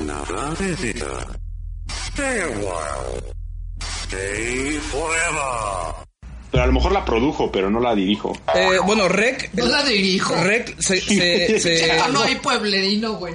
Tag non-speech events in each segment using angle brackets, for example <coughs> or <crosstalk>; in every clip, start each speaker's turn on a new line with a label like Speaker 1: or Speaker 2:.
Speaker 1: another visitor. Stay a while. Stay forever.
Speaker 2: Pero a lo mejor la produjo, pero no la
Speaker 3: <laughs>
Speaker 2: dirijo.
Speaker 4: Eh, bueno, Rec.
Speaker 5: No la dirijo.
Speaker 4: Rec se. se,
Speaker 5: <laughs>
Speaker 4: se-
Speaker 5: Ah, no hay pueblerino, güey.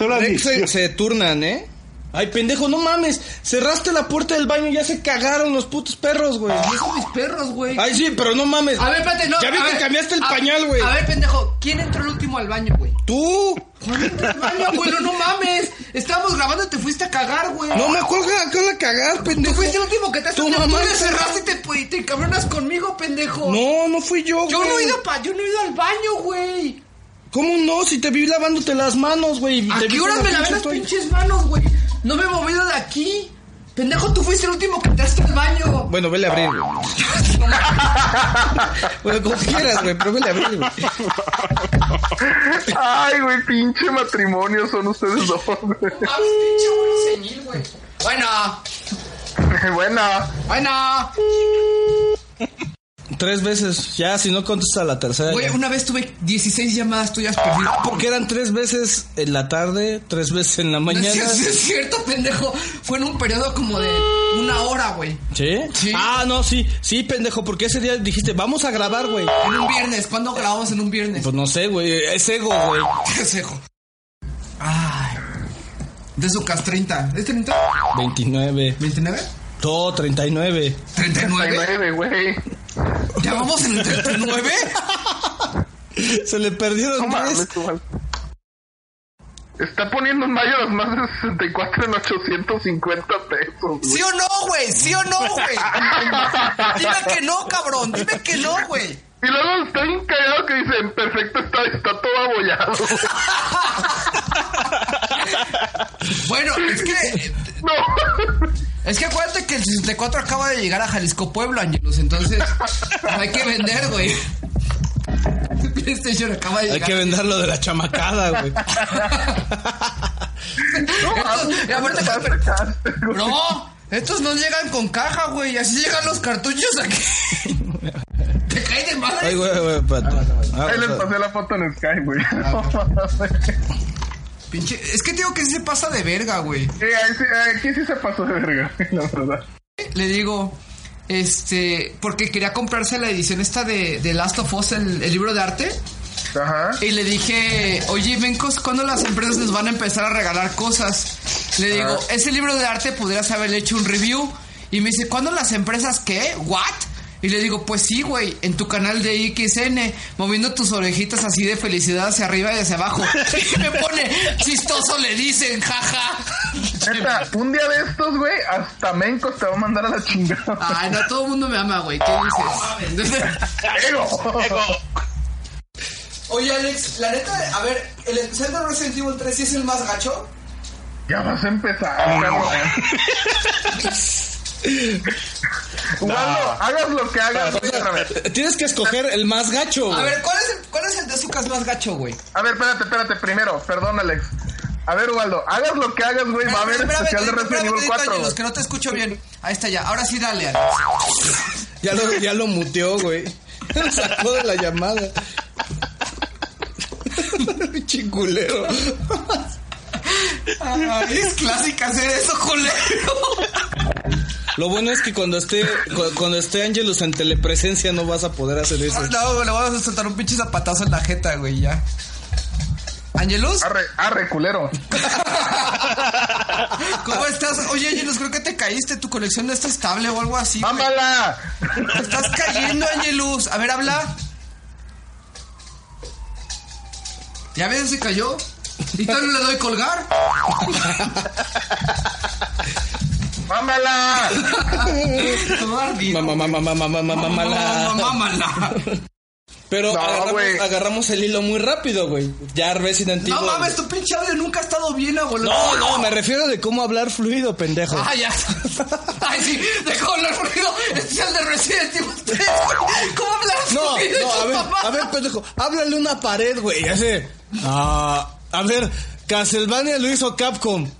Speaker 2: No la
Speaker 4: Rec
Speaker 2: dirigió.
Speaker 4: se, se turnan, ¿eh? Ay, pendejo, no mames. Cerraste la puerta del baño y ya se cagaron los putos perros, güey.
Speaker 5: Yo soy mis perros, güey.
Speaker 4: Ay, sí, pero no mames.
Speaker 5: A ver, espérate, no.
Speaker 4: Ya vi
Speaker 5: a
Speaker 4: que
Speaker 5: ver,
Speaker 4: cambiaste el
Speaker 5: a-
Speaker 4: pañal, güey.
Speaker 5: A ver, pendejo, ¿quién entró el último al baño, güey?
Speaker 4: ¿Tú?
Speaker 5: ¿Cuál entró al baño, güey? No, no mames. Estábamos grabando y te fuiste a cagar, güey.
Speaker 4: No me acuerdo que la cagás, pendejo.
Speaker 5: Tú fuiste el último que te
Speaker 4: Tu
Speaker 5: tú
Speaker 4: mamá
Speaker 5: le
Speaker 4: entró.
Speaker 5: cerraste y te, pues, y te cabronas conmigo, pendejo.
Speaker 4: No, no fui yo,
Speaker 5: Yo
Speaker 4: güey.
Speaker 5: no he ido pa, yo no he ido al baño, güey.
Speaker 4: ¿Cómo no? Si te vi lavándote las manos, güey.
Speaker 5: ¿A
Speaker 4: Te vi
Speaker 5: qué
Speaker 4: con
Speaker 5: horas me lavé
Speaker 4: pinche
Speaker 5: las
Speaker 4: toalla.
Speaker 5: pinches manos, güey? No me he movido de aquí. Pendejo, tú fuiste el último que entraste al baño. <laughs>
Speaker 4: Bueno, vele a abrir, güey. Bueno, como quieras, güey, pero vele a abrir, güey.
Speaker 6: Ay, güey, pinche matrimonio son ustedes dos. <laughs> güey.
Speaker 5: Ah, pinche abuelo senil, güey. Bueno,
Speaker 6: bueno,
Speaker 5: bueno.
Speaker 4: Tres veces, ya, si no contesta la tercera.
Speaker 5: Güey,
Speaker 4: ya.
Speaker 5: una vez tuve 16 llamadas tuyas perdidas.
Speaker 4: Porque eran tres veces en la tarde, tres veces en la
Speaker 5: No
Speaker 4: mañana.
Speaker 5: es cierto, <laughs> es cierto, pendejo. Fue en un periodo como de una hora, güey.
Speaker 4: ¿Sí?
Speaker 5: Sí.
Speaker 4: Ah, no, sí, sí, pendejo, porque ese día dijiste, vamos a grabar, güey.
Speaker 5: En un viernes. ¿Cuándo grabamos en un viernes? <laughs>
Speaker 4: Pues no sé, güey, es ego, güey.
Speaker 5: Consejo. Ay. De Sucas 30. ¿Es 30?
Speaker 4: 29.
Speaker 5: ¿29?
Speaker 4: Todo 39.
Speaker 5: ¿39?
Speaker 6: nueve, güey.
Speaker 5: ¿Ya vamos en el 39?
Speaker 4: <laughs> Se le
Speaker 6: No
Speaker 4: perdieron
Speaker 6: mames,
Speaker 4: tres.
Speaker 6: tú, mal. Está poniendo en mayo las más de 64 en 850 pesos. güey.
Speaker 5: ¿Sí o no, güey? ¿Sí o no, güey? Dime que no, cabrón. Dime que no, güey.
Speaker 6: Y luego está bien cagado que dicen, perfecto, está, está todo abollado. <laughs>
Speaker 5: Bueno, es que...
Speaker 6: No.
Speaker 5: Es que acuérdate que el 64 acaba de llegar a Jalisco, Pueblo, Ángelos. Entonces, pues, hay que vender, güey. <laughs> PlayStation acaba de
Speaker 4: Hay
Speaker 5: llegar.
Speaker 4: que vender lo de la chamacada,
Speaker 5: <laughs>
Speaker 4: güey.
Speaker 5: Estos- y aparte-
Speaker 6: Vas a sacar.
Speaker 5: No, estos no llegan con caja, güey. Así llegan los cartuchos aquí. <laughs> Te cae de
Speaker 4: Ay,
Speaker 5: madre.
Speaker 4: güey, güey, espérate. Ah,
Speaker 6: Ahí les
Speaker 4: o sea,
Speaker 6: pasé la foto en Skype, güey. <laughs> No mames.
Speaker 5: Pinche, es que te digo que sí se pasa de verga, güey.
Speaker 6: Eh, ahí sí- Aquí sí se pasó de verga, <laughs> la verdad.
Speaker 5: Le digo, este, porque quería comprarse la edición esta de, de Last of Us, el, el libro de arte.
Speaker 6: Ajá.
Speaker 5: Y le dije, oye, ven, cos- ¿cuándo las empresas nos van a empezar a regalar cosas? Le digo, ese libro de arte podrías haberle hecho un review. Y me dice, ¿cuándo las empresas qué? ¿What? Y le digo, pues sí, güey, en tu canal de XN, moviendo tus orejitas así de felicidad hacia arriba y hacia abajo. <laughs> Y me pone, chistoso le dicen, jaja.
Speaker 6: Neta, un día de estos, güey, hasta Mencos te va a mandar a la chingada.
Speaker 5: Ay, no, todo el mundo me ama, güey, ¿qué dices?
Speaker 6: Ego.
Speaker 5: Oye, Alex, la neta, a ver, ¿el especial de Resident Evil 3 sí es el más gacho?
Speaker 6: Ya vas a empezar, <laughs> cabrón. Waldo, hagas lo que hagas. güey, otra vez.
Speaker 4: Tienes que escoger el más gacho,
Speaker 5: A
Speaker 4: güey.
Speaker 5: ver, ¿cuál es el, cuál es el de Zucas más gacho, güey?
Speaker 6: A ver, espérate, espérate, primero, perdón, Alex. A ver, Waldo, hagas lo que hagas, güey, va a haber
Speaker 5: Espérame,
Speaker 6: especial de
Speaker 5: espérame,
Speaker 6: Resident Evil
Speaker 5: espérame,
Speaker 6: 4.
Speaker 5: Toño, los
Speaker 6: güey.
Speaker 5: que no te escucho bien. Ahí está ya. Ahora sí dale, Alex.
Speaker 6: <laughs>
Speaker 4: Ya lo, ya lo muteó,
Speaker 5: <laughs>
Speaker 4: güey. <laughs> Lo sacó de la llamada. <laughs> Chiculero.
Speaker 5: Ay, es clásica hacer eso, culero.
Speaker 4: Lo bueno es que cuando esté cu- cuando esté Angelus en telepresencia no vas a poder hacer eso.
Speaker 5: Ah, No, güey, le vamos a soltar un pinche zapatazo en la jeta, güey, ya. ¿Angelus?
Speaker 6: Arre, arre, culero.
Speaker 5: <laughs> ¿Cómo estás? Oye, Angelus, creo que te caíste. Tu colección no está estable o algo así. güey.
Speaker 6: ¡Mámala!
Speaker 5: Te estás cayendo, Angelus. A ver, habla. ¿Ya ves? Se cayó. Y tal no le doy colgar. <laughs>
Speaker 6: ¡Mámala!
Speaker 5: Todo ardido.
Speaker 4: Mamá, mamá, mamá, mamá, mamá,
Speaker 5: Mamá,
Speaker 4: mala.
Speaker 5: mamá.
Speaker 4: Pero
Speaker 6: No, güey.
Speaker 4: agarramos, agarramos el hilo muy rápido, güey. Ya Resident Evil.
Speaker 5: No mames, tu pinche audio nunca ha estado bien, abuelo.
Speaker 4: No, no, me refiero de cómo hablar fluido, pendejo.
Speaker 5: Ah, ya. <laughs> Ay, sí, dejó hablar fluido. Especial de Resident Evil 3. güey. ¿Cómo hablar
Speaker 4: No,
Speaker 5: <laughs> fluido?
Speaker 4: no, a ver,
Speaker 5: mamá?
Speaker 4: a ver, pendejo, háblale una pared, güey, ya sé. Ah, a ver, Castlevania lo hizo Capcom.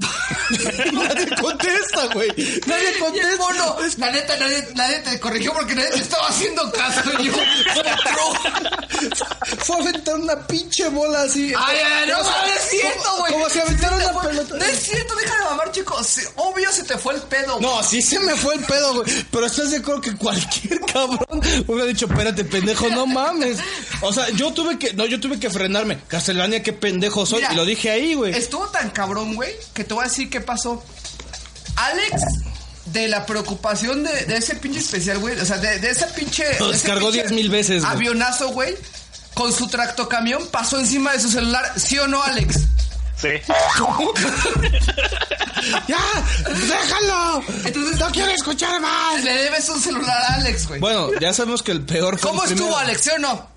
Speaker 4: <laughs> Nadie contesta, güey. Nadie
Speaker 5: Y el
Speaker 4: contesta.
Speaker 5: mono, la neta, nadie, nadie te corrigió porque nadie te estaba haciendo caso. Y yo, "Bro".
Speaker 4: Fue a aventar una pinche bola así.
Speaker 5: Ay, ay, no,
Speaker 4: Como si-
Speaker 5: no es cierto, güey.
Speaker 4: Como si aventara
Speaker 5: Se te
Speaker 4: una
Speaker 5: fue-
Speaker 4: pelota.
Speaker 5: No es cierto, déjame mamar, chicos. Se- Obvio se te fue el pedo. güey.
Speaker 4: No, sí se me fue el pedo, güey. Pero estás de acuerdo que cualquier <laughs> cabrón hubiera dicho, espérate, pendejo, no mames. O sea, yo tuve que, no, yo tuve que frenarme. Castlevania, qué pendejo soy.
Speaker 5: Mira,
Speaker 4: y lo dije ahí, güey.
Speaker 5: Estuvo tan cabrón, güey, que te voy a decir qué pasó. Alex, de la preocupación de, de ese pinche especial, güey. O sea, de, de ese pinche.
Speaker 4: Lo
Speaker 5: de ese
Speaker 4: descargó
Speaker 5: pinche
Speaker 4: 10,000 veces, güey.
Speaker 5: Avionazo, güey. Con su tractocamión pasó encima de su celular. ¿Sí o no, Alex?
Speaker 7: Sí. <laughs>
Speaker 4: ¡Ya! ¡Déjalo!
Speaker 5: Entonces-
Speaker 4: ¡No quiero escuchar más!
Speaker 5: Le debes un celular a Alex, güey.
Speaker 4: Bueno, ya sabemos que el peor fue
Speaker 5: ¿Cómo
Speaker 4: el
Speaker 5: estuvo,
Speaker 4: primero.
Speaker 5: Alex? ¿Sí o no?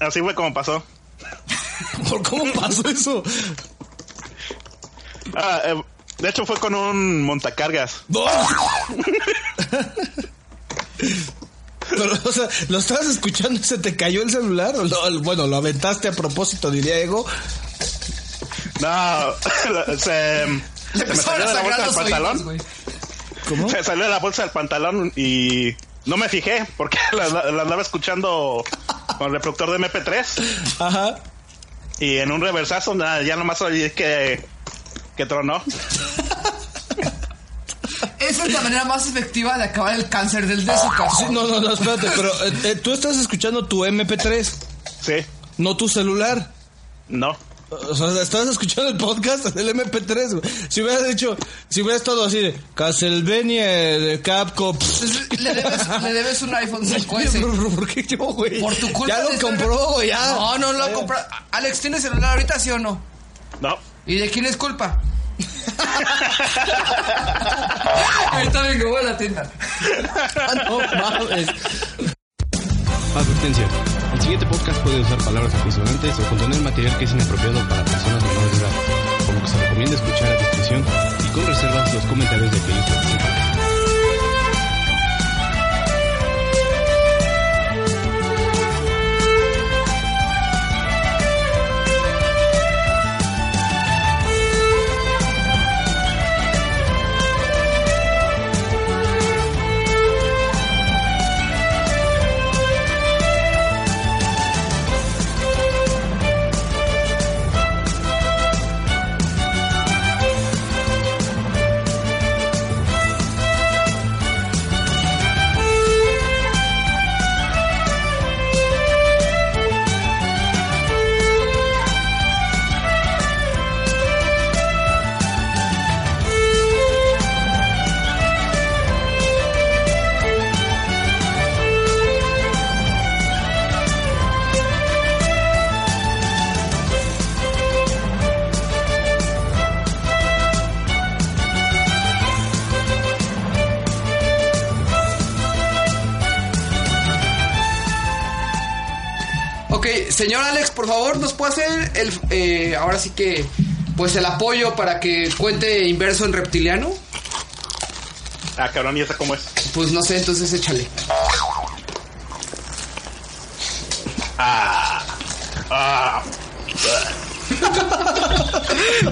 Speaker 7: Así fue como pasó.
Speaker 4: ¿Por <laughs> cómo pasó eso?
Speaker 7: Ah, eh, de hecho fue con un montacargas.
Speaker 4: No. <laughs> Pero, o sea, ¿lo estabas escuchando y se te cayó el celular? ¿O lo- bueno, lo aventaste a propósito, diría Ego.
Speaker 7: No, <laughs> se, se me
Speaker 5: Empezaron
Speaker 7: salió
Speaker 5: a sangrar
Speaker 7: de la bolsa del
Speaker 5: los oídos,
Speaker 7: pantalón.
Speaker 5: güey.
Speaker 4: ¿Cómo?
Speaker 7: Se salió de la bolsa del pantalón y no me fijé porque <laughs> la, la- la andaba escuchando con el reproductor de MP3
Speaker 4: Ajá.
Speaker 7: y en un reversazo nada, ya nomás oí que, que tronó.
Speaker 5: Esa es la manera más efectiva de acabar el cáncer del Dezuka.
Speaker 4: Ah, Sí, no, no, no, espérate, pero eh, eh, tú estás escuchando tu MP3,
Speaker 7: Sí,
Speaker 4: no tu celular.
Speaker 7: no.
Speaker 4: O sea, estabas escuchando el podcast del MP3, güey. Si hubieras dicho, si hubieras estado así de Castlevania de Capcom.
Speaker 5: Entonces, le debes, le debes
Speaker 4: <laughs>
Speaker 5: un iPhone 5S.
Speaker 4: ¿Por, por qué yo, güey?
Speaker 5: Por tu
Speaker 4: <laughs>
Speaker 5: culpa.
Speaker 4: Ya lo
Speaker 5: de estar-
Speaker 4: compró, güey, ya.
Speaker 5: No, no lo ha comprado. Alex, ¿tienes celular ahorita, sí o no?
Speaker 7: No,
Speaker 5: ¿Y de quién es
Speaker 4: <laughs>
Speaker 5: culpa? ahorita vengo, voy a la tienda.
Speaker 4: Ah, <laughs> no mames.
Speaker 8: Advertencia. El siguiente podcast puede usar palabras altisonantes o contener material que es inapropiado para personas menores de edad, por lo que se recomienda escuchar a discreción y con reservas los comentarios de aquellos que participan.
Speaker 5: Ok, señor Alex, por favor, ¿nos puede hacer el. eh, ahora sí que. Pues el apoyo para que cuente inverso en reptiliano?
Speaker 7: ah, cabrón, ¿y esa cómo es?
Speaker 5: Pues no sé, entonces échale.
Speaker 7: Ah,
Speaker 5: <laughs>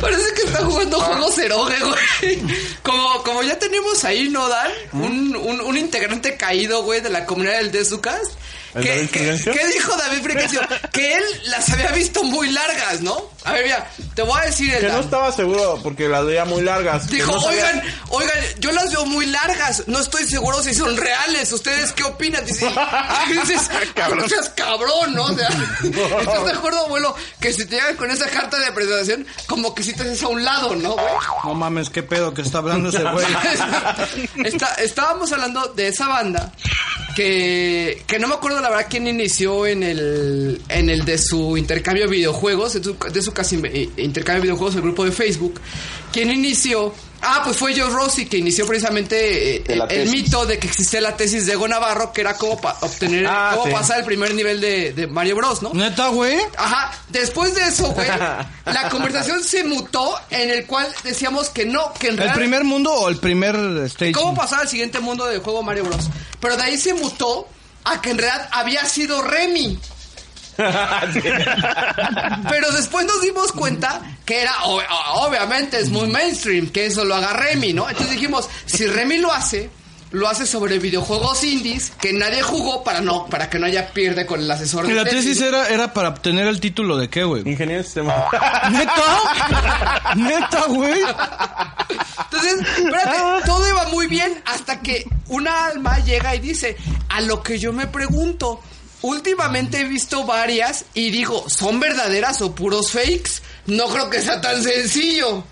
Speaker 5: Parece que está jugando juegos eroge, güey. Como, como ya tenemos ahí, ¿no, Dan? Un, un, un integrante caído, güey, de la comunidad del Dezucast. ¿Qué,
Speaker 7: David
Speaker 5: qué,
Speaker 7: Frigencio?
Speaker 5: qué dijo David Frigencio? Que él las había visto muy largas, ¿no? A ver, mira, te voy a decir el
Speaker 9: Que no
Speaker 5: Dan.
Speaker 9: estaba seguro porque las veía muy
Speaker 7: <laughs>
Speaker 9: largas. que
Speaker 5: Dijo,
Speaker 9: no sabía-
Speaker 5: oigan, oigan, yo las veo muy largas, no estoy seguro si son reales, ¿ustedes qué opinan? Dice, y <laughs>
Speaker 9: <laughs>
Speaker 5: dices,
Speaker 7: Cabrón.
Speaker 5: "No seas cabrón, ¿no? O sea, ¿estás de acuerdo, abuelo? Que si te llegan con esa carta de presentación, como que si te haces a un lado, ¿no, güey?
Speaker 4: No mames, qué pedo que está hablando <laughs> ese güey.
Speaker 5: <laughs> Está- estábamos hablando de esa banda que, que no me acuerdo la verdad quién inició en el en el de su intercambio de videojuegos, de su, de su casi eh, intercambio de videojuegos, el grupo de Facebook. ¿Quién inició? Ah, pues fue Joe Rossi que inició precisamente eh,
Speaker 2: De la
Speaker 5: el, el
Speaker 2: tesis.
Speaker 5: mito de que existía la tesis de Ego Navarro, que era cómo pa- obtener,
Speaker 9: Ah,
Speaker 5: cómo
Speaker 9: sí.
Speaker 5: pasar el primer nivel de, de Mario Bros, ¿no?
Speaker 4: Neta, güey.
Speaker 5: Ajá, después de eso, güey, la conversación se mutó en el cual decíamos que no, que en
Speaker 4: ¿El
Speaker 5: realidad-
Speaker 4: primer mundo o el primer stage?
Speaker 5: ¿Cómo pasaba al siguiente mundo del juego Mario Bros? Pero de ahí se mutó a que en realidad había sido Remy. Pero después nos dimos cuenta que era, o- o- obviamente, es muy mainstream, que eso lo haga Remy, ¿no? Entonces dijimos, si Remy lo hace, lo hace sobre videojuegos indies que nadie jugó para no, para que no haya pierde con el asesor de
Speaker 4: La
Speaker 5: tesis.
Speaker 4: tesis era, era para obtener el título de qué, güey.
Speaker 8: Ingeniero de sistema.
Speaker 4: ¿Neta?
Speaker 8: <laughs>
Speaker 4: ¿Neta, güey?
Speaker 5: Entonces, espérate, todo iba muy bien hasta que una alma llega y dice, a lo que yo me pregunto, últimamente he visto varias y digo, ¿son verdaderas o puros fakes? No creo que sea tan sencillo.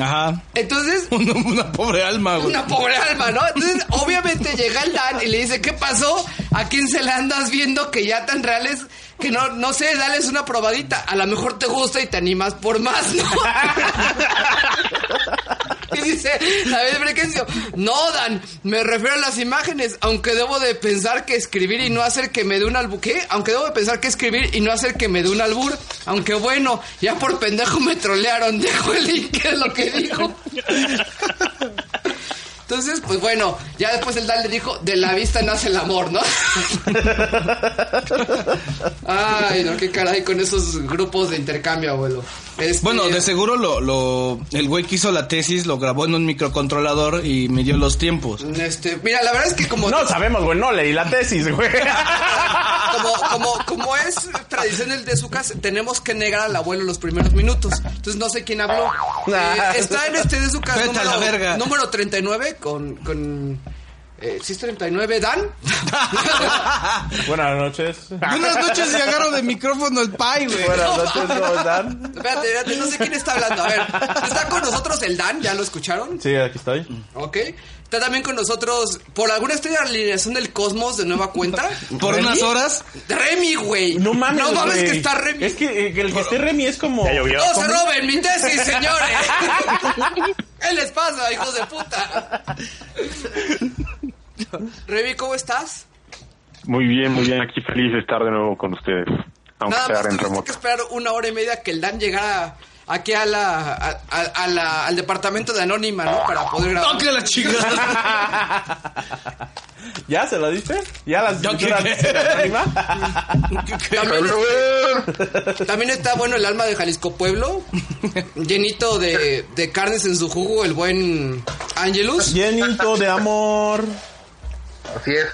Speaker 4: Ajá.
Speaker 5: Entonces,
Speaker 4: Una, una pobre alma, güey.
Speaker 5: una pobre alma, ¿no? Entonces, obviamente llega el Dan y le dice, ¿qué pasó? ¿A quién se la andas viendo que ya tan reales? Que no, no sé, dales una probadita. A lo mejor te gusta y te animas por más, ¿no? <laughs> Y dice David Brequencio, no Dan, me refiero a las imágenes, aunque debo de pensar que escribir y no hacer que me dé un albur, ¿qué? Aunque debo de pensar que escribir y no hacer que me dé un albur, aunque bueno, ya por pendejo me trolearon, <laughs> dejo el link de lo que dijo. Entonces, pues bueno, ya después el Dan le dijo, de la vista nace el amor, ¿no? Ay, no, qué caray con esos grupos de intercambio, abuelo. Este-
Speaker 4: Bueno, de seguro lo, lo, el güey que hizo la tesis lo grabó en un microcontrolador y midió los tiempos.
Speaker 5: Este, mira, la verdad es que como,
Speaker 8: No sabemos, güey. No leí la tesis, güey.
Speaker 5: <laughs>
Speaker 9: <laughs>
Speaker 5: como, como, como es tradición el de su casa, tenemos que negar al abuelo los primeros minutos. Entonces no sé
Speaker 4: <laughs>
Speaker 5: quién habló. Eh, está en este de su casa
Speaker 4: Vete a la verga.
Speaker 5: número, número 39 con... con eh, ¿Sí es 39,
Speaker 4: <laughs>
Speaker 5: Dan?
Speaker 8: Buenas noches.
Speaker 4: Buenas noches y agarro de micrófono el pai, güey.
Speaker 8: Buenas noches, ¿cómo están?
Speaker 5: Espérate, espérate, no sé quién está hablando. A ver, está con nosotros el Dan, ¿ya lo escucharon?
Speaker 8: Sí, aquí estoy.
Speaker 5: Ok. Está también con nosotros, por alguna extraña alineación del cosmos de
Speaker 2: <laughs>
Speaker 5: nueva cuenta.
Speaker 4: Por unas horas.
Speaker 5: Remy, güey.
Speaker 8: No mames,
Speaker 5: No mames
Speaker 8: güey.
Speaker 5: que está Remy.
Speaker 8: Es que, eh, que el que esté Remy es como...
Speaker 7: Ya llovió.
Speaker 5: ¡No se roben mi tesis,
Speaker 8: <laughs>
Speaker 5: señores! ¿Qué les pasa, hijos de puta? Remy, ¿cómo estás?
Speaker 2: Muy bien, muy bien. Aquí feliz de estar de nuevo con ustedes, aunque
Speaker 5: Nada
Speaker 2: sea
Speaker 5: más
Speaker 2: en
Speaker 5: tuviste que
Speaker 2: remoto.
Speaker 5: esperar una hora y media que el Dan llegara aquí a la, a- a- a la- al departamento de Anónima, ¿no? Para poder grabar.
Speaker 4: ¡No, que la chingada!
Speaker 8: ¿Ya se la diste? ¿Ya las
Speaker 4: Yo
Speaker 8: pinturas
Speaker 4: qué-
Speaker 8: se las anima?
Speaker 5: <laughs> También, también está bueno el alma de
Speaker 4: <laughs>
Speaker 5: Jalisco Pueblo, llenito de, de carnes en su jugo, el buen Angelus.
Speaker 8: Llenito de amor.
Speaker 6: Así es.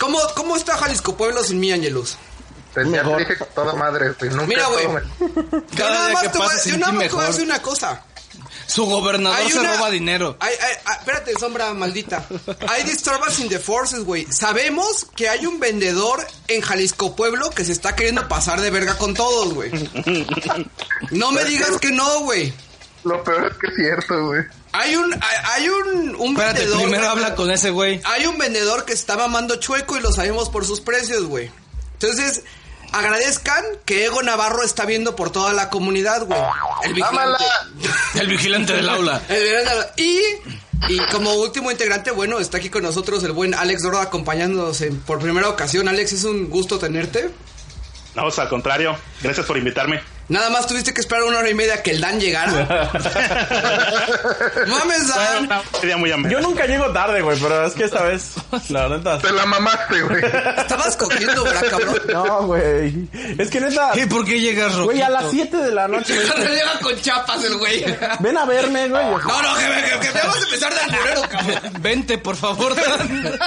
Speaker 5: ¿Cómo, ¿Cómo está Jalisco Pueblo sin mi Angelus?
Speaker 6: Te, Pues ya te dije con toda madre, güey. Nunca
Speaker 5: Mira, güey.
Speaker 6: todo me-
Speaker 5: Yo
Speaker 4: Cada
Speaker 5: nada
Speaker 4: día
Speaker 5: más
Speaker 4: que
Speaker 5: te voy a-
Speaker 4: pasa,
Speaker 5: yo
Speaker 4: sentí
Speaker 5: nada más te voy a
Speaker 4: mejor.
Speaker 5: decir una cosa.
Speaker 4: <laughs> Su gobernador se
Speaker 5: una-
Speaker 4: roba dinero.
Speaker 5: Hay- hay- ah, espérate, sombra maldita. Hay disturbance in the forces, güey. Sabemos que hay un vendedor en Jalisco Pueblo que se está queriendo pasar de verga con todos, güey. No me digas que no, güey.
Speaker 6: Lo peor es que es cierto, güey.
Speaker 5: Hay un, hay, hay un, un
Speaker 4: Espérate,
Speaker 5: vendedor.
Speaker 4: primero
Speaker 5: güey.
Speaker 4: habla con ese güey.
Speaker 5: Hay un vendedor que está mamando chueco y lo sabemos por sus precios, güey. Entonces, agradezcan que Ego Navarro está viendo por toda la comunidad, güey. El
Speaker 6: ¡Ámala!
Speaker 5: vigilante.
Speaker 4: El vigilante del aula.
Speaker 5: El vigilante Navarro. Eh, Y, y como último integrante, bueno, está aquí con nosotros el buen Alex Doro acompañándonos en- por primera ocasión. Alex, es un gusto tenerte.
Speaker 7: No, o sea, al contrario. Gracias por invitarme.
Speaker 5: Nada más tuviste que esperar una hora y media que el Dan <laughs> llegara. Mames, Dan.
Speaker 7: Sería muy ameno. <laughs>
Speaker 8: Yo <laughs> nunca llego tarde, güey, pero es que esta vez, la neta...
Speaker 6: Te la mamaste, güey.
Speaker 5: Estabas cogiendo, ¿verdad, cabrón?
Speaker 8: No, güey. Es que neta...
Speaker 4: ¿Y por qué llegas rojo?
Speaker 8: Güey, a las 7 de la noche,
Speaker 5: <laughs>
Speaker 8: güey,
Speaker 5: Cuando llega con chapas el güey.
Speaker 8: Ven a verme, güey. Yo,
Speaker 5: No, no, que, que, que vamos a empezar de alburero, cabrón.
Speaker 4: Vente, por favor, Dan.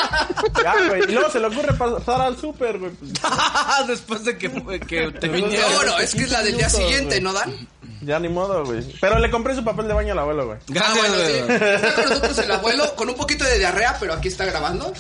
Speaker 8: Ya, güey. Y luego se le ocurre pasar al súper, güey.
Speaker 4: <laughs> Después de que, que te
Speaker 5: Pero
Speaker 4: vinieron.
Speaker 5: bueno, es que es la del día siguiente, ¿no, Dan?
Speaker 8: Ya ni modo, güey. Pero le compré su papel de baño al abuelo, güey.
Speaker 5: Ah,
Speaker 4: Gracias,
Speaker 5: bueno, sí.
Speaker 4: güey.
Speaker 5: Está con nosotros el abuelo con un poquito de diarrea, pero aquí está grabando.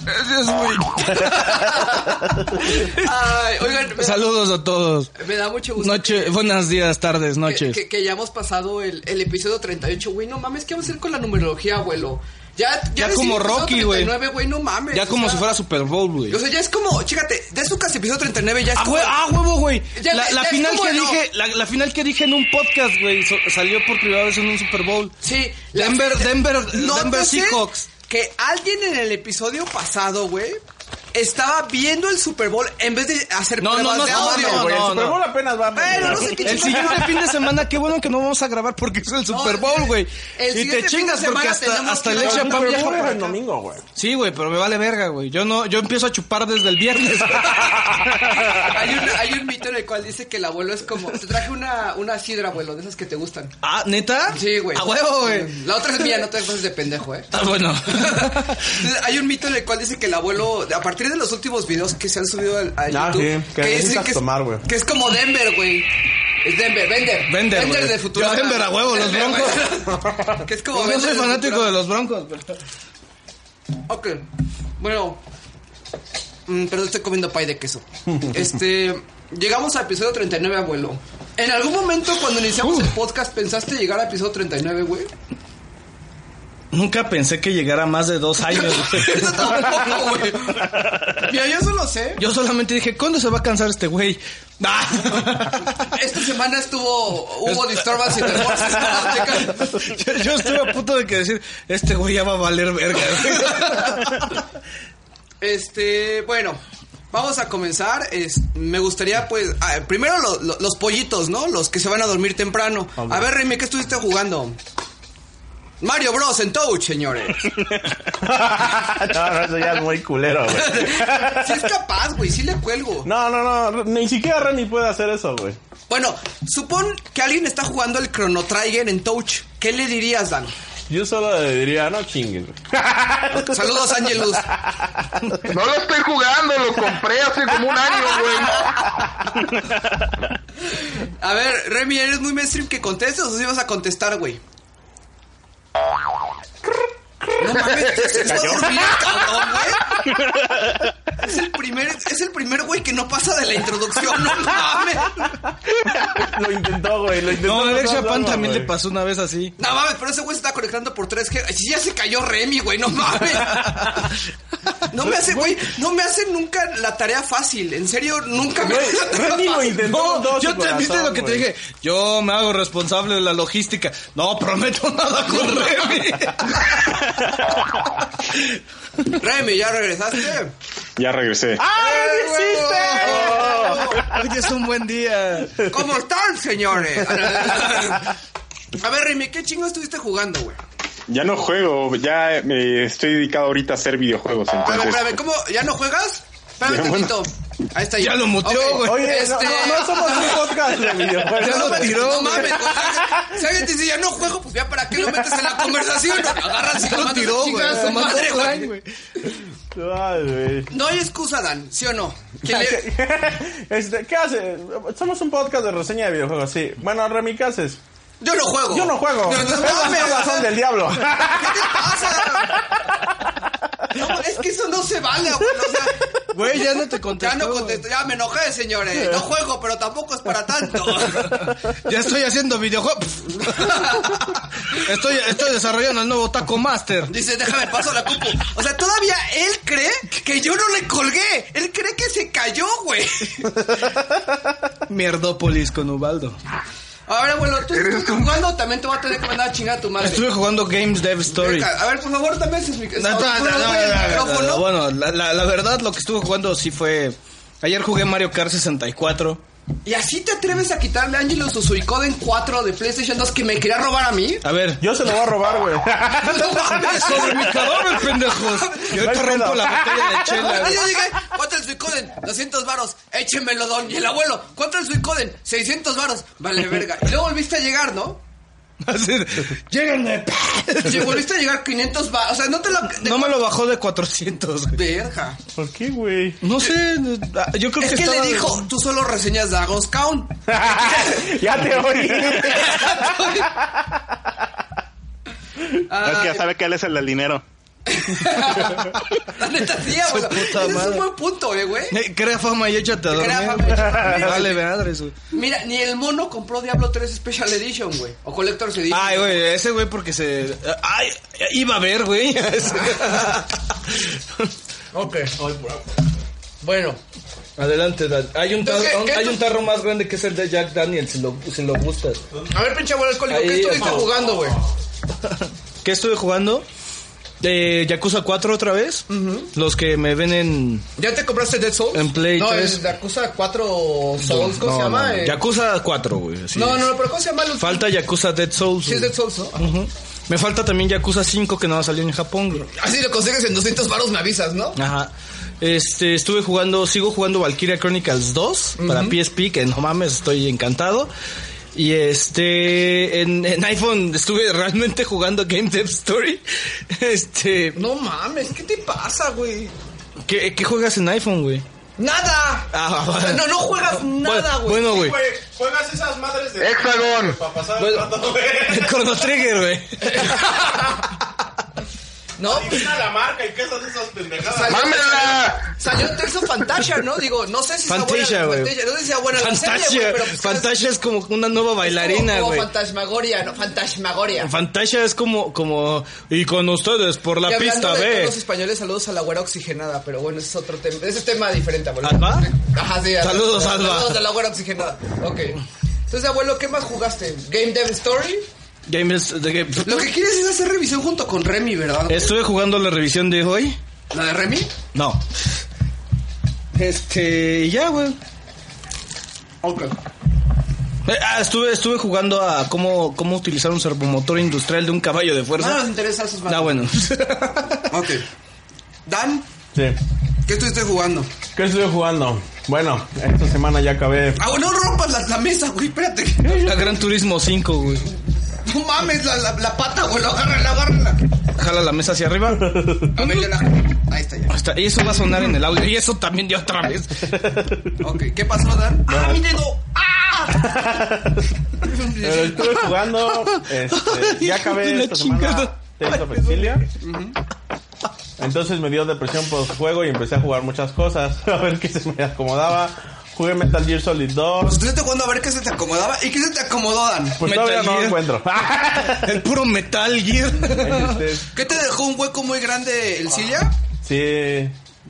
Speaker 5: Ay, oigan,
Speaker 4: <laughs>
Speaker 5: me,
Speaker 4: Saludos a todos.
Speaker 5: me da mucho gusto.
Speaker 4: Noche, buenos días, tardes,
Speaker 5: que- Que,
Speaker 4: noches.
Speaker 5: que, que ya hemos pasado el, el episodio 38, güey. No mames, ¿qué vamos a hacer con la numerología, abuelo? Ya,
Speaker 4: Ya
Speaker 5: ves,
Speaker 4: como
Speaker 5: el episodio
Speaker 4: Rocky, güey.
Speaker 5: 39, güey, no mames.
Speaker 4: Ya
Speaker 5: o
Speaker 4: como
Speaker 5: sea,
Speaker 4: si fuera Super Bowl, güey.
Speaker 5: O sea, ya es como, chécate, de su casi episodio 39 ya es
Speaker 4: Ah,
Speaker 5: como-
Speaker 4: hue- ah, huevo, güey.
Speaker 5: Ya
Speaker 4: La,
Speaker 5: te-
Speaker 4: la
Speaker 5: ya es
Speaker 4: final
Speaker 5: como
Speaker 4: que
Speaker 5: no.
Speaker 4: dije, la, la final que dije en un podcast, güey, so- salió por primera vez en un Super Bowl.
Speaker 5: Sí,
Speaker 4: Denver- Denver- Denver
Speaker 5: Nótese
Speaker 4: Seahawks.
Speaker 5: Que alguien en el episodio pasado, güey, estaba viendo el Super Bowl en vez de hacer
Speaker 4: No, no,
Speaker 5: pruebas
Speaker 4: no,
Speaker 5: de
Speaker 4: no,
Speaker 5: audio.
Speaker 4: no,
Speaker 8: güey.
Speaker 4: no,
Speaker 8: el Super Bowl
Speaker 4: no.
Speaker 8: apenas va.
Speaker 5: Bueno, no sé qué
Speaker 4: El siguiente fin de semana, qué bueno que no vamos a grabar porque es el Super Bowl, güey.
Speaker 5: el
Speaker 4: Y te
Speaker 5: siguiente fin de
Speaker 4: chingas porque
Speaker 5: semana
Speaker 4: hasta,
Speaker 5: tenemos
Speaker 4: hasta
Speaker 5: que
Speaker 4: el
Speaker 5: ir
Speaker 8: El
Speaker 5: al
Speaker 4: Echa Pan
Speaker 8: Super
Speaker 4: viaja
Speaker 8: Bowl
Speaker 4: para
Speaker 8: es
Speaker 4: acá.
Speaker 8: el domingo, güey.
Speaker 4: Sí, güey, pero me vale verga, güey. Yo no, yo empiezo a chupar desde el
Speaker 5: <laughs>
Speaker 4: viernes.
Speaker 5: hay, un, hay un mito en el cual dice que el abuelo es como... Te traje una, una sidra, abuelo, de esas que te gustan.
Speaker 4: ah, ¿neta?
Speaker 5: Sí, güey.
Speaker 4: A huevo, güey.
Speaker 5: La otra es mía, no te pases de
Speaker 4: <laughs>
Speaker 5: pendejo, eh.
Speaker 4: Ah,
Speaker 5: <laughs>
Speaker 4: bueno.
Speaker 5: Entonces, hay un mito en el cual dice que el abuelo, a partir de los últimos videos que se han subido al, a
Speaker 8: Ah,
Speaker 5: YouTube,
Speaker 8: sí, que necesitas
Speaker 5: que, es,
Speaker 8: tomar, güey.
Speaker 5: que es como Denver, güey. Es Denver, Denver.
Speaker 4: Vender,
Speaker 5: Denver
Speaker 4: güey.
Speaker 5: de futuro.
Speaker 4: Yo a Denver, a huevo, los
Speaker 5: broncos. <laughs> que es como
Speaker 4: Yo no
Speaker 5: Denver
Speaker 4: soy
Speaker 5: de
Speaker 4: fanático de
Speaker 5: Futurama.
Speaker 4: los broncos, pero-
Speaker 5: Ok. Bueno. Mm, perdón, estoy comiendo pay de
Speaker 4: <laughs>
Speaker 5: queso. Este. Llegamos al episodio 39, abuelo. ¿En algún momento cuando iniciamos el podcast pensaste llegar al episodio 39, güey?
Speaker 4: Nunca pensé que llegara a más de dos años, güey.
Speaker 5: Eso tampoco, güey. Mira, yo solo sé.
Speaker 4: Yo solamente dije, ¿cuándo se va a cansar este
Speaker 5: <laughs>
Speaker 4: güey? Ah.
Speaker 5: Esta semana estuvo. Hubo disturbance y the forces. ¿no?
Speaker 4: <laughs>
Speaker 5: Checa.
Speaker 4: yo, yo estuve a punto de que decir, este güey ya va a valer
Speaker 5: <laughs>
Speaker 4: verga.
Speaker 5: Este, bueno, vamos a comenzar. Es- me gustaría, pues, ah, primero lo- lo- los pollitos, ¿no? Los que se van a dormir temprano. A ver, Remy, ¿qué estuviste jugando? Mario Bros. en Touch, señores.
Speaker 8: no, no, eso ya es muy culero, güey.
Speaker 5: Si es capaz, güey, sí le cuelgo.
Speaker 8: No, no, no, ni siquiera Remy puede hacer eso, güey.
Speaker 5: Bueno, supón que alguien está jugando el Chrono Trigger en Touch. ¿Qué le dirías, Dan?
Speaker 8: Yo solo le diría, no chingues, güey.
Speaker 5: Saludos, Angelus.
Speaker 6: <laughs> No lo estoy jugando, lo compré hace como un año, güey.
Speaker 5: A ver, Remy, ¿eres muy mainstream que contestes o si vas a contestar, güey? No mames, se está durmiendo, cabrón, güey. Es el primer, es el primer güey que no pasa de la introducción, no mames.
Speaker 8: Lo intentó, güey, lo intentó.
Speaker 4: No, a Alex
Speaker 8: no,
Speaker 4: Chapán
Speaker 8: no,
Speaker 4: también
Speaker 8: güey.
Speaker 4: le pasó una vez así.
Speaker 5: No mames, pero ese güey se está conectando por 3G. Ay, sí, ya se cayó Remy, güey, no mames. No me hace, güey, no me hace nunca la tarea fácil. En serio, nunca me hace la tarea
Speaker 8: Remy lo
Speaker 5: fácil.
Speaker 8: intentó.
Speaker 4: No,
Speaker 8: con todo
Speaker 4: yo
Speaker 8: su
Speaker 4: te viste
Speaker 8: corazón,
Speaker 4: lo que te
Speaker 8: güey.
Speaker 4: dije. Yo me hago responsable de la logística. No prometo nada
Speaker 8: <laughs>
Speaker 4: con Remy.
Speaker 5: Remy, ¿ya regresaste?
Speaker 2: Ya regresé.
Speaker 4: <laughs> Hoy es un buen día.
Speaker 5: ¿Cómo están, señores? <laughs> A ver, Remy, ¿qué chingo estuviste jugando, güey?
Speaker 2: Ya no juego, ya me estoy dedicado ahorita a hacer videojuegos.
Speaker 8: Ah,
Speaker 5: A ver,
Speaker 2: Entonces,
Speaker 5: espérame, ¿cómo? ¿Ya no juegas? Espérame un
Speaker 2: Ya, bueno.
Speaker 5: poquito. Ahí está.
Speaker 4: Ya lo muteó,
Speaker 5: Ok,
Speaker 4: güey.
Speaker 8: Oye, no,
Speaker 5: este...
Speaker 8: no, no somos un podcast de videojuegos.
Speaker 4: Ya lo
Speaker 5: mames,
Speaker 4: tiró,
Speaker 5: No
Speaker 4: güey.
Speaker 5: mames, güey. Si alguien te dice ya no juego, pues ya para qué lo metes en la <laughs> conversación. Agarras y
Speaker 4: Ya lo
Speaker 5: mandas
Speaker 4: tiró,
Speaker 5: a
Speaker 4: güey.
Speaker 5: chingar a su
Speaker 4: Lo mandó
Speaker 5: madre, güey.
Speaker 4: online, güey.
Speaker 8: Ay, güey.
Speaker 5: No hay excusa, Dan, ¿sí o no? Que
Speaker 8: <laughs>
Speaker 5: le-
Speaker 8: Este, ¿Qué haces? Somos un podcast de reseña de videojuegos, sí. Bueno, Remy, ¿qué haces?
Speaker 5: Yo no juego.
Speaker 8: Yo no
Speaker 5: No,
Speaker 8: juego.
Speaker 5: no
Speaker 8: Esas
Speaker 5: mames,
Speaker 8: mierdas son del diablo.
Speaker 5: ¿Qué te pasa? No, es que eso no se vale, güey. O sea,
Speaker 4: Güey, ya no te contesté.
Speaker 5: Ya no contesto, ya me enojé, señores.
Speaker 4: <laughs>
Speaker 5: No juego, pero tampoco es para tanto. <laughs>
Speaker 4: Ya estoy haciendo videojuegos.
Speaker 8: <laughs>
Speaker 4: Estoy, estoy desarrollando el nuevo Taco Master.
Speaker 5: Dice, déjame paso la compu. O sea, todavía él cree que yo no le colgué. Él cree que se cayó,
Speaker 4: <laughs>
Speaker 5: güey.
Speaker 4: Mierdópolis con Ubaldo.
Speaker 5: Ahora, abuelo, tú estás jugando, también te voy a tener que mandar a chingar a tu madre.
Speaker 4: Estuve jugando Games Dev Story.
Speaker 5: Venga, A ver, por favor, dame ese mic-
Speaker 4: No, no, no,
Speaker 5: audífono,
Speaker 4: no,
Speaker 5: güey, el
Speaker 4: no, no, no, no,
Speaker 5: micrófono.
Speaker 4: Bueno, la, la- la verdad lo que estuve jugando sí fue... Ayer jugué Mario Kart 64.
Speaker 5: Y así te atreves a quitarle a Angelo su Suicoden 4 de PlayStation 2 que me quería robar a mí. <laughs>
Speaker 4: A ver.
Speaker 8: Yo se lo voy a robar, güey.
Speaker 5: No mames.
Speaker 4: Sobre <laughs> mi cadáver, pendejos. Yo
Speaker 8: No
Speaker 4: te
Speaker 8: hay
Speaker 4: rompo
Speaker 8: pedo.
Speaker 4: la botella de
Speaker 5: <laughs>
Speaker 4: chela.
Speaker 5: Ah,
Speaker 4: güey.
Speaker 5: yo llegué, ¿cuánto el Suicoden? 200 varos, échemelo, don. Y el abuelo, ¿cuánto el Suicoden? 600 varos, vale verga. Y luego volviste a llegar, ¿no?
Speaker 4: Así, Lléguenme.
Speaker 5: Y volviste a llegar 500 varos, o sea, no te lo... de-
Speaker 4: No me lo bajó de 400. güey.
Speaker 5: Verga.
Speaker 8: ¿Por qué,
Speaker 4: <laughs>
Speaker 8: güey?
Speaker 4: No sé, yo creo
Speaker 5: Es
Speaker 4: que
Speaker 5: que le
Speaker 4: estaba-
Speaker 5: dijo, tú solo reseñas Dragon's Crown.
Speaker 4: Ah,
Speaker 8: ya te oí.
Speaker 5: Ah,
Speaker 7: Es que ya sabe que él es el del dinero.
Speaker 5: la neta sí, abuelo.
Speaker 4: Su puta
Speaker 5: Ese es
Speaker 4: madre.
Speaker 5: un buen punto, eh, güey.
Speaker 4: Eh, Crea fama y échate a dormir.
Speaker 5: Crea fama y échate a
Speaker 4: Vale, madres, güey.
Speaker 5: Mira, ni el mono compró Diablo 3 Special Edition, güey. O Collector's Edition.
Speaker 4: Ay, güey, ese güey porque se... Ay, iba a ver, güey. <laughs>
Speaker 5: Ok. Bueno,
Speaker 4: Adelante, Dan. Hay un, tarro,
Speaker 5: ¿Qué- qué-
Speaker 4: hay un tarro más grande que es el de Jack Daniels, si lo, si lo gustas.
Speaker 5: a ver, pinche abuelo alcohólico,
Speaker 4: Ahí,
Speaker 5: ¿qué estuviste
Speaker 4: ojo.
Speaker 5: jugando, güey?
Speaker 4: ¿Qué estuve jugando? Eh, Yakuza 4 otra vez. Los que me ven en,
Speaker 5: ¿Ya te compraste Dead Souls?
Speaker 4: en Play
Speaker 5: no,
Speaker 4: 3.
Speaker 5: el Yakuza 4 Souls, ¿cómo
Speaker 4: No,
Speaker 5: se llama?
Speaker 4: no, no.
Speaker 5: Eh,
Speaker 4: Yakuza 4, güey. así
Speaker 5: no,
Speaker 4: es.
Speaker 5: no, no, pero ¿cómo se llama? el-
Speaker 4: Falta Yakuza Dead Souls.
Speaker 5: Sí, es
Speaker 4: güey.
Speaker 5: Dead Souls, ¿no?
Speaker 4: Ujú. Me falta también Yakuza 5 que no va a salir en Japón, güey.
Speaker 5: Así lo consigues en 200 varos, me avisas, ¿no?
Speaker 4: Ajá. Este, estuve jugando, sigo jugando Valkyria Chronicles 2 para PSP, que no mames, estoy encantado. Y este, en, en iPhone estuve <laughs> realmente jugando Game Dev Story. <laughs> Este,
Speaker 5: No mames, ¿qué te pasa, güey?
Speaker 4: ¿qué, qué juegas en iPhone, güey?
Speaker 5: ¡Nada!
Speaker 4: Ah, vale.
Speaker 5: No, no juegas nada, güey.
Speaker 4: Bueno, güey.
Speaker 8: Güey, juegas esas madres
Speaker 4: Eh,
Speaker 8: de.
Speaker 6: Hexagon.
Speaker 8: Para pasar
Speaker 4: Bueno.
Speaker 8: el rato,
Speaker 4: <laughs>
Speaker 8: güey.
Speaker 4: Chrono Trigger, güey.
Speaker 5: No, pues,
Speaker 8: Adivina la marca y qué son esas pendejadas.
Speaker 6: ¡Mámela!
Speaker 5: salió Tales of Fantasia, ¿no? Digo, no sé si sea
Speaker 4: Fantasia,
Speaker 5: buena.
Speaker 4: güey.
Speaker 5: Fantasia, No sé si sea buena la serie,
Speaker 4: Fantasia.
Speaker 5: güey, pero pues, ¿sabes?
Speaker 4: Fantasia es como una nueva bailarina,
Speaker 5: Como-
Speaker 4: güey.
Speaker 5: Como Fantasmagoria, ¿no? Fantasmagoria.
Speaker 4: Fantasia es como, como, y con ustedes por la
Speaker 5: Y hablando
Speaker 4: pista,
Speaker 5: de
Speaker 4: ve.
Speaker 5: los españoles, saludos a la güera oxigenada, pero bueno, ese es otro tema, ese es tema diferente, abuelo.
Speaker 4: ¿Alba?
Speaker 5: Ajá, sí,
Speaker 4: Saludos, Alba.
Speaker 5: Saludos a la güera oxigenada. Ok. Entonces, abuelo, ¿qué más jugaste? Game Dev Story.
Speaker 4: Game is- de game-
Speaker 5: Lo que quieres es hacer revisión junto con Remy, ¿verdad? güey?
Speaker 4: Estuve jugando la revisión de hoy.
Speaker 5: ¿La de Remy?
Speaker 4: No. Este, y ya, güey.
Speaker 5: Ok.
Speaker 4: Eh, Ah, estuve, estuve jugando a cómo, cómo utilizar un servomotor industrial de un caballo de
Speaker 5: No
Speaker 4: fuerza.
Speaker 5: nos interesa esos
Speaker 4: Ah,
Speaker 5: <laughs>
Speaker 4: bueno.
Speaker 5: Ok. Dan,
Speaker 8: Sí.
Speaker 5: ¿qué estuviste jugando?
Speaker 8: ¿Qué estoy jugando? Bueno, esta semana ya acabé.
Speaker 5: Ah, no rompas la, la mesa, güey, espérate. <laughs>
Speaker 4: La Gran Turismo 5, güey.
Speaker 5: No mames, la, la, la pata, güey, agárrala,
Speaker 4: <laughs>
Speaker 5: agárrala.
Speaker 4: Jala la mesa hacia arriba.
Speaker 5: A ver, ya la... Ahí está ya.
Speaker 4: Hasta- y eso va a sonar en el audio. Y eso también de otra vez.
Speaker 5: Ok, ¿qué pasó, Dan? ¡Ah, mi dedo!
Speaker 8: <laughs>
Speaker 5: ¡Ah!
Speaker 8: Pero
Speaker 4: <laughs>
Speaker 8: estuve jugando. Este,
Speaker 4: Hijo
Speaker 8: ya
Speaker 4: de la
Speaker 8: acabé esta semana.
Speaker 4: chingada.
Speaker 8: Tales of Exilia. Entonces me dio depresión por juego y empecé a jugar muchas cosas. <laughs> A ver qué se me acomodaba. Jugué Metal Gear Solid 2.
Speaker 5: Estuviste jugando a ver qué se te acomodaba y qué se te acomodó, Dan.
Speaker 8: Pues
Speaker 4: Metal
Speaker 8: todavía no
Speaker 4: Gear.
Speaker 8: lo encuentro. <laughs>
Speaker 4: El puro Metal Gear.
Speaker 5: <laughs>
Speaker 8: Este,
Speaker 5: ¿Qué te dejó un hueco muy grande el Cilia?
Speaker 8: Ah. sí.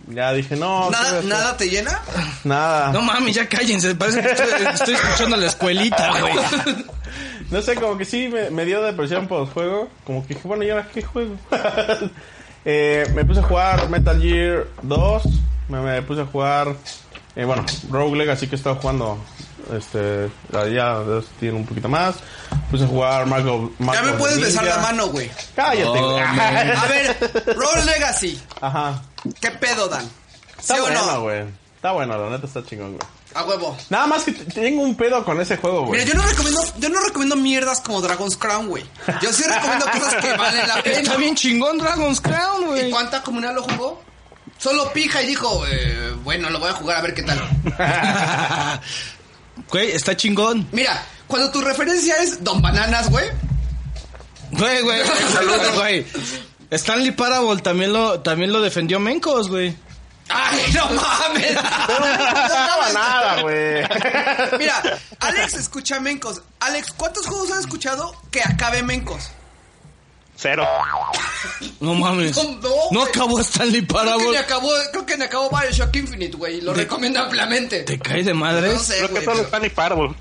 Speaker 8: Ya dije, no. ¿qué voy a
Speaker 5: ¿Nada,
Speaker 8: hacer?
Speaker 5: ¿Nada te llena?
Speaker 8: Nada.
Speaker 4: No mames, ya cállense. Parece que estoy, estoy escuchando a la escuelita,
Speaker 5: <laughs>
Speaker 4: güey.
Speaker 8: No sé, como que sí me, me dio depresión por el juego. Como que dije, bueno, ¿y ahora qué juego? <laughs> Eh, me puse a jugar Metal Gear 2. Me, me puse a jugar, eh, bueno, Rogue Legacy que he estado jugando. Este, ya tiene un poquito más. Puse a jugar Marco.
Speaker 5: Ya
Speaker 8: Marco
Speaker 5: me puedes
Speaker 8: Ninja.
Speaker 5: besar la mano, güey.
Speaker 8: Cállate, güey.
Speaker 5: A ver, Roll Legacy.
Speaker 8: <laughs> Ajá.
Speaker 5: ¿Qué pedo, Dan? ¿Sí
Speaker 8: Está
Speaker 5: o
Speaker 8: bueno,
Speaker 5: no?
Speaker 8: güey. Está bueno, la neta está chingón, güey.
Speaker 5: A huevo.
Speaker 8: Nada más que t- tengo un pedo con ese juego, güey.
Speaker 5: Mira, yo no recomiendo, yo no recomiendo mierdas como Dragon's Crown, güey. Yo sí recomiendo cosas que valen la pena.
Speaker 4: Está bien chingón Dragon's Crown,
Speaker 5: ¿Y
Speaker 4: güey.
Speaker 5: cuánta comunidad lo jugó? Solo pija y dijo, eh, bueno, lo voy a jugar a ver qué tal.
Speaker 4: <laughs> Güey, está chingón.
Speaker 5: Mira, cuando tu referencia es Don Bananas, güey.
Speaker 4: Güey, güey, saludos, güey. Stanley Parable también lo, también lo defendió Mencos, güey.
Speaker 5: ¡Ay, no mames!
Speaker 8: No nada, güey.
Speaker 5: Mira, Alex escucha Mencos. Alex, ¿cuántos juegos has escuchado que acabe Mencos?
Speaker 7: Cero.
Speaker 4: No mames.
Speaker 5: No, no,
Speaker 4: No
Speaker 5: güey.
Speaker 4: acabó Stanley
Speaker 5: Creo que, ni
Speaker 4: Parable.
Speaker 5: acabó, creo que ni acabó Bioshock Infinite, güey. Lo recomiendo ampliamente.
Speaker 4: ¿Te cae de
Speaker 5: No
Speaker 4: madres?
Speaker 5: sé,
Speaker 7: Creo que
Speaker 5: güey.
Speaker 7: solo
Speaker 5: pero-
Speaker 7: Stanley Parable.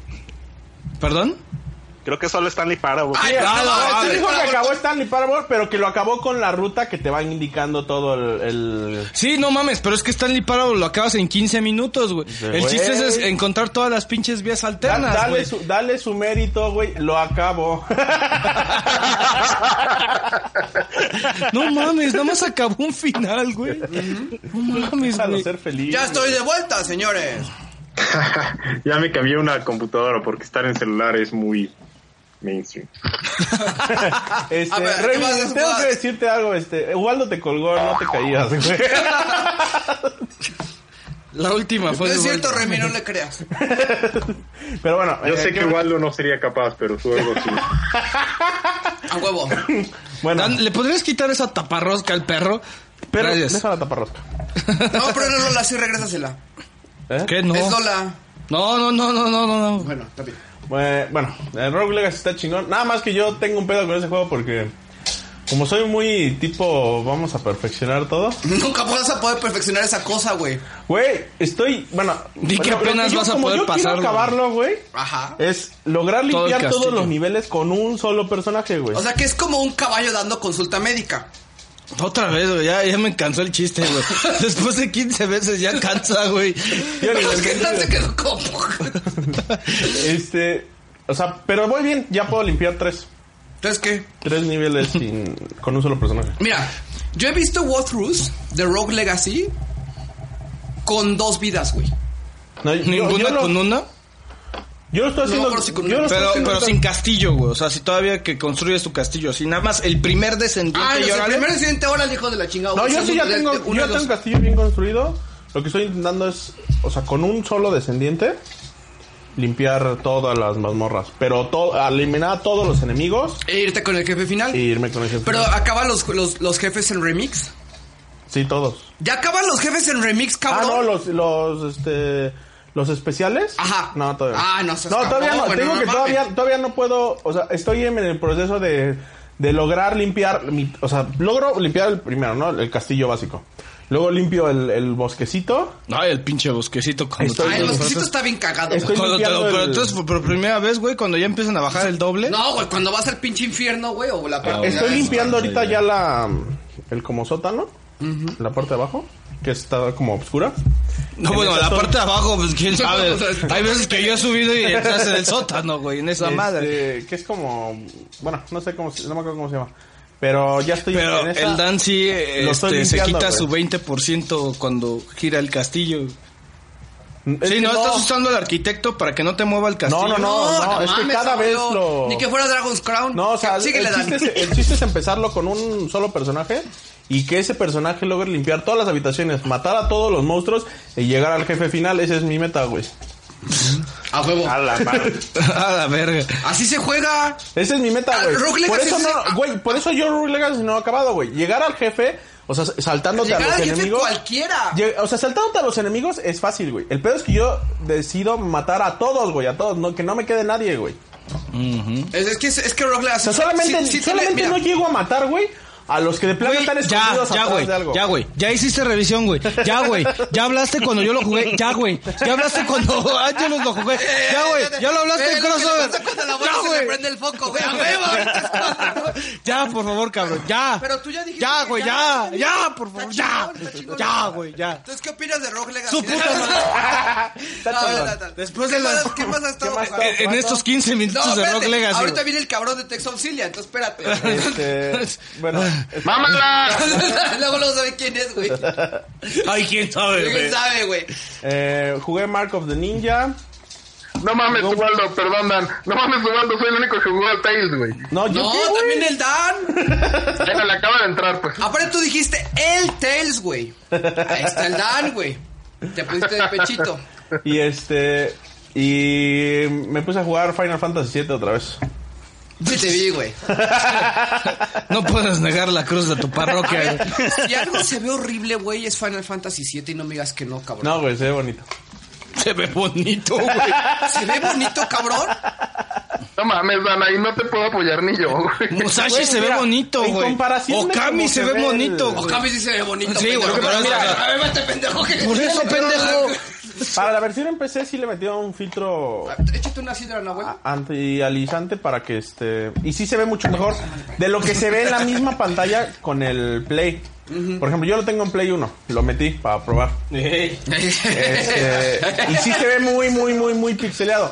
Speaker 4: ¿Perdón?
Speaker 7: Creo que solo Stanley Parable.
Speaker 5: Ay,
Speaker 4: Ah,
Speaker 5: no,
Speaker 4: no,
Speaker 5: no,
Speaker 4: ah,
Speaker 8: Este
Speaker 5: Stanley
Speaker 8: dijo que
Speaker 5: Parable-
Speaker 8: acabó Stanley Parable, pero que lo acabó con la ruta que te va indicando todo el... el-
Speaker 4: Sí, no mames, pero es que Stanley Parable lo acabas en 15 minutos, güey. El
Speaker 8: güey.
Speaker 4: chiste es, es encontrar todas las pinches vías
Speaker 8: Da-
Speaker 4: alternas,
Speaker 8: dale,
Speaker 4: güey.
Speaker 8: su, dale su mérito, güey. Lo acabó. <laughs>
Speaker 4: No mames, nada más acabó un final, güey. No mames,
Speaker 8: Déjalo
Speaker 4: güey.
Speaker 8: ser feliz.
Speaker 5: Ya estoy de vuelta, señores.
Speaker 3: Ya me cambié una computadora porque estar en celular es muy mainstream.
Speaker 8: Este,
Speaker 5: A ver, ¿qué
Speaker 8: Remy,
Speaker 5: más has
Speaker 8: tengo
Speaker 5: jugado?
Speaker 8: que decirte algo. Este, Waldo te colgó, no te caías, güey.
Speaker 4: La última
Speaker 5: No
Speaker 4: fue.
Speaker 5: es
Speaker 4: de
Speaker 5: cierto,
Speaker 4: vuelta.
Speaker 5: Remy, no le creas.
Speaker 8: Pero bueno.
Speaker 3: Yo
Speaker 8: eh,
Speaker 3: sé que Waldo no sería capaz, pero su algo sí.
Speaker 5: A huevo.
Speaker 8: Bueno,
Speaker 4: Dan, ¿Le podrías quitar esa taparrosca al perro?
Speaker 8: pero
Speaker 4: Gracias.
Speaker 8: deja la taparrosca.
Speaker 5: No, pero no, Lola, sí, regrésasela.
Speaker 8: ¿Eh?
Speaker 4: ¿Qué? No.
Speaker 5: Es Lola.
Speaker 4: No, no, no, no, no, no. no.
Speaker 5: Bueno, está bien.
Speaker 8: Eh, Bueno, el Rogue Legacy está chingón. Nada más que yo tengo un pedo con ese juego porque... Como soy muy tipo, vamos a perfeccionar todo.
Speaker 5: Nunca vas a poder perfeccionar esa cosa, güey.
Speaker 8: Güey, estoy, bueno,
Speaker 4: Di que
Speaker 8: lo- lo
Speaker 4: apenas
Speaker 8: yo-
Speaker 4: vas a
Speaker 8: como
Speaker 4: poder
Speaker 8: yo quiero
Speaker 4: pasarlo,
Speaker 8: acabarlo, güey.
Speaker 5: Ajá.
Speaker 8: Es lograr
Speaker 4: Todo el
Speaker 8: limpiar todos
Speaker 4: castillo.
Speaker 8: los niveles con un solo personaje, güey.
Speaker 5: O sea que es como un caballo dando consulta médica.
Speaker 4: Otra vez, güey, ya, ya me cansó el chiste,
Speaker 5: <laughs>
Speaker 4: güey. Después de 15 veces ya cansa, güey.
Speaker 5: <laughs> Es que no se quedó como.
Speaker 8: Este, o sea, pero voy bien, ya puedo limpiar tres.
Speaker 5: ¿Tres qué?
Speaker 8: Tres niveles sin, con un solo personaje.
Speaker 5: Mira, yo he visto walkthroughs de Rogue Legacy con dos vidas, güey.
Speaker 8: este No, yo- yo lo-
Speaker 4: una?
Speaker 8: Yo lo estoy haciendo.
Speaker 5: pero sí con una.
Speaker 8: yo lo estoy
Speaker 4: Pero,
Speaker 8: haciendo
Speaker 4: pero
Speaker 8: ahorita.
Speaker 4: sin castillo, güey. O sea, si todavía que construyes tu castillo. Si nada más el primer descendiente.
Speaker 5: Ah, no, el
Speaker 4: llórale.
Speaker 5: primer accidente ahora el hijo de la chingada.
Speaker 8: No,
Speaker 5: güey,
Speaker 8: yo sí ya
Speaker 5: de- de-
Speaker 8: tengo,
Speaker 5: uno
Speaker 8: yo
Speaker 5: de
Speaker 8: tengo
Speaker 5: los-
Speaker 8: un castillo bien construido. Lo que estoy intentando es, o sea, con un solo descendiente, limpiar todas las mazmorras. Pero to- eliminar a todos los enemigos
Speaker 5: E irte con el jefe final.
Speaker 8: e irme con ese.
Speaker 5: Pero ah, acaban los, los, los jefes en remix.
Speaker 8: Sí, todos.
Speaker 5: Ya acaban los jefes en remix,
Speaker 8: Ah,
Speaker 5: cabrón.
Speaker 8: no, los, los, este, los especiales.
Speaker 5: Ajá.
Speaker 8: No, todavía.
Speaker 5: Ah, no seas
Speaker 8: No, todavía
Speaker 5: cabrón,
Speaker 8: no.
Speaker 5: bueno,
Speaker 8: Tengo
Speaker 5: no
Speaker 8: que
Speaker 5: mames.
Speaker 8: todavía, todavía no puedo. O sea, estoy en el proceso de, de lograr limpiar. mi- o sea, logro limpiar el primero, ¿no? El castillo básico. Luego limpio el, el bosquecito.
Speaker 4: Ay, el pinche bosquecito. Cuando,
Speaker 8: Estoy-
Speaker 5: Ay, el mosquito está bien cagado. güey.
Speaker 8: Estoy
Speaker 4: cuando te lo-
Speaker 8: limpiando
Speaker 4: pero
Speaker 8: el-
Speaker 4: entonces, por- por primera vez, güey, cuando ya empiezan a bajar el doble.
Speaker 5: No, güey, cuando vas al pinche infierno, güey, o la parte.
Speaker 8: Ah, Estoy limpiando ahorita ya la el como sótano, la parte de abajo, que está como oscura.
Speaker 4: No, bueno,
Speaker 8: esa
Speaker 4: la
Speaker 8: zona-
Speaker 4: parte de abajo, pues quién sabe.
Speaker 5: O sea,
Speaker 4: <laughs>
Speaker 5: está-
Speaker 4: Hay veces que yo he subido y entras en el sótano, güey, en esa madre.
Speaker 8: Este, que es como bueno, no sé cómo se- no me acuerdo cómo se llama, pero ya estoy
Speaker 4: Pero
Speaker 8: en esa-
Speaker 4: el Dan sí
Speaker 8: Lo estoy
Speaker 4: este, se
Speaker 8: limpiando,
Speaker 4: quita
Speaker 8: güey.
Speaker 4: su 20% cuando gira el castillo.
Speaker 8: Es
Speaker 4: sí,
Speaker 8: que
Speaker 4: no, estás usando al arquitecto para que no te mueva el castillo.
Speaker 8: No, no, no, no, es que cada vez
Speaker 5: amigo.
Speaker 8: lo-
Speaker 5: Ni que fuera Dragon's Crown.
Speaker 8: No, o sea, el
Speaker 5: Síguele,
Speaker 8: chiste,
Speaker 5: Dan.
Speaker 8: es, e-, el chiste es empezarlo con un solo personaje y que ese personaje logre limpiar todas las habitaciones, matar a todos los monstruos y llegar al jefe final. Esa es mi meta, güey.
Speaker 5: A huevo.
Speaker 7: A la madre.
Speaker 4: <laughs> A la verga.
Speaker 5: Así se juega.
Speaker 8: Esa es mi meta,
Speaker 5: Ah, Rogue
Speaker 8: güey. Por
Speaker 5: Legacy
Speaker 8: eso
Speaker 5: sí.
Speaker 8: no, güey, por eso yo Rogue Legacy no he acabado, güey. Llegar al jefe, o sea, saltándote
Speaker 5: Llegar
Speaker 8: a los
Speaker 5: al jefe
Speaker 8: enemigos.
Speaker 5: cualquiera.
Speaker 8: Lle- O sea, saltándote a los enemigos es fácil, güey. El pedo es que yo decido matar a todos, güey, a todos, no, que no me quede nadie, güey.
Speaker 5: Es, es que, es, que Rock le
Speaker 8: O
Speaker 5: hace.
Speaker 8: sea, solamente,
Speaker 5: sí- sí tiene-
Speaker 8: solamente
Speaker 5: mira,
Speaker 8: no llego a matar, güey, a los que de plano
Speaker 4: Güey,
Speaker 8: están
Speaker 4: ya,
Speaker 8: escondidos
Speaker 4: ya,
Speaker 8: atrás
Speaker 4: güey,
Speaker 8: de algo.
Speaker 4: ya, güey, ya hiciste revisión, güey, ya, güey, ya hablaste cuando yo lo jugué, ya, güey, ya hablaste cuando <laughs> Angelus lo jugué, ya, güey, ya lo hablaste
Speaker 5: Eh,
Speaker 4: en
Speaker 5: lo que le
Speaker 4: crossover,
Speaker 5: pasa cuando la abuela
Speaker 4: ya,
Speaker 5: se le
Speaker 4: güey,
Speaker 5: prende el foco, güey. A huevo, ahorita es
Speaker 8: <laughs>
Speaker 5: cuatro.
Speaker 4: ya, por favor, cabrón, ya,
Speaker 5: Pero tú ya dijiste
Speaker 4: ya,
Speaker 5: que
Speaker 4: güey,
Speaker 5: ya,
Speaker 4: ya,
Speaker 5: está
Speaker 4: ya,
Speaker 5: chingón,
Speaker 4: por
Speaker 5: está
Speaker 4: favor, ya,
Speaker 5: chingón, está chingón.
Speaker 4: ya, güey, ya.
Speaker 5: Entonces, ¿qué opinas de Rock Legacy?
Speaker 4: Su puta
Speaker 5: <laughs> Dale,
Speaker 4: madre.
Speaker 5: dale, dale, dale, dale.
Speaker 4: Después
Speaker 5: ¿Qué
Speaker 4: de las-
Speaker 8: <laughs>
Speaker 5: más- ¿Qué más has estado
Speaker 8: más
Speaker 5: jugando?
Speaker 8: está?
Speaker 4: Eh, En estos 15
Speaker 5: No,
Speaker 4: minutos de Rock
Speaker 5: espérate,
Speaker 4: Legacy.
Speaker 5: Ahorita
Speaker 4: güey.
Speaker 5: viene el cabrón de Tex Auxilia, entonces espérate. <laughs>
Speaker 8: <laughs> Este, bueno, es-
Speaker 6: ¡Mámala!
Speaker 5: luego luego sabe quién es, güey.
Speaker 4: Ay, quién sabe,
Speaker 5: ¿Quién
Speaker 4: güey.
Speaker 5: sabe, güey?
Speaker 8: eh, jugué Mark of the Ninja.
Speaker 6: No mames, Ubaldo, perdón, Dan. No mames, Ubaldo, soy el único que jugó al Tails, güey.
Speaker 8: No, yo
Speaker 5: No,
Speaker 8: qué, güey.
Speaker 5: también el Dan.
Speaker 6: Ya le acaba de entrar, pues.
Speaker 5: Aparte tú dijiste el Tails, güey. Ahí está el Dan, güey. Te pusiste de pechito.
Speaker 8: Y este y me puse a jugar Final Fantasy VII otra vez.
Speaker 5: Sí te vi, güey.
Speaker 4: No puedes negar la cruz de tu parroquia. güey.
Speaker 5: Si algo se ve horrible, güey, es Final Fantasy VII y no me digas que no, cabrón.
Speaker 8: No, güey, se ve bonito.
Speaker 4: Se ve bonito, güey.
Speaker 5: Se ve bonito, cabrón.
Speaker 6: No mames, Dan, ahí no te puedo apoyar ni yo, güey.
Speaker 4: Musashi
Speaker 8: Güey,
Speaker 4: se
Speaker 8: mira,
Speaker 4: ve bonito,
Speaker 8: en
Speaker 4: güey.
Speaker 8: comparación de
Speaker 4: Okami
Speaker 8: cómo
Speaker 4: se
Speaker 8: se
Speaker 4: ve
Speaker 8: ve el-
Speaker 4: bonito, güey.
Speaker 5: Okami sí se ve bonito,
Speaker 4: Sí, güey,
Speaker 5: pendejo.
Speaker 4: pero
Speaker 5: Pero
Speaker 4: mira,
Speaker 5: a ver, vete, pendejo. que-
Speaker 4: Por eso, pendejo.
Speaker 8: Para la versión en PC sí le metió un filtro
Speaker 5: Échate una sidra, Nahuel.
Speaker 8: a- antializante para que este y sí se ve mucho mejor de lo que se ve en la misma pantalla con el Play. Por ejemplo, yo lo tengo en Play 1, lo metí para probar.
Speaker 5: Eh.
Speaker 8: Este, y sí se ve muy muy muy muy pixeleado.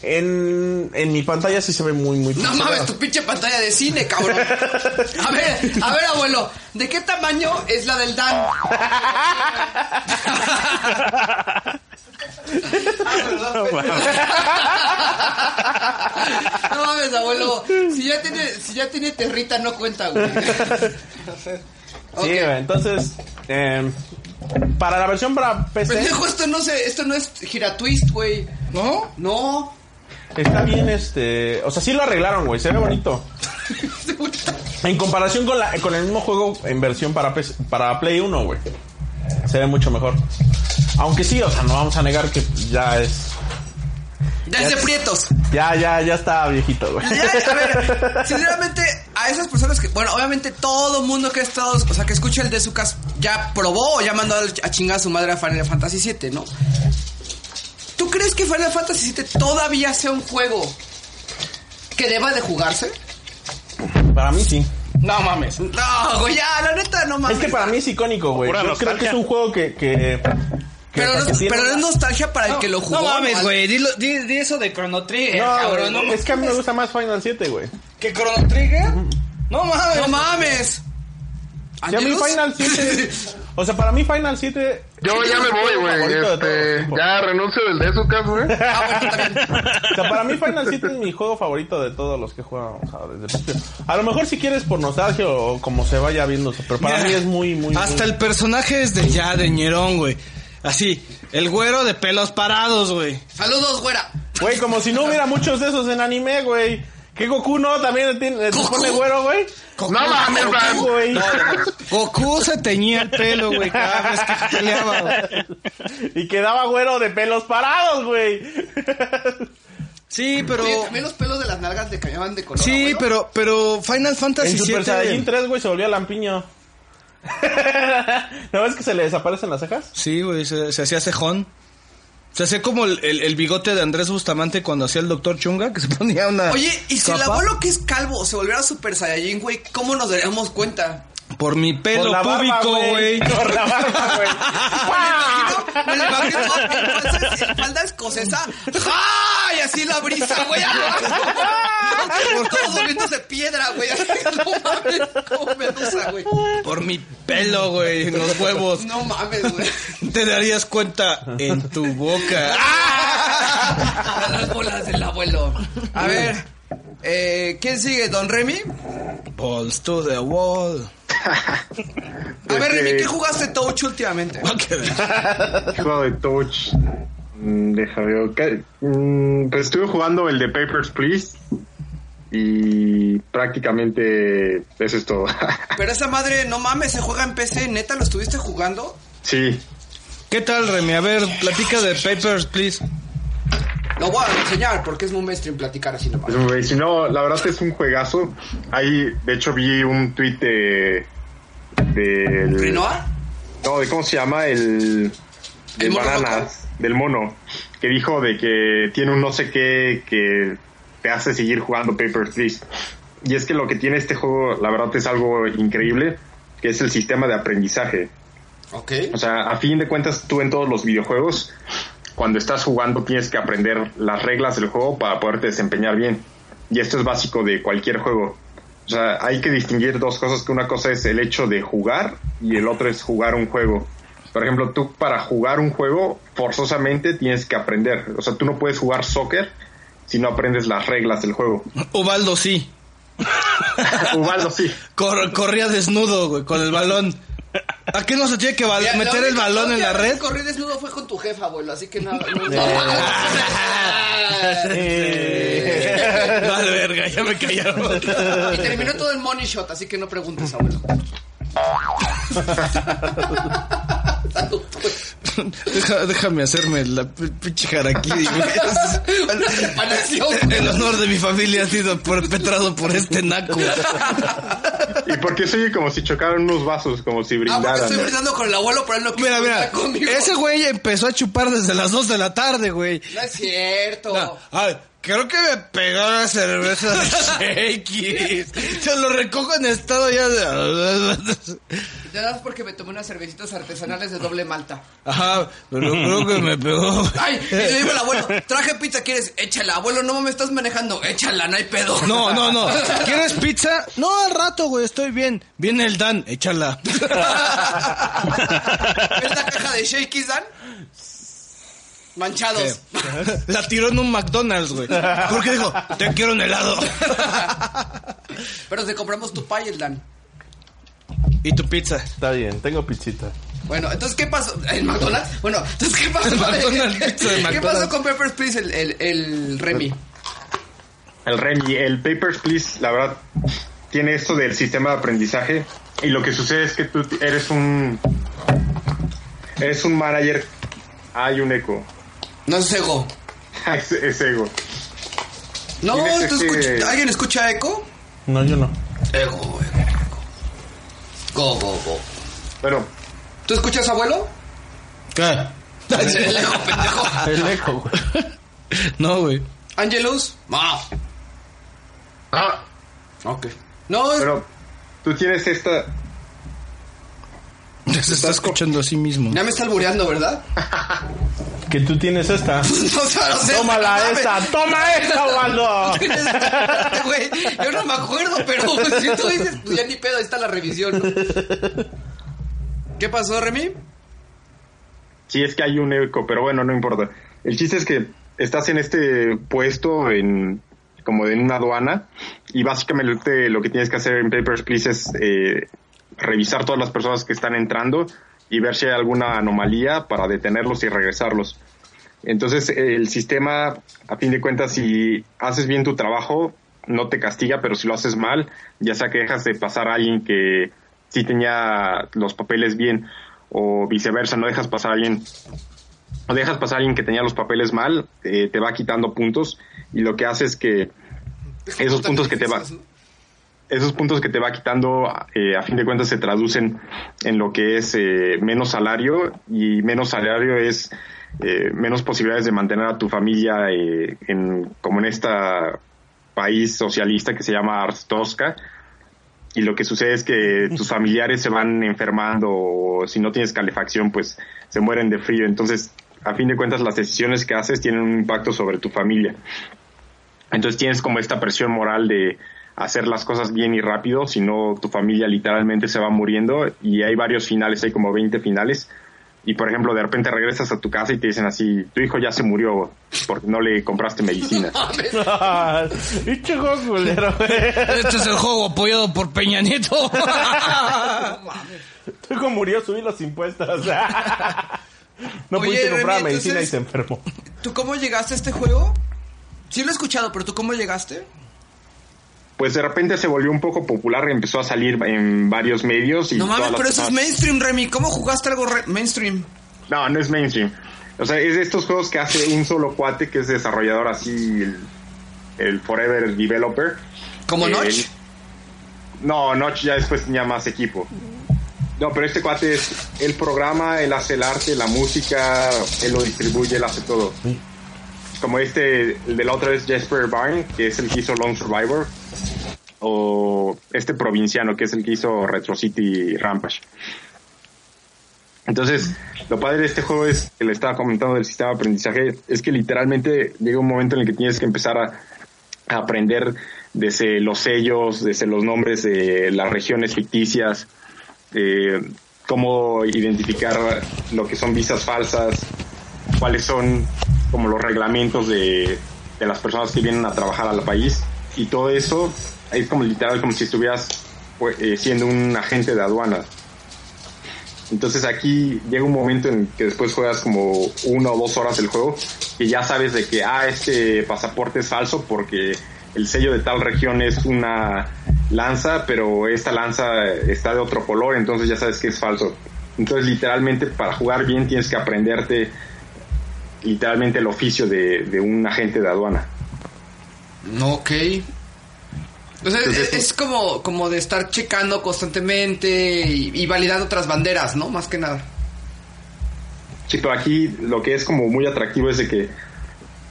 Speaker 8: En, en mi pantalla sí se ve muy muy
Speaker 5: No
Speaker 8: pixeleado.
Speaker 5: mames, tu pinche pantalla de cine, cabrón. A ver, a ver, abuelo, ¿de qué tamaño es la del Dan? No mames, abuelo, si ya tiene, si ya tiene territa no cuenta, güey.
Speaker 8: <laughs> Sí,
Speaker 5: Ok.
Speaker 8: güey, entonces eh, para la versión para PC
Speaker 5: Pendejo, esto no se, esto no es giratwist, güey.
Speaker 4: ¿No?
Speaker 5: No.
Speaker 8: Está bien, este. O sea, sí lo arreglaron, güey. Se
Speaker 5: <laughs>
Speaker 8: ve bonito. En comparación con, la, con el mismo juego en versión para, PS para Play 1, güey. Se ve mucho mejor. Aunque sí, o sea, no vamos a negar que ya es.
Speaker 5: Ya es de prietos.
Speaker 8: Ya, ya, ya está viejito, güey.
Speaker 5: Ya, a ver, sinceramente, a esas personas que, bueno, obviamente todo mundo que ha estado, o sea, que escucha el de su casa, ya probó o ya mandó al- a chingar a su madre a Final Fantasy VII, ¿no? ¿Tú crees que Final Fantasy VII todavía sea un juego que deba de jugarse?
Speaker 8: <laughs> Para mí sí.
Speaker 4: No mames.
Speaker 5: No, güey, ya, la neta, no mames.
Speaker 8: Es que para mí es icónico, güey.
Speaker 5: Pura
Speaker 8: Yo creo que
Speaker 5: nostalgia.
Speaker 8: es un juego que. que- que
Speaker 5: Pero,
Speaker 8: para
Speaker 5: no-
Speaker 8: que tiene-
Speaker 5: pero es nostalgia para el que lo jugó.
Speaker 4: No mames,
Speaker 5: ¿no?
Speaker 4: güey. Di, lo- di- di eso de Chrono Trigger,
Speaker 8: No,
Speaker 4: cabrón. No
Speaker 8: güey, es que a mí me gusta más Final 7, güey.
Speaker 4: ¿Que Chrono Trigger? No mames.
Speaker 5: No mames.
Speaker 8: Si a mí
Speaker 5: ¿Angelus?
Speaker 8: Final 7.
Speaker 5: <laughs>
Speaker 8: O sea, para mí Final 7.
Speaker 6: Yo ya me voy, güey.
Speaker 8: Favorito de
Speaker 6: Este,
Speaker 8: todos.
Speaker 6: ya renuncio del de su caso, güey.
Speaker 5: Ah,
Speaker 8: O sea, para mí Final 7 es mi juego favorito de todos los que jugamos a, desde el principio. A lo mejor si quieres por nostalgia o como se vaya viendo, pero para
Speaker 4: Mira,
Speaker 8: mí es muy, muy.
Speaker 4: Hasta el personaje es de ya de ñerón, güey. Así, el güero de pelos parados, güey.
Speaker 5: Saludos, güera.
Speaker 8: Güey, como si no hubiera muchos de esos en anime, güey. Que Goku no también le tiene, le pone güero, güey.
Speaker 6: No mames,
Speaker 8: Goku,
Speaker 6: man.
Speaker 8: güey.
Speaker 4: Goku se teñía el pelo, güey, cada vez que peleaba. güey.
Speaker 8: <laughs> y quedaba güero de pelos parados, güey.
Speaker 4: Sí, pero
Speaker 5: Oye, también los pelos de las nalgas le cambiaban de color.
Speaker 4: Sí,
Speaker 5: abuelo.
Speaker 4: pero pero Final
Speaker 8: En
Speaker 4: Fantasy
Speaker 8: Super Saiyajin
Speaker 4: VII.
Speaker 8: 3, güey, se volvió lampiño. <laughs> ¿No ves que se le desaparecen las cejas?
Speaker 4: Sí, güey, se, se hacía cejón. Se hacía como el, el- el bigote de Andrés Bustamante cuando hacía el Doctor Chunga, que se ponía una.
Speaker 5: Oye, y si el
Speaker 4: capa.
Speaker 5: abuelo que es calvo se volviera Super Saiyajin, güey, ¿cómo nos daríamos cuenta?
Speaker 4: Por mi pelo
Speaker 8: Por la barba,
Speaker 4: púbico, güey.
Speaker 8: <laughs> Por la barba, güey.
Speaker 5: Imagino- Me lo imagino en falsa- en falda escocesa. ¡Ja! Y así la brisa, güey. Por todos los de piedra, güey. Así, No mames, como medusa, güey.
Speaker 4: Por mi pelo, güey, en los huevos.
Speaker 5: No mames, güey.
Speaker 4: Te darías cuenta en tu boca.
Speaker 8: <laughs>
Speaker 5: A las bolas del abuelo. A ver, eh, ¿quién sigue? ¿Don Remy?
Speaker 4: Balls to the wall.
Speaker 5: A ver, Remy, ¿qué jugaste Touch últimamente?
Speaker 3: Juego de touch. Mm, Deja veo. ¿qué? Mm, Pues estuve jugando el de Papers, Please. Y prácticamente eso es todo. <laughs>
Speaker 5: Pero esa madre, no mames, se juega en PC. ¿Neta lo estuviste jugando?
Speaker 3: sí.
Speaker 4: ¿Qué tal, Remy? A ver, platica de Papers, please.
Speaker 5: Lo voy a enseñar porque es muy mainstream platicar así nomás.
Speaker 3: Pues, güey, si no, la verdad es un juegazo. Ahí, de hecho, vi un tweet de. del-
Speaker 5: ¿Rinoa?
Speaker 3: No, de cómo se llama
Speaker 5: ¿El
Speaker 3: el. De
Speaker 5: mono
Speaker 3: bananas, del mono. Que dijo de que tiene un no sé qué que te hace seguir jugando Paper Please. Y es que lo que tiene este juego, la verdad, es algo increíble. Que es el sistema de aprendizaje.
Speaker 5: Ok.
Speaker 3: O sea, a fin de cuentas, tú en todos los videojuegos, cuando estás jugando, tienes que aprender las reglas del juego para poderte desempeñar bien. Y esto es básico de cualquier juego. O sea, hay que distinguir dos cosas, que una cosa es el hecho de jugar y el otro es jugar un juego. Por ejemplo, tú para jugar un juego forzosamente tienes que aprender. O sea, tú no puedes jugar soccer si no aprendes las reglas del juego.
Speaker 4: Ubaldo sí.
Speaker 3: Ubaldo, sí.
Speaker 4: Cor- corría desnudo, güey, con el balón. ¿A qué no se tiene que bal-
Speaker 5: Ya, la
Speaker 4: meter el
Speaker 5: única-
Speaker 4: balón en la
Speaker 5: única vez
Speaker 4: red?
Speaker 5: que Corrí desnudo fue con tu jefa, abuelo, así que no. no- no-
Speaker 8: Eh.
Speaker 4: <laughs> Vale, verga, ya me callaron.
Speaker 5: <laughs>
Speaker 8: <laughs>
Speaker 5: y terminó todo en money shot, así que no preguntes,
Speaker 4: <laughs>
Speaker 5: abuelo. Salud, güey.
Speaker 4: Deja- déjame hacerme la p- pinche harakiri, güey.
Speaker 5: Pareció-
Speaker 4: El honor de mi familia ha sido perpetrado por este naco.
Speaker 3: ¿Y por qué se oye como si chocaran unos vasos, como si
Speaker 5: Ah, porque
Speaker 3: brindaran?
Speaker 5: estoy brindando con el abuelo, pero él no quiere
Speaker 4: Mira, mira,
Speaker 5: brindar conmigo.
Speaker 4: ese güey empezó a chupar desde las 2 de la tarde, güey.
Speaker 5: No es cierto.
Speaker 4: No, ay, creo que me pegó la cerveza de Shakey's. Se lo recojo en estado ya de... <laughs>
Speaker 5: Ya das porque me tomé unas cervecitas artesanales de doble malta.
Speaker 4: Ajá, pero creo que me pegó. Eh,
Speaker 5: Ay, y le digo al abuelo, traje pizza, ¿quieres? Échala, abuelo, no me estás manejando. Échala, no hay pedo.
Speaker 4: No, no,
Speaker 5: <laughs>
Speaker 4: no. ¿Quieres pizza? No, al rato, güey, estoy bien. Viene el Dan, échala. <laughs>
Speaker 5: ¿Ves la caja de Shakey's, Dan? Manchados.
Speaker 4: La tiró en un McDonald's, güey. Porque dijo, te quiero un helado.
Speaker 5: Pero te compramos tu pay, el Dan.
Speaker 4: Y tu pizza.
Speaker 8: Está bien, tengo pichita.
Speaker 5: Bueno, entonces, ¿qué pasó? ¿En McDonald's? Bueno, entonces, ¿qué pasó?
Speaker 4: El McDonald's,
Speaker 5: ¿Qué,
Speaker 4: pizza de McDonald's.
Speaker 5: pasó con Pepper's Please, el, el, el Remy?
Speaker 3: El Remy, el Papers, Please, la verdad, tiene esto del sistema de aprendizaje. Y lo que sucede es que tú eres un. Eres un manager. Hay un eco. <laughs>
Speaker 5: No es ego.
Speaker 3: es, es ego.
Speaker 5: No,
Speaker 3: Tienes
Speaker 5: ¿tú
Speaker 3: ese-
Speaker 5: escuch- ¿alguien escucha eco?
Speaker 8: No, yo no.
Speaker 5: Ego, ego, ego. Go, go, go.
Speaker 3: Bueno,
Speaker 5: ¿Tú escuchas, <laughs> abuelo?
Speaker 4: ¿Qué?
Speaker 5: El ego, pendejo.
Speaker 8: El eco, güey.
Speaker 4: No, güey.
Speaker 5: Angelus. Ma.
Speaker 6: Ah,
Speaker 5: Ok. No, es-
Speaker 3: pero tú tienes esta.
Speaker 4: Se está escuchando a sí mismo.
Speaker 5: Ya me está albureando, ¿verdad?
Speaker 8: Que tú tienes
Speaker 5: <laughs>
Speaker 8: esta.
Speaker 5: No, claro, sé,
Speaker 8: Tómala
Speaker 5: no mames.
Speaker 8: esta, toma
Speaker 5: <laughs>
Speaker 8: esta, <laughs> Waldo.
Speaker 5: Güey, yo no me acuerdo, pero si tú dices, pues ya ni pedo, ahí está la revisión. ¿no? ¿Qué pasó, Remy?
Speaker 3: Sí, es que hay un eco, pero bueno, no importa. El chiste es que estás en este puesto, en como en una aduana, y básicamente lo que tienes que hacer en Papers, Please es eh, revisar todas las personas que están entrando y ver si hay alguna anomalía para detenerlos y regresarlos. Entonces, el sistema, a fin de cuentas, si haces bien tu trabajo, no te castiga, pero si lo haces mal, ya sea que dejas de pasar a alguien que sí tenía los papeles bien, o viceversa, no dejas pasar a alguien, no dejas pasar a alguien que tenía los papeles mal, eh, te va quitando puntos, y lo que hace es que esos puntos que te va esos puntos que te va quitando, eh, a fin de cuentas, se traducen en lo que es eh, menos salario y menos salario es eh, menos posibilidades de mantener a tu familia eh, en, como en este país socialista que se llama Arstoska. Y lo que sucede es que tus familiares se van enfermando o si no tienes calefacción, pues se mueren de frío. Entonces, a fin de cuentas, las decisiones que haces tienen un impacto sobre tu familia. Entonces tienes como esta presión moral de hacer las cosas bien y rápido, si no tu familia literalmente se va muriendo y hay varios finales, hay como 20 finales. Y por ejemplo, de repente regresas a tu casa y te dicen así, tu hijo ya se murió porque no le
Speaker 5: <laughs>
Speaker 3: compraste medicina.
Speaker 8: Pinche juego culero, güey.
Speaker 4: Este es el juego apoyado por Peña Nieto.
Speaker 8: Tu hijo murió, subí los impuestos. <laughs> No
Speaker 5: Oye,
Speaker 8: pudiste comprar
Speaker 5: Remy,
Speaker 8: medicina
Speaker 5: entonces-
Speaker 8: y se enfermó.
Speaker 5: <laughs>
Speaker 8: <laughs>
Speaker 5: ¿Tú cómo llegaste a este juego? Sí lo he escuchado, pero ¿tú cómo llegaste?
Speaker 3: Pues de repente se volvió un poco popular, empezó a salir en varios medios y...
Speaker 5: No mames,
Speaker 3: todas las
Speaker 5: pero eso es
Speaker 3: personas-
Speaker 5: mainstream, Remy. ¿Cómo jugaste algo re- mainstream?
Speaker 3: No, no es mainstream. O sea, es de estos juegos que hace un solo cuate que es desarrollador así, el, el Forever Developer.
Speaker 5: ¿Como
Speaker 3: Eh,
Speaker 5: Notch?
Speaker 3: No, Notch ya después tenía más equipo. No, pero este cuate es el programa, él hace el arte, la música, él lo distribuye, él hace todo. Como este, el de la otra es Jesper Byrne, que es el que hizo Long Survivor, o este provinciano, que es el que hizo Retro City Rampage. Entonces, lo padre de este juego es que le estaba comentando del sistema de aprendizaje, es que literalmente llega un momento en el que tienes que empezar a, a aprender desde los sellos, desde los nombres de las regiones ficticias, eh, cómo identificar lo que son visas falsas, cuáles son como los reglamentos de, de las personas que vienen a trabajar al país y todo eso es como literal como si estuvieras pues, eh, siendo un agente de aduana. Entonces aquí llega un momento en el que después juegas como una o dos horas del juego y ya sabes de que, ah, este pasaporte es falso porque el sello de tal región es una lanza, pero esta lanza está de otro color, entonces ya sabes que es falso. Entonces literalmente para jugar bien tienes que aprenderte literalmente el oficio de, de un agente de aduana.
Speaker 5: No, ok. pues, O sea, es, es como, como de estar checando constantemente y, y validando otras banderas, ¿no? Más que nada.
Speaker 3: Sí, pero aquí lo que es como muy atractivo es de que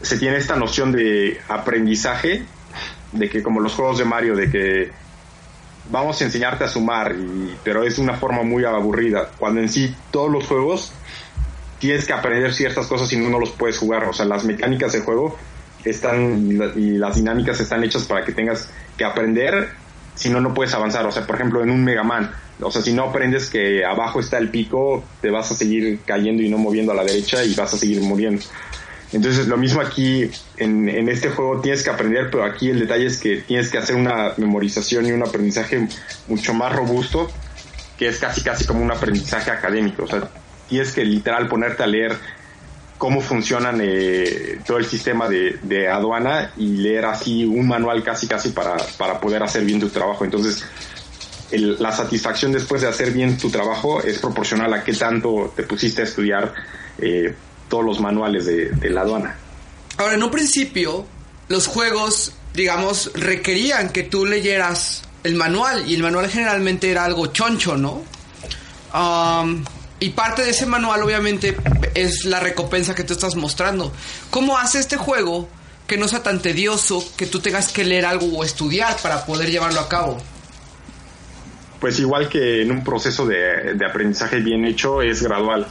Speaker 3: se tiene esta noción de aprendizaje, de que como los juegos de Mario, de que vamos a enseñarte a sumar, y- pero es una forma muy aburrida, cuando en sí todos los juegos tienes que aprender ciertas cosas y no, no los puedes jugar, o sea, las mecánicas del juego están y la- y las dinámicas están hechas para que tengas que aprender, si no, no puedes avanzar, o sea, por ejemplo, en un Mega Man, o sea, si no aprendes que abajo está el pico, te vas a seguir cayendo y no moviendo a la derecha y vas a seguir muriendo. Entonces, lo mismo aquí en, en este juego tienes que aprender, pero aquí el detalle es que tienes que hacer una memorización y un aprendizaje mucho más robusto, que es casi casi como un aprendizaje académico. O sea, tienes que literal ponerte a leer cómo funcionan eh, todo el sistema de, de aduana y leer así un manual casi casi para, para poder hacer bien tu trabajo. Entonces, el- la satisfacción después de hacer bien tu trabajo es proporcional a qué tanto te pusiste a estudiar eh, todos los manuales de, de la aduana.
Speaker 5: Ahora, en un principio, los juegos, digamos, requerían que tú leyeras el manual. Y el manual generalmente era algo choncho, ¿no? Am, y parte de ese manual, obviamente, es la recompensa que tú estás mostrando. ¿Cómo hace este juego que no sea tan tedioso que tú tengas que leer algo o estudiar para poder llevarlo a cabo?
Speaker 3: pues igual que en un proceso de, de aprendizaje bien hecho, es gradual.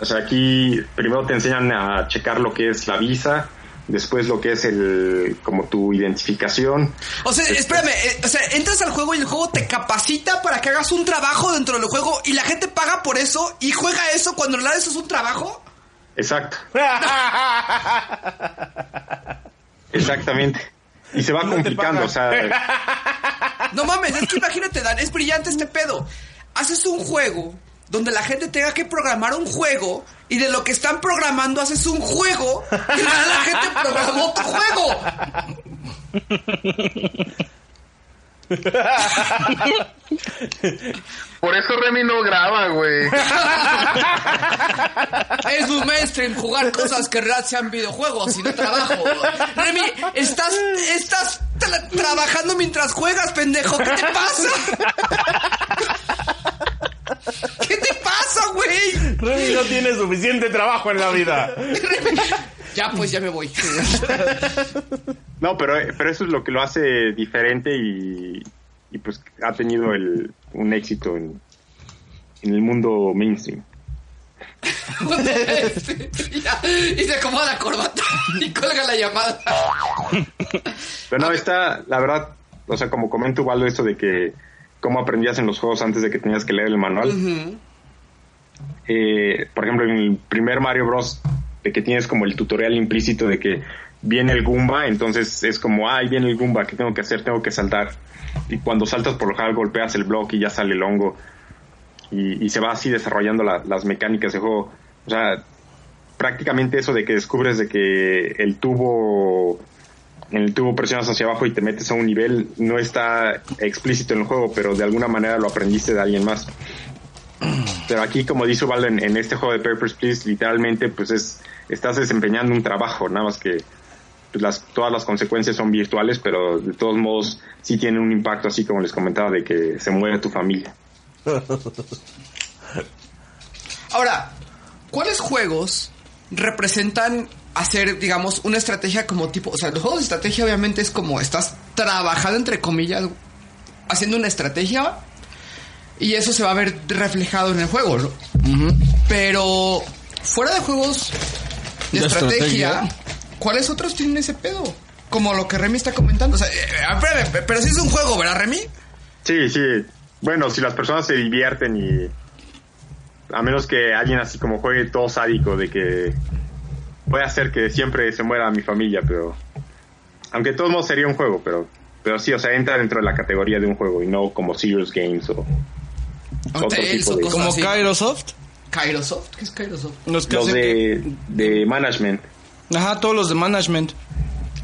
Speaker 3: O sea, aquí primero te enseñan a checar lo que es la visa, después lo que es el como tu identificación.
Speaker 5: O sea, espérame, eh, o sea, entras al juego y el juego te capacita para que hagas un trabajo dentro del juego y la gente paga por eso y juega eso cuando en realidad eso es un trabajo.
Speaker 3: Exacto. Exactamente. Y se va complicando, o sea,
Speaker 5: No mames, es que imagínate, Dan, es brillante este pedo. Haces un juego donde la gente tenga que programar un juego y de lo que están programando haces un juego y en realidad la gente programó tu juego.
Speaker 6: Por eso Remy no graba, güey.
Speaker 5: Es un mainstream jugar cosas que en realidad sean videojuegos y no trabajo. Remy, estás, estás tra- trabajando mientras juegas, pendejo. ¿Qué te pasa? ¿Qué te pasa, güey?
Speaker 8: Remy no tiene suficiente trabajo en
Speaker 5: <laughs>
Speaker 8: la vida.
Speaker 5: Remy, Ya, pues ya me voy. <laughs>
Speaker 3: no, pero, pero eso es lo que lo hace diferente y, y pues ha tenido el, un éxito en, en el mundo mainstream.
Speaker 5: y, ya, y se acomoda la corbata y colga la llamada.
Speaker 3: Pero no, está, la verdad, o sea, como comento Ubaldo esto de que cómo aprendías en los juegos antes de que tenías que leer el manual. Eh, por ejemplo, en el primer Mario Bros. de que tienes como el tutorial implícito de que viene el Goomba, entonces es como, ah, ahí viene el Goomba, ¿qué tengo que hacer? Tengo que saltar. Y cuando saltas por lo general golpeas el bloque y ya sale el hongo. Y, y se va así desarrollando la- las mecánicas de juego. O sea, prácticamente eso de que descubres de que el tubo en el tubo presionas hacia abajo y te metes a un nivel, no está explícito en el juego, pero de alguna manera lo aprendiste de alguien más. Pero aquí, como dice Ubaldo, en, en este juego de Papers, Please, literalmente, pues es, estás desempeñando un trabajo, nada más que pues, las, todas las consecuencias son virtuales, pero de todos modos sí tiene un impacto, así como les comentaba, de que se muere tu familia.
Speaker 5: Ahora, ¿cuáles juegos representan hacer, digamos, una estrategia como tipo... O sea, los juegos de estrategia obviamente es como estás trabajando, entre comillas, haciendo una estrategia y eso se va a ver reflejado en el juego, ¿no? Pero fuera de juegos de
Speaker 4: De
Speaker 5: estrategia,
Speaker 4: estrategia.
Speaker 5: ¿cuáles otros tienen ese pedo? Como lo que Remy está comentando. O sea, eh, espérame, pe- pero sí es un juego, ¿verdad, Remy?
Speaker 3: Sí, sí. Bueno, si las personas se divierten y. A menos que alguien así como juegue todo sádico de que. Puede hacer que siempre se muera mi familia, pero. Aunque de todos modos sería un juego, pero. Pero sí, o sea, entra dentro de la categoría de un juego y no como Serious Games o.
Speaker 5: O
Speaker 3: Otro
Speaker 5: Tales
Speaker 3: tipo
Speaker 5: o
Speaker 3: de-
Speaker 5: cosas
Speaker 4: Como
Speaker 5: así.
Speaker 4: Kairosoft.
Speaker 5: Kairosoft, ¿qué es Kairosoft?
Speaker 4: Los que
Speaker 3: Los
Speaker 4: hacen
Speaker 3: de, de management.
Speaker 4: que- Ajá, todos los de management.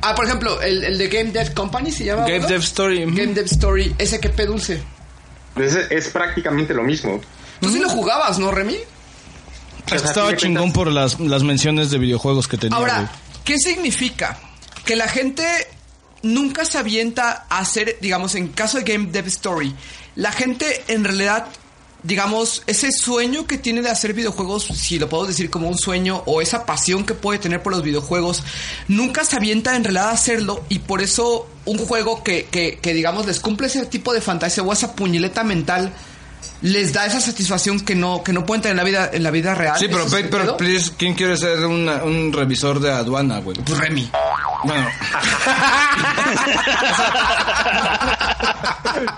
Speaker 5: Ah, por ejemplo, el, el de Game Dev Company se llama.
Speaker 4: Game
Speaker 5: ¿no?
Speaker 4: Dev Story. ujú.
Speaker 5: Game Dev Story, ese que dulce.
Speaker 3: Pues es, es prácticamente lo mismo.
Speaker 5: Tú sí lo jugabas, ¿no, Remy?
Speaker 3: O sea, a
Speaker 4: Pues Estaba
Speaker 3: fin de
Speaker 4: chingón por las, las menciones de videojuegos que tenía.
Speaker 5: Ahora,
Speaker 4: güey.
Speaker 5: ¿qué significa? Que la gente nunca se avienta a hacer, digamos, en caso de Game Dev Story, la gente en realidad, digamos, ese sueño que tiene de hacer videojuegos, si lo puedo decir como un sueño, o esa pasión que puede tener por los videojuegos, nunca se avienta en realidad a hacerlo y por eso un juego que, que, que digamos, les cumple ese tipo de fantasía o esa puñaleta mental. Les da esa satisfacción que no, que no pueden tener en la vida, en la vida real.
Speaker 4: Sí, pero
Speaker 5: ¿Eso es el pedo?
Speaker 4: Paper, please, ¿quién quiere ser una- un revisor de aduana, güey?
Speaker 5: Pues Remy.
Speaker 4: Bueno,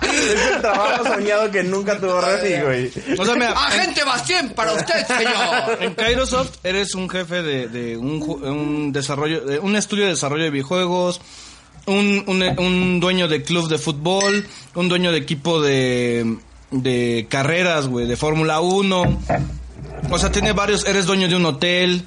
Speaker 8: Es el trabajo soñado que nunca tuvo Remy, güey.
Speaker 4: o sea, mira, en-
Speaker 5: Agente Bastien para usted, señor.
Speaker 4: En Kairosoft eres un jefe de, de un, ju- un desarrollo, de un estudio de desarrollo de videojuegos, un, un, un dueño de club de fútbol, un dueño de equipo de, de carreras, güey, de Fórmula 1. O sea, tiene varios, eres dueño de un hotel.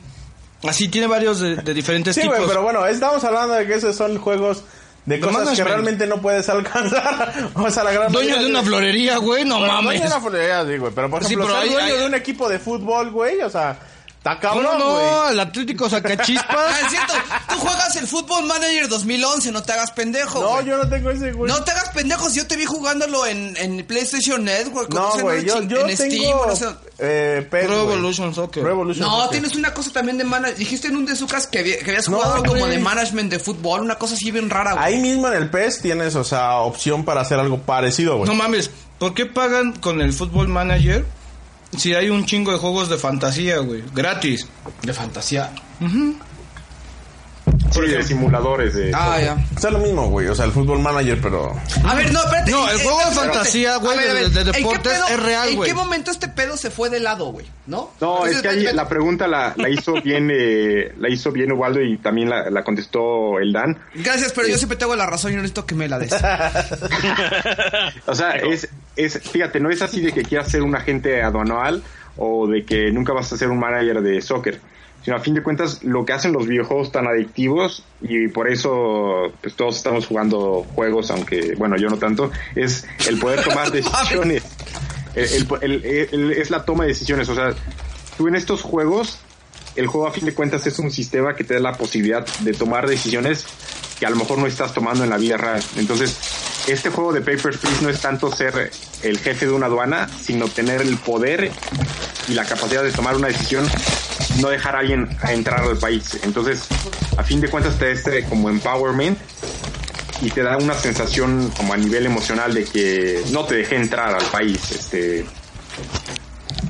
Speaker 4: Así tiene varios de, de diferentes
Speaker 8: Sí,
Speaker 4: tipos.
Speaker 8: güey, pero bueno, estamos hablando de que esos son juegos de cosas
Speaker 4: management.
Speaker 8: que realmente no puedes alcanzar. <laughs> O sea, la gran
Speaker 4: dueño de
Speaker 8: mayoría
Speaker 4: una florería, güey, no
Speaker 8: Bueno,
Speaker 4: mames.
Speaker 8: dueño de una florería, sí, güey, pero por
Speaker 4: Sí,
Speaker 8: ejemplo,
Speaker 4: pero
Speaker 8: ser
Speaker 4: hay-
Speaker 8: dueño
Speaker 4: hay-
Speaker 8: de un equipo de fútbol, güey, o sea, Está cabrón,
Speaker 4: No,
Speaker 8: güey.
Speaker 4: no, el Atlético
Speaker 8: <laughs>
Speaker 4: Sacachispas.
Speaker 5: Ah, es cierto. Tú juegas el Football Manager 2011, no te hagas pendejo.
Speaker 8: No,
Speaker 5: güey.
Speaker 8: yo no tengo ese, güey.
Speaker 5: No te hagas pendejo si yo te vi jugándolo en, en PlayStation Network. o
Speaker 8: No,
Speaker 5: sé,
Speaker 8: güey, yo,
Speaker 5: en
Speaker 8: yo
Speaker 5: en Steam,
Speaker 8: tengo
Speaker 5: o no sé.
Speaker 8: eh, PES,
Speaker 4: Pro
Speaker 8: güey.
Speaker 4: Evolution Soccer.
Speaker 8: Pro Evolution
Speaker 5: No,
Speaker 8: Soccer.
Speaker 5: tienes una cosa también de management. Dijiste en un de Zucas que, había- que habías
Speaker 8: No,
Speaker 5: jugado como
Speaker 8: güey.
Speaker 5: de management de fútbol, una cosa así bien rara, güey.
Speaker 8: Ahí mismo en el PES tienes, o sea, opción para hacer algo parecido, güey.
Speaker 4: No mames, ¿por qué pagan con el Football Manager si hay un chingo de juegos de fantasía, güey? Gratis.
Speaker 5: De fantasía.
Speaker 3: Sí, de simuladores de...
Speaker 5: Ah, ya.
Speaker 8: O sea, lo mismo, güey. O sea, el fútbol manager, pero.
Speaker 5: A ver, no, espérate.
Speaker 4: No, el
Speaker 5: Eh,
Speaker 4: juego de
Speaker 5: espérate.
Speaker 4: fantasía, güey,
Speaker 5: A ver, a
Speaker 4: de-
Speaker 5: ver,
Speaker 4: de
Speaker 5: ¿en qué
Speaker 4: deportes
Speaker 5: pedo-
Speaker 4: es real,
Speaker 5: ¿En
Speaker 4: güey.
Speaker 5: qué momento este pedo se fue de lado, güey? ¿No?
Speaker 4: pues
Speaker 3: No,
Speaker 5: Entonces,
Speaker 3: es que ahí
Speaker 5: espérate,
Speaker 3: la pregunta la, la hizo bien eh, la hizo bien Ubaldo y también la, la contestó el Dan.
Speaker 5: Gracias, pero yo siempre tengo la razón y no necesito que me la des.
Speaker 3: O sea, es, es, fíjate, no es así de que quieras ser un agente aduanal o de que nunca vas a ser un manager de soccer, sino a fin de cuentas lo que hacen los videojuegos tan adictivos y por eso pues, todos estamos jugando juegos, aunque bueno, yo no tanto, es el poder tomar decisiones. El- el- el- el- es la toma de decisiones, o sea, tú en estos juegos, el juego a fin de cuentas es un sistema que te da la posibilidad de tomar decisiones que a lo mejor no estás tomando en la vida real. Entonces, este juego de Papers, Please no es tanto ser el jefe de una aduana, sino tener el poder y la capacidad de tomar una decisión, no dejar a alguien a entrar al país. Entonces, a fin de cuentas te da este como empowerment y te da una sensación como a nivel emocional de que no te dejé entrar al país, este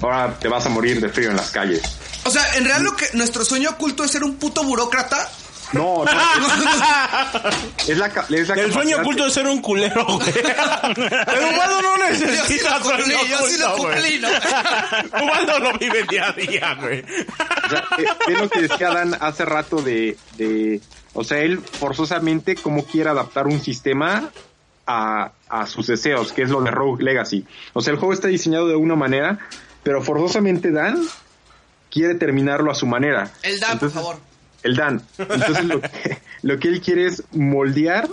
Speaker 3: ahora te vas a morir de frío en las calles.
Speaker 5: O sea, en real lo que nuestro sueño oculto es ser un puto burócrata.
Speaker 3: No, no,
Speaker 8: <laughs>
Speaker 3: es, es la, ca- es la
Speaker 8: El sueño
Speaker 3: capacidad
Speaker 8: oculto
Speaker 3: que-
Speaker 8: es ser un culero,
Speaker 4: <laughs>
Speaker 8: güey. El humano no
Speaker 5: Yo sí
Speaker 8: necesita
Speaker 5: lo cumplí,
Speaker 8: sueño
Speaker 5: yo sí lo
Speaker 8: oculto,
Speaker 5: cumplí,
Speaker 8: güey.
Speaker 5: ¿no?
Speaker 8: Humano lo vive día a día, güey.
Speaker 3: o sea, es- es lo que decía Dan hace rato de, de- o sea, él forzosamente cómo quiere adaptar un sistema a, a sus deseos, que es lo de Rogue Legacy. O sea, el juego está diseñado de una manera, pero forzosamente Dan quiere terminarlo a su manera.
Speaker 5: El Dan, por
Speaker 3: Entonces,
Speaker 5: favor.
Speaker 3: El Dan. Entonces lo <laughs> que, lo que él quiere es moldear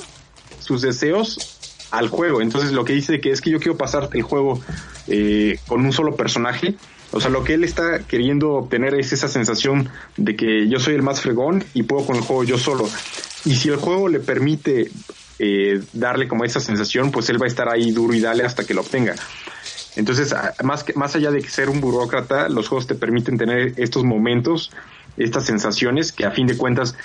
Speaker 3: sus deseos al juego. Entonces lo que dice que es que yo quiero pasar el juego eh, con un solo personaje. O sea, lo que él está queriendo obtener es esa sensación de que yo soy el más fregón y puedo con el juego yo solo. Y si el juego le permite eh, darle como esa sensación, pues él va a estar ahí duro y dale hasta que lo obtenga. Entonces, a- más, que- más allá de que ser un burócrata, los juegos te permiten tener estos momentos, estas sensaciones que a fin de cuentas,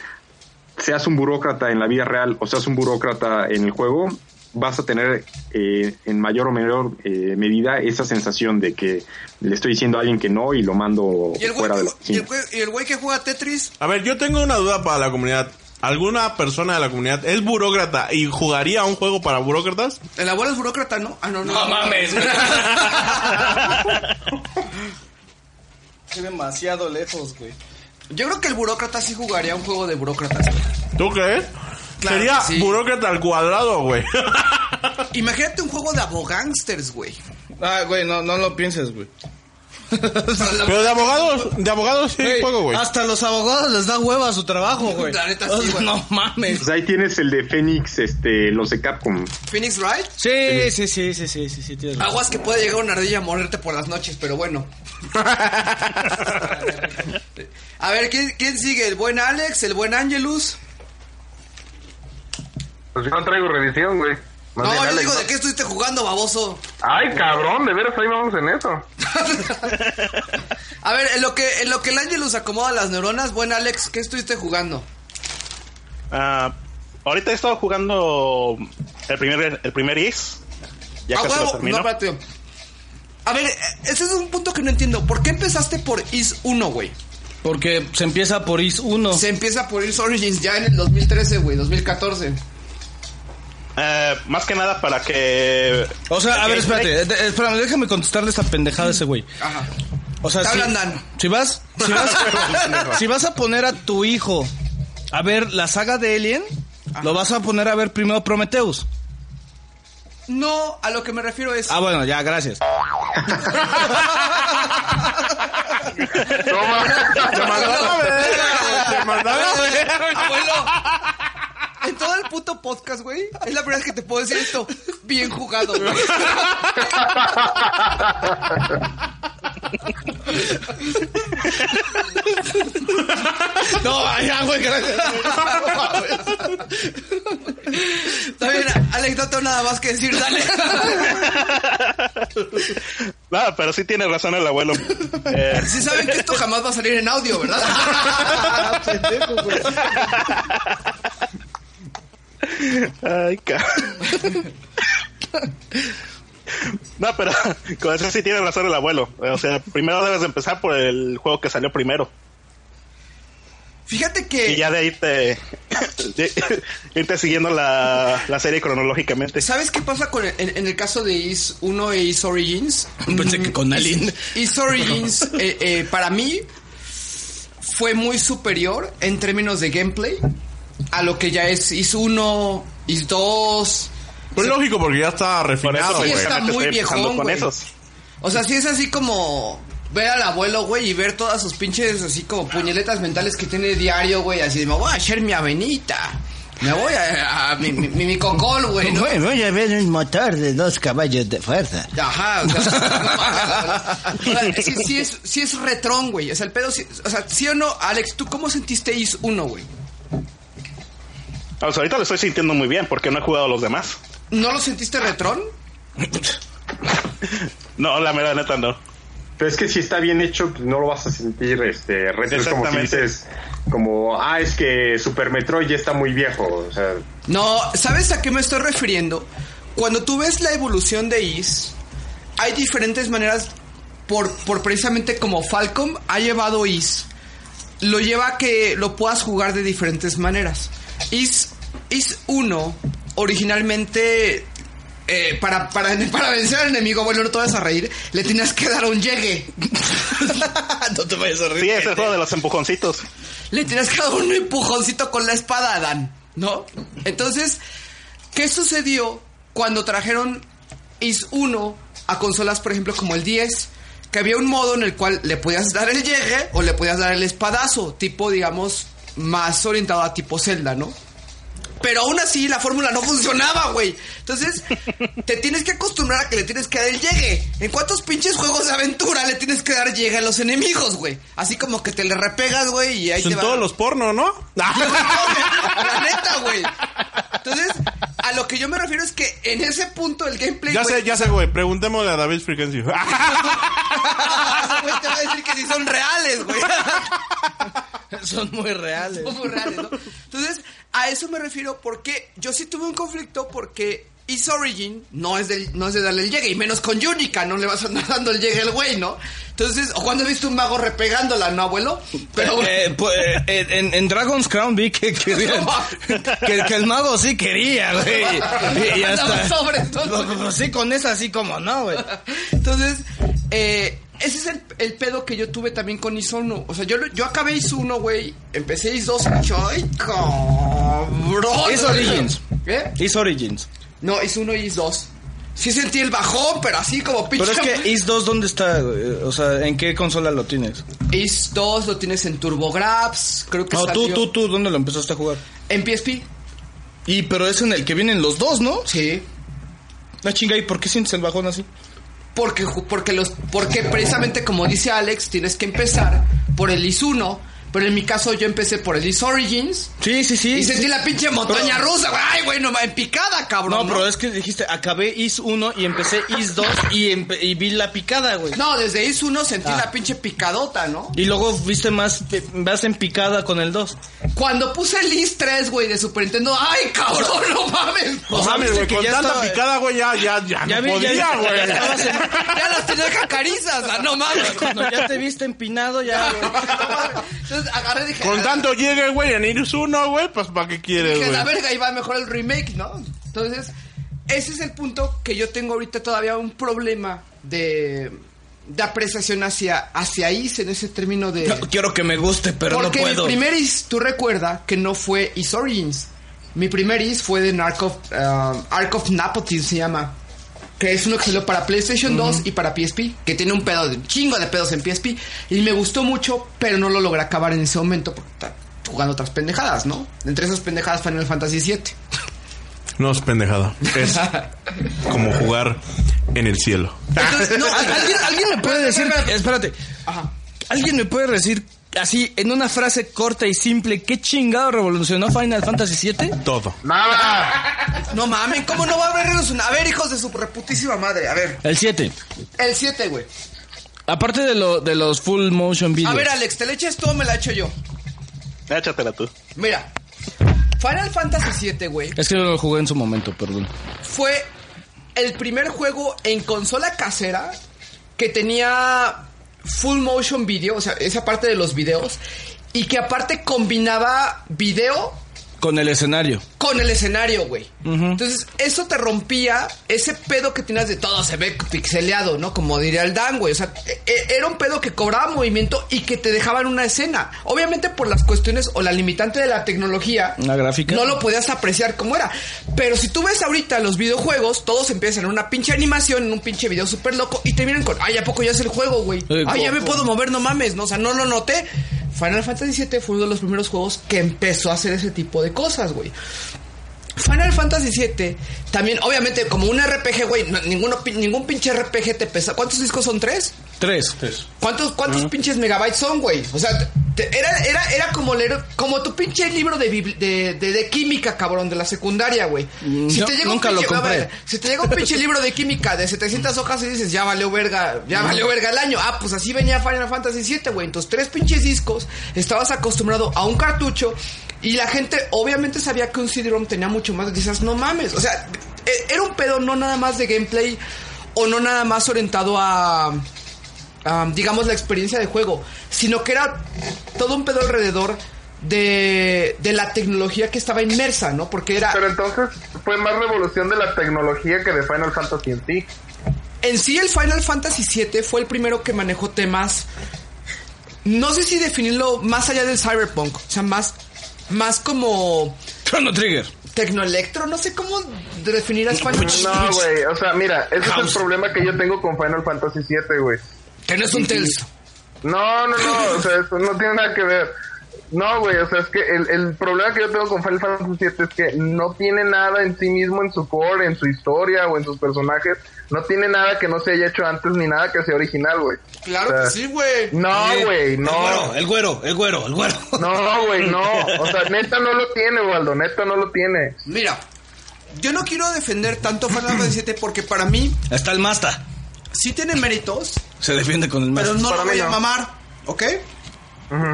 Speaker 3: seas un burócrata en la vida real o seas un burócrata en el juego, vas a tener eh, en mayor o menor eh, medida esa sensación de que le estoy diciendo a alguien que no y lo mando
Speaker 5: Y el güey,
Speaker 3: fuera de la
Speaker 5: que- y el
Speaker 3: oficina.
Speaker 5: güey- y el güey que juega Tetris.
Speaker 8: A ver, yo tengo una duda para la comunidad. ¿Alguna persona de la comunidad es burócrata y jugaría un juego para burócratas?
Speaker 5: El abuelo es burócrata, ¿no? Ah, no, no.
Speaker 4: No
Speaker 5: <laughs>
Speaker 4: mames. Estoy demasiado lejos, güey.
Speaker 5: Yo creo que el burócrata sí jugaría un juego de burócratas.
Speaker 8: ¿Tú crees?
Speaker 5: Claro
Speaker 8: Sería
Speaker 5: que sí.
Speaker 8: burócrata al cuadrado,
Speaker 5: <laughs>
Speaker 8: güey. <laughs>
Speaker 5: Imagínate un juego de abogánsters, güey.
Speaker 4: <laughs> Ah, güey, no, no lo pienses, güey.
Speaker 8: Pero de abogados, de abogados sí
Speaker 4: Güey,
Speaker 8: juego,
Speaker 5: <laughs>
Speaker 8: <laughs> güey.
Speaker 4: Hasta los abogados les da hueva a su trabajo, güey.
Speaker 5: La neta sí, güey.
Speaker 4: No mames.
Speaker 3: Pues ahí tienes el de Fénix, este, los de Capcom.
Speaker 5: Phoenix Wright.
Speaker 4: Sí, sí, sí, sí, sí, sí, sí, tienes razón.
Speaker 5: Aguas que puede llegar una ardilla a morderte por las noches, pero bueno. A ver, ¿quién, quién sigue? ¿El buen Alex? ¿El buen Angelus?
Speaker 6: Pues yo no traigo revisión, güey. Más
Speaker 5: No, yo
Speaker 6: bien, Alex,
Speaker 5: digo,
Speaker 6: ¿no?
Speaker 5: ¿de qué estuviste jugando, baboso?
Speaker 6: Ay, cabrón, de veras, ahí vamos en eso.
Speaker 5: A ver, en lo que, en lo que el Angelus acomoda las neuronas, buen Alex, ¿qué estuviste jugando?
Speaker 7: Ah, ahorita he estado jugando el primer, el primer Is. Ya
Speaker 5: a
Speaker 7: casi
Speaker 5: Ah,
Speaker 7: lo
Speaker 5: huevo, no,
Speaker 7: termino.
Speaker 5: espérate. A ver, eh, ese es un punto que no entiendo. ¿Por qué empezaste por Is 1, güey?
Speaker 4: Porque se empieza por IS 1.
Speaker 5: Se empieza por Is Origins ya en el 2013, güey, 2014.
Speaker 7: Eh, más que nada para que.
Speaker 4: O sea, a
Speaker 7: el
Speaker 4: ver,
Speaker 7: gameplay-
Speaker 4: espérate, eh, de- espérame, déjame contestarle esta pendejada a ese güey.
Speaker 5: Ajá.
Speaker 4: O sea,
Speaker 5: Te
Speaker 4: si,
Speaker 5: hablan, Dan.
Speaker 4: si vas, si
Speaker 5: <laughs>
Speaker 4: vas, si vas a poner a tu hijo a ver la saga de Alien, lo vas a poner a ver primero Prometheus.
Speaker 5: No, a lo que me refiero es.
Speaker 4: Ah, bueno, ya, gracias.
Speaker 8: Te mandaron a verga, güey, te mandaron a verga.
Speaker 5: Abuelo. En todo el puto podcast, güey, es la primera vez que te puedo decir esto. Bien jugado,
Speaker 7: <laughs>
Speaker 5: güey.
Speaker 4: No, ya, güey, gracias.
Speaker 5: Está bien, Alex, no tengo nada más que decir, dale. <laughs>
Speaker 7: No, pero sí tiene razón el abuelo. Eh,
Speaker 5: Si saben que esto jamás va a salir en audio, ¿verdad?
Speaker 7: <laughs> Ay, cabrón. No, pero con eso sí tiene razón el abuelo. O sea, primero debes de empezar por el juego que salió primero.
Speaker 5: Fíjate
Speaker 7: Y
Speaker 5: que,
Speaker 7: ya de ahí te. de- irte siguiendo la, la serie cronológicamente.
Speaker 5: ¿sabes qué pasa con el- en, en el caso de Is 1 e Is Origins?
Speaker 4: Pensé que con Alien.
Speaker 5: <laughs>
Speaker 4: <laughs>
Speaker 5: Is Origins, eh, eh, para mí, fue muy superior en términos de gameplay a lo que ya es Is 1, Is 2.
Speaker 8: Pues lógico, porque ya está refinado,
Speaker 5: sí
Speaker 8: güey.
Speaker 5: está
Speaker 7: Precisamente
Speaker 5: muy
Speaker 7: estoy empezando
Speaker 5: viejón,
Speaker 7: con
Speaker 5: güey.
Speaker 7: esos.
Speaker 5: O sea, sí es así como ver al abuelo, güey, y ver todas sus pinches así como puñaletas mentales que tiene diario, güey, así de me voy a hacer mi avenita. Me voy a, a mi, mi, mi- mi cocol,
Speaker 4: <laughs>
Speaker 5: güey, ¿no?
Speaker 10: voy a ver un motor de dos caballos de fuerza.
Speaker 5: Ajá, o sea, no mames, güey. O sea, sí, sí es, sí es retrón, güey. O sea, el pedo, sí- o sea, sí o no, Alex, ¿tú cómo sentiste Is 1, güey?
Speaker 7: O sea, ahorita lo estoy sintiendo muy bien porque no he jugado a los demás.
Speaker 5: ¿No lo sentiste retrón?
Speaker 7: No, la mera neta no.
Speaker 3: Pero es que si está bien hecho, pues no lo vas a sentir este retro. Es como si
Speaker 7: Exactamente.
Speaker 3: dices, como, ah, es que Super Metroid ya está muy viejo. O sea,
Speaker 5: No, ¿sabes a qué me estoy refiriendo? Cuando tú ves la evolución de Is, hay diferentes maneras por, por precisamente como Falcom ha llevado Is. Lo lleva a que lo puedas jugar de diferentes maneras. Is, Is 1 originalmente eh, para, para, <laughs> para vencer al enemigo, bueno, no te vas a reír, le tienes que dar un llegue. <laughs>
Speaker 4: No te vayas a reír.
Speaker 7: Sí, es el juego de los empujoncitos.
Speaker 5: le tenías que dar un empujoncito con la espada a Adán, ¿no? Entonces, ¿qué sucedió cuando trajeron Is 1 a consolas, por ejemplo, como el 10? Que había un modo en el cual le podías dar el llegue o le podías dar el espadazo, tipo, digamos, más orientado a tipo Zelda, ¿no? Pero aún así la fórmula no funcionaba, güey. Entonces, te tienes que acostumbrar a que le tienes que dar el llegue. ¿En cuántos pinches juegos de aventura le tienes que dar llegue a los enemigos, güey? Así como que te le repegas, güey, y ahí
Speaker 8: Son
Speaker 5: te va.
Speaker 8: todos los porno, ¿no? Ah,
Speaker 5: La neta, güey. Entonces, a lo que yo me refiero es que en ese punto el gameplay.
Speaker 8: Ya
Speaker 5: güey,
Speaker 8: sé, ya sé, güey. Preguntémosle a David <laughs> Frequency.
Speaker 5: ese <laughs> güey te va a decir que sí son reales, güey.
Speaker 4: <laughs> Son muy reales.
Speaker 5: Son muy reales, ¿no? Entonces, a eso me refiero porque yo sí tuve un conflicto porque Is Origin no es, del, no es de darle el llegue, y menos con Yunica, no le vas a andar dando el llegue al güey, ¿no? Entonces, o cuando he visto un mago repegándola, ¿no, abuelo? Pero, güey,
Speaker 4: Eh, pues, eh, en, en Dragon's Crown vi que querían- que, que el mago sí quería, güey. Y, y
Speaker 5: Andaba
Speaker 4: hasta.
Speaker 5: sobre todo.
Speaker 4: Pues, pues, sí, con esa sí como no, güey.
Speaker 5: <laughs> Entonces, eh, ese es el, el pedo que yo tuve también con IS-1. O sea, yo, lo- yo acabé IS-1, güey. Empecé IS-2. y yo, ¡Ay, cabrón!
Speaker 4: Is Origins.
Speaker 5: ¿Eh?
Speaker 4: Is Origins.
Speaker 5: No, IS-1 y IS-2. Sí sentí el bajón, pero así como pinche...
Speaker 4: Pero es que Is 2, ¿dónde está? güey? O sea, ¿en qué consola lo tienes?
Speaker 5: IS-2 lo tienes en TurboGrafx. Creo que
Speaker 4: No, tú,
Speaker 5: salió-
Speaker 4: tú, tú, ¿dónde lo empezaste a jugar?
Speaker 5: En PSP.
Speaker 4: Y, pero es en el que vienen los dos, ¿no?
Speaker 5: Sí.
Speaker 4: La chinga, ¿y por qué sientes el bajón así?
Speaker 5: Porque, ju- porque, los, porque precisamente como dice Alex, tienes que empezar por el IS-1. Pero en mi caso yo empecé por el IS-Origins.
Speaker 4: Sí, sí, sí.
Speaker 5: Y sentí la pinche montaña
Speaker 4: Pero-
Speaker 5: rusa, güey. Ay, güey, no ma- en picada, cabrón.
Speaker 4: No, pero es que dijiste, acabé Is 1 y empecé Is 2 y, empe- y vi la picada, güey.
Speaker 5: No, desde ISO 1 sentí
Speaker 4: Ah.
Speaker 5: la pinche picadota, ¿no?
Speaker 4: Y luego viste más, vas en picada con el 2.
Speaker 5: Cuando puse el IS 3, güey, de Super Nintendo, ay, cabrón, no mames.
Speaker 8: No mames, güey. Con
Speaker 4: ya
Speaker 8: tanta
Speaker 4: estaba-
Speaker 8: picada, güey, ya, ya, ya,
Speaker 4: Ya
Speaker 8: no
Speaker 4: vi, ya-
Speaker 8: podía,
Speaker 4: ya
Speaker 8: güey.
Speaker 4: estabas en-
Speaker 5: <laughs>
Speaker 4: <laughs>
Speaker 5: Ya las tenía cacarizas, ah, no mames. <laughs>
Speaker 4: Cuando ya te viste empinado, ya.
Speaker 5: No mames. Entonces agarré y dije,
Speaker 8: Con
Speaker 5: ah,
Speaker 8: tanto llegue, güey, en Iris 1, güey, pues ¿para qué quieres,
Speaker 5: dije, la
Speaker 8: güey?
Speaker 5: verga, iba mejor el remake, ¿no? Entonces, ese es el punto que yo tengo ahorita todavía un problema de, de apreciación hacia, hacia IS en ese término de...
Speaker 4: quiero que me guste, pero
Speaker 5: Porque
Speaker 4: no puedo.
Speaker 5: mi primer is, tú recuerda que no fue Is Origins. Mi primer is fue de Ark of, um, Ark of Napotin, se llama. Que es uno que salió para PlayStation 2 y para PSP. Que tiene un pedo, de, un chingo de pedos en PSP. Y me gustó mucho, pero no lo logré acabar en ese momento porque estaba jugando otras pendejadas, ¿no? Entre esas pendejadas Final Fantasy VII.
Speaker 8: No es pendejada. Es como jugar en el cielo.
Speaker 5: Entonces, no,
Speaker 4: ¿Alguien, alguien me puede decir. Espérate.
Speaker 5: Ajá.
Speaker 4: ¿Alguien me puede decir así, en una frase corta y simple, ¿qué chingado revolucionó Final Fantasy VII?
Speaker 7: Todo.
Speaker 6: Ah,
Speaker 5: No mames, ¿cómo no va a haber revolucionado? A ver, hijos de su reputísima madre, a ver.
Speaker 4: El 7.
Speaker 5: El 7, güey.
Speaker 4: Aparte de, lo, de los full motion videos.
Speaker 5: A ver, Alex, ¿te le echas tú o me la echo yo?
Speaker 7: Échatela tú.
Speaker 5: Mira, Final Fantasy VII, güey,
Speaker 4: Es que no lo jugué en su momento, perdón.
Speaker 5: fue el primer juego en consola casera que tenía full motion video, o sea, esa parte de los videos, y que aparte combinaba video
Speaker 4: Con el escenario.
Speaker 5: con el escenario, güey. Entonces, eso te rompía ese pedo que tenías de todo, se ve pixeleado, ¿no? Como diría el Dan, güey. O sea, e- e- era un pedo que cobraba movimiento y que te dejaban una escena. Obviamente por las cuestiones o la limitante de la tecnología,
Speaker 4: La gráfica.
Speaker 5: no lo podías apreciar como era. Pero si tú ves ahorita los videojuegos, todos empiezan en una pinche animación, en un pinche video súper loco y terminan con, ay, ¿a poco ya es el juego, güey?
Speaker 4: Eh,
Speaker 5: Ay, ya
Speaker 4: co-
Speaker 5: me puedo mover, no mames, ¿no? O sea, no lo noté. Final Fantasy VII fue uno de los primeros juegos que empezó a hacer ese tipo de cosas, güey. Final Fantasy VII también, obviamente, como un RPG, güey, no- ninguno, pi- ningún pinche RPG te pesa. ¿Cuántos discos son? ¿Tres?
Speaker 4: Tres.
Speaker 5: ¿Cuántos, cuántos pinches megabytes son, güey? O sea, te- te- era, era, era como leer, como tu pinche libro de, bibli- de, de- de química, cabrón, de la secundaria, güey. Si
Speaker 4: yo
Speaker 5: te llega un
Speaker 4: Mm, nunca lo
Speaker 5: pinche- a
Speaker 4: compré.
Speaker 5: ver, si te llega un pinche libro de química de 700 hojas y dices, ya valió verga, ya valió verga el año. Ah, pues así venía Final Fantasy VII, güey. Entonces, tres pinches discos, estabas acostumbrado a un cartucho y la gente obviamente sabía que un CD-ROM tenía mucho más. Quizás, no mames. O sea, e- era un pedo no nada más de gameplay o no nada más orientado a... am, digamos la experiencia de juego, sino que era todo un pedo alrededor de, de la tecnología que estaba inmersa, ¿no? Porque era...
Speaker 6: Pero entonces fue más revolución de la tecnología que de Final Fantasy en sí.
Speaker 5: En sí, el Final Fantasy VII fue el primero que manejó temas. No sé si definirlo más allá del cyberpunk, o sea, más, más como
Speaker 4: Chrono Trigger.
Speaker 5: tecnoelectro, no sé cómo definirás Final Fantasy.
Speaker 6: No, güey, o sea, mira, ese es
Speaker 5: Pues, House.
Speaker 6: el problema que yo tengo con Final Fantasy VII, güey.
Speaker 5: Tienes un Tales.
Speaker 6: No, no, no, o sea, eso no tiene nada que ver. No, güey, o sea, es que el, el problema que yo tengo con Final Fantasy VII es que no tiene nada en sí mismo, en su core, en su historia o en sus personajes. No tiene nada que no se haya hecho antes ni nada que sea original, güey.
Speaker 5: Claro
Speaker 6: O sea,
Speaker 5: que sí, güey.
Speaker 6: Ah. No, güey, no.
Speaker 4: El güero, el güero, el güero.
Speaker 6: No, güey, no. O sea, neta no lo tiene, Waldo, neta no lo tiene.
Speaker 5: Mira, yo no quiero defender tanto Final Fantasy VII porque para mí
Speaker 4: Está el Masta.
Speaker 5: sí tienen méritos,
Speaker 4: Se defiende con el Masta.
Speaker 5: pero no
Speaker 6: Para
Speaker 5: lo
Speaker 6: mí
Speaker 5: voy a
Speaker 6: no.
Speaker 5: mamar, ¿ok?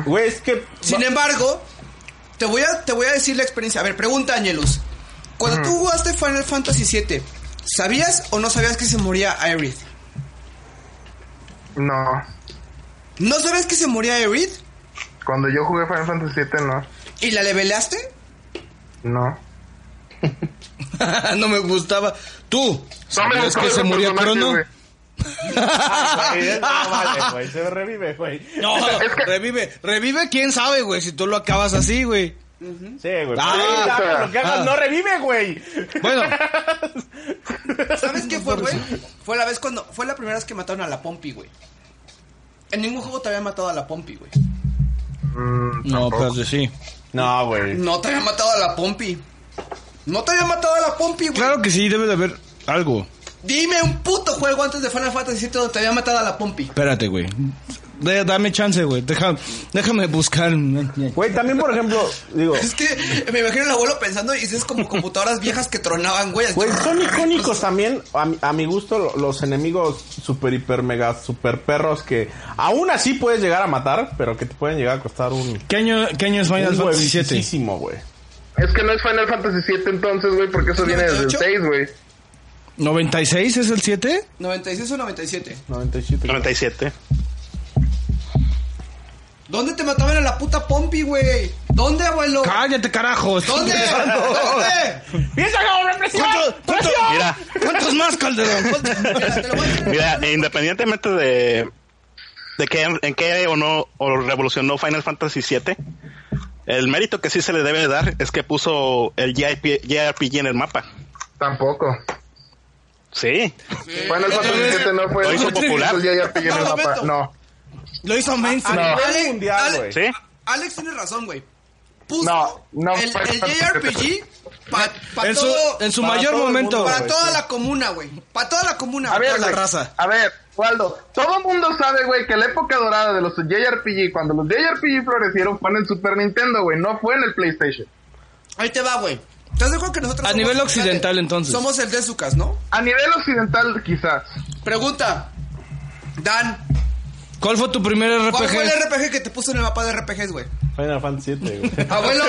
Speaker 8: Güey, es que.
Speaker 5: Sin embargo, te voy a, te voy a decir la experiencia. A ver, pregunta, Angelus. Cuando tú jugaste Final Fantasy VII, ¿sabías o no sabías que se moría Aerith?
Speaker 6: No.
Speaker 5: ¿No sabías que se moría Aerith?
Speaker 6: Cuando yo jugué Final Fantasy VII, no.
Speaker 5: ¿Y la leveleaste?
Speaker 6: No.
Speaker 4: no me gustaba. Tú.
Speaker 6: No me
Speaker 4: ¿Sabías
Speaker 6: gustó
Speaker 4: que
Speaker 6: ese
Speaker 4: se moría
Speaker 6: personaje,
Speaker 4: Crono?
Speaker 6: güey.
Speaker 4: Ah,
Speaker 8: Ah, Güey, eh, no vale, güey. Se revive, güey.
Speaker 4: <laughs> No, revive. Revive quién sabe, güey, si tú lo acabas así, güey.
Speaker 8: Sí, güey.
Speaker 4: Ah,
Speaker 8: Sí,
Speaker 6: o sea,
Speaker 8: dame lo que hagas,
Speaker 4: ah.
Speaker 8: no revive, güey.
Speaker 4: Bueno,
Speaker 5: ¿Sabes qué fue, güey? Fue la vez cuando. Fue la primera vez que mataron a la Pompi, güey. En ningún juego te habían matado a la Pompi, güey.
Speaker 4: no, pero sí.
Speaker 8: No, güey.
Speaker 5: No te habían matado a la Pompi. No te habían matado a la Pompi, güey.
Speaker 4: Claro que sí, debe de haber algo.
Speaker 5: Dime un puto juego antes de Final Fantasy VII donde te habían matado a la Pompi. <laughs>
Speaker 4: Espérate, güey. De- dame chance, güey. Deja- déjame buscar.
Speaker 8: Güey, también, por ejemplo, digo.
Speaker 5: Es que me imagino el abuelo pensando y es como computadoras viejas que tronaban, güey.
Speaker 8: Güey, son icónicos también, a mi, a mi gusto, lo- los enemigos super, hiper, mega, super perros que aún así puedes llegar a matar, pero que te pueden llegar a costar un...
Speaker 4: ¿Qué año, qué año es Final
Speaker 8: un
Speaker 4: Fantasy VII?
Speaker 8: huevísimo, güey.
Speaker 6: Es que no es Final Fantasy VII entonces, güey, porque eso viene desde el
Speaker 5: 98?
Speaker 6: 6, güey.
Speaker 4: ¿96 es el 7?
Speaker 5: 96 o 97.
Speaker 8: 97.
Speaker 7: 97.
Speaker 5: ¿Dónde te mataban a la puta Pompi, güey? ¿Dónde, abuelo?
Speaker 4: Cállate, carajo. estoy
Speaker 6: <laughs>
Speaker 5: ¿Dónde?
Speaker 4: pensando.
Speaker 5: ¿Dónde?
Speaker 8: ¡Piensa como represión!
Speaker 4: ¿Cuánto- cuánto-
Speaker 7: Mira,
Speaker 4: ¿Cuántos más, Calderón?
Speaker 6: <laughs>
Speaker 5: Mira, te lo voy a decir.
Speaker 7: mira, independientemente de de que en qué o no o revolucionó Final Fantasy VII, el mérito que sí se le debe dar es que puso el JRP JRPG en el mapa.
Speaker 6: Tampoco.
Speaker 7: Sí,
Speaker 6: Final Fantasy VII no fue
Speaker 7: Lo hizo
Speaker 6: el
Speaker 7: popular.
Speaker 6: el JRPG en el
Speaker 5: No,
Speaker 6: mapa.
Speaker 5: Beto.
Speaker 6: No.
Speaker 4: Lo hizo
Speaker 5: Ah,
Speaker 4: mainstream.
Speaker 6: No.
Speaker 8: Nivel mundial, güey.
Speaker 7: sí.
Speaker 5: Alex tiene razón, güey. Puso
Speaker 6: No, no
Speaker 5: el,
Speaker 6: fue
Speaker 5: el
Speaker 6: Fantasy
Speaker 5: JRPG Pa- pa
Speaker 4: En su-
Speaker 5: todo-
Speaker 4: en su mayor
Speaker 5: todo el
Speaker 4: momento,
Speaker 5: mundo, Para
Speaker 4: güey.
Speaker 5: toda la comuna, güey. Para toda la comuna.
Speaker 6: A ver,
Speaker 5: para
Speaker 6: güey, A ver, Waldo, todo el mundo sabe, güey, que la época dorada de los JRPG, cuando los JRPG florecieron, fue en el Super Nintendo, güey, no fue en el PlayStation.
Speaker 5: Ahí te va, güey. ¿Estás de acuerdo que nosotros
Speaker 4: A
Speaker 5: somos-
Speaker 4: nivel occidental, entonces.
Speaker 5: Somos el de Sucas, ¿no?
Speaker 6: A nivel occidental, quizás.
Speaker 5: Pregunta. Dan,
Speaker 4: ¿Cuál fue tu primer RPG?
Speaker 5: ¿cuál fue el RPG que te puso en el mapa de RPGs, güey?
Speaker 8: Final Fantasy 7, güey.
Speaker 5: <laughs> Abuelo,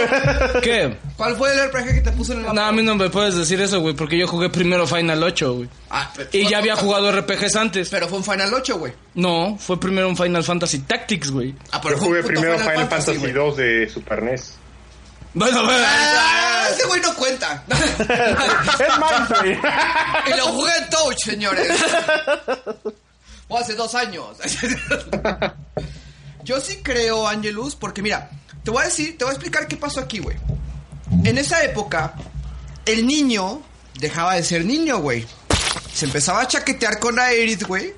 Speaker 4: ¿Qué?
Speaker 5: ¿cuál fue el RPG que te puso en el mapa?
Speaker 4: No, a mí no me puedes decir eso, güey, porque yo jugué primero Final 8, güey.
Speaker 5: Ah, pero-
Speaker 4: Y ya había jugado RPGs antes.
Speaker 5: Pero fue un Final 8, güey.
Speaker 4: No, fue primero un Final Fantasy Tactics, güey.
Speaker 5: Ah, pero fue
Speaker 3: Yo
Speaker 5: un
Speaker 3: jugué
Speaker 5: puto
Speaker 3: primero Final
Speaker 5: güey.
Speaker 3: Fantasy 2 de Super NES.
Speaker 4: Bueno, bueno.
Speaker 5: Ah, ese güey no
Speaker 6: <laughs>
Speaker 5: cuenta.
Speaker 8: es Mindfree.
Speaker 5: <laughs> y lo jugué en Touch, señores. O hace dos años. <laughs> Yo sí creo, Angelus, porque mira, te voy a decir, te voy a explicar qué pasó aquí, güey. En esa época, el niño dejaba de ser niño, güey. Se empezaba a chaquetear con Aerith, güey.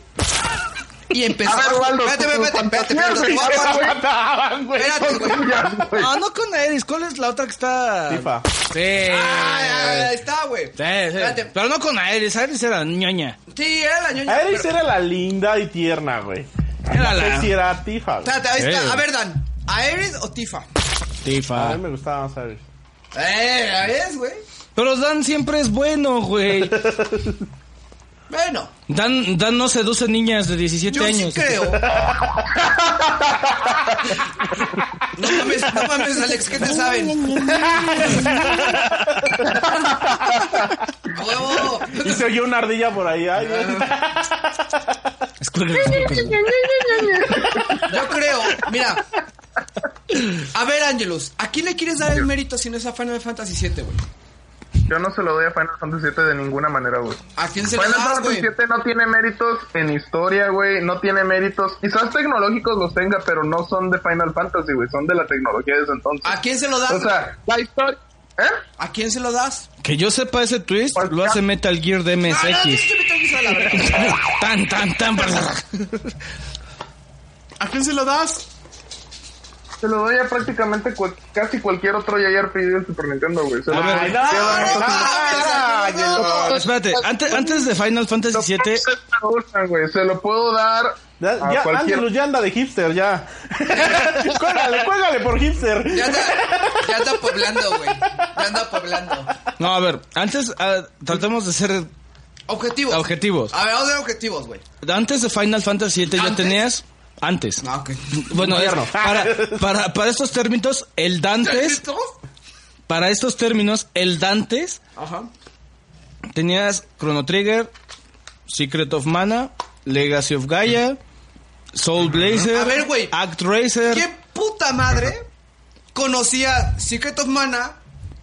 Speaker 5: Y empezaba
Speaker 6: A ver, Waldo,
Speaker 5: Espérate,
Speaker 6: tú-
Speaker 5: espérate,
Speaker 6: tú
Speaker 5: espérate,
Speaker 6: fantaseas,
Speaker 5: espérate,
Speaker 6: güey.
Speaker 5: espérate,
Speaker 6: Güey,
Speaker 8: Mataban, güey.
Speaker 5: espérate, güey.
Speaker 6: tuyas, güey.
Speaker 4: Ah, no con Eris, ¿cuál es la otra que está?
Speaker 8: FIFA.
Speaker 4: Sí.
Speaker 5: Ay, ay, Ah, Ahí está, güey.
Speaker 4: Sí, sí.
Speaker 5: Espérate.
Speaker 4: Pero no con Aeris, Aeris era ñoña.
Speaker 5: Sí, era la ñoña.
Speaker 8: Aeris
Speaker 5: pero-
Speaker 8: era la linda y tierna, güey.
Speaker 4: Era
Speaker 8: No sé
Speaker 4: la-
Speaker 8: si era Tifa, güey.
Speaker 5: Espérate, ahí
Speaker 4: Sí,
Speaker 5: está.
Speaker 4: güey.
Speaker 5: A ver, Dan. ¿Aerith o Tifa? Ah.
Speaker 4: Tifa.
Speaker 8: A mí me gustaba más Aeris.
Speaker 5: Eh, ¿la ves, güey?
Speaker 4: Pero Dan siempre es bueno, güey.
Speaker 5: Bueno,
Speaker 4: Dan, Dan no seduce niñas de 17
Speaker 5: yo
Speaker 4: años. <laughs>
Speaker 5: sí creo. No mames, no mames, Alex, ¿qué te saben? ¡A ¡Huevo!
Speaker 8: Y se oyó una ardilla por ahí. ay, güey.
Speaker 4: Es que- Yo
Speaker 5: Yo creo, mira. A ver, Angelus, ¿a quién le quieres dar el mérito si no es a Final Fantasy VII, güey?
Speaker 6: Yo no se lo doy a Final Fantasy VII de ninguna manera, güey.
Speaker 5: ¿A quién se le
Speaker 6: Final
Speaker 5: das,
Speaker 6: Fantasy
Speaker 5: güey?
Speaker 6: VII no tiene méritos en historia, güey. No tiene méritos. Quizás tecnológicos los tenga, pero no son de Final Fantasy, güey. Son de la tecnología de ese entonces.
Speaker 5: ¿A quién se lo
Speaker 6: O
Speaker 5: das?
Speaker 6: sea, la historia. ¿Eh?
Speaker 5: ¿A quién se lo das?
Speaker 4: que yo sepa ese twist,
Speaker 6: Pues,
Speaker 4: lo hace
Speaker 6: ya.
Speaker 4: Metal Gear de
Speaker 5: Ah, no,
Speaker 4: MSX.
Speaker 5: tienes que meter eso a la verga.
Speaker 4: Tan, tan, tan. pues,
Speaker 5: ¿A quién se lo das?
Speaker 6: Se lo doy a prácticamente cual- casi cualquier otro JRPG del Super Nintendo, güey. Se lo
Speaker 4: A ver,
Speaker 8: Ay, no, no,
Speaker 5: Ah,
Speaker 8: no, no, no.
Speaker 4: Espérate, antes, antes de Final
Speaker 6: los
Speaker 4: Fantasy VII,
Speaker 6: puedes dar a Ulsan, güey. Se lo puedo dar
Speaker 8: Ya,
Speaker 6: a
Speaker 8: ya,
Speaker 6: cualquier.
Speaker 8: Angelus ya anda de
Speaker 5: <laughs>
Speaker 8: hipster, ya. cuélgale, cuélgale por hipster.
Speaker 5: Ya anda, ya anda poblando, güey. Ya anda poblando.
Speaker 4: no, a ver, antes ah, tratemos de ser
Speaker 5: Objetivos.
Speaker 4: objetivos.
Speaker 5: A ver, vamos a ver objetivos, güey.
Speaker 4: Antes de Final Fantasy VII ya
Speaker 5: ¿Antes?
Speaker 4: tenías antes.
Speaker 5: No, Ah, ok.
Speaker 4: Bueno, es- para, para, para estos términos, el Dantes,
Speaker 5: ¿Listos?
Speaker 4: para estos términos, el Dantes
Speaker 5: Ajá.
Speaker 4: Tenías Chrono Trigger, Secret of Mana, Legacy of Gaia, Soul Blazer,
Speaker 5: A ver, güey.
Speaker 4: Act Racer.
Speaker 5: ¿Quién puta madre conocía Secret of Mana?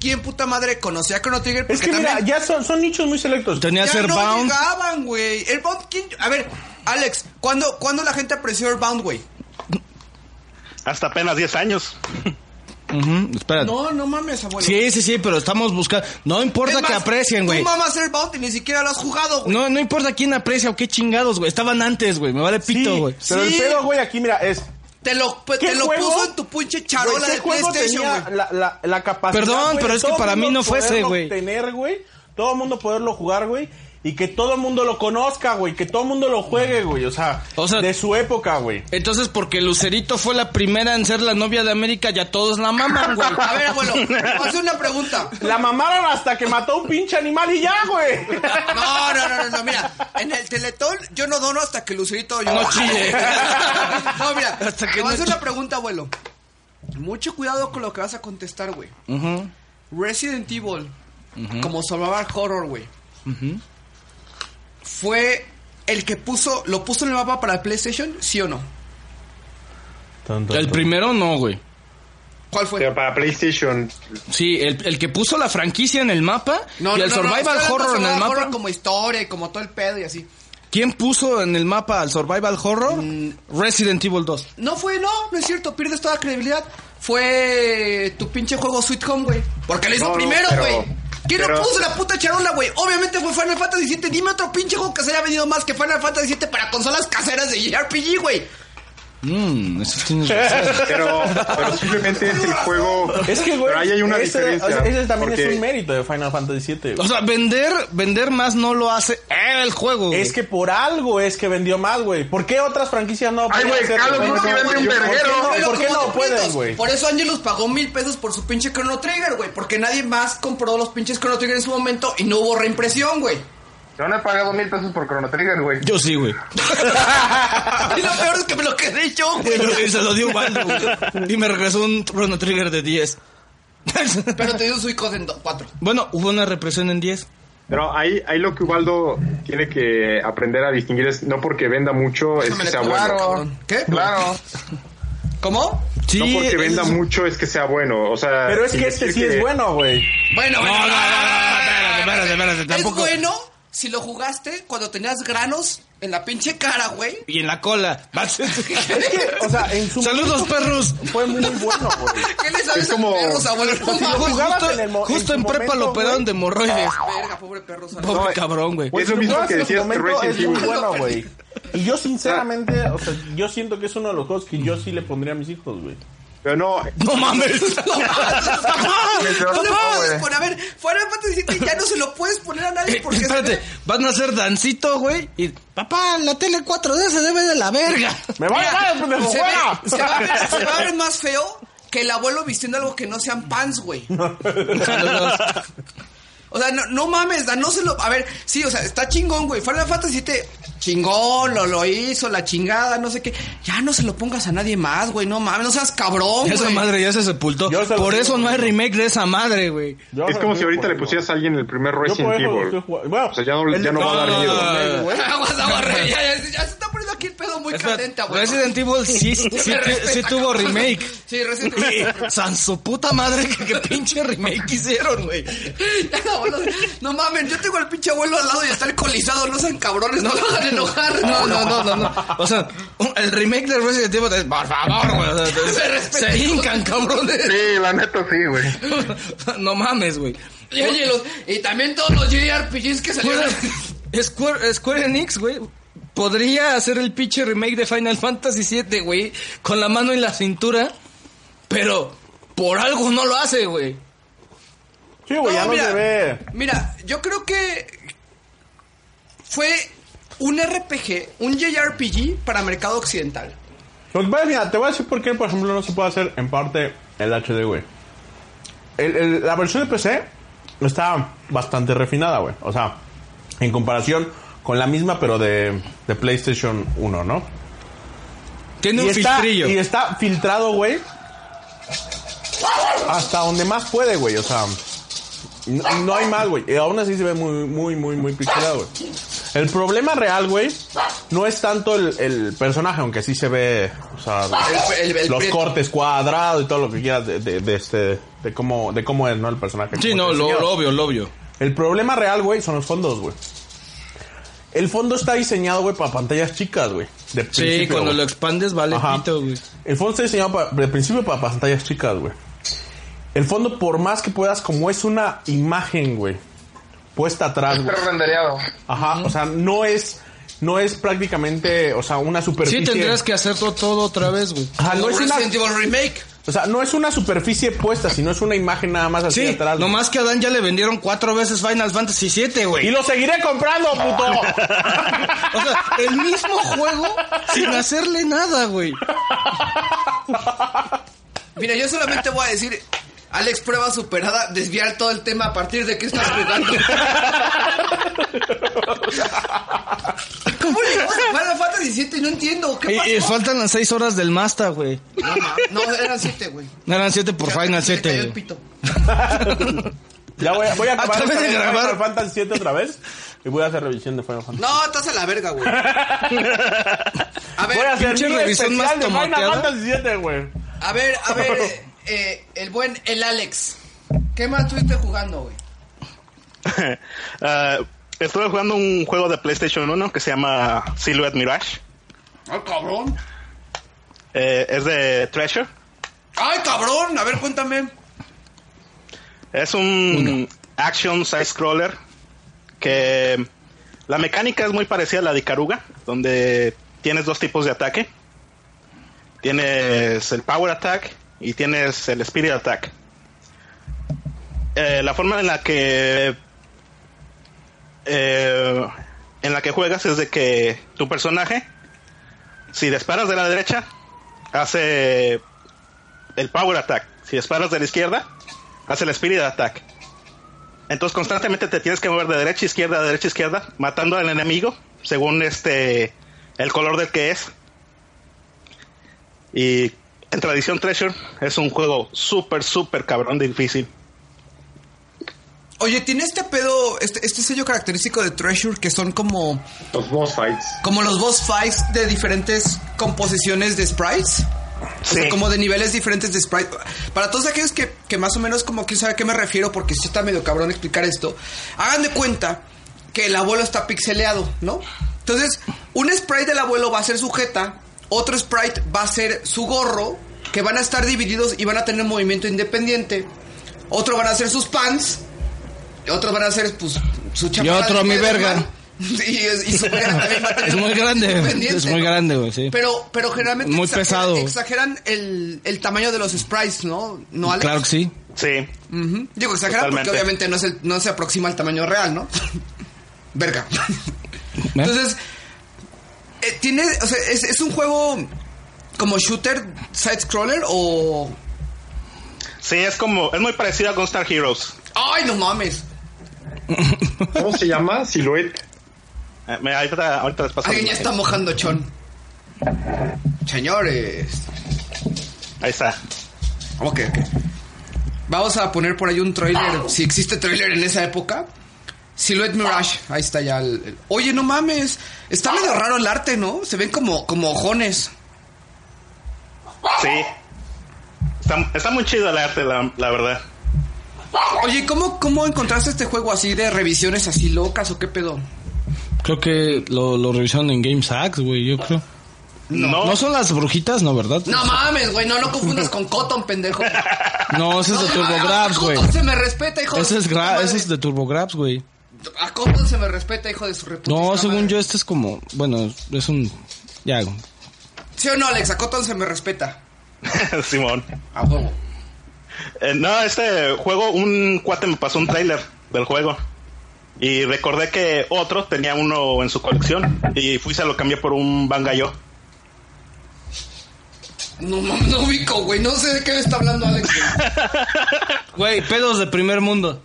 Speaker 5: ¿Quién puta madre conocía Chrono Trigger?
Speaker 8: Es que mira,
Speaker 5: también
Speaker 8: ya son, son nichos muy selectos.
Speaker 4: Tenías
Speaker 5: ya no
Speaker 4: Airbound.
Speaker 5: llegaban, güey. Airbound, ¿quién? A ver, Alex, ¿cuándo, ¿cuándo la gente apreció Airbound, güey?
Speaker 7: Hasta apenas 10 años. <laughs>
Speaker 4: Ujú, espérate.
Speaker 5: No, no mames, abuelo.
Speaker 4: Sí, sí, sí, pero estamos buscando. No
Speaker 5: Es
Speaker 4: importa
Speaker 5: más,
Speaker 4: que aprecien, güey.
Speaker 5: Tú mamas Airbound y ni siquiera lo has jugado, güey.
Speaker 4: No, no importa quién aprecia o qué chingados, güey. Estaban antes, güey. Me vale
Speaker 8: Sí,
Speaker 4: pito, güey.
Speaker 8: pero
Speaker 5: Sí.
Speaker 8: el pedo, güey, aquí, mira, es...
Speaker 5: Te lo, pues,
Speaker 8: ¿Qué
Speaker 5: te lo
Speaker 8: juego?
Speaker 5: puso en tu pinche
Speaker 8: Güey,
Speaker 5: charola
Speaker 8: ¿qué
Speaker 5: de
Speaker 8: juego
Speaker 5: PlayStation,
Speaker 8: tenía
Speaker 5: güey.
Speaker 8: la, la, la capacidad,
Speaker 4: Perdón,
Speaker 8: güey,
Speaker 4: pero es que
Speaker 8: todo
Speaker 4: para mí
Speaker 8: mundo
Speaker 4: no fue ese,
Speaker 8: poderlo
Speaker 4: güey.
Speaker 8: tener, güey, todo mundo poderlo jugar, güey, y que todo mundo lo conozca, güey, que todo mundo lo juegue, güey, o sea,
Speaker 4: O sea-
Speaker 8: de su época, güey.
Speaker 4: Entonces, porque Lucerito fue la primera en ser la novia de América, ya todos la maman, güey.
Speaker 5: A ver,
Speaker 4: <laughs>
Speaker 5: abuelo, hace una pregunta.
Speaker 8: La mamaron hasta que mató a un pinche animal y ya, güey.
Speaker 5: No, no, no, no, no, mira, en el Teletón yo no dono hasta que Lucerito yo
Speaker 4: No chille.
Speaker 5: <laughs> No, mira,
Speaker 4: Hasta que
Speaker 5: te voy a
Speaker 4: no
Speaker 5: hacer una pregunta, abuelo. Mucho cuidado con lo que vas a contestar, güey.
Speaker 4: Ujú.
Speaker 5: Resident Evil, como Survival Horror, güey. Fue el que puso, lo puso en el mapa para el PlayStation, ¿sí o no?
Speaker 4: El primero no, güey.
Speaker 5: ¿Cuál fue?
Speaker 3: Pero para PlayStation,
Speaker 4: Sí, el, el que puso la franquicia en el mapa y el
Speaker 5: estoy
Speaker 4: survival
Speaker 5: hablando de
Speaker 4: horror en el
Speaker 5: survival
Speaker 4: mapa.
Speaker 5: horror como historia y como todo el pedo y así.
Speaker 4: ¿Quién puso en el mapa al Survival Horror?
Speaker 5: Mm.
Speaker 4: Resident Evil 2.
Speaker 5: No fue, no, no es cierto, pierdes toda credibilidad. Fue tu pinche juego Sweet Home, güey. Porque lo hizo
Speaker 3: No, no,
Speaker 5: primero,
Speaker 3: pero-
Speaker 5: güey. ¿Quién lo
Speaker 3: pero-
Speaker 5: puso en la puta charola, güey? Obviamente fue Final Fantasy VII. Dime otro pinche juego que se haya vendido más que Final Fantasy VII para consolas caseras de JRPG, güey.
Speaker 4: Mmm, eso tienes
Speaker 5: <laughs>
Speaker 4: razón.
Speaker 3: Pero, pero simplemente es el juego.
Speaker 8: Es que, güey.
Speaker 3: Pero ahí hay una
Speaker 8: ese,
Speaker 3: diferencia.
Speaker 8: o sea, ese también es
Speaker 3: porque-
Speaker 8: un mérito de Final Fantasy VII.
Speaker 4: O
Speaker 8: güey.
Speaker 4: sea, vender, vender más no lo hace el juego. güey.
Speaker 8: Es que por algo es que vendió más, güey. ¿Por qué otras franquicias no
Speaker 6: Ay,
Speaker 8: pueden
Speaker 6: güey,
Speaker 8: hacer-
Speaker 6: Call of
Speaker 8: ¿Por
Speaker 6: Duty
Speaker 8: qué
Speaker 6: vende un
Speaker 8: no-
Speaker 6: verguero.
Speaker 8: ¿Por qué no,
Speaker 5: Pero
Speaker 8: por qué
Speaker 5: como
Speaker 8: no
Speaker 5: tú
Speaker 8: pueden,
Speaker 5: cuentas,
Speaker 8: güey?
Speaker 5: Por eso Angelus pagó mil pesos por su pinche Chrono Trigger, güey. Porque nadie más compró los pinches Chrono Trigger en su momento y no hubo reimpresión, güey. <laughs>
Speaker 6: Yo no he pagado mil pesos por Chrono Trigger, güey.
Speaker 4: Yo sí, güey.
Speaker 5: Y lo peor es que me lo quedé yo,
Speaker 4: <laughs>
Speaker 5: güey.
Speaker 4: Y se lo dio Waldo, güey. Y me regresó un Chrono Trigger de 10.
Speaker 5: Pero te dio su icono en 4.
Speaker 4: <laughs> bueno, hubo una represión en 10.
Speaker 3: Pero ahí, ahí lo que Ubaldo tiene que aprender a distinguir es no porque venda mucho es que sea bueno.
Speaker 5: ¿Qué?
Speaker 6: Claro.
Speaker 5: ¿Cómo?
Speaker 4: Sí,
Speaker 3: No porque venda
Speaker 4: es-
Speaker 3: mucho es que sea bueno. O sea,
Speaker 8: Pero es
Speaker 3: sin
Speaker 8: que este
Speaker 3: decir
Speaker 8: sí
Speaker 3: que-
Speaker 8: es bueno, güey.
Speaker 5: Bueno,
Speaker 4: No,
Speaker 5: bueno.
Speaker 4: no, no, no, no, espérate, espérate, espérate,
Speaker 5: Es
Speaker 4: tampoco.
Speaker 5: bueno si lo jugaste cuando tenías granos en la pinche cara, güey.
Speaker 4: Y en la cola. <laughs>
Speaker 8: O sea, en su
Speaker 4: Saludos, perros.
Speaker 8: fue muy bueno, güey.
Speaker 5: ¿Qué le sabes
Speaker 3: Es como-
Speaker 5: a
Speaker 4: <laughs>
Speaker 5: perros, abuelo? No mames,
Speaker 8: jugabas
Speaker 4: Justo
Speaker 8: en el mo-
Speaker 4: justo
Speaker 8: en
Speaker 4: en,
Speaker 8: su
Speaker 4: prepa lo
Speaker 8: momento,
Speaker 4: operaron
Speaker 8: güey. Ah,
Speaker 4: de hemorroides.
Speaker 5: Verga, pobre perro. salvaje.
Speaker 4: Pobre cabrón, güey.
Speaker 3: Es <laughs>
Speaker 8: Si
Speaker 3: lo mismo
Speaker 8: juegas
Speaker 3: que
Speaker 8: en su
Speaker 3: decías de
Speaker 8: este momento,
Speaker 3: Resident
Speaker 8: es muy
Speaker 3: Evil. Ah.
Speaker 8: bueno, güey. Y yo sinceramente, o sea, yo siento que es uno de los juegos que yo sí le pondría a mis hijos, güey.
Speaker 3: Pero no,
Speaker 4: No mames.
Speaker 5: <laughs> No le
Speaker 6: No,
Speaker 5: puedes
Speaker 6: güey.
Speaker 5: poner, a ver, fuera de Fantasy VII ya no se lo puedes poner a nadie porque se
Speaker 4: <laughs> Espérate,
Speaker 5: ve-
Speaker 4: van a hacer dancito, güey. Y papá, la tele 4D se debe de la
Speaker 8: <laughs>
Speaker 4: verga.
Speaker 8: ¡Me voy
Speaker 5: Mira,
Speaker 8: a pues, pendejo,
Speaker 5: se,
Speaker 8: fuera!
Speaker 5: ve- se va a ver, se va a ver más feo que el abuelo vistiendo algo que no sean pants, güey.
Speaker 4: Saludos.
Speaker 5: O sea, no, no mames, Dan, no se lo. A ver, sí, o sea, está chingón, güey. Final Fantasy VII, chingón, lo, lo hizo, la chingada, no sé qué. Ya no se lo pongas a nadie más, güey, no mames, no seas cabrón,
Speaker 4: Esa
Speaker 5: güey.
Speaker 4: madre <laughs> ya se sepultó.
Speaker 8: Yo se lo
Speaker 4: Por
Speaker 8: digo,
Speaker 4: eso no hay
Speaker 8: güey.
Speaker 4: remake de esa madre, güey.
Speaker 8: Yo
Speaker 3: es como si ahorita
Speaker 8: por
Speaker 3: le
Speaker 8: eso.
Speaker 3: pusieras a alguien el primer
Speaker 8: Yo
Speaker 3: Resident
Speaker 8: por eso lo estoy
Speaker 3: Evil.
Speaker 8: jugando. Bueno,
Speaker 3: O sea, ya no-
Speaker 8: el-
Speaker 3: ya no va a dar miedo.
Speaker 8: no, güey.
Speaker 5: <laughs>
Speaker 4: <laughs>
Speaker 5: Aguas, aguas, rey, ya, ya, ya se está poniendo aquí el pedo muy
Speaker 4: Espera,
Speaker 5: caliente, güey.
Speaker 4: Resident Evil sí, sí- sí- sí tuvo remake.
Speaker 5: Sí, Resident Evil.
Speaker 4: San su puta madre <laughs> que, que pinche remake hicieron, güey.
Speaker 5: Ya, abuelo, no mames, yo tengo al pinche abuelo al lado y está alcoholizado, no sean cabrones, no lo hagan enojar.
Speaker 4: No, no, no, no, no. O sea, un- el remake de Resident Evil es, por favor, güey. o sea,
Speaker 5: Se
Speaker 4: se,
Speaker 5: respeta.
Speaker 4: hincan, cabrones.
Speaker 6: Sí, la neta sí, güey.
Speaker 4: <laughs> No mames, güey.
Speaker 5: <laughs> Y oye, los, y también todos los JRPGs que salieron.
Speaker 4: <laughs> Fuera- Square, Square Enix, güey. Podría hacer el pinche remake de Final Fantasy VII, güey. Con la mano en la cintura. Pero por algo no lo hace, güey.
Speaker 8: Sí, güey, ya no se ve.
Speaker 5: mira, yo creo que fue un RPG, un JRPG para mercado occidental.
Speaker 8: Pues, bueno, mira, te voy a decir por qué, por ejemplo, no se puede hacer en parte el HD, güey. El- el- la versión de PC está bastante refinada, güey. O sea, en comparación con la misma, pero de, de PlayStation 1, ¿no?
Speaker 4: Tiene
Speaker 8: y,
Speaker 4: un
Speaker 8: está,
Speaker 4: filtrillo.
Speaker 8: y está filtrado, güey. Hasta donde más puede, güey. O sea, no, no hay más, güey. Y aún así se ve muy, muy, muy, muy pixelado, güey. El problema real, güey, no es tanto el, el personaje, aunque sí se ve, o sea,
Speaker 5: El- el- el
Speaker 8: los
Speaker 5: prieto.
Speaker 8: cortes cuadrados y todo lo que quieras de, de, de este, de cómo, de cómo es, ¿no? El personaje.
Speaker 4: Sí,
Speaker 8: cómo
Speaker 4: no,
Speaker 8: te
Speaker 4: lo,
Speaker 8: enseñaron.
Speaker 4: lo obvio, lo obvio.
Speaker 8: El problema real, güey, son los fondos, güey. El fondo está diseñado, güey, para pantallas chicas, güey. De
Speaker 4: Sí,
Speaker 8: principio,
Speaker 4: cuando
Speaker 8: güey.
Speaker 4: lo expandes vale
Speaker 8: Ajá.
Speaker 4: pito, güey.
Speaker 8: El fondo está diseñado para, de principio para pantallas chicas, güey. El fondo, por más que puedas, como es una imagen, güey, puesta atrás, güey.
Speaker 6: Pero rendereado.
Speaker 8: Ajá, o sea, no es, no es prácticamente, o sea, una superficie.
Speaker 4: Sí, tendrías que hacerlo todo otra vez, güey.
Speaker 8: Ajá, no es una,
Speaker 5: Resident Evil Remake.
Speaker 8: o sea, no es una superficie puesta, sino es una imagen nada más así
Speaker 4: Sí,
Speaker 8: atrás. güey.
Speaker 4: nomás que a Dan ya le vendieron cuatro veces Final Fantasy VII,
Speaker 8: Y
Speaker 4: güey.
Speaker 8: lo seguiré comprando, puto.
Speaker 4: O sea, el mismo <laughs> juego sin hacerle nada, güey.
Speaker 5: Mira, yo solamente voy a decir, Alex, prueba superada, desviar todo el tema a partir de que estás jugando.
Speaker 4: <laughs>
Speaker 5: ¿Cómo le vas a Final Fantasy 17? No entiendo. ¿Qué
Speaker 4: Y, y
Speaker 5: pasó?
Speaker 4: faltan las seis horas del Masta, güey.
Speaker 5: No, ma- no, eran 7, güey.
Speaker 4: No eran siete por
Speaker 5: Ya-
Speaker 4: Final
Speaker 5: se cayó
Speaker 4: 7,
Speaker 5: el
Speaker 4: güey.
Speaker 5: pito.
Speaker 8: ya voy, a-
Speaker 4: <laughs>
Speaker 8: voy a acabar
Speaker 4: Acabé
Speaker 8: otra
Speaker 4: de
Speaker 8: vez
Speaker 4: grabar.
Speaker 8: Final Fantasy 7 otra vez y voy a hacer revisión de Final Fantasy.
Speaker 5: No, estás a la verga, güey. A ver,
Speaker 8: voy a hacer
Speaker 4: pinche
Speaker 8: mi
Speaker 4: revisión más
Speaker 8: especial de Final
Speaker 4: tomateada.
Speaker 8: Fantasy 7, güey.
Speaker 5: a ver, a ver, eh, eh, el buen, el Alex. ¿Qué más estuviste jugando, güey?
Speaker 7: Ah, estuve jugando un juego de PlayStation 1 que se llama Silhouette Mirage.
Speaker 5: ¡Ay,
Speaker 8: Ah,
Speaker 5: cabrón!
Speaker 7: Eh, es de Treasure.
Speaker 5: ¡Ay, cabrón! A ver, cuéntame.
Speaker 7: Es un action side scroller que la mecánica es muy parecida a la de Caruga, donde tienes dos tipos de ataque. tienes el Power Attack y tienes el Spirit Attack. Eh, la forma en la que eh, en la que juegas es de que tu personaje, si disparas de la derecha, hace el Power Attack. Si disparas de la izquierda, hace el Spirit Attack. Entonces constantemente te tienes que mover de derecha a izquierda, de derecha a izquierda, matando al enemigo según este el color del que es. Y en tradición Treasure es un juego súper, súper cabrón difícil.
Speaker 5: Oye, tiene este pedo, este, este sello característico de Treasure que son como.
Speaker 3: Los boss fights.
Speaker 5: Como los boss fights de diferentes composiciones de sprites. O sea,
Speaker 7: Sí.
Speaker 5: como de niveles diferentes de sprite. Para todos aquellos que, que más o menos como quieren saber a qué me refiero, porque sí está medio cabrón explicar esto, hagan de cuenta que el abuelo está pixeleado, ¿no? Entonces, un sprite del abuelo va a ser sujeta, otro sprite va a ser su gorro, que van a estar divididos y van a tener movimiento independiente. Otro van a ser sus pants, y otros van a ser pues su
Speaker 4: Y otro, mi verga.
Speaker 5: <laughs> Sí, es- y su verga también va a
Speaker 4: <laughs>
Speaker 5: tener
Speaker 4: Es muy grande,
Speaker 5: independiente,
Speaker 4: es muy
Speaker 5: ¿no?
Speaker 4: grande, güey, sí.
Speaker 5: Pero, pero generalmente
Speaker 4: Muy
Speaker 5: exageran-
Speaker 4: pesado.
Speaker 5: exageran el, el tamaño de los sprites, ¿no? ¿No Alex?
Speaker 4: Claro que sí.
Speaker 7: Sí.
Speaker 5: Ujú. Digo, exageran
Speaker 7: Totalmente.
Speaker 5: porque obviamente no, es el- no se aproxima al tamaño real, ¿no? <laughs> Verga.
Speaker 4: ¿Eh?
Speaker 5: Entonces, eh, tiene, o sea, es, es un juego como shooter, side-scroller o...
Speaker 7: Sí, es como, es muy parecido a Gunstar Heroes.
Speaker 5: ¡Ay, no mames!
Speaker 3: ¿Cómo se <laughs> llama? Silhouette.
Speaker 7: Eh, me- ahorita, ahorita les paso.
Speaker 5: Alguien ya
Speaker 7: el-
Speaker 5: está mojando chon. Señores.
Speaker 7: Ahí está.
Speaker 5: Ok, ok. Vamos a poner por ahí un trailer. Si existe trailer en esa época. Silhouette Mirage. Ahí está ya el, el- Oye, no mames. Está medio raro el arte, ¿no? Se ven como, como ojones.
Speaker 7: Sí. Está, está muy chido el arte, la, la verdad.
Speaker 5: Oye, ¿cómo, ¿cómo encontraste este juego así de revisiones así locas o qué pedo?
Speaker 4: Creo que lo, lo revisaron en GameSax, güey, yo creo. No. no son las brujitas, ¿no, verdad?
Speaker 5: No mames, güey. No lo confundas con Cotton, <laughs> pendejo.
Speaker 4: No, ese es de TurboGrafx, güey.
Speaker 5: Cotton se me respeta, hijo
Speaker 4: Ese
Speaker 5: de
Speaker 4: es,
Speaker 5: su
Speaker 4: gra-
Speaker 5: madre.
Speaker 4: ese es de TurboGrafx, güey.
Speaker 5: A Cotton se me respeta, hijo de su reputa.
Speaker 4: No, según yo, este es como. Bueno, es un. Ya,
Speaker 5: ¿Sí o no, Alex? A Cotton se me respeta.
Speaker 7: <laughs> Simón.
Speaker 5: A huevo.
Speaker 7: Eh, no, este juego, un cuate me pasó un tráiler del juego. Y recordé que otro tenía uno en su colección. Y fui y se lo cambié por un Bangayo.
Speaker 5: No mames, no ubico, güey. No sé de qué me está hablando Alex. güey.
Speaker 4: <laughs> Güey, pedos de primer mundo.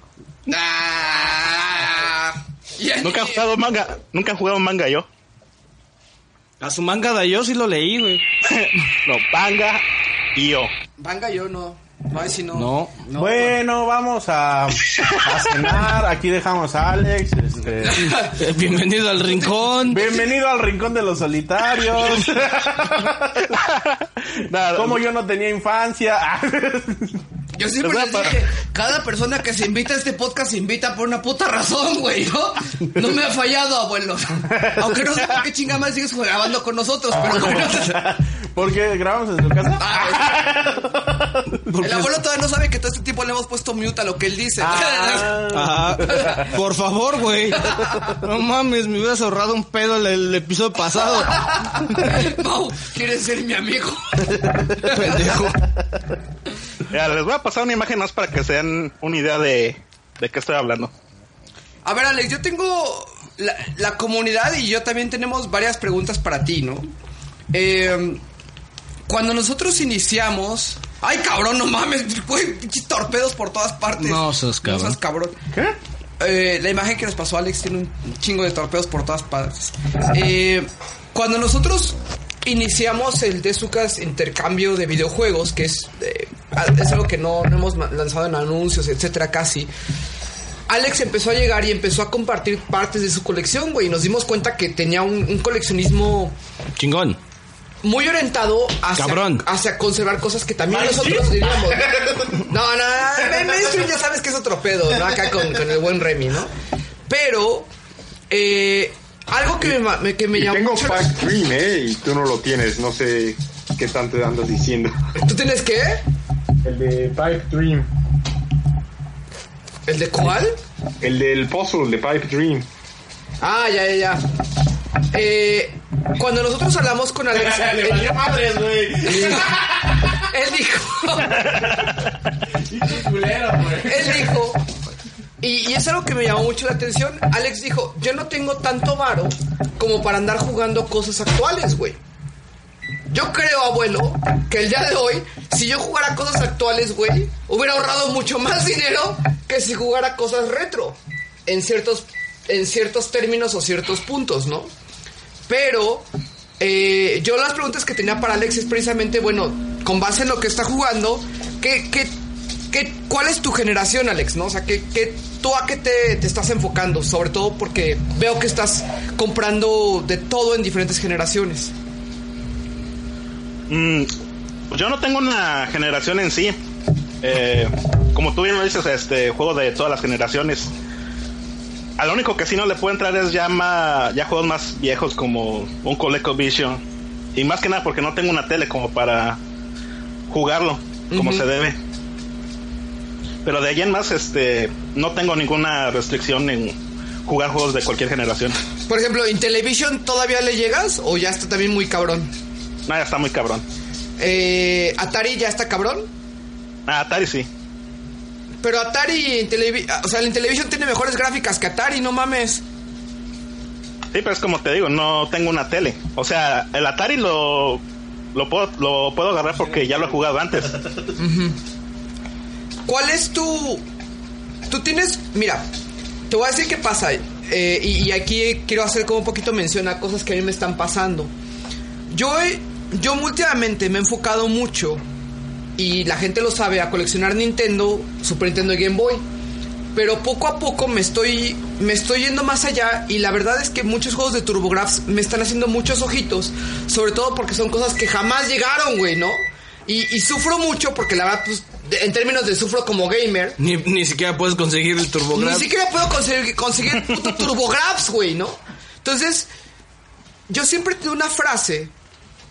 Speaker 5: Ah. Ya
Speaker 7: Nunca he
Speaker 5: ni-
Speaker 7: jugado manga. Nunca he jugado manga yo.
Speaker 4: A su manga de yo sí lo leí, güey.
Speaker 7: No, manga y yo.
Speaker 5: Vanga yo no. No, ahí sí no.
Speaker 4: No.
Speaker 8: bueno, vamos a, a cenar. Aquí dejamos a Alex. este,
Speaker 4: Eh, Bienvenido al rincón.
Speaker 8: Bienvenido al rincón de los solitarios.
Speaker 4: <laughs>
Speaker 7: Nada,
Speaker 8: Como yo no tenía infancia. <laughs>
Speaker 5: Yo siempre les dije, cada persona que se invita a este podcast se invita por una puta razón, güey, ¿no? No me ha fallado, abuelo. Aunque no sé por qué chinga más sigues grabando con nosotros, pero bueno.
Speaker 8: Porque grabamos en su casa.
Speaker 5: Ah, El abuelo todavía no sabe que todo este tiempo le hemos puesto mute a lo que él dice.
Speaker 8: Ah,
Speaker 4: Ajá. Por favor, güey. No mames, me hubieras ahorrado un pedo el, el episodio pasado.
Speaker 5: <laughs> Mau, ¿quieres ser mi amigo?
Speaker 4: Pendejo.
Speaker 7: ya, les voy a pasar una imagen más para que se den una idea de, de qué estoy hablando.
Speaker 5: A ver, Alex, yo tengo la, la comunidad y yo también tenemos varias preguntas para ti, ¿no? Eh, cuando nosotros iniciamos... Ay, cabrón, no mames, güey, pinches torpedos por todas partes.
Speaker 4: No seas cabrón.
Speaker 5: No seas cabrón. ¿Qué? la imagen que nos pasó Alex tiene un chingo de torpedos por todas partes. Eh, cuando nosotros iniciamos el Dezukas intercambio de videojuegos, que es, eh, es algo que no, no hemos ma- lanzado en anuncios, etcétera, casi. Alex empezó a llegar y empezó a compartir partes de su colección, güey. Y nos dimos cuenta que tenía un, un coleccionismo
Speaker 4: Chingón.
Speaker 5: muy orientado hacia,
Speaker 4: Cabrón.
Speaker 5: hacia conservar cosas que también nosotros
Speaker 3: <laughs>
Speaker 5: diríamos. No, no, no, el mainstream ya sabes que es otro pedo, ¿no? Acá con, con el buen Remy, ¿no? Pero, eh, algo que me, ma- me- que me
Speaker 3: Y
Speaker 5: llamó
Speaker 3: tengo
Speaker 5: mucho la-
Speaker 3: Pack Dream, ¿eh? Y tú no lo tienes. No sé qué tanto andas diciendo.
Speaker 5: ¿Tú tienes qué?
Speaker 3: El de Pipe Dream.
Speaker 5: ¿El de cuál?
Speaker 3: El del puzzle de Pipe Dream.
Speaker 5: Ah, ya, ya, ya. Eh, Cuando nosotros hablamos con Alex,
Speaker 3: <laughs>
Speaker 8: Le valió
Speaker 5: él,
Speaker 8: madres, güey.
Speaker 5: él dijo,
Speaker 8: Culero, güey.
Speaker 5: él dijo, y, y es algo que me llamó mucho la atención. Alex dijo, yo no tengo tanto varo como para andar jugando cosas actuales, güey. Yo creo, abuelo, que el día de hoy, si yo jugara cosas actuales, güey, hubiera ahorrado mucho más dinero que si jugara cosas retro. En ciertos, en ciertos términos o ciertos puntos, ¿no? Pero eh, yo las preguntas que tenía para Alex es precisamente, bueno, con base en lo que está jugando, ¿qué, qué, qué, ¿cuál es tu generación, Alex? ¿No? O sea, ¿qué, qué, ¿tú a qué te, te estás enfocando? Sobre todo porque veo que estás comprando de todo en diferentes generaciones.
Speaker 7: Mm, yo no tengo una generación en sí. Eh, como tú bien lo dices, este juego de todas las generaciones. A lo único que sí no le puedo entrar es ya, ma- ya juegos más viejos como un ColecoVision. Y más que nada porque no tengo una tele como para jugarlo como
Speaker 5: Ujú.
Speaker 7: se debe. Pero de ahí en más, este, no tengo ninguna restricción en jugar juegos de cualquier generación.
Speaker 5: Por ejemplo, ¿en Television todavía le llegas o ya está también muy cabrón?
Speaker 7: Nada, está muy cabrón.
Speaker 5: Eh, ¿Atari ya está cabrón?
Speaker 7: Ah, Atari sí.
Speaker 5: Pero Atari en Television... O sea, en Television tiene mejores gráficas que Atari, no mames.
Speaker 7: Sí, pero es como te digo, no tengo una tele. O sea, el Atari lo, lo, puedo, lo puedo agarrar porque ya lo he jugado antes.
Speaker 5: ¿Cuál es tu... Tú tienes... Mira, te voy a decir qué pasa. eh, y, y aquí quiero hacer como un poquito mención a cosas que a mí me están pasando. Yo, he- yo últimamente me he enfocado mucho, y la gente lo sabe, a coleccionar Nintendo, Super Nintendo y Game Boy. Pero poco a poco me estoy, me estoy yendo más allá y la verdad es que muchos juegos de TurboGrafx me están haciendo muchos ojitos, sobre todo porque son cosas que jamás llegaron, güey, ¿no? Y, y sufro mucho porque la verdad, pues, de- en términos de sufro como gamer,
Speaker 4: Ni, ni siquiera puedes conseguir el
Speaker 5: ni
Speaker 4: turbografía.
Speaker 5: siquiera puedo conseguir, conseguir puto TurboGrafx, güey, ¿no? Entonces, yo siempre tengo una frase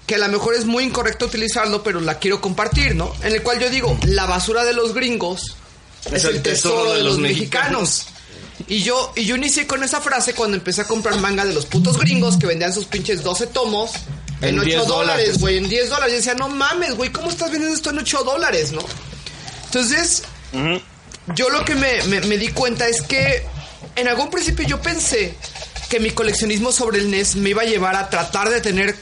Speaker 5: que a lo mejor es muy incorrecto utilizarlo, pero la quiero compartir, ¿no? En el cual yo digo, la basura de los gringos es, el tesoro, de, los mexicanos. Y yo, y yo inicié con esa frase cuando empecé a comprar manga de los putos gringos que vendían sus pinches 12 tomos en,
Speaker 4: En
Speaker 5: 8
Speaker 4: 10
Speaker 5: dólares,
Speaker 4: dólares.
Speaker 5: güey, en 10 dólares. Y decía, no mames, güey, ¿cómo estás vendiendo esto en 8 dólares, no? Entonces, yo lo que me, me- me di cuenta es que en algún principio yo pensé que mi coleccionismo sobre el NES me iba a llevar a tratar de tener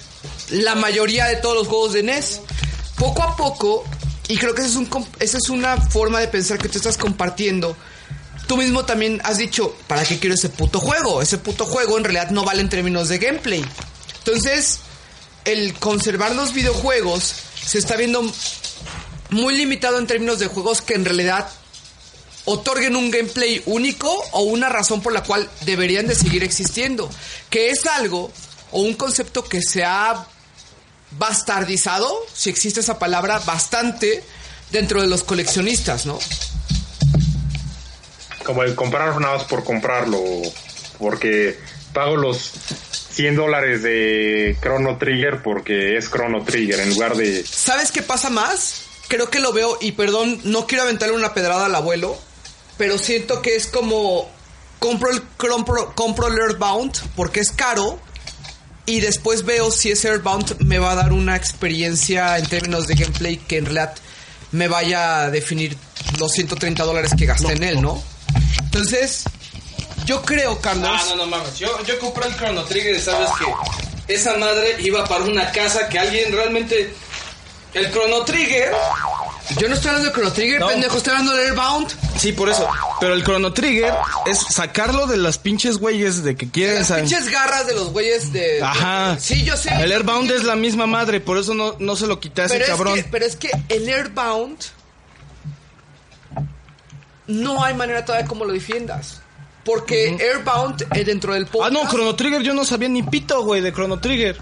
Speaker 5: la mayoría de todos los juegos de NES. Poco a poco, y creo que esa es, un comp- esa es una forma de pensar que tú estás compartiendo. Tú mismo también has dicho, ¿para qué quiero ese puto juego? Ese puto juego en realidad no vale en términos de gameplay. Entonces, el conservar los videojuegos se está viendo muy limitado en términos de juegos que en realidad otorguen un gameplay único o una razón por la cual deberían de seguir existiendo. Que es algo o un concepto que se ha bastardizado, si existe esa palabra, bastante dentro de los coleccionistas, ¿no?
Speaker 3: Como el comprar nada más por comprarlo. Porque pago los 100 dólares de Chrono Trigger porque es Chrono Trigger en lugar de...
Speaker 5: ¿Sabes qué pasa más? Creo que lo veo, y perdón, no quiero aventarle una pedrada al abuelo, pero siento que es como compro el, compro, compro el Earthbound porque es caro y después veo si ese Earthbound me va a dar una experiencia en términos de gameplay que en realidad me vaya a definir los 130 dólares que gasté en él, ¿no? Entonces, yo creo, Carlos...
Speaker 4: Ah, no, no mames. Yo, yo compré el Chrono Trigger y sabes que esa madre iba para una casa que alguien realmente. El Chrono Trigger.
Speaker 5: Yo no estoy hablando de Chrono Trigger,
Speaker 4: No.
Speaker 5: pendejo, estoy hablando de Airbound.
Speaker 4: Sí, por eso. Pero el Chrono Trigger es sacarlo de las pinches güeyes de que quieren.
Speaker 5: Las
Speaker 4: sa-
Speaker 5: pinches garras de los güeyes de...
Speaker 4: Ajá.
Speaker 5: Sí, yo sé.
Speaker 4: El Airbound es la misma madre, por eso no, no se lo quité a ese
Speaker 5: pero
Speaker 4: cabrón.
Speaker 5: Es que, pero es que el Airbound no hay manera todavía como lo defiendas. Porque Airbound eh, dentro del
Speaker 4: Ah,
Speaker 5: podcast...
Speaker 4: no, Chrono Trigger, yo no sabía ni pito, güey, de Chrono Trigger.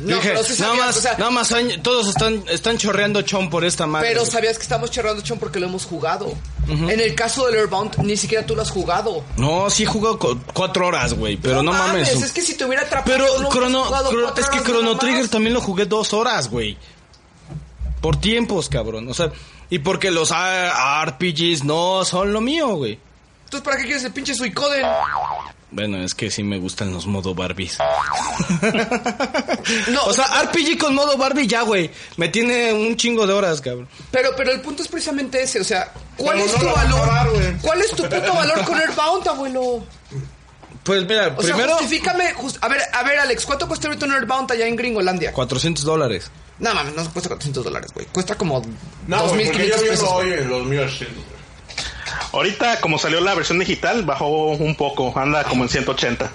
Speaker 5: No,
Speaker 4: Dije,
Speaker 5: pero sí sabías,
Speaker 4: nada más,
Speaker 5: o sea-
Speaker 4: nada más, hay- todos están, están chorreando chon por esta madre.
Speaker 5: Pero
Speaker 4: güey.
Speaker 5: sabías que estamos charlando, Chon, porque lo hemos jugado. En el caso del Airbound, ni siquiera tú lo has jugado.
Speaker 4: No, sí he jugado cu- cuatro horas, güey, pero no, mames.
Speaker 5: Es que si te hubiera atrapado...
Speaker 4: Pero
Speaker 5: no hubieras
Speaker 4: Chrono,
Speaker 5: jugado
Speaker 4: Chrono-
Speaker 5: cuatro
Speaker 4: es que
Speaker 5: horas nada
Speaker 4: Chrono
Speaker 5: más.
Speaker 4: Trigger también lo jugué dos horas, güey. Por tiempos, cabrón. O sea, y porque los A- RPGs no son lo mío, güey.
Speaker 5: Entonces, ¿para qué quieres el pinche Suicoden?
Speaker 4: Bueno, es que sí me gustan los modo
Speaker 5: <laughs>
Speaker 4: Barbies.
Speaker 5: No,
Speaker 4: o sea, RPG con modo Barbie ya, güey. Me tiene un chingo de horas, cabrón.
Speaker 5: Pero, pero el punto es precisamente ese, o sea, ¿cuál
Speaker 8: Pero
Speaker 5: es
Speaker 8: no
Speaker 5: tu
Speaker 8: lo vas a
Speaker 5: valor?
Speaker 8: acabar, güey.
Speaker 5: ¿Cuál es tu puto valor con Earthbound, abuelo?
Speaker 4: Pues mira,
Speaker 5: O sea,
Speaker 4: primero,
Speaker 5: justifícame. jus- a ver, a ver, Alex, ¿cuánto cuesta ahorita un Earthbound allá en Gringolandia?
Speaker 4: 400 dólares.
Speaker 5: No mames, no cuesta 400 dólares, güey. Cuesta como
Speaker 8: No, güey, porque
Speaker 5: 2.500
Speaker 8: yo vi
Speaker 5: pesos.
Speaker 8: uno
Speaker 5: güey.
Speaker 8: hoy en los 1800. güey.
Speaker 7: Ahorita, como salió la versión digital, bajó un poco, anda como en 180.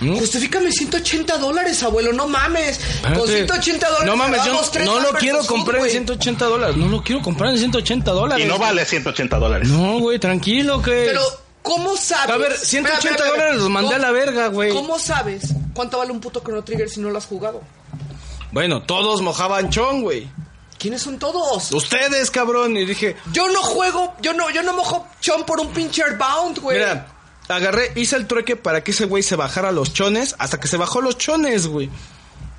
Speaker 4: ¿Mm?
Speaker 5: Justifícame 180 dólares, abuelo, no mames. Con
Speaker 4: Espérate.
Speaker 5: 180 dólares.
Speaker 4: No mames,
Speaker 5: te
Speaker 4: yo
Speaker 5: damos tres
Speaker 4: no lo
Speaker 5: Albertos
Speaker 4: quiero
Speaker 5: Food,
Speaker 4: comprar en
Speaker 5: güey.
Speaker 4: 180 dólares. No lo quiero comprar en 180 dólares.
Speaker 7: Y no vale 180 dólares.
Speaker 4: No, güey, tranquilo, que.
Speaker 5: Pero, ¿cómo sabes?
Speaker 4: A ver, 180
Speaker 5: Espera, espera, espera.
Speaker 4: dólares los mandé a la
Speaker 5: ¿Cómo-
Speaker 4: verga, güey.
Speaker 5: ¿Cómo sabes cuánto vale un puto Chrono Trigger si no lo has jugado?
Speaker 4: Bueno, todos mojaban chon, güey.
Speaker 5: ¿Quiénes son todos?
Speaker 4: Ustedes, cabrón. Y dije,
Speaker 5: Yo no juego, yo no, yo no mojo chon por un pinche Airbound, güey.
Speaker 4: Mira, agarré, hice el trueque para que ese güey se bajara los chones. Hasta que se bajó los chones, güey.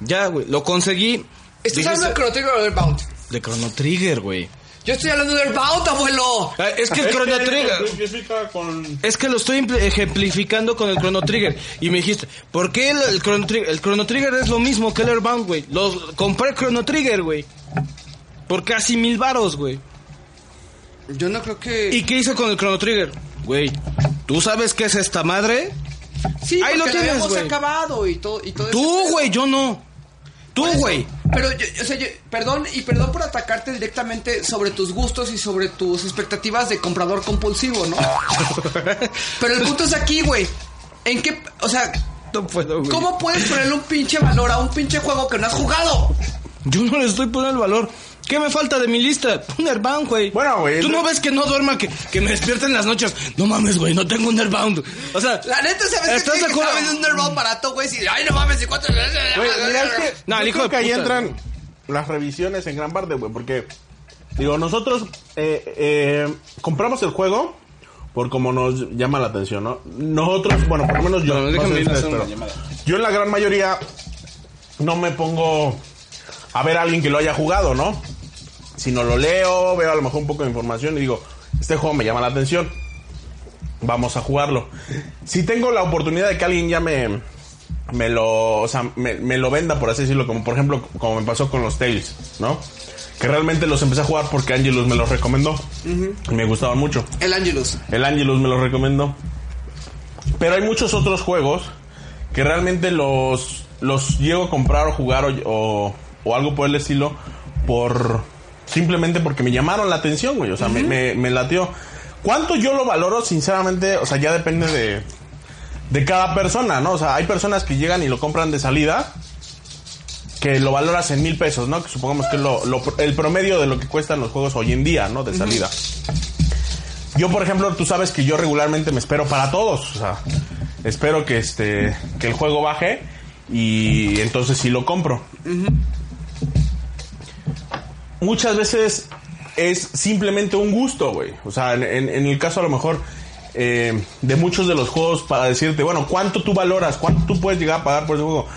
Speaker 4: Ya, güey, lo conseguí.
Speaker 5: ¿Estás
Speaker 4: Dije,
Speaker 5: hablando de Chrono Trigger o de Airbound?
Speaker 4: "Se- de Chrono Trigger, güey.
Speaker 5: Yo estoy hablando de Airbound, abuelo.
Speaker 4: Ah, Es que el Chrono
Speaker 8: Lo
Speaker 4: Trigger.
Speaker 8: Simplifica con.
Speaker 4: Es que lo estoy impl- ejemplificando con el Chrono Trigger. Y me dijiste, ¿por qué el, el Chrono Trigger? El Chrono Trigger es lo mismo que el Airbound, güey. Lo compré Chrono Trigger, güey. Por casi mil varos, güey.
Speaker 5: Yo no creo que.
Speaker 4: ¿Y qué hice con el Chrono Trigger? Güey, ¿tú sabes qué es esta madre?
Speaker 5: sí,
Speaker 4: ahí
Speaker 5: porque
Speaker 4: lo tienes,
Speaker 5: habíamos
Speaker 4: güey.
Speaker 5: acabado y todo, y todo ese
Speaker 4: Tú,
Speaker 5: pedo.
Speaker 4: güey, yo no. Tú, güey.
Speaker 5: Pero, yo, o sea, yo- perdón, y perdón por atacarte directamente sobre tus gustos y sobre tus expectativas de comprador compulsivo, ¿no? Pero el punto es aquí, güey. ¿En qué, o sea,
Speaker 4: <laughs> No puedo, güey.
Speaker 5: cómo puedes ponerle un pinche valor a un pinche juego que no has jugado?
Speaker 4: Yo no le estoy poniendo el valor. ¿Qué me falta de mi lista? Un airbound, güey.
Speaker 8: Bueno, güey,
Speaker 4: Tú
Speaker 8: es-
Speaker 4: no ves que no duerma, que, que me despierta en las noches. No mames, güey, no tengo un airbound. O sea,
Speaker 5: La neta, ¿sabes
Speaker 4: ¿Estás
Speaker 5: qué?
Speaker 4: de
Speaker 5: Que
Speaker 4: acuerdo?
Speaker 5: estaba viendo un Nerbound barato, güey. Si, ay, no mames, ¿y cuánto?
Speaker 8: Ah, Güey, mira, es que.
Speaker 4: No,
Speaker 8: yo
Speaker 4: el hijo
Speaker 8: creo
Speaker 4: de
Speaker 8: que ahí
Speaker 4: puta.
Speaker 8: entran las revisiones en gran parte, güey, porque. Digo, nosotros eh, eh, compramos el juego por como nos llama la atención, ¿no? Nosotros, bueno, por lo menos yo.
Speaker 4: Pero
Speaker 8: no
Speaker 4: déjame
Speaker 8: sé
Speaker 4: ir a
Speaker 8: ustedes,
Speaker 4: hacer una
Speaker 8: pero
Speaker 4: llamada.
Speaker 8: yo en la gran mayoría no me pongo a ver a alguien que lo haya jugado, ¿no? Sino lo leo, veo a lo mejor un poco de información y digo, este juego me llama la atención. Vamos a jugarlo. Si tengo la oportunidad de que alguien ya me, me lo, o sea, me, me lo venda, por así decirlo, como por ejemplo, como me pasó con los Tales, ¿no? Que realmente los empecé a jugar porque Angelus me los recomendó. Y me gustaban mucho.
Speaker 5: El Angelus.
Speaker 8: El Angelus me lo recomendó. Pero hay muchos otros juegos que realmente los, los llego a comprar o jugar o, o- o algo por el estilo por simplemente porque me llamaron la atención, güey. O sea, me, me, me latió. ¿Cuánto yo lo valoro? Sinceramente, o sea, ya depende de, de cada persona, ¿no? O sea, hay personas que llegan y lo compran de salida que lo valoras en mil pesos, ¿no? Que supongamos que es lo, lo- el promedio de lo que cuestan los juegos hoy en día, ¿no? De salida. Yo, por ejemplo, tú sabes que yo regularmente me espero para todos. O sea, espero que este que el juego baje y entonces sí lo compro. Muchas veces es simplemente un gusto, güey. O sea, en, en- en el caso a lo mejor eh, de muchos de los juegos para decirte, bueno, ¿cuánto tú valoras? ¿Cuánto tú puedes llegar a pagar por ese juego?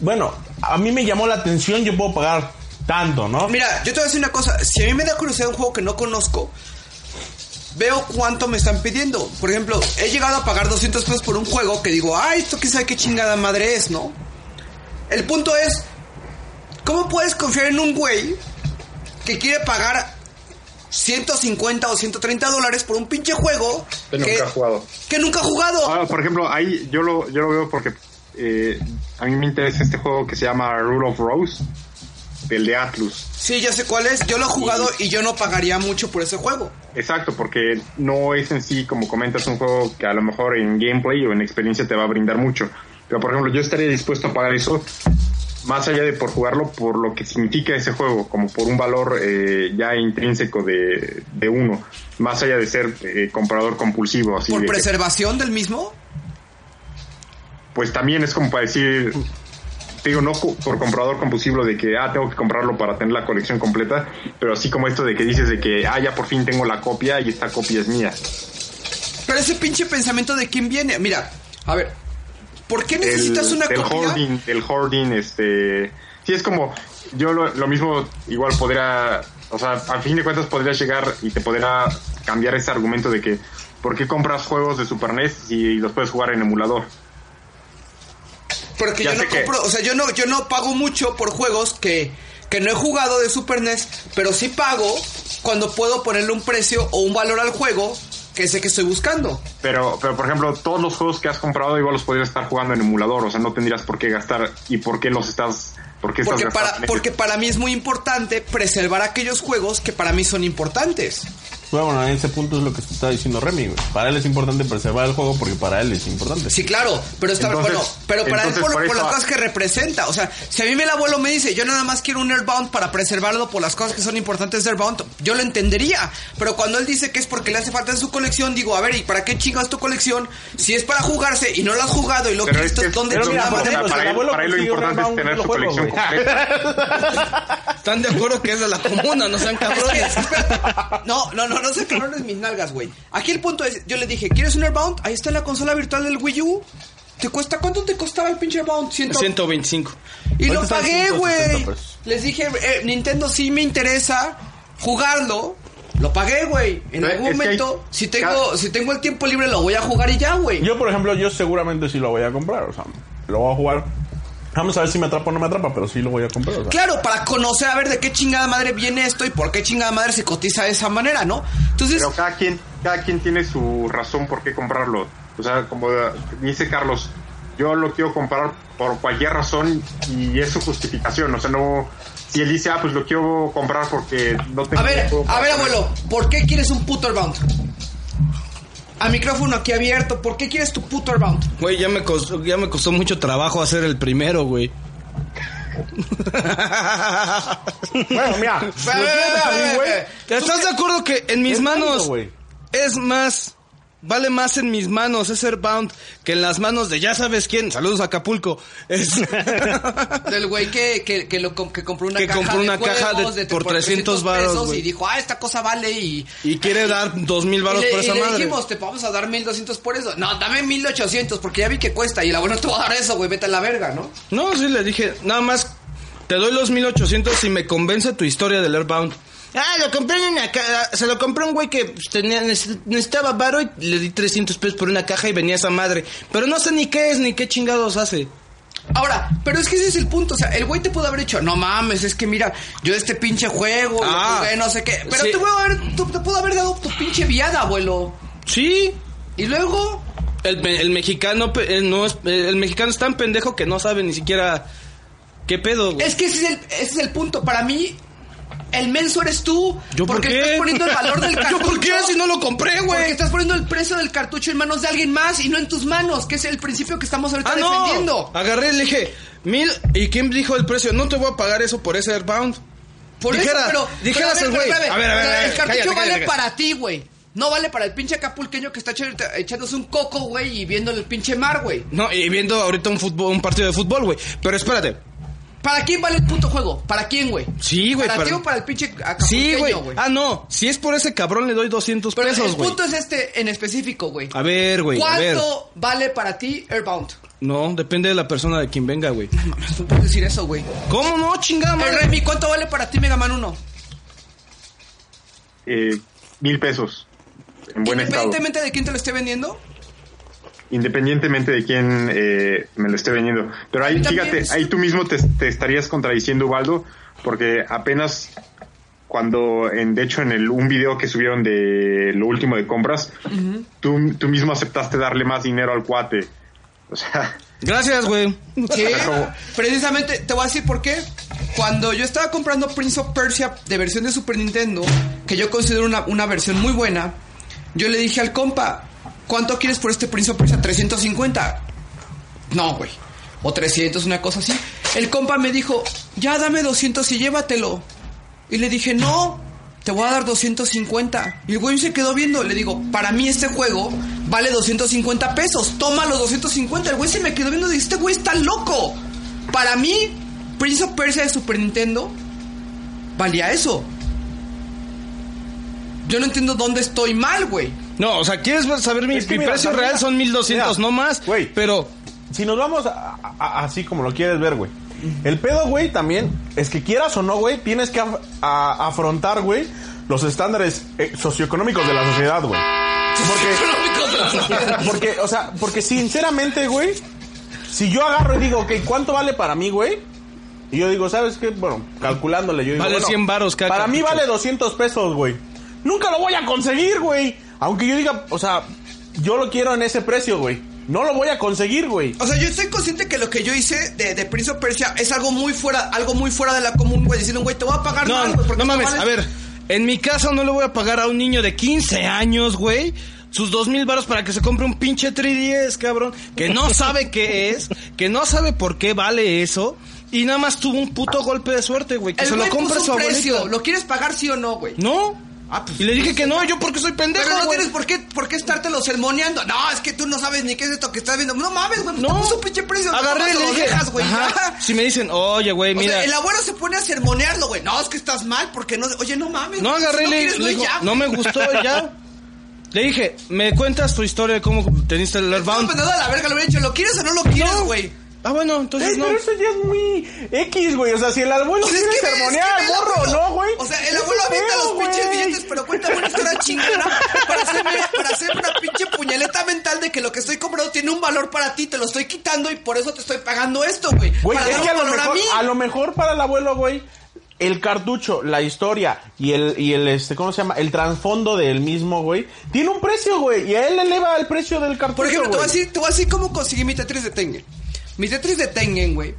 Speaker 8: Bueno, a mí me llamó la atención, yo puedo pagar tanto, ¿no?
Speaker 5: Mira, yo te voy a decir una cosa. Si a mí me da curiosidad un juego que no conozco, veo cuánto me están pidiendo. Por ejemplo, he llegado a pagar 200 pesos por un juego que digo, ay, esto quién sabe qué chingada madre es, ¿no? El punto es, ¿cómo puedes confiar en un güey que quiere pagar 150 o 130 dólares por un pinche juego
Speaker 3: Que nunca ha jugado.
Speaker 5: que nunca ha jugado?
Speaker 3: Ah, por ejemplo, ahí yo lo, yo lo veo porque eh, a mí me interesa este juego que se llama Rule of Rose, el de Atlus.
Speaker 5: Sí, ya sé cuál es. Yo lo he jugado y yo no pagaría mucho por ese juego.
Speaker 3: Exacto, porque no es en sí, como comentas, un juego que a lo mejor en gameplay o en experiencia te va a brindar mucho. Pero, por ejemplo, yo estaría dispuesto a pagar eso, más allá de por jugarlo, por lo que significa ese juego, como por un valor eh, ya intrínseco de, de uno, más allá de ser eh, comprador compulsivo. Así
Speaker 5: ¿Por
Speaker 3: de que-
Speaker 5: preservación del mismo?
Speaker 3: pues también es como para decir, te digo, no co- por comprador compulsivo de que, ah, tengo que comprarlo para tener la colección completa, pero así como esto de que dices de que, ah, ya por fin tengo la copia y esta copia es mía.
Speaker 5: Pero ese pinche pensamiento de quién viene. Mira, a ver. ¿Por qué necesitas
Speaker 3: del,
Speaker 5: una
Speaker 3: del
Speaker 5: copia?
Speaker 3: hoarding, del hoarding, este, sí es como, yo lo, lo mismo igual podría, o sea, a fin de cuentas podría llegar y te podrá cambiar ese argumento de que, ¿Por qué compras juegos de Super NES y los puedes jugar en emulador?
Speaker 5: Porque
Speaker 3: Ya
Speaker 5: yo
Speaker 3: sé
Speaker 5: no
Speaker 3: que-
Speaker 5: compro, o sea, yo no, yo no pago mucho por juegos que, que no he jugado de Super NES, pero sí pago cuando puedo ponerle un precio o un valor al juego que sé que estoy buscando.
Speaker 3: Pero, pero por ejemplo, todos los juegos que has comprado igual los podrías estar jugando en emulador, o sea, no tendrías por qué gastar y por qué los estás, por qué estás
Speaker 5: Porque
Speaker 3: gastando
Speaker 5: para,
Speaker 3: en
Speaker 5: porque para mí es muy importante preservar aquellos juegos que para mí son importantes.
Speaker 8: Bueno, en ese punto es lo que está diciendo Remy, güey. Para él es importante preservar el juego porque para él es importante.
Speaker 5: Sí, claro, pero está
Speaker 8: Entonces-
Speaker 5: bueno, pero para él
Speaker 8: entonces
Speaker 5: por,
Speaker 8: por
Speaker 5: por
Speaker 8: eso-
Speaker 5: las cosas que representa, o sea, si a mí el abuelo me dice, yo nada más quiero un Airbound para preservarlo por las cosas que son importantes de Airbound, yo lo entendería, pero cuando él dice que es porque le hace falta en su colección, digo, a ver, ¿y para qué chingas tu colección? Si es para jugarse y no lo has jugado y lo
Speaker 3: Pero
Speaker 5: quieres,
Speaker 3: es que-
Speaker 5: ¿dónde
Speaker 3: pero mira,
Speaker 5: chingados
Speaker 3: por
Speaker 5: te-
Speaker 3: ejemplo, Para si el él- abuelo para él lo consigue un importante es Airbound, tener yo lo su juego, colección güey.
Speaker 4: Están de acuerdo que es de la comuna, no sean cabrones.
Speaker 5: <laughs> No, no, no, no se cabrones mis nalgas, güey. Aquí el punto es, yo le dije, ¿quieres un Airbound? Ahí está la consola virtual del Wii U. ¿Te cuesta cuánto te costaba el pinche Airbound? 100,
Speaker 4: 125.
Speaker 5: Y lo
Speaker 4: Ahorita está
Speaker 5: pagué,
Speaker 4: 160
Speaker 5: güey.
Speaker 4: pesos.
Speaker 5: Les dije, eh, Nintendo sí me interesa jugarlo. Lo pagué, güey. En
Speaker 8: Eh,
Speaker 5: algún
Speaker 8: es que hay-
Speaker 5: momento, si tengo, si tengo el tiempo libre, lo voy a jugar y ya, güey.
Speaker 8: Yo, por ejemplo, yo seguramente sí lo voy a comprar, o sea, lo voy a jugar. Vamos a ver si me atrapa o no me atrapa, pero sí lo voy a comprar. o sea.
Speaker 5: Claro, para conocer a ver de qué chingada madre viene esto y por qué chingada madre se cotiza de esa manera, ¿no? Entonces,
Speaker 3: Pero cada quien, cada quien tiene su razón por qué comprarlo. O sea, como dice Carlos, yo lo quiero comprar por cualquier razón y es su justificación. O sea, no. Si él dice, ah, pues lo quiero comprar porque no tengo.
Speaker 5: A ver,
Speaker 3: tiempo para
Speaker 5: a ver,
Speaker 3: poner".
Speaker 5: abuelo, ¿por qué quieres un puto Airbound? A micrófono aquí abierto, ¿por qué quieres tu puto Airbound?
Speaker 4: Güey, ya me costó, ya me costó mucho trabajo hacer el primero,
Speaker 5: <laughs>
Speaker 4: güey.
Speaker 8: bueno, mira.
Speaker 4: Ve, ve, ve, ve,
Speaker 5: <laughs>
Speaker 4: ve. ¿Estás de acuerdo que en mis manos es más, vale más en mis manos ese Airbound que en las manos de ya sabes quién? Saludos a Acapulco. <laughs> Es-
Speaker 5: Del güey que, que, que, lo, com- que compró una
Speaker 4: Que
Speaker 5: caja
Speaker 4: compró una
Speaker 5: de
Speaker 4: caja
Speaker 5: juegos
Speaker 4: de-
Speaker 5: tre-
Speaker 4: por 300 varos,
Speaker 5: pesos
Speaker 4: güey.
Speaker 5: Y dijo, ah, esta cosa vale y...
Speaker 4: y quiere dar dos mil varos
Speaker 5: y le,
Speaker 4: por
Speaker 5: y
Speaker 4: esa
Speaker 5: le
Speaker 4: madre.
Speaker 5: dijimos, te vamos a dar 1200 por eso. No, dame 1800 porque ya vi que cuesta. Y el abuelo te va a dar eso, güey, vete a la verga, ¿no?
Speaker 4: No, sí, le dije, nada más te doy los 1800 si me convence tu historia del Airbound. Ah, lo compré en una caja. Se lo compré a un güey que pues, tenía, neces- necesitaba varo y le di 300 pesos por una caja y venía esa madre. Pero no sé ni qué es ni qué chingados hace.
Speaker 5: Ahora, pero es que ese es el punto. O sea, el güey te pudo haber dicho, no mames, es que mira, yo este pinche juego, lo
Speaker 4: Ah.
Speaker 5: jugué, no sé qué. Pero
Speaker 4: Sí.
Speaker 5: te, puedo haber, te, te pudo haber dado tu pinche viada, abuelo.
Speaker 4: Sí.
Speaker 5: Y luego.
Speaker 4: El, pe- el mexicano pe- eh, no es, eh, el mexicano es tan pendejo que no sabe ni siquiera qué pedo. güey.
Speaker 5: Es que ese es el, ese es el punto. Para mí, el menso eres tú.
Speaker 4: ¿Yo por
Speaker 5: porque
Speaker 4: qué?
Speaker 5: estás poniendo el valor
Speaker 4: <laughs>
Speaker 5: del
Speaker 4: ¿Yo
Speaker 5: cartucho.
Speaker 4: por qué si no lo compré, güey?
Speaker 5: Porque estás poniendo el precio del cartucho en manos de alguien más y no en tus manos, que es el principio que estamos ahorita
Speaker 4: Ah, no.
Speaker 5: defendiendo.
Speaker 4: Agarré y le dije, mil. ¿Y quién dijo el precio? No te voy a pagar eso por ese Airbound.
Speaker 5: Por
Speaker 4: Dijera-
Speaker 5: eso, pero.
Speaker 4: dijeras
Speaker 5: pero
Speaker 4: el güey.
Speaker 5: pero
Speaker 4: A ver, a ver,
Speaker 5: pero
Speaker 4: a ver,
Speaker 5: El cartucho
Speaker 4: cállate,
Speaker 5: vale
Speaker 4: cállate.
Speaker 5: para ti, güey. No vale para el pinche acapulqueño que está echa- echándose un coco, güey, y viendo el pinche mar, güey.
Speaker 4: No, y viendo ahorita un fútbol, un partido de fútbol, güey. Pero espérate.
Speaker 5: ¿Para quién vale el puto juego? ¿Para quién, güey?
Speaker 4: Sí, güey.
Speaker 5: ¿Para
Speaker 4: pero-
Speaker 5: ti o para el pinche
Speaker 4: Sí, güey.
Speaker 5: acapulqueño, güey?
Speaker 4: Ah, no. Si es por ese cabrón, le doy 200
Speaker 5: Pero
Speaker 4: pesos,
Speaker 5: el
Speaker 4: güey.
Speaker 5: punto es este en específico, güey.
Speaker 4: A ver, güey. A ver.
Speaker 5: ¿Cuánto vale para ti Airbound?
Speaker 4: No, depende de la persona de quien venga, güey.
Speaker 5: No puedes decir eso, güey.
Speaker 4: ¿Cómo no, chingada
Speaker 5: Eh, Remy, ¿cuánto vale para ti Mega Man 1?
Speaker 3: Eh, mil pesos. En buen estado.
Speaker 5: Independientemente de quién te lo esté
Speaker 3: <laughs>
Speaker 5: vendiendo.
Speaker 3: Independientemente de quién eh, me lo esté vendiendo. Pero ahí,
Speaker 5: También
Speaker 3: fíjate,
Speaker 5: es-
Speaker 3: ahí tú mismo te, te estarías contradiciendo, Ubaldo, porque apenas cuando, en, de hecho, en el, un video que subieron de lo último de compras, tú, tú mismo aceptaste darle más dinero al cuate. O sea,
Speaker 4: Gracias, güey.
Speaker 5: Sí,
Speaker 3: Pero-
Speaker 5: precisamente te voy a decir por qué. Cuando yo estaba comprando Prince of Persia de versión de Super Nintendo, que yo considero una, una versión muy buena, yo le dije al compa, ¿cuánto quieres por este Prince of Persia? 350. No, güey. O 300, una cosa así. El compa me dijo, ya dame 200 y llévatelo. Y le dije, no, te voy a dar 250. Y el güey se quedó viendo. Le digo, para mí este juego vale 250 pesos. Toma los 250. El güey se me quedó viendo. Dice, este güey está loco. Para mí, Prince of Persia de Super Nintendo valía eso. Yo no entiendo dónde estoy mal, güey.
Speaker 4: No, o sea, ¿quieres saber mi,
Speaker 8: Es que
Speaker 4: mi
Speaker 8: mira,
Speaker 4: precio
Speaker 8: mira,
Speaker 4: real? Son 1200,
Speaker 8: mira,
Speaker 4: no más.
Speaker 8: Güey,
Speaker 4: pero
Speaker 8: si nos vamos a- a- a- así como lo quieres ver, güey. El pedo, güey, también es que quieras o no, güey, tienes que af- a- afrontar, güey, los estándares eh, socioeconómicos de la sociedad, güey. Porque, porque, o sea, porque sinceramente, güey, si yo agarro y digo, ok, ¿cuánto vale para mí, güey? Y yo digo, ¿sabes qué? Bueno, calculándole, yo digo,
Speaker 4: Vale
Speaker 8: bueno,
Speaker 4: 100 varos cada
Speaker 8: Para mí
Speaker 4: cartucho.
Speaker 8: vale 200 pesos, güey. Nunca lo voy a conseguir, güey. Aunque yo diga, o sea, yo lo quiero en ese precio, güey. No lo voy a conseguir, güey.
Speaker 5: <laughs> O sea, yo estoy consciente que lo que yo hice de, de Prince of Persia es algo muy fuera, algo muy fuera de la común, güey. Diciendo, güey, te voy a pagar
Speaker 4: No,
Speaker 5: más,
Speaker 4: no,
Speaker 5: güey, porque
Speaker 4: no
Speaker 5: tú
Speaker 4: mames,
Speaker 5: vales-
Speaker 4: a ver. En mi casa no le voy a pagar a un niño de 15 años, güey. Sus dos mil varos para que se compre un pinche 3DS, cabrón. Que
Speaker 5: <laughs>
Speaker 4: no sabe qué es, que no sabe por qué vale eso. Y nada más tuvo un puto golpe de suerte, güey. Que
Speaker 5: El
Speaker 4: se lo
Speaker 5: güey
Speaker 4: compre
Speaker 5: puso
Speaker 4: su
Speaker 5: un
Speaker 4: abuelita.
Speaker 5: precio. ¿Lo quieres pagar sí o no, güey?
Speaker 4: No. y le dije que no, yo porque soy pendejo.
Speaker 5: Ah, pues Pero no
Speaker 4: güey.
Speaker 5: tienes por qué, por qué estártelo sermoneando. No, es que tú no sabes ni qué es esto que estás viendo. No mames, güey. No. Puso un pinche precio.
Speaker 4: Agarré y
Speaker 5: Nomás
Speaker 4: le
Speaker 5: lo
Speaker 4: dije.
Speaker 5: dejas, güey.
Speaker 4: ajá.
Speaker 5: ya.
Speaker 4: Si me dicen, oye, güey,
Speaker 5: O
Speaker 4: mira.
Speaker 5: sea, el abuelo se pone a sermonearlo, güey. No, es que estás mal porque no. Oye,
Speaker 4: <laughs>
Speaker 5: no mames.
Speaker 4: No
Speaker 5: güey, si
Speaker 4: agarré, le- le
Speaker 5: quieres, no es
Speaker 4: digo,
Speaker 5: ya, güey.
Speaker 4: no me gustó ya. <laughs> Le dije, ¿me cuentas tu historia de cómo teniste el
Speaker 5: No, pues
Speaker 4: Earthbound?
Speaker 5: nada, a la verga, lo hubiera dicho. ¿Lo quieres o no lo quieres,
Speaker 4: No.
Speaker 5: güey?
Speaker 4: Ah, bueno, entonces
Speaker 5: Pues
Speaker 8: Güey,
Speaker 4: no.
Speaker 8: pero eso ya es muy X, güey. O sea, si el abuelo
Speaker 5: O sea, Pues es
Speaker 8: quiere
Speaker 5: que ve- es
Speaker 8: sermonear
Speaker 5: que
Speaker 8: al
Speaker 5: ve el
Speaker 8: morro,
Speaker 5: abuelo.
Speaker 8: no, güey.
Speaker 5: O sea, el
Speaker 8: Es
Speaker 5: abuelo
Speaker 8: un
Speaker 5: avienta
Speaker 8: pedo,
Speaker 5: los pinches
Speaker 8: güey.
Speaker 5: billetes, pero cuenta una historia chingada para hacerme, para hacerme una pinche puñaleta mental de que lo que estoy comprando tiene un valor para ti, te lo estoy quitando y por eso te estoy pagando esto, güey.
Speaker 8: Güey,
Speaker 5: Para
Speaker 8: es
Speaker 5: dar
Speaker 8: que a
Speaker 5: un
Speaker 8: lo,
Speaker 5: valor
Speaker 8: mejor,
Speaker 5: mí.
Speaker 8: a lo mejor para el abuelo, güey, el cartucho, la historia y el, y el este, ¿cómo se llama? El trasfondo del mismo, güey, tiene un precio, güey, y a él eleva el precio del cartucho.
Speaker 5: Por ejemplo, te voy, a
Speaker 8: güey.
Speaker 5: decir, te voy a decir cómo conseguí mi Tetris de Tengen. Mi Tetris de Tengen, güey.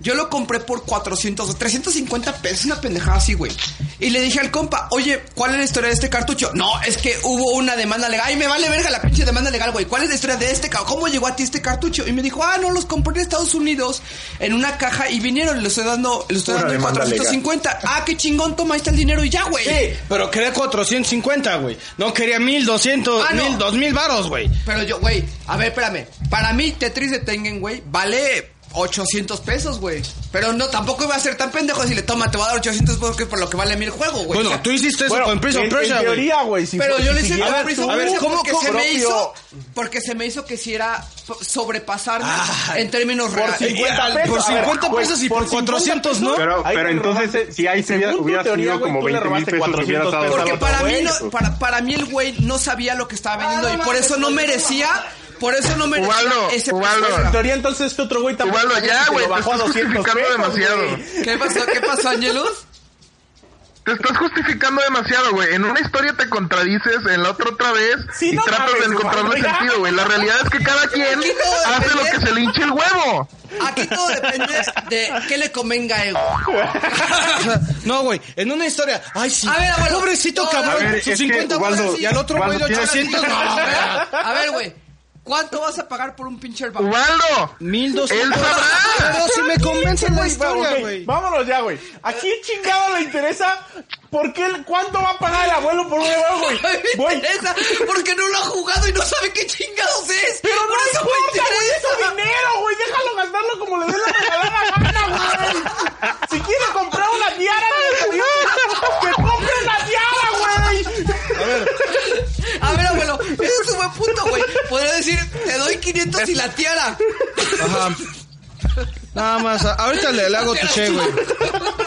Speaker 5: Yo lo compré por 400 o 350 pesos, una pendejada así, güey. Y le dije al compa, oye, ¿cuál es la historia de este cartucho? No, es que hubo una demanda legal. Ay, me vale verga la pinche demanda legal, güey. ¿Cuál es la historia de este cartucho? ¿Cómo llegó a ti este cartucho? Y me dijo, ah, no, los compré en Estados Unidos en una caja y vinieron, le estoy dando, le estoy
Speaker 3: Una
Speaker 5: dando el
Speaker 3: demanda legal.
Speaker 5: 450. Ah, qué chingón, toma, ahí está el dinero y ya, güey.
Speaker 4: Sí, pero quería 450, güey. No quería 1200,
Speaker 5: Ah, no.
Speaker 4: 1000, 2000 varos, güey.
Speaker 5: Pero yo, güey, a ver, espérame. Para mí, Tetris de Tengen, güey, vale 800 pesos, güey. Pero no, tampoco iba a ser tan pendejo si le toma, te voy a dar 800 pesos que es por lo que vale mi el juego, güey. O
Speaker 4: Bueno,
Speaker 5: sea,
Speaker 4: tú hiciste eso
Speaker 8: Bueno,
Speaker 4: con Prince of
Speaker 8: en, en
Speaker 4: Persia, güey.
Speaker 8: teoría, güey. si
Speaker 5: pero
Speaker 8: fue-
Speaker 5: yo le
Speaker 8: si
Speaker 5: hice
Speaker 8: siguiera
Speaker 5: a Prince of
Speaker 8: tu
Speaker 5: Persia
Speaker 8: propio-
Speaker 5: porque se me
Speaker 8: propio-
Speaker 5: hizo porque se me hizo que hiciera sobrepasarme en términos
Speaker 8: Por
Speaker 5: reales.
Speaker 8: 50
Speaker 4: al-
Speaker 8: pesos.
Speaker 4: por
Speaker 8: a ver,
Speaker 4: 50
Speaker 8: güey,
Speaker 4: pesos y por
Speaker 8: 50
Speaker 4: 400,
Speaker 8: pesos,
Speaker 4: ¿no?
Speaker 3: Pero,
Speaker 8: ahí
Speaker 3: pero
Speaker 8: te
Speaker 3: entonces,
Speaker 8: robaste-
Speaker 3: si ahí se hubiera,
Speaker 8: según tu
Speaker 3: hubiera
Speaker 8: teoría,
Speaker 3: sido
Speaker 8: güey,
Speaker 3: como
Speaker 8: tú le
Speaker 3: 20 mil
Speaker 8: robaste
Speaker 3: pesos, que
Speaker 8: 400
Speaker 3: hubieras dado
Speaker 8: pesos.
Speaker 5: Porque
Speaker 3: al
Speaker 5: para
Speaker 3: otro,
Speaker 5: mí,
Speaker 3: güey.
Speaker 5: no, para, para mí el güey no sabía lo que estaba vendiendo y por eso Ah, no merecía, por eso no merecía
Speaker 6: Ubaldo,
Speaker 5: ese
Speaker 6: Ubaldo.
Speaker 8: En teoría, entonces, este otro güey también.
Speaker 6: Ubaldo, ya, güey,
Speaker 8: Lo
Speaker 6: te
Speaker 8: bajó a
Speaker 6: estás
Speaker 8: 200
Speaker 6: justificando
Speaker 8: pesos,
Speaker 6: demasiado.
Speaker 8: güey.
Speaker 5: ¿Qué pasó? ¿Qué pasó, Angelus?
Speaker 6: Te estás justificando demasiado, güey. En una historia te contradices, en la otra otra vez,
Speaker 8: Sí,
Speaker 6: y
Speaker 8: no
Speaker 6: tratas
Speaker 8: mames,
Speaker 6: de encontrarle
Speaker 8: Ubaldo, ya.
Speaker 6: sentido, güey. La realidad es que
Speaker 8: <laughs>
Speaker 6: cada quien
Speaker 5: Aquí todo
Speaker 6: hace lo
Speaker 5: depende.
Speaker 6: que se le hinche el huevo.
Speaker 5: Aquí todo depende de qué le convenga a él. A
Speaker 4: <laughs> No, güey, en una historia. Ay, sí.
Speaker 5: A ver, abuelo.
Speaker 4: Pobrecito
Speaker 5: No,
Speaker 4: cabrón,
Speaker 5: a
Speaker 3: ver,
Speaker 4: sus
Speaker 3: es que,
Speaker 4: 50
Speaker 3: Ubaldo,
Speaker 4: varos y al otro güey de
Speaker 3: Ubaldo,
Speaker 5: <laughs>
Speaker 3: tienes-
Speaker 4: 800. No, güey.
Speaker 5: ver, a ver, güey. ¿Cuánto vas a pagar por un pinche herbario?
Speaker 6: Ubaldo,
Speaker 4: 1200
Speaker 6: Él sabrá.
Speaker 4: varos si me convence la
Speaker 8: Güey, va,
Speaker 4: historia,
Speaker 8: ok,
Speaker 4: güey.
Speaker 8: Vámonos ya, güey. ¿A quién chingado le interesa por qué, cuánto va a pagar el abuelo por un abuelo, güey?
Speaker 5: A mí <laughs> me
Speaker 8: Güey,
Speaker 5: interesa porque no lo ha jugado y no sabe qué chingados es.
Speaker 8: pero no
Speaker 5: por
Speaker 8: le
Speaker 5: eso me
Speaker 8: importa, güey, es su
Speaker 5: interesa.
Speaker 8: dinero, güey. Déjalo gastarlo como le dé la regalada gana, güey. Si quiere comprar una tiara, güey, que compre una tiara, güey.
Speaker 5: A ver, abuelo, ese es un buen punto, güey. Podría decir, te doy 500 y la tiara.
Speaker 4: Ajá. Nada más, a- ahorita le, le hago tu che, güey.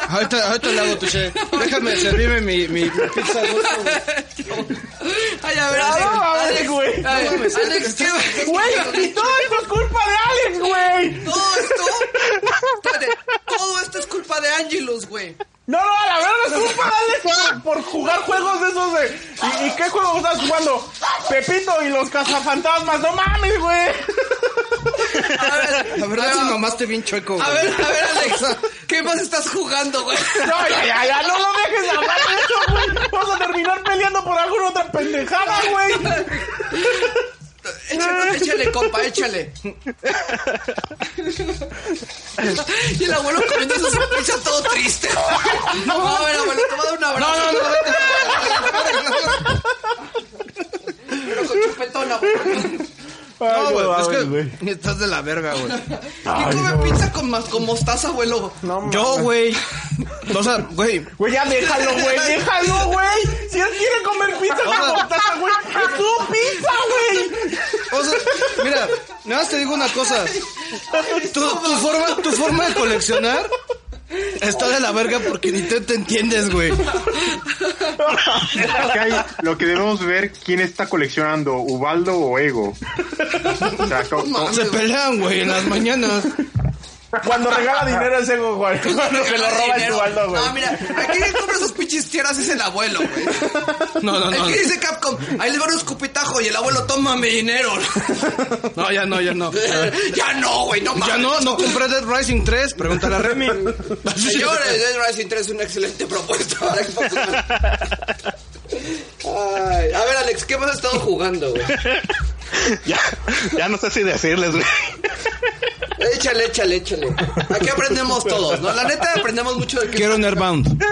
Speaker 4: Ahorita, ahorita le hago tu che. Déjame servirme mi, mi pizza al gusto, güey.
Speaker 5: Ay, a ver,
Speaker 8: No,
Speaker 5: Alex.
Speaker 8: no,
Speaker 5: Alex,
Speaker 8: mames, Ah, güey.
Speaker 5: a ver, Alex, ¿qué
Speaker 8: Güey, y todo esto es culpa de Alex, güey.
Speaker 5: Todo esto, espérate, todo esto es culpa de Angelus, güey.
Speaker 8: No, no, a la verdad es culpa de Alex por, por jugar juegos de esos de... ¿Y, y qué juego estás jugando? Pepito y los cazafantasmas. No mames, güey.
Speaker 5: A ver,
Speaker 4: La
Speaker 5: a
Speaker 4: verdad,
Speaker 5: ver,
Speaker 4: sí mamaste bien chueco, güey.
Speaker 5: A ver, a ver,
Speaker 8: <laughs>
Speaker 5: Alex, ¿qué más estás jugando, güey?
Speaker 8: No, ya, ya, ya, no lo dejes hablar de eso, güey. Vamos a terminar peleando por alguna otra pendejada, güey.
Speaker 5: Échale, échale, compa, échale. Y el abuelo comiendo su pizza todo triste. A ver, abuelo, te voy a dar un abrazo. No, no, no, Pero con chupetón, abuelo.
Speaker 8: Ay,
Speaker 4: No,
Speaker 8: no
Speaker 4: güey, es
Speaker 8: mames,
Speaker 4: que estás de la verga, güey.
Speaker 5: ¿Quién come pizza con, mas- con mostaza, abuelo?
Speaker 8: No,
Speaker 4: Yo,
Speaker 8: mames.
Speaker 4: güey. O sea, güey.
Speaker 8: Güey, ya déjalo,
Speaker 4: <laughs>
Speaker 8: güey, déjalo, güey. Si él quiere comer pizza con mostaza, güey, es su pizza, güey.
Speaker 4: O sea, mira, nada más te digo una cosa. Tu, tu forma, tu forma de coleccionar está de la verga porque ni tú te entiendes, güey.
Speaker 3: Kai, lo que debemos ver quién está coleccionando, Ubaldo o Ego. O sea,
Speaker 5: <laughs>
Speaker 3: co- co-
Speaker 4: Se pelean, güey, en las mañanas.
Speaker 8: Cuando <laughs> regala dinero es ego, güey. Cuando se lo roba es
Speaker 5: Dinero.
Speaker 8: Ubaldo, güey.
Speaker 5: No, mira, aquí quien compra sus pinches tierras es el abuelo, güey.
Speaker 4: No, no,
Speaker 5: El
Speaker 4: no.
Speaker 5: que dice Capcom, ahí le van un escupitajo y el abuelo toma mi dinero. <laughs>
Speaker 4: No, ya no, ya no.
Speaker 5: ya no, güey, no mames.
Speaker 4: Ya no, no compré Dead Rising 3. Pregúntale a Remy.
Speaker 5: Señores, Dead Rising 3 es una excelente propuesta para Xbox One. Ay, a ver, Alex, ¿qué más has estado jugando, güey?
Speaker 7: <laughs> Ya, ya no sé si decirles, güey.
Speaker 5: Échale, échale, échale. Aquí aprendemos todos, ¿no? La neta, aprendemos mucho del que...
Speaker 4: Quiero un Airbound.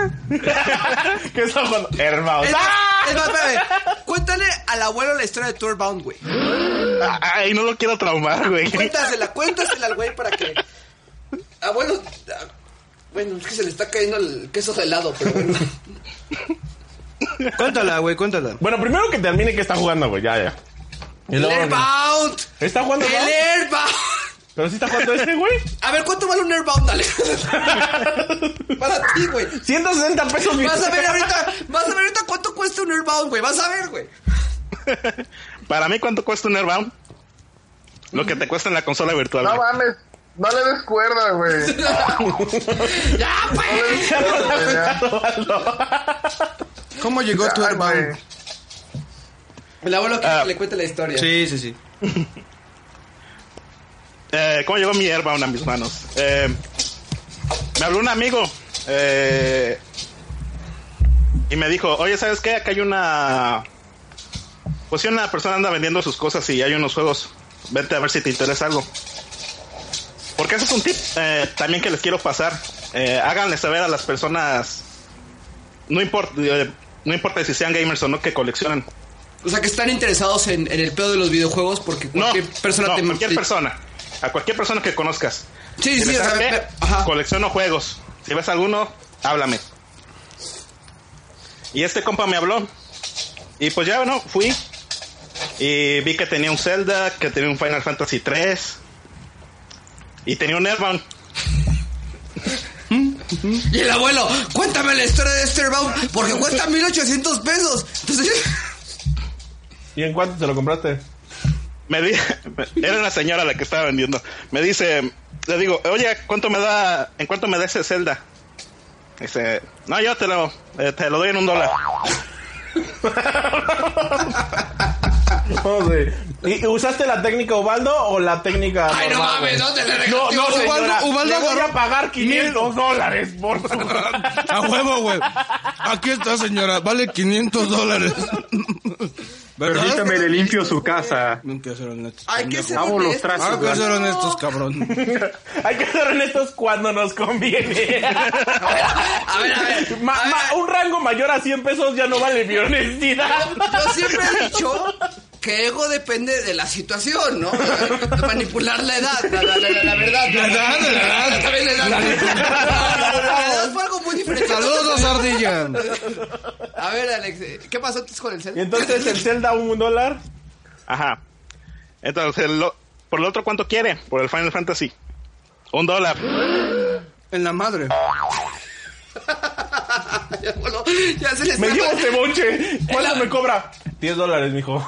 Speaker 8: ¿Qué está jugando? Hermano.
Speaker 5: Es más, es más, espérame. Cuéntale al abuelo la historia de Tourbound, güey.
Speaker 7: Ay, no lo quiero traumar, güey.
Speaker 5: Cuéntasela, cuéntasela al güey para que. Abuelo. ah, Bueno, es que se le está cayendo el queso gelado, pero bueno.
Speaker 4: Cuéntala, güey, cuéntala.
Speaker 8: Bueno, primero que termine que está jugando, güey. Ya, ya. Y
Speaker 5: ¡El
Speaker 8: luego-
Speaker 5: Airbound!
Speaker 8: ¿Está jugando,
Speaker 5: ¡El
Speaker 8: no?
Speaker 5: Airbound!
Speaker 8: Pero sí está jugando
Speaker 5: <laughs>
Speaker 8: este, güey.
Speaker 5: A ver, ¿cuánto vale un Airbound, Alejandro? <laughs> Para ti, güey.
Speaker 8: 160 pesos, <laughs> güey.
Speaker 5: Vas a ver ahorita, vas a ver ahorita cuánto cuesta un Airbound, güey. Vas a ver, güey.
Speaker 7: Para mí, ¿cuánto cuesta un Airbound? Lo que te cuesta en la consola virtual.
Speaker 6: No
Speaker 7: güey.
Speaker 6: mames, no le des cuerda, güey.
Speaker 5: ¡Ya, pues!
Speaker 4: ¿Cómo llegó tu
Speaker 6: Ay, güey.
Speaker 4: Airbound?
Speaker 5: El abuelo que
Speaker 7: Ah.
Speaker 5: le cuente la historia.
Speaker 4: Sí, sí, sí.
Speaker 7: Eh, ¿Cómo llegó mi Airbound a mis manos? Eh, me habló un amigo eh, y me dijo, oye, ¿sabes qué? Acá hay una... Pues si una persona anda vendiendo sus cosas y hay unos juegos, vete a ver si te interesa algo. Porque ese es un tip eh, también que les quiero pasar. Eh, háganle saber a las personas, no importa, eh, no importa si sean gamers o no, que coleccionen.
Speaker 5: O sea, que están interesados en, en el pedo de los videojuegos porque
Speaker 7: No,
Speaker 5: cualquier persona
Speaker 7: no,
Speaker 5: te
Speaker 7: cualquier persona. A cualquier persona que conozcas.
Speaker 5: Sí,
Speaker 7: Si
Speaker 5: sí,
Speaker 7: le
Speaker 5: o sea,
Speaker 7: sabes
Speaker 5: me-
Speaker 7: qué,
Speaker 5: ajá.
Speaker 7: colecciono juegos. Si ves alguno, háblame. Y este compa me habló. Y pues ya, bueno, fui. Y vi que tenía un Zelda, que tenía un Final Fantasy 3. Y tenía un Airbound.
Speaker 5: Y el abuelo, cuéntame la historia de este Airbound porque cuesta 1800 pesos. Entonces,
Speaker 8: ¿Y en cuánto te lo compraste?
Speaker 7: Me di, <laughs> era una señora la que estaba vendiendo. Me dice, le digo, oye, ¿cuánto me da, en cuánto me da ese Zelda? Dice, no, yo te lo, eh, te lo doy en un dólar.
Speaker 8: No sé. ¿Y usaste la técnica Ubaldo o la técnica
Speaker 5: ay, no
Speaker 8: normal,
Speaker 5: mames,
Speaker 8: güey?
Speaker 5: no te le
Speaker 8: No,
Speaker 5: regalaste.
Speaker 8: no,
Speaker 5: un
Speaker 8: señora,
Speaker 5: Ubaldo, Ubaldo
Speaker 8: le voy
Speaker 5: agarró-
Speaker 8: a pagar 500 dólares por su...
Speaker 5: <laughs>
Speaker 4: A huevo, güey. Aquí está, señora. Vale 500 dólares.
Speaker 3: permítame,
Speaker 4: Ah,
Speaker 3: le limpio su casa.
Speaker 4: Hay que ser honestos.
Speaker 5: Hay que ser
Speaker 3: Lavo los
Speaker 5: honestos.
Speaker 3: trastes,
Speaker 4: Hay que ser honestos, cabrón.
Speaker 8: Hay que ser honestos cuando nos
Speaker 5: <laughs>
Speaker 8: conviene.
Speaker 5: A ver, a ver.
Speaker 8: <laughs> Ma-
Speaker 5: a ver,
Speaker 8: ma- un rango mayor a 100 pesos ya no vale mi
Speaker 5: <laughs>
Speaker 8: honestidad.
Speaker 5: Yo siempre he dicho que ego depende de la situación, ¿no? Manipular la edad, la, la- la- la verdad. La
Speaker 4: edad, la edad.
Speaker 5: También la edad. La edad fue algo muy diferente.
Speaker 4: Saludos, ardilla.
Speaker 5: A ver, Alex, eh, ¿qué pasó antes con el
Speaker 8: Y
Speaker 5: cel?
Speaker 8: entonces
Speaker 5: <laughs>
Speaker 8: el Zelda un dólar.
Speaker 7: Ajá. Entonces, lo- por el otro, ¿cuánto quiere? Por el Final Fantasy. Un dólar.
Speaker 4: En la madre.
Speaker 5: Ya, bueno, ya se les
Speaker 8: Me llevo este bonche. ¿Cuánto
Speaker 5: El-
Speaker 8: me cobra? 10 dólares, mijo.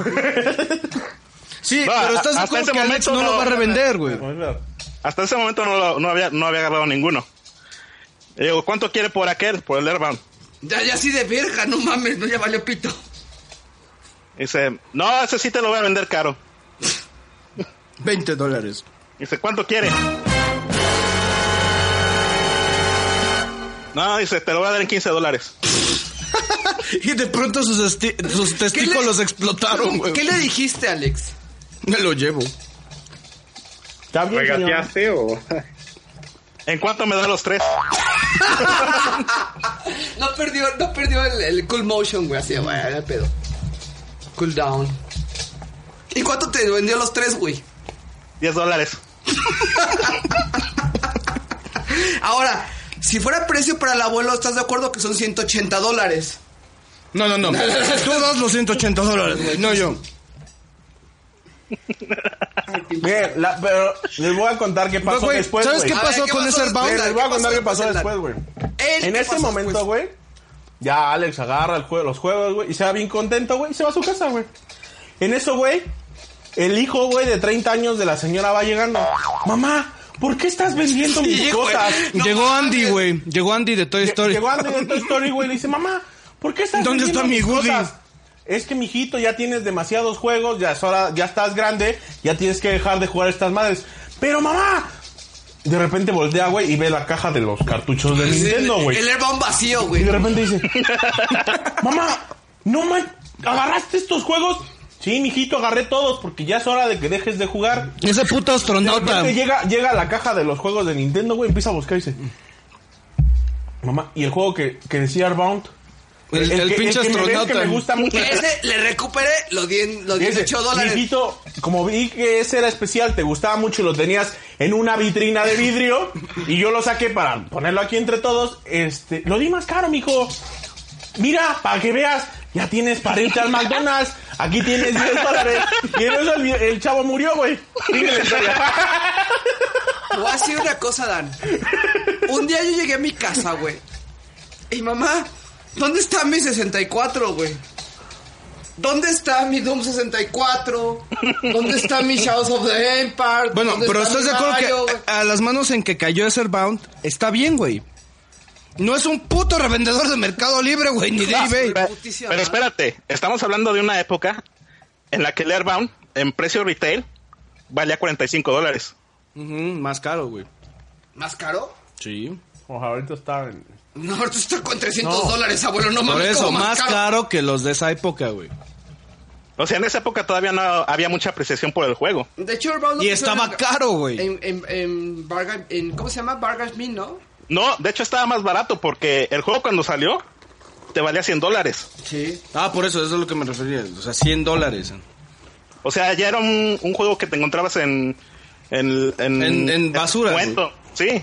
Speaker 4: Sí,
Speaker 7: No,
Speaker 4: pero estás de
Speaker 7: hasta
Speaker 4: acuerdo
Speaker 7: ese
Speaker 4: que Alex
Speaker 7: momento
Speaker 4: no lo
Speaker 7: no.
Speaker 4: va a revender, güey.
Speaker 7: Hasta ese momento no, lo- no había, no había agarrado ninguno. Le digo, ¿cuánto quiere por aquel? Por el Airbound.
Speaker 5: Ya, ya así de verga, no mames, no ya valió pito.
Speaker 7: Dice, no, ese sí te lo voy a vender caro.
Speaker 4: 20 dólares.
Speaker 7: Dice, ¿cuánto quiere? No, dice, te lo voy a dar en 15 dólares.
Speaker 4: Y de pronto sus, esti- sus testículos explotaron, güey.
Speaker 5: ¿Qué le dijiste, Alex?
Speaker 4: Me lo llevo.
Speaker 8: Está bien, señor.
Speaker 3: ¿Regateaste o...?
Speaker 7: ¿En cuánto me da los tres?
Speaker 5: No perdió, no perdió el, el cool motion, güey, así, güey, de pedo. Cool down. ¿Y cuánto te vendió los tres, güey?
Speaker 7: 10 dólares.
Speaker 5: Ahora, si fuera precio para el abuelo, ¿estás de acuerdo que son 180 dólares?
Speaker 4: No, no, no. Tú das los 180 dólares, güey. No yo.
Speaker 8: Bien, la- pero les voy a contar qué pasó
Speaker 4: No, güey,
Speaker 8: después,
Speaker 4: ¿sabes
Speaker 8: güey.
Speaker 4: qué
Speaker 5: A
Speaker 4: pasó
Speaker 5: ver, ¿qué
Speaker 4: con
Speaker 5: pasó
Speaker 4: ese
Speaker 5: después?
Speaker 4: Airbound?
Speaker 8: Les voy a contar qué pasó
Speaker 5: ¿Qué pasó
Speaker 8: después, güey.
Speaker 5: Él,
Speaker 8: En
Speaker 5: ¿qué
Speaker 8: ese
Speaker 5: pasó
Speaker 8: momento,
Speaker 5: después?
Speaker 8: güey, Ya Alex agarra el jue- los juegos, güey, y se va bien contento, güey, y se va a su casa, güey. En eso, güey, el hijo, güey, de 30 años de la señora va llegando. Mamá, ¿por qué estás vendiendo mis cosas?
Speaker 4: Llegó Andy, güey. Llegó Andy de Toy Story.
Speaker 8: Llegó Andy de Toy Story, güey, y le dice, mamá, ¿por qué estás
Speaker 4: ¿Dónde
Speaker 8: vendiendo
Speaker 4: está mi
Speaker 8: mis
Speaker 4: Woody?
Speaker 8: cosas? Es que, mijito, ya tienes demasiados juegos, ya es hora, ya estás grande, ya tienes que dejar de jugar estas madres. Pero, mamá, de repente voltea, güey, y ve la caja de los cartuchos de Nintendo, güey.
Speaker 5: El hermano vacío,
Speaker 8: Y
Speaker 5: güey.
Speaker 8: de
Speaker 4: <laughs>
Speaker 8: repente dice, mamá, no man, ¿agarraste estos juegos? Sí, mijito, agarré todos porque ya es hora de que dejes de jugar.
Speaker 4: Ese puto astronauta.
Speaker 8: Aparte llega, llega a la caja de los juegos de Nintendo, güey, empieza a buscar y dice, mamá, y el juego que, que decía Airbound.
Speaker 4: El- el
Speaker 8: que-
Speaker 4: pinche
Speaker 8: que me ves,
Speaker 4: astronauta.
Speaker 8: que me gusta mucho.
Speaker 5: Ese le recuperé los, 10, los
Speaker 8: Dice,
Speaker 5: 18 dólares.
Speaker 8: Mijito, como vi que ese era especial, te gustaba mucho y lo tenías en una vitrina de vidrio y yo lo saqué para ponerlo aquí entre todos, este, lo di más caro, mijo. Mira, para que veas, ya tienes para irte al McDonald's, aquí tienes 10 dólares. Y en eso el, vie- el chavo murió, güey. Sigue la historia.
Speaker 5: Te Voy a decir una cosa, Dan. Un día yo llegué a mi casa, güey. Y mamá, ¿dónde está mi 64, güey? ¿Dónde está mi Doom 64? ¿Dónde está mi Shadows of the Empire?
Speaker 4: Bueno,
Speaker 5: ¿Dónde
Speaker 4: pero
Speaker 5: está
Speaker 4: estás
Speaker 5: mi
Speaker 4: de acuerdo
Speaker 5: Mario,
Speaker 4: que
Speaker 5: güey?
Speaker 4: a a las manos en que cayó ese Bound está bien, güey. No es un puto revendedor de Mercado Libre, güey, ni de
Speaker 7: No,
Speaker 4: eBay.
Speaker 7: pero-
Speaker 5: Putísima
Speaker 7: Pero
Speaker 5: madre.
Speaker 7: espérate, estamos hablando de una época en la que el Airbound en precio retail valía 45 dólares.
Speaker 4: Ujú, más caro, güey.
Speaker 5: ¿Más caro?
Speaker 4: Sí.
Speaker 8: Ojo, ahorita está en...
Speaker 5: No, ahorita está con 300 dólares, abuelo. No
Speaker 4: Por
Speaker 5: mames,
Speaker 4: eso,
Speaker 5: ¿cómo
Speaker 4: más caro que los de esa época, güey.
Speaker 7: O sea, en esa época todavía no había mucha apreciación por el juego.
Speaker 5: De hecho, Urban lo
Speaker 4: Y
Speaker 5: pusieron
Speaker 4: estaba
Speaker 5: en-
Speaker 4: caro, güey.
Speaker 5: En, en, en, Bargain- en- ¿Cómo se llama? Bargain Min, ¿no?
Speaker 7: No, de hecho estaba más barato porque el juego cuando salió te valía 100 dólares.
Speaker 5: Sí.
Speaker 4: Ah, por eso, eso es lo que me refería. O sea, 100 dólares.
Speaker 7: O sea, ya era un, un juego que te encontrabas en... En,
Speaker 4: En- en basura,
Speaker 7: descuento. Sí.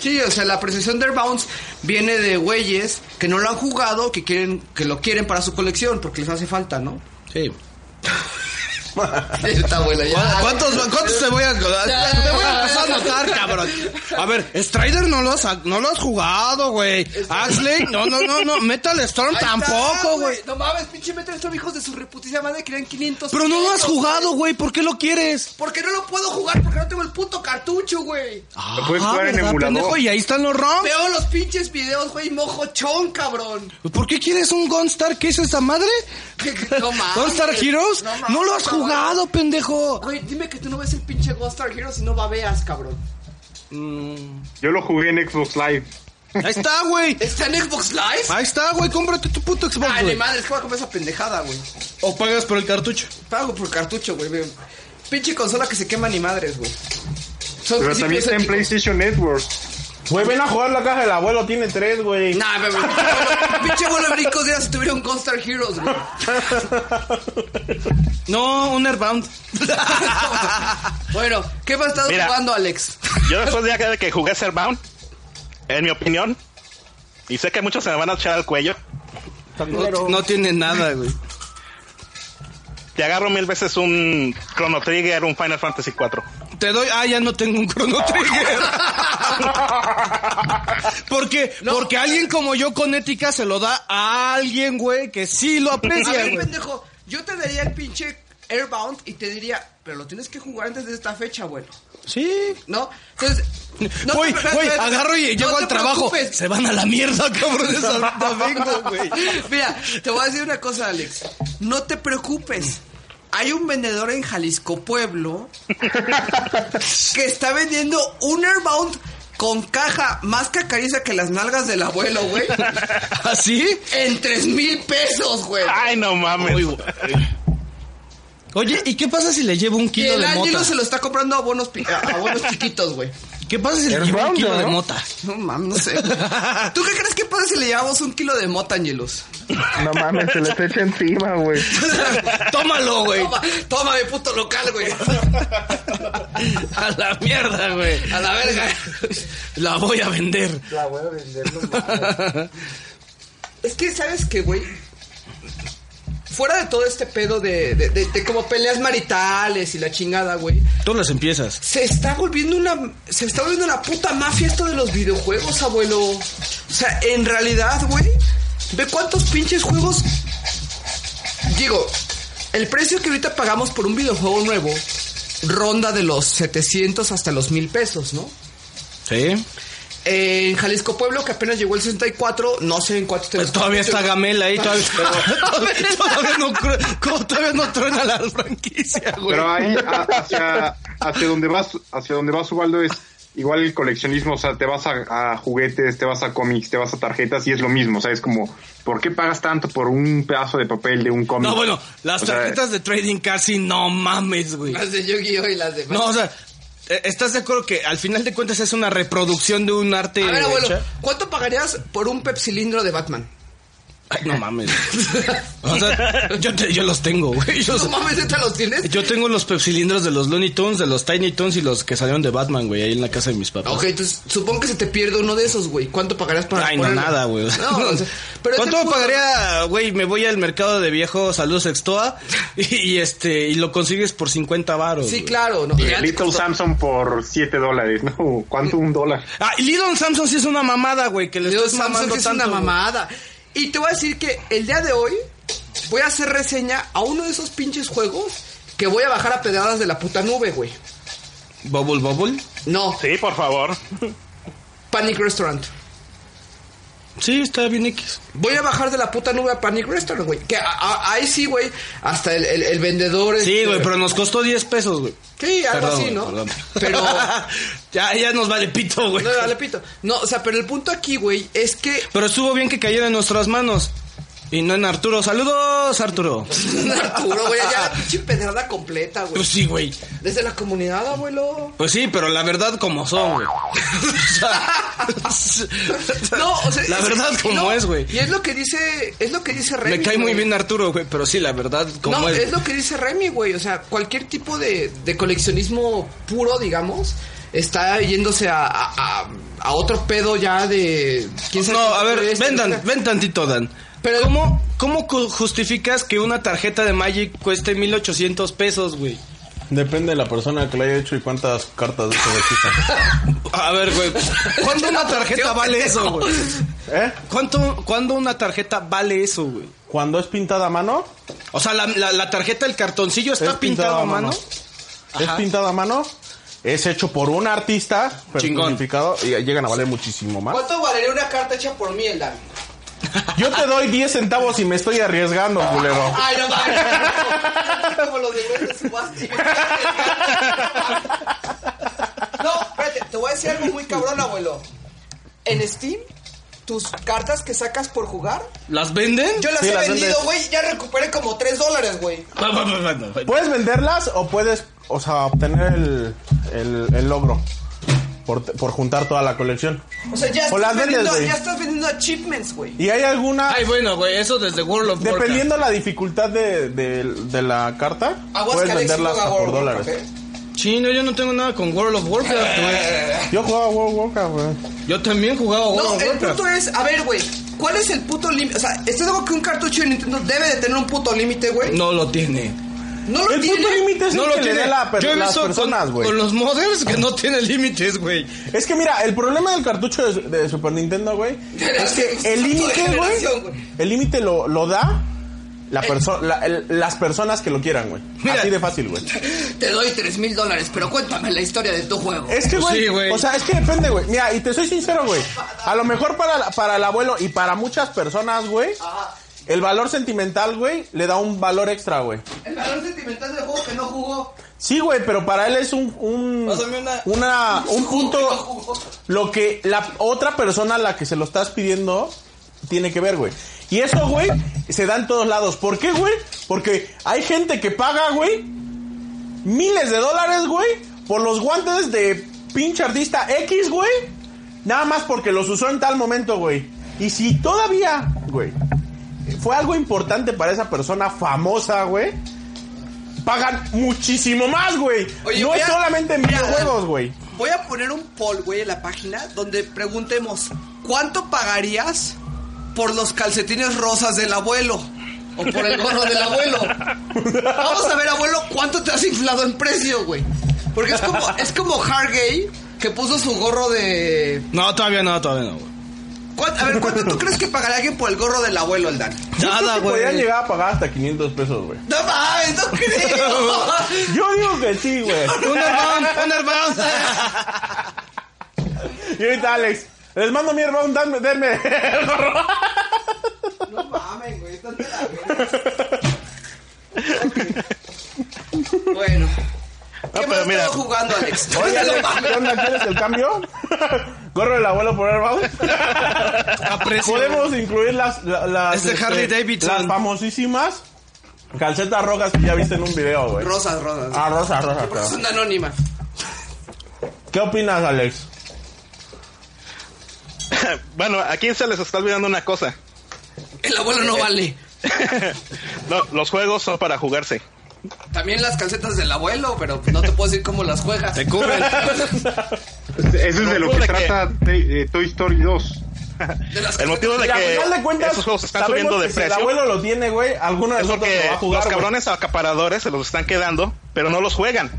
Speaker 5: Sí, o sea, la apreciación de Airbounds viene de güeyes que no lo han jugado, que quieren, que lo quieren para su colección, porque les hace falta, ¿no? <laughs>
Speaker 4: Sí.
Speaker 5: Esta abuela ya.
Speaker 4: ¿Cuántos, cuántos te voy a... Te voy a empezar a notar, cabrón. A ver, Strider no lo has, no lo has jugado, güey. Axley, no, no, no, no. Metal Storm
Speaker 5: Ahí está,
Speaker 4: tampoco, güey.
Speaker 5: No mames, pinche meter estos hijos de su reputísima madre querían 500.
Speaker 4: Pero no lo has
Speaker 5: pesos,
Speaker 4: jugado,
Speaker 5: güey.
Speaker 4: güey. ¿Por qué lo quieres?
Speaker 5: Porque no lo puedo jugar, porque no tengo el puto cartucho, güey.
Speaker 4: Ah.
Speaker 3: Lo puedes jugar en
Speaker 4: ¿verdad,
Speaker 3: emulador.
Speaker 4: pendejo? Y ahí están los ROM.
Speaker 5: Veo los pinches videos, güey, mojochón, cabrón. <laughs>
Speaker 4: ¿Por qué quieres un Gunstar? ¿Qué es esta madre?
Speaker 5: No mames.
Speaker 4: ¿Gunstar Heroes?
Speaker 5: Ah, No mames,
Speaker 4: No lo has
Speaker 5: cabrón.
Speaker 4: jugado, pendejo.
Speaker 5: Güey, dime que tú no ves el pinche Ghost Star Heroes y no babeas, cabrón.
Speaker 3: Yo lo jugué en Xbox Live.
Speaker 4: Ahí está, güey.
Speaker 5: ¿Está en Xbox Live?
Speaker 4: Ahí está, güey. Cómprate tu puto Xbox,
Speaker 5: Ay, ni
Speaker 4: güey.
Speaker 5: madre, juega con esa pendejada, güey.
Speaker 4: O pagas por el cartucho.
Speaker 5: Pago por cartucho, güey. ve. Pinche consola que se quema ni madres, güey. Son
Speaker 3: Pero
Speaker 5: principios
Speaker 3: también está en
Speaker 5: éticos.
Speaker 3: PlayStation Network.
Speaker 8: Güey, ven a jugar la caja del abuelo, tiene tres, güey.
Speaker 5: Nah, bebé. pinche
Speaker 4: <laughs>
Speaker 5: abuelo- Pinche abuelo brincos dirá si tuviera un Ghost Star Heroes, güey.
Speaker 4: No, un Airbound.
Speaker 5: bueno, ¿qué más estás
Speaker 7: Mira.
Speaker 5: jugando, Alex?
Speaker 7: Yo después de ya que jugué Airbound, en mi opinión, y sé que muchos se me van a echar al cuello,
Speaker 4: No, no tiene nada, güey.
Speaker 7: te agarro mil veces un Chrono Trigger, un Final Fantasy 4.
Speaker 4: Te doy. Ah, ya no tengo un Chrono Trigger. <laughs> porque, porque alguien como yo con ética se lo da a alguien, güey, que sí lo
Speaker 5: A
Speaker 4: aprecia,
Speaker 5: ver,
Speaker 4: güey.
Speaker 5: pendejo, yo te daría el pinche Airbound y te diría, pero lo tienes que jugar antes de esta fecha, abuelo.
Speaker 4: Sí.
Speaker 5: ¿No? Entonces. no te
Speaker 4: Güey,
Speaker 5: preocupes,
Speaker 4: güey,
Speaker 5: espérate,
Speaker 4: agarro y
Speaker 5: no
Speaker 4: llego
Speaker 5: te
Speaker 4: al trabajo.
Speaker 5: preocupes.
Speaker 4: Se van a la mierda, cabrón, de San Domingo, güey.
Speaker 5: <laughs> Mira, te voy a decir una cosa, Alex. No te preocupes. Hay un vendedor en Jalisco Pueblo que está vendiendo un Airbound con caja más cacariza que las nalgas del abuelo, güey.
Speaker 4: ¿Así?
Speaker 5: En tres mil pesos, güey.
Speaker 4: Ah,
Speaker 7: Ay, no mames.
Speaker 4: Oye, ¿y qué pasa si le llevo un
Speaker 5: Y
Speaker 4: kilo
Speaker 5: el
Speaker 4: de
Speaker 5: Ángelo
Speaker 4: mota?
Speaker 5: se lo está comprando a bonos, pi- a a bonos chiquitos, güey.
Speaker 4: ¿Qué pasa si le llevo un kilo de mota? <laughs>
Speaker 5: No mames, no sé. güey. ¿Tú qué crees que pasa si le llevamos un kilo de mota, Ángelos?
Speaker 6: No mames, se les echa encima, güey.
Speaker 4: Tómalo, güey.
Speaker 5: Toma, toma mi puto local, güey.
Speaker 4: A la mierda, <laughs> güey.
Speaker 5: A la verga.
Speaker 4: La voy a vender.
Speaker 6: La voy a vender,
Speaker 5: Es que, ¿sabes qué, güey? fuera de todo este pedo de, de, de- de como peleas maritales y la chingada, güey,
Speaker 4: Todas las empiezas.
Speaker 5: se está volviendo una se está volviendo una puta mafia esto de los videojuegos, abuelo. O sea, en realidad, güey, ve cuántos pinches juegos digo, el precio que ahorita pagamos por un videojuego nuevo ronda de los 700 hasta los 1000 pesos, ¿no?
Speaker 4: Sí.
Speaker 5: En Jalisco Pueblo, que apenas llegó el 64, no sé en cuánto te
Speaker 4: Pues todavía está
Speaker 5: <laughs>
Speaker 4: Gamela ahí, <laughs> todavía, todavía, no, cru- como todavía no truena la franquicia, güey.
Speaker 3: Pero ahí, a- hacia, hacia donde vas, hacia donde vas, Ubaldo, es igual el coleccionismo, o sea, te vas a, a juguetes, te vas a cómics, te vas a tarjetas y es lo mismo, o sea, es como, ¿por qué pagas tanto por un pedazo de papel de un cómic?
Speaker 4: No, bueno, las
Speaker 3: O sea,
Speaker 4: tarjetas de trading cards sí, no mames, güey.
Speaker 5: Las de Yu-Gi-Oh y las de
Speaker 4: No, o sea, eh, ¿estás de acuerdo que al final de cuentas es una reproducción de un arte?
Speaker 5: A ver, abuelo,
Speaker 4: hecha?
Speaker 5: ¿cuánto pagarías por un pepsilindro de Batman?
Speaker 4: Ay, no mames. O sea, yo, te- yo los tengo, güey. Yo,
Speaker 5: No mames, ¿neta los tienes?
Speaker 4: yo tengo los pepsilindros de los Looney Tunes, de los Tiny Tunes y los que salieron de Batman, güey, ahí en la casa de mis papás.
Speaker 5: Ok, entonces supongo que se te pierde uno de esos, güey. ¿Cuánto pagarías para
Speaker 4: Ay, no,
Speaker 5: ponerlo?
Speaker 4: nada, güey.
Speaker 5: No,
Speaker 4: <laughs>
Speaker 5: o sea, pero este
Speaker 4: ¿Cuánto
Speaker 5: es el
Speaker 4: me
Speaker 5: punto.
Speaker 4: pagaría, güey? Me voy al mercado de viejo, saludos Extoa, y, y este, y lo consigues por 50 varos.
Speaker 5: Sí,
Speaker 4: güey.
Speaker 5: claro, no.
Speaker 3: y
Speaker 5: ya te
Speaker 3: el Little
Speaker 5: costó-
Speaker 3: Samson por 7 dólares, ¿no? ¿Cuánto un dólar?
Speaker 4: Ah, y Lidon Samson sí es una mamada, güey, que le
Speaker 5: Dios,
Speaker 4: estás
Speaker 5: Samsung
Speaker 4: mamando
Speaker 5: es
Speaker 4: tanto,
Speaker 5: una
Speaker 4: güey.
Speaker 5: mamada. Y te voy a decir que el día de hoy voy a hacer reseña a uno de esos pinches juegos que voy a bajar a pedradas de la puta nube, güey.
Speaker 4: Bubble Bubble.
Speaker 5: No,
Speaker 7: Sí, por favor. <laughs>
Speaker 5: Panic Restaurant.
Speaker 4: Sí, está bien X.
Speaker 5: Voy a bajar de la puta nube a Panic Restaurant, güey. Que a- a- ahí sí, güey. Hasta el, el- el vendedor.
Speaker 4: Sí,
Speaker 5: este,
Speaker 4: güey, pero nos costó 10 pesos, güey.
Speaker 5: Sí, algo
Speaker 4: Perdón, güey,
Speaker 5: así, ¿no?
Speaker 4: perdón. <laughs>
Speaker 5: Pero.
Speaker 4: ya, ya nos vale pito, güey.
Speaker 5: No, le repito. No, o sea, pero el punto aquí, güey, es que.
Speaker 4: Pero estuvo bien que cayera en nuestras manos. Y no en Arturo. Saludos, Arturo.
Speaker 5: <laughs> Arturo, güey, ya la pinche pedrada completa, güey.
Speaker 4: Pues sí, güey.
Speaker 5: Desde la comunidad, abuelo.
Speaker 4: <laughs> Pues sí, pero la verdad como son,
Speaker 5: <laughs>
Speaker 4: güey. O sea,
Speaker 5: No, o sea.
Speaker 4: la
Speaker 5: es-
Speaker 4: verdad como
Speaker 5: no,
Speaker 4: es, güey.
Speaker 5: Y es lo que dice. Es lo que dice Remy.
Speaker 4: Me cae muy
Speaker 5: güey.
Speaker 4: bien Arturo, güey, pero sí, la verdad como
Speaker 5: No,
Speaker 4: es.
Speaker 5: es,
Speaker 4: güey.
Speaker 5: lo que dice Remy, güey. O sea, cualquier tipo de, de coleccionismo puro, digamos, está yéndose a, a- a- a otro pedo ya de. ¿quién sabe
Speaker 4: No,
Speaker 5: qué
Speaker 4: a ver,
Speaker 5: es?
Speaker 4: ven, Dan,
Speaker 5: O sea,
Speaker 4: ven tantito, Dan.
Speaker 5: Pero-
Speaker 4: ¿Cómo, ¿Cómo cu- justificas que una tarjeta de Magic cueste 1800 pesos, güey?
Speaker 8: Depende de la persona que lo haya hecho y cuántas cartas de ese hechizo.
Speaker 4: A ver, güey. ¿Cuándo
Speaker 5: <laughs>
Speaker 4: una tarjeta vale eso, güey?
Speaker 8: <laughs> ¿Eh?
Speaker 4: ¿Cuánto, ¿Cuándo una tarjeta vale eso, güey?
Speaker 8: Cuando es pintada a mano,
Speaker 4: O sea, la, la- la tarjeta, el cartoncillo está
Speaker 8: Es
Speaker 4: pintado a mano.
Speaker 8: es pintada a mano, es hecho por un artista
Speaker 4: Chingón.
Speaker 8: personificado y llegan a valer muchísimo más.
Speaker 5: ¿Cuánto valería una carta hecha por mí, el Dan?
Speaker 8: Yo te doy 10 centavos y me estoy arriesgando, culero.
Speaker 5: Ay, no mames. Como los de güey de subasta. No, espérate, te voy a decir algo muy cabrón, abuelo. En Steam, tus cartas que sacas por jugar,
Speaker 4: ¿Las venden?
Speaker 5: yo las
Speaker 8: Sí,
Speaker 5: he
Speaker 8: las
Speaker 5: vendido,
Speaker 8: vendes.
Speaker 5: güey. Ya recuperé como 3 dólares, güey.
Speaker 8: Puedes venderlas o puedes, o sea, obtener el, el, el logro por, por juntar toda la colección.
Speaker 5: O sea, ya
Speaker 8: O las
Speaker 5: estás,
Speaker 8: vendes,
Speaker 5: vendiendo,
Speaker 8: güey.
Speaker 5: ya estás vendiendo achievements, güey.
Speaker 8: Y hay alguna,
Speaker 4: Ay, bueno, güey, eso desde World of Warcraft.
Speaker 8: dependiendo la dificultad de, de, de la carta,
Speaker 5: Aguas
Speaker 8: puedes
Speaker 5: que Alex
Speaker 8: venderla
Speaker 5: juega
Speaker 8: hasta por
Speaker 5: World of
Speaker 8: dólares.
Speaker 5: Warcraft, ¿eh?
Speaker 4: Chino, yo no tengo nada con World of Warcraft, güey.
Speaker 8: Yo jugaba World of Warcraft, güey.
Speaker 4: Yo también jugaba
Speaker 8: Oh,
Speaker 4: World
Speaker 5: No,
Speaker 8: eh,
Speaker 4: of
Speaker 5: el
Speaker 4: Warcraft.
Speaker 5: punto es, a ver, güey, ¿cuál es el puto límite? O sea, esto es algo que un cartucho de Nintendo debe de tener un puto límite, güey.
Speaker 4: No lo tiene.
Speaker 5: No lo
Speaker 8: El
Speaker 5: tiene.
Speaker 8: punto límite es
Speaker 4: no
Speaker 8: el
Speaker 4: lo
Speaker 8: que le
Speaker 4: tiene.
Speaker 8: dé la per-
Speaker 4: Yo he
Speaker 8: las
Speaker 4: visto con-
Speaker 8: personas,
Speaker 4: con,
Speaker 8: güey.
Speaker 4: los modders que no tienen límites, güey.
Speaker 8: Es que mira, el problema del cartucho de, de Super Nintendo, güey, es
Speaker 5: <laughs>
Speaker 8: que el límite,
Speaker 5: Generación,
Speaker 8: güey,
Speaker 5: güey. Eh.
Speaker 8: el límite lo, lo da la perso- la- el- las personas que lo quieran, güey.
Speaker 4: Mira.
Speaker 8: Así de fácil, güey.
Speaker 5: Te doy tres mil dólares, pero cuéntame la historia de tu juego.
Speaker 8: Es que,
Speaker 4: Pues
Speaker 8: güey,
Speaker 4: sí, güey.
Speaker 8: o sea, es que depende, güey. Mira, y te soy sincero, güey. A lo mejor para, la- para el abuelo y para muchas personas, güey, el valor sentimental, güey, le da un valor extra, güey.
Speaker 5: El valor sentimental del juego que no jugó.
Speaker 8: Sí, güey, pero para él es un un,
Speaker 4: Pásame una-
Speaker 8: una- un
Speaker 4: <laughs>
Speaker 8: punto
Speaker 5: jugó.
Speaker 8: lo que la otra persona a la que se lo estás pidiendo tiene que ver, güey. Y eso, güey, se da en todos lados. ¿Por qué, güey? Porque hay gente que paga, güey, miles de dólares, güey, por los guantes de pinche artista X, güey, nada más porque los usó en tal momento, güey. Y si todavía, güey, fue algo importante para esa persona famosa, güey, pagan muchísimo más, güey.
Speaker 5: Oye,
Speaker 8: No es
Speaker 5: mira,
Speaker 8: solamente en
Speaker 5: mira,
Speaker 8: videojuegos, güey.
Speaker 5: Voy a poner un poll, güey, en la página donde preguntemos: ¿Cuánto pagarías por los calcetines rosas del abuelo? o por el gorro del abuelo. Vamos a ver, abuelo, cuánto te has inflado en precio, güey. Porque es como, es como Hargay que puso su gorro de.
Speaker 4: No, todavía no, todavía no, güey.
Speaker 5: ¿Cuán- A ver, ¿cuánto tú crees que pagará alguien por el gorro del abuelo, el Dan?
Speaker 4: Nada, güey.
Speaker 8: Podrían llegar a pagar hasta 500 pesos, güey.
Speaker 5: No mames, no
Speaker 4: <laughs>
Speaker 5: creo.
Speaker 8: Yo digo que sí, güey.
Speaker 4: Un airbound, un airbound.
Speaker 8: Y ahorita Alex, les mando mi hermano, dame, denme el gorro.
Speaker 5: No mames, güey, estás de la verga. Ok. Bueno. ¿Qué
Speaker 7: pero
Speaker 5: más has
Speaker 7: mira.
Speaker 5: estado jugando, Alex?
Speaker 8: <laughs> Oye,
Speaker 5: No
Speaker 8: Alex,
Speaker 5: mames.
Speaker 8: ¿qué onda? ¿Quieres el cambio? Gorro del abuelo por Airbag.
Speaker 4: Aprecio.
Speaker 8: Podemos incluir las, la- las, este,
Speaker 4: Es de Harley Davidson.
Speaker 8: las famosísimas calcetas rojas que ya viste en un video, güey.
Speaker 5: <laughs> Rosas, rosas.
Speaker 8: Ah, rosa, rosa,
Speaker 5: Porque es
Speaker 8: claro.
Speaker 5: una anónima.
Speaker 8: ¿Qué opinas, Alex?
Speaker 7: bueno, aquí se les está olvidando una cosa. <laughs>
Speaker 5: El abuelo
Speaker 8: Eh,
Speaker 5: no vale.
Speaker 7: No, los juegos son para jugarse.
Speaker 5: También las calcetas del abuelo, pero no te puedo decir cómo las juegas.
Speaker 4: Te
Speaker 5: <laughs>
Speaker 4: cubren.
Speaker 3: Eso es de lo que
Speaker 7: Ocurre que-
Speaker 3: trata eh, Toy Story 2.
Speaker 5: De las
Speaker 7: El motivo de
Speaker 8: Mira, al
Speaker 7: que
Speaker 8: final de cuentas,
Speaker 7: esos juegos están
Speaker 8: sabemos
Speaker 7: subiendo de
Speaker 8: que si el
Speaker 7: precio
Speaker 8: abuelo lo tiene, güey, alguno de
Speaker 7: es
Speaker 8: nosotros
Speaker 7: porque
Speaker 8: lo va a jugar,
Speaker 7: los
Speaker 8: güey.
Speaker 7: cabrones acaparadores se los están quedando, pero no los juegan.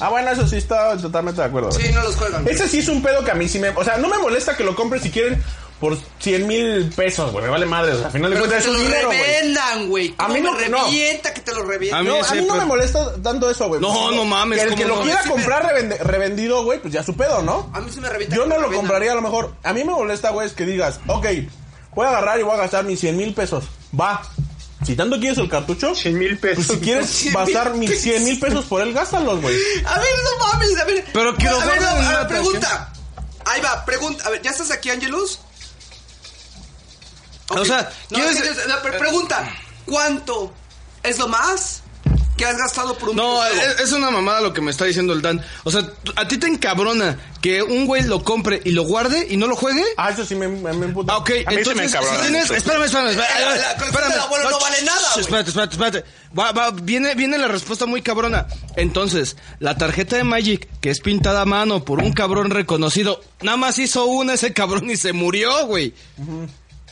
Speaker 8: Ah, bueno, eso sí está totalmente de acuerdo, güey.
Speaker 5: Sí, no los juegan.
Speaker 8: Ese sí es un pedo que a mí sí me... O sea, no me molesta que lo compren si quieren por 100 mil pesos, güey. Me vale madre. O sea, al final de
Speaker 5: Pero que te
Speaker 8: cuentas es un
Speaker 5: lo
Speaker 8: dinero, güey.
Speaker 5: revendan, güey.
Speaker 8: A
Speaker 5: A
Speaker 8: mí
Speaker 5: mí
Speaker 8: no-
Speaker 5: me
Speaker 8: no.
Speaker 5: revienta que te lo
Speaker 4: A
Speaker 5: revientan.
Speaker 4: mí
Speaker 8: No, a
Speaker 4: ese,
Speaker 8: mí no
Speaker 4: pero-
Speaker 8: me molesta tanto eso, güey.
Speaker 4: No, no mames,
Speaker 8: Que El que
Speaker 4: ¿cómo
Speaker 8: lo
Speaker 4: no?
Speaker 8: quiera comprar revende- revendido, güey, pues ya su pedo, ¿no?
Speaker 5: A mí se me revienta.
Speaker 8: Yo
Speaker 5: que
Speaker 8: no
Speaker 5: me
Speaker 8: lo
Speaker 5: revendan.
Speaker 8: compraría a lo mejor. A mí me molesta, güey, es que digas, ok, voy a agarrar y voy a gastar mis 100 mil pesos. Va. Si tanto quieres el cartucho,
Speaker 3: 100 mil
Speaker 8: pues
Speaker 3: pesos.
Speaker 8: si quieres
Speaker 5: 100,000
Speaker 8: basar mis 100 mil pesos por él, gástalos, güey.
Speaker 5: A ver, no mames, a ver.
Speaker 4: Pero que lo
Speaker 5: a ver,
Speaker 4: guarden
Speaker 5: no,
Speaker 4: en
Speaker 5: a ver,
Speaker 4: una
Speaker 5: pregunta. Ahí va, pregunta. A ver, ¿ya estás aquí, Angelus?
Speaker 4: O sea,
Speaker 5: no,
Speaker 4: ¿quieres-
Speaker 5: sí, sí, no, pero pregunta. ¿Cuánto es lo más que has gastado por un
Speaker 4: No,
Speaker 5: videojuego?
Speaker 4: es, es una mamada lo que me está diciendo el Dan. O sea, tú- a ti te encabrona que un güey lo compre y lo guarde y no lo juegue.
Speaker 8: Ah, eso sí me, me, me emputa.
Speaker 4: Ah, ok,
Speaker 7: A mí sí me
Speaker 4: entonces,
Speaker 7: encabrona.
Speaker 4: si tienes, espérame, espérame, espérame,
Speaker 5: La- la- la
Speaker 4: espérame,
Speaker 5: colección del abuelo no
Speaker 4: ch-
Speaker 5: vale nada,
Speaker 4: ch-
Speaker 5: güey.
Speaker 4: Espérate, espérate, espérate. Va, va, viene, viene la respuesta muy cabrona. Entonces, la tarjeta de Magic, que es pintada a mano por un cabrón reconocido, nada más hizo una ese cabrón y se murió, güey.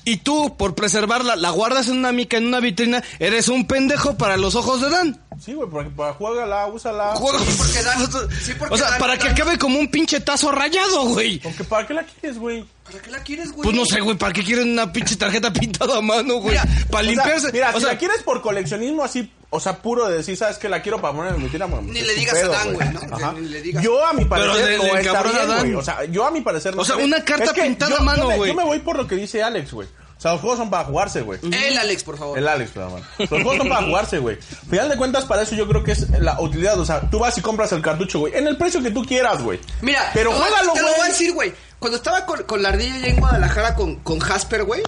Speaker 4: Y tú, por preservarla, la guardas en una mica, en una vitrina, eres un pendejo para los ojos de Dan.
Speaker 8: Sí, güey, porque para juégala, úsala.
Speaker 4: Juego-
Speaker 5: Sí, porque Dan- sí, porque
Speaker 4: o sea,
Speaker 5: Dan-
Speaker 4: para que
Speaker 5: Dan-
Speaker 4: acabe como un pinche tazo rayado, güey.
Speaker 8: Aunque para qué la quieres, güey.
Speaker 5: ¿Para qué la quieres, güey?
Speaker 4: Pues no sé, güey, ¿para qué quieren una pinche tarjeta <laughs> pintada a mano, güey?
Speaker 5: Mira,
Speaker 4: Para
Speaker 8: O sea,
Speaker 4: limpiarse.
Speaker 8: mira,
Speaker 4: o
Speaker 8: si
Speaker 4: sea,
Speaker 8: la quieres por coleccionismo así, o sea, puro de decir, ¿sabes qué? La quiero para poner en mi tira, bueno, pues
Speaker 5: Ni
Speaker 8: es
Speaker 5: le
Speaker 8: tu
Speaker 5: digas a Dan, güey, ¿no?
Speaker 8: Ajá.
Speaker 5: Ni le digas.
Speaker 8: Yo a mi parecer
Speaker 4: del-
Speaker 8: no
Speaker 4: del
Speaker 8: está
Speaker 4: cabrón
Speaker 8: bien,
Speaker 4: a Dan.
Speaker 8: güey. O sea, yo a mi parecer no
Speaker 4: O sea,
Speaker 8: está bien.
Speaker 4: una carta
Speaker 8: Es que
Speaker 4: pintada
Speaker 8: yo-
Speaker 4: a mano,
Speaker 8: yo me-
Speaker 4: güey.
Speaker 8: Yo me voy por lo que dice Alex, güey. O sea, los juegos son para jugarse, güey.
Speaker 5: El Alex, por favor.
Speaker 8: El Alex, perdón. güey. Los juegos son para jugarse, güey. Final de cuentas, para eso yo creo que es la utilidad. O sea, tú vas y compras el cartucho, güey. En el precio que tú quieras, güey.
Speaker 5: Mira,
Speaker 8: pero
Speaker 5: te lo-
Speaker 8: juégalo,
Speaker 5: Te lo voy a
Speaker 8: güey.
Speaker 5: decir, güey. Cuando estaba con, con la ardilla ya en Guadalajara con, con Jasper, güey.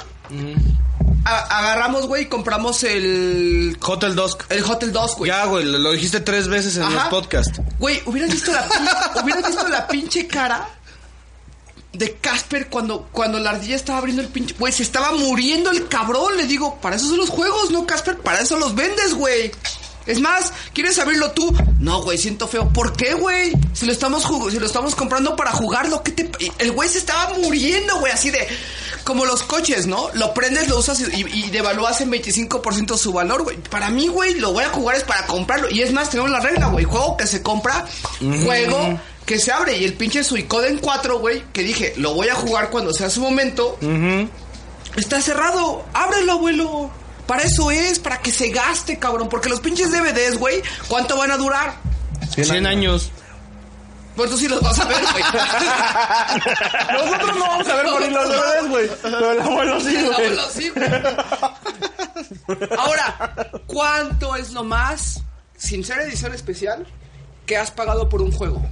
Speaker 5: a- agarramos, güey, y compramos el.
Speaker 4: Hotel Dusk.
Speaker 5: El Hotel 2,
Speaker 3: Pues,
Speaker 5: güey.
Speaker 4: Ya, güey, lo lo dijiste tres veces en
Speaker 5: Ajá.
Speaker 4: los podcasts.
Speaker 5: Güey, hubieras visto la, pin- hubieras visto la pinche cara de Casper cuando, cuando la ardilla estaba abriendo el pinche. Güey, se estaba muriendo el cabrón. Le digo, para eso son los juegos, ¿no, Casper? Para eso los vendes, güey. Es más, ¿quieres abrirlo tú? No, güey, siento feo. ¿Por qué, güey? Si lo estamos jug- si lo estamos comprando para jugarlo, ¿qué te pa- y El güey se estaba muriendo, güey, así de como los coches, ¿no? Lo prendes, lo usas y, y- y devalúas en 25% su valor, güey. Para mí, güey, lo voy a jugar es para comprarlo. Y es más, tenemos la regla, güey. Juego que se compra, juego que se abre. Y el pinche Suicoden 4, güey, que dije, lo voy a jugar cuando sea su momento. Está cerrado. Ábrelo, abuelo. Para eso es, para que se gaste, cabrón. Porque los pinches DVDs, güey, ¿cuánto van a durar?
Speaker 4: 100 años.
Speaker 5: Pues tú sí los vas a ver, güey.
Speaker 8: <laughs> Nosotros no vamos a ver morir los bebés, güey. Pero el abuelo sí,
Speaker 5: El
Speaker 8: güey.
Speaker 5: abuelo sí, güey. Ahora, ¿cuánto es lo más, sin ser edición especial, que has pagado por un juego?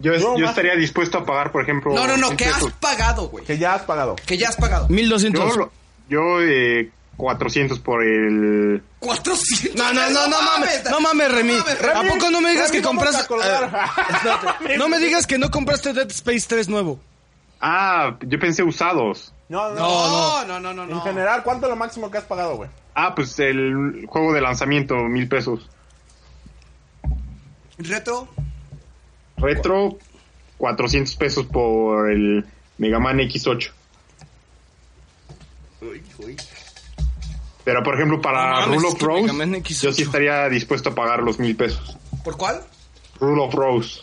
Speaker 3: Yo,
Speaker 8: No,
Speaker 3: yo
Speaker 8: más.
Speaker 3: estaría dispuesto a pagar, por ejemplo.
Speaker 5: No, no, no,
Speaker 8: Oh,
Speaker 3: 100
Speaker 5: que has
Speaker 3: pesos.
Speaker 5: pagado, güey.
Speaker 8: Que ya has pagado.
Speaker 5: Que ya has pagado.
Speaker 4: 1200.
Speaker 3: Yo, lo- yo eh, 400 por el.
Speaker 5: 400.
Speaker 4: No, no, no, no mames. No mames, Remy. ¿A
Speaker 8: Remy,
Speaker 4: poco no me digas
Speaker 8: Remy,
Speaker 4: que
Speaker 8: vamos
Speaker 4: compraste.
Speaker 8: a colgar. <laughs>
Speaker 4: Eh,
Speaker 3: <laughs>
Speaker 4: espérate. No me digas que no compraste Dead Space 3 nuevo.
Speaker 3: Ah, yo pensé usados.
Speaker 8: No, no.
Speaker 5: No, no, no, no,
Speaker 8: En
Speaker 5: no.
Speaker 8: general, ¿cuánto es lo máximo que has pagado, güey?
Speaker 3: Ah, pues el juego de lanzamiento, mil pesos.
Speaker 5: Retro.
Speaker 3: Retro, 400 pesos por el Mega Man X8. Pero, por ejemplo, para
Speaker 4: No mames,
Speaker 3: Rule
Speaker 4: es
Speaker 3: of
Speaker 4: que Megaman
Speaker 3: Rose,
Speaker 4: X8.
Speaker 3: yo sí estaría dispuesto a pagar los mil pesos.
Speaker 5: ¿Por cuál?
Speaker 3: Rule of Rose.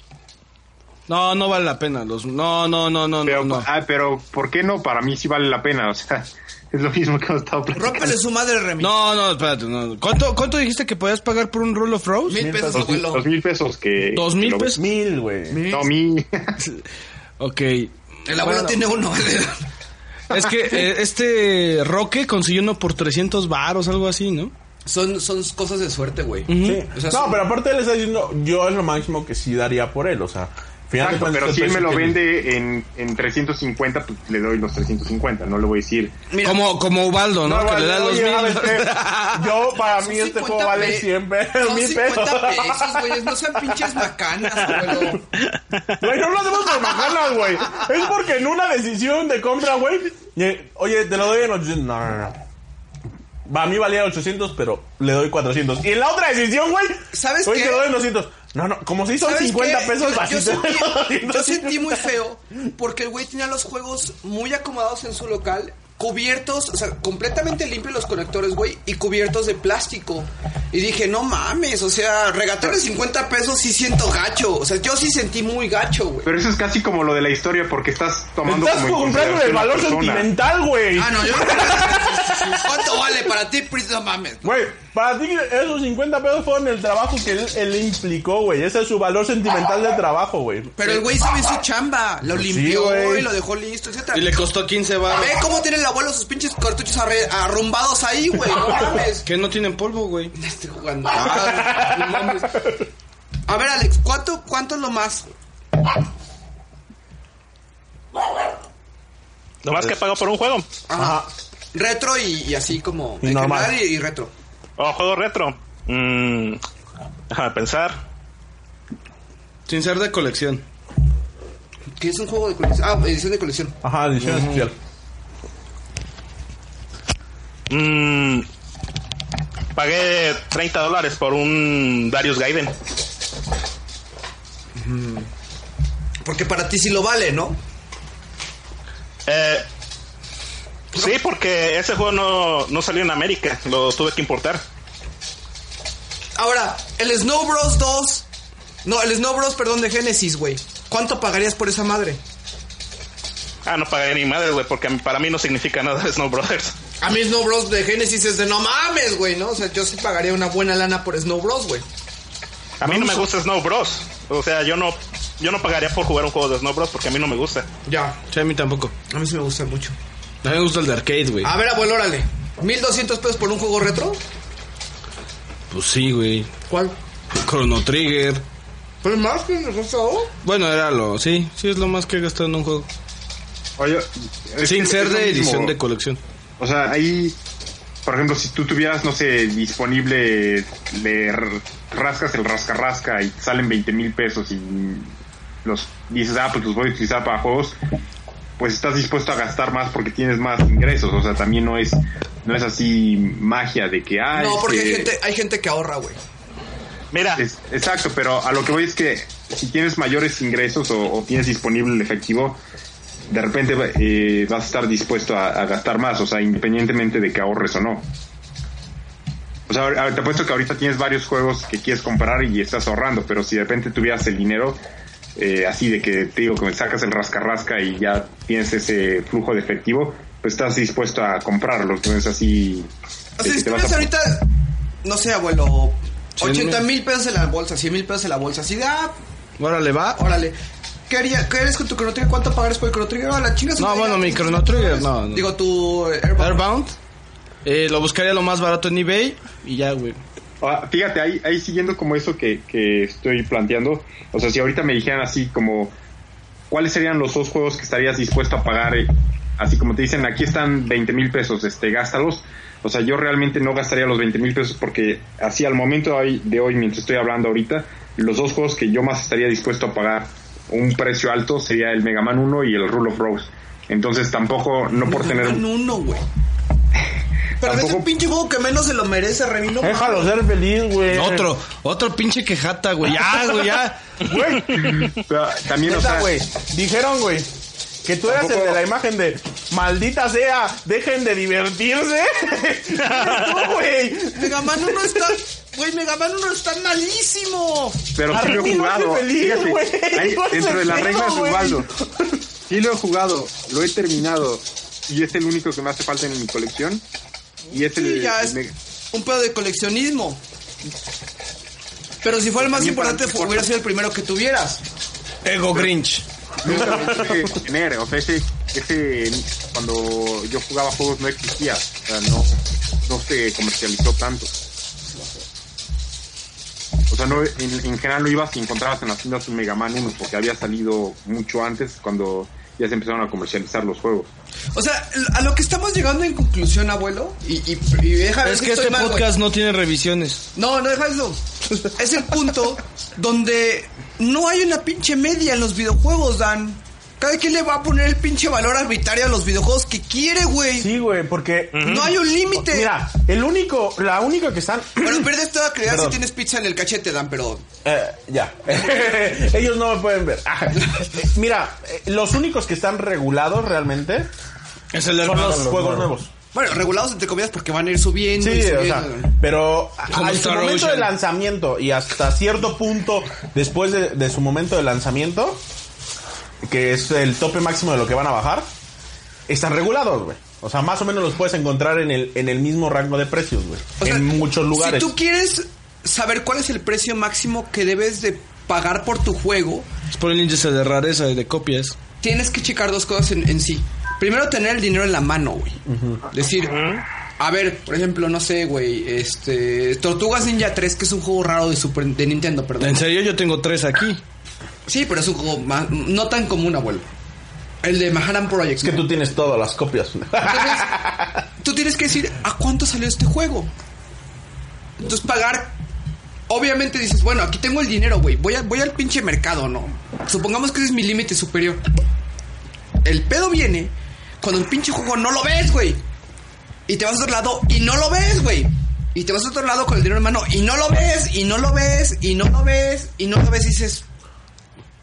Speaker 4: No, no vale la pena. Los, no, no, no, no,
Speaker 3: Pero,
Speaker 4: no. no.
Speaker 3: ah, pero, ¿por qué no? Para mí sí vale la pena. O sea, <laughs> es lo mismo que hemos estado platicando.
Speaker 5: Rómpele su madre, Remy.
Speaker 4: No, no, espérate. No. ¿Cuánto, ¿Cuánto dijiste que podías pagar por un Rule of Rose?
Speaker 5: Mil pesos,
Speaker 3: Dos mil-
Speaker 5: abuelo.
Speaker 3: dos mil pesos que...
Speaker 4: ¿Dos mil
Speaker 3: que lo-
Speaker 4: pesos?
Speaker 8: Mil, güey.
Speaker 3: No, mil. <laughs>
Speaker 4: Ok.
Speaker 5: El abuelo
Speaker 4: Bueno.
Speaker 5: tiene uno. <laughs>
Speaker 4: Es que
Speaker 3: <laughs>
Speaker 4: eh, este Roque consiguió uno por 300 varos, algo así, ¿no?
Speaker 5: son, son cosas de suerte, güey.
Speaker 8: Sí.
Speaker 5: O sea,
Speaker 8: no,
Speaker 5: sí.
Speaker 8: pero aparte él está diciendo, yo es lo máximo que sí daría por él, o sea. al final de
Speaker 3: Exacto,
Speaker 8: cuentas,
Speaker 3: pero
Speaker 8: el
Speaker 3: si él me
Speaker 8: precio
Speaker 3: lo
Speaker 8: que-
Speaker 3: vende en, en 350, pues le doy los 350. No le voy a decir...
Speaker 5: Mira,
Speaker 4: Como, como Ubaldo, ¿no?
Speaker 8: No,
Speaker 4: que
Speaker 8: vale,
Speaker 4: le da los
Speaker 8: oye, a ver, <laughs>
Speaker 4: mil.
Speaker 8: eh, Yo, para
Speaker 5: son
Speaker 8: mí, este
Speaker 5: 50
Speaker 8: juego vale
Speaker 5: pe-
Speaker 8: 100 pesos. <laughs>
Speaker 5: Son
Speaker 8: 1000 pesos.
Speaker 5: 50 pesos, güey. No sean pinches macanas, abuelo.
Speaker 8: Güey, no lo hacemos por macanas, güey. Es porque en una decisión de compra, güey. ye- Oye, te lo doy en 800. No, no, no. Va, a mí valía 800, pero le doy 400. Y en la otra decisión, güey.
Speaker 5: ¿Sabes
Speaker 8: Oye,
Speaker 5: qué?
Speaker 8: te lo doy en 200. No, no, como si son
Speaker 5: ¿Sabes
Speaker 8: 50
Speaker 5: qué?
Speaker 8: pesos,
Speaker 5: Yo-
Speaker 8: así
Speaker 5: yo,
Speaker 8: <laughs> te doy
Speaker 5: sentí,
Speaker 8: los
Speaker 5: yo
Speaker 8: 200.
Speaker 5: sentí muy feo porque el güey tenía los juegos muy acomodados en su local, cubiertos, o sea, completamente limpios los conectores, güey, y cubiertos de plástico. Y dije, no mames, o sea, regatearle 50 pesos sí siento gacho. O sea, yo sí sentí muy gacho, güey.
Speaker 3: Pero eso es casi como lo de la historia, porque estás tomando
Speaker 8: Estás
Speaker 3: como en
Speaker 8: comprando
Speaker 3: consideración
Speaker 8: el
Speaker 3: la
Speaker 8: valor
Speaker 3: persona.
Speaker 8: sentimental, güey.
Speaker 5: Ah, no, yo <laughs> ¿Cuánto vale para ti, Pris? No mames.
Speaker 8: Güey, para ti esos 50 pesos fueron el trabajo que él, él implicó, güey. Ese es su valor sentimental del trabajo, güey.
Speaker 5: Pero el güey sabe su chamba, lo
Speaker 8: Sí,
Speaker 5: limpió
Speaker 8: güey.
Speaker 5: y lo dejó listo,
Speaker 4: <laughs>
Speaker 5: etcétera.
Speaker 4: Y le costó 15 varos.
Speaker 3: Ah,
Speaker 5: Ve cómo tiene el abuelo sus pinches cartuchos arre- arrumbados ahí, güey. No mames. <laughs>
Speaker 3: eh.
Speaker 4: Que no tienen polvo, güey.
Speaker 5: Estoy jugando. No mames. A ver, Alex, ¿cuánto, cuánto es lo más?
Speaker 7: Nomás que pago por un juego.
Speaker 5: Ajá. ah, Retro y, y así como.
Speaker 8: Y
Speaker 5: en
Speaker 8: normal.
Speaker 5: general Y, y retro.
Speaker 7: O juego retro. Mm, déjame pensar.
Speaker 4: Sin ser de colección.
Speaker 5: Que es un juego de colección. Ah, edición de colección.
Speaker 8: Ajá, edición especial.
Speaker 7: Mm, pagué 30 dólares por un Darius Gaiden.
Speaker 5: Porque para ti sí lo vale, ¿no?
Speaker 7: Eh, sí, porque ese juego no, no salió en América. Lo tuve que importar.
Speaker 5: Ahora, el Snow Bros 2. No, el Snow Bros, perdón, de Genesis, güey. ¿Cuánto pagarías por esa madre?
Speaker 7: Ah, no pagué ni madre, güey, porque para mí no significa nada Snow Brothers.
Speaker 5: A mí Snow Bros de Genesis es de no mames, güey, ¿no? O sea, yo sí pagaría una buena lana por Snow Bros, güey.
Speaker 7: A mí no me gusta Snow Bros. O sea, yo no, yo no pagaría por jugar un juego de Snow Bros porque a mí no me gusta.
Speaker 5: Ya.
Speaker 4: Sí, a mí tampoco.
Speaker 5: A mí sí me gusta mucho.
Speaker 4: A mí me gusta el de arcade, güey.
Speaker 5: A ver, abuelo, órale. ¿1200 pesos por un juego retro?
Speaker 4: Pues sí, güey.
Speaker 5: ¿Cuál?
Speaker 4: Chrono Trigger.
Speaker 5: ¿Pero más que el gustado?
Speaker 4: Bueno, era lo... Sí, sí es lo más que he gastado en un juego.
Speaker 3: Oye, es
Speaker 4: Sin
Speaker 3: que
Speaker 4: ser
Speaker 3: es lo
Speaker 4: de
Speaker 3: mismo.
Speaker 4: edición de colección.
Speaker 3: O sea, ahí, por ejemplo, si tú tuvieras, no sé, disponible, le r- rascas el rasca-rasca y te salen 20 mil pesos y los dices, ah, pues los voy a utilizar para juegos, pues estás dispuesto a gastar más porque tienes más ingresos. O sea, también no es, no es así magia de que, ah,
Speaker 5: No, porque hay
Speaker 3: este,
Speaker 5: gente, hay gente que ahorra, güey.
Speaker 7: Mira,
Speaker 3: Es- exacto, pero a lo que voy es que si tienes mayores ingresos o, o tienes disponible el efectivo, de repente va- eh, vas a estar dispuesto a, a gastar más, o sea, independientemente de que ahorres o no. O sea, ahor- te apuesto que ahorita tienes varios juegos que quieres comprar y estás ahorrando, pero si de repente tuvieras el dinero, eh, así de que te digo que sacas el rascarrasca y ya tienes ese flujo de efectivo, pues estás dispuesto a comprarlo, no es así.
Speaker 5: O
Speaker 3: de
Speaker 5: sea,
Speaker 3: que
Speaker 5: si
Speaker 3: te vas
Speaker 5: tuvieras
Speaker 3: a-
Speaker 5: ahorita, no sé, abuelo,
Speaker 4: Cien
Speaker 5: 80
Speaker 4: mil.
Speaker 5: mil pesos en la bolsa, 100 mil pesos en la bolsa. Así, ah,
Speaker 4: Órale, va.
Speaker 5: órale. ¿Qué, haría, ¿Qué harías con tu Chrono Trigger? ¿Cuánto pagarías por el Chrono Trigger? Ah, la chinga su
Speaker 4: No,
Speaker 5: madre,
Speaker 4: bueno,
Speaker 5: ya,
Speaker 4: mi
Speaker 5: pues,
Speaker 4: Chrono Trigger, no, no.
Speaker 5: Digo, tu eh, Airbound.
Speaker 4: Airbound. Eh, lo buscaría lo más barato en eBay. Y ya, güey.
Speaker 3: Ah, fíjate, ahí, ahí siguiendo como eso que, que estoy planteando, o sea, si ahorita me dijeran así como, ¿cuáles serían los dos juegos que estarías dispuesto a pagar? eh? Así como te dicen, aquí están 20 mil pesos, este, gástalos. O sea, yo realmente no gastaría los 20 mil pesos porque así al momento de hoy, de hoy, mientras estoy hablando ahorita, los dos juegos que yo más estaría dispuesto a pagar un precio alto sería el Mega Man 1 y el Rule of Rose. Entonces tampoco, no por tener...
Speaker 5: Ganan uno, güey. Pero es el
Speaker 3: Tampoco-
Speaker 5: pinche juego que menos se lo merece, Remino.
Speaker 8: Déjalo ser feliz, güey.
Speaker 4: Otro, otro pinche quejata,
Speaker 8: <laughs>
Speaker 4: güey. Ya, güey, ya.
Speaker 3: <laughs> Pero también, o sea,
Speaker 8: Güey, dijeron, güey, Que tú eras el de la imagen de maldita sea, dejen de divertirse. <laughs> Tú, güey.
Speaker 5: Mega Man 1 está. Güey, Mega Man 1 está malísimo.
Speaker 3: Pero sí lo he jugado. Fíjate, ahí, dentro de las reglas de Osvaldo. Sí lo he jugado, lo he terminado. Y es el único que me hace falta en mi colección. Y es
Speaker 5: Sí,
Speaker 3: el.
Speaker 5: ya
Speaker 3: el
Speaker 5: es
Speaker 3: Mega-
Speaker 5: un pedo de coleccionismo. Pero si fuera el más
Speaker 3: También para
Speaker 5: importante,
Speaker 3: ti,
Speaker 5: fu-
Speaker 3: corta.
Speaker 5: hubiera sido el primero que tuvieras.
Speaker 4: Ego Grinch.
Speaker 3: nunca lo quise tener. O sea, ese, ese cuando yo jugaba juegos no existía. O sea, no, no se comercializó tanto. O sea, no, en, en general lo ibas y encontrabas en las tiendas un Mega Man 1 porque había salido mucho antes cuando ya se empezaron a comercializar los juegos.
Speaker 5: O sea, a lo que estamos llegando en conclusión, abuelo, y, y, y deja ver
Speaker 4: Es
Speaker 5: si
Speaker 4: que
Speaker 5: estoy
Speaker 4: este
Speaker 5: mal, güey.
Speaker 4: podcast no tiene revisiones.
Speaker 5: No, no deja eso. Es el punto donde no hay una pinche media en los videojuegos, Dan. Cada quien le va a poner el pinche valor arbitrario a los videojuegos que quiere, güey.
Speaker 8: Sí, güey, porque.
Speaker 5: No hay un límite.
Speaker 8: Mira, el único, la única que están.
Speaker 5: Bueno, pierdes toda creatividad si
Speaker 8: Perdón.
Speaker 5: tienes pizza en el cachete, Dan, pero.
Speaker 8: Eh, ya. <laughs> Ellos no me pueden ver. Ah. Mira, eh, los únicos que están regulados realmente
Speaker 4: Es el de
Speaker 8: son los
Speaker 4: Arnoldo.
Speaker 8: juegos nuevos.
Speaker 5: Bueno, regulados entre comillas porque van a ir subiendo. y
Speaker 8: Sí, o sea,
Speaker 5: subiendo.
Speaker 8: pero
Speaker 4: Como
Speaker 8: a- al su
Speaker 4: Star
Speaker 8: momento de
Speaker 4: Ocean.
Speaker 8: lanzamiento y hasta cierto punto después de, de su momento de lanzamiento, que es el tope máximo de lo que van a bajar, están regulados, güey. O sea, más o menos los puedes encontrar en el, en el mismo rango de precios, güey.
Speaker 5: O sea,
Speaker 8: en muchos lugares.
Speaker 5: Si tú quieres saber cuál es el precio máximo que debes de pagar por tu juego,
Speaker 4: Es por el índice de rareza y de copias.
Speaker 5: tienes que checar dos cosas en, en sí. Primero, tener el dinero en la mano, güey. Decir, a ver, por ejemplo, no sé, güey, este... Tortugas Ninja 3, que es un juego raro de, Super, de Nintendo,
Speaker 4: En
Speaker 5: perdón.
Speaker 4: serio, yo tengo tres aquí.
Speaker 5: Sí, pero es un juego más- no tan común, abuelo. El de Manhattan Project.
Speaker 8: Es que tú tienes todas las copias. <laughs>
Speaker 5: Entonces, tú tienes que decir a cuánto salió este juego. Entonces, pagar. Obviamente dices, bueno, aquí tengo el dinero, güey. Voy, a- voy al pinche mercado, ¿no? Supongamos que ese es mi límite superior. El pedo viene cuando el pinche juego no lo ves, güey. Y te vas a otro lado y no lo ves, güey. Y te vas a otro lado con el dinero en mano y no lo ves, y no lo ves, y no lo ves, y no lo ves. Y dices,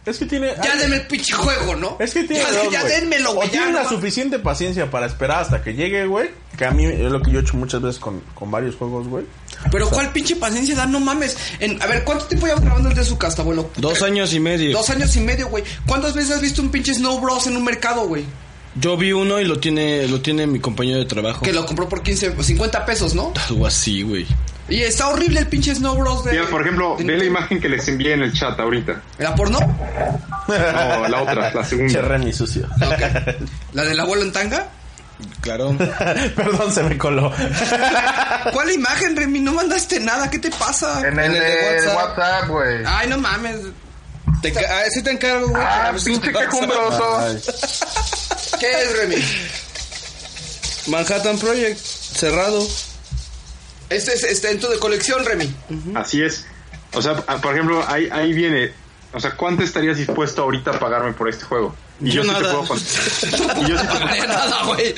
Speaker 8: es que tiene.
Speaker 5: ya denme el pinche juego, ¿no?
Speaker 8: Es que tiene
Speaker 5: ya,
Speaker 8: dos,
Speaker 5: ya
Speaker 8: güey.
Speaker 5: denmelo,
Speaker 8: O
Speaker 5: güey. ya,
Speaker 8: tiene la
Speaker 5: no mames.
Speaker 8: suficiente paciencia para esperar hasta que llegue, güey. Que a mí es lo que yo he hecho muchas veces con, con varios juegos, güey.
Speaker 5: Pero cuál pinche paciencia da, no mames. En- a ver, ¿cuánto tiempo llevas grabando el de su casta, abuelo?
Speaker 4: Dos
Speaker 5: Tre-
Speaker 4: años y medio.
Speaker 5: Dos años y medio, güey. ¿Cuántas veces has visto un pinche Snow Bros en un mercado, güey?
Speaker 4: Yo vi uno y lo tiene, lo tiene mi compañero de trabajo.
Speaker 5: Que lo compró por 15, o 50 pesos, ¿no?
Speaker 4: Algo así, güey.
Speaker 5: Y está horrible el pinche Snow Bros. De,
Speaker 3: Mira, por ejemplo,
Speaker 5: de-
Speaker 3: ve la imagen que les envié en el chat ahorita.
Speaker 5: ¿Era porno?
Speaker 3: No, la otra, la segunda.
Speaker 8: Che, Remy sucio.
Speaker 5: ¿La del abuelo en tanga?
Speaker 4: <laughs> Claro.
Speaker 8: <laughs> Perdón, se me coló.
Speaker 5: ¿Cuál imagen, Remy? No mandaste nada. ¿Qué te pasa?
Speaker 6: En el, de WhatsApp, güey.
Speaker 5: Ay, no mames.
Speaker 4: Te enca- ah, sí te encargo, güey. A
Speaker 6: Ah,
Speaker 4: ver si
Speaker 6: pinche
Speaker 4: te pasa.
Speaker 6: quejumbroso.
Speaker 8: Ay.
Speaker 5: ¿Qué es, Remy?
Speaker 4: Manhattan Project, cerrado.
Speaker 5: Este es este, en tu de colección, Remy.
Speaker 3: Así es. O sea, a- por ejemplo, ahí, ahí viene. O sea, ¿cuánto estarías dispuesto ahorita a pagarme por este juego? Y
Speaker 4: Yo
Speaker 3: yo, sí te
Speaker 4: nada.
Speaker 3: puedo contar. Y
Speaker 5: <laughs>
Speaker 3: yo sí te puedo-
Speaker 5: De nada, güey.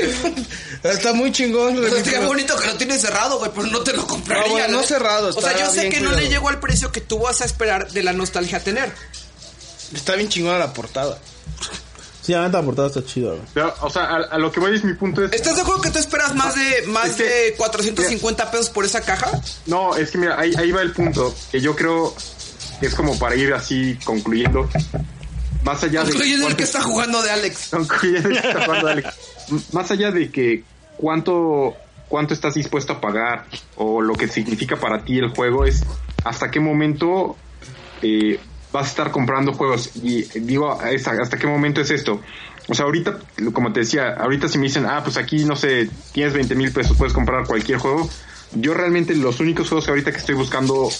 Speaker 4: Está muy chingón,
Speaker 5: O
Speaker 4: güey.
Speaker 5: sea, qué bonito que lo tienes cerrado, güey, pero no te lo compraría.
Speaker 4: No, bueno, Pues, no cerrado,
Speaker 5: O sea,
Speaker 4: está
Speaker 5: yo sé
Speaker 4: bien
Speaker 5: que no
Speaker 4: cuidado.
Speaker 5: le llegó al precio que tú vas a esperar de la nostalgia tener.
Speaker 4: Está bien chingona la portada.
Speaker 8: Sí, la neta, la portada está chida, güey.
Speaker 3: Pero, o sea, a, a lo que voy es mi punto es...
Speaker 5: ¿Estás de acuerdo que tú esperas más de más
Speaker 3: Es que-
Speaker 5: de 450 pesos por esa caja?
Speaker 3: No, es que mira, ahí, ahí va el punto. Que yo creo que es como para ir así concluyendo. Más allá de...
Speaker 5: Incluyendo el
Speaker 3: cuánto-
Speaker 5: que está jugando de Alex.
Speaker 3: <laughs> concluyendo el que está jugando Alex. M- Más allá de que cuánto, cuánto estás dispuesto a pagar o lo que significa para ti el juego es hasta qué momento eh, vas a estar comprando juegos. Y digo, es- ¿hasta qué momento es esto? O sea, ahorita, como te decía, ahorita si me dicen, ah, pues aquí, no sé, tienes 20 mil pesos, puedes comprar cualquier juego. Yo realmente los únicos juegos que ahorita que estoy buscando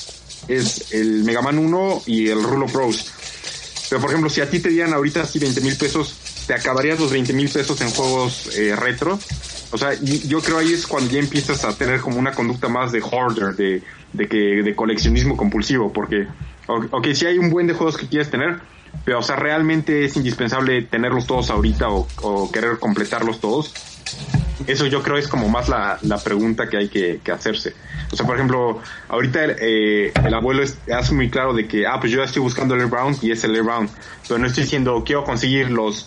Speaker 3: es el Mega Man 1 y el Rulo Pros. Pero, por ejemplo, si a ti te dieran ahorita así 20 mil pesos, ¿te acabarías los 20 mil pesos en juegos eh, retro? O sea, y yo creo ahí es cuando ya empiezas a tener como una conducta más de hoarder, de, de, que, de coleccionismo compulsivo, porque, o- ok, si hay un buen de juegos que quieres tener, pero, o sea, realmente es indispensable tenerlos todos ahorita o, o querer completarlos todos. Eso yo creo es como más la, la pregunta que hay que, que hacerse. O sea, por ejemplo, ahorita el, eh, el abuelo es- hace muy claro de que, ah, pues yo ya estoy buscando el Air Round y es el Air Round. Pero no estoy diciendo, quiero conseguir los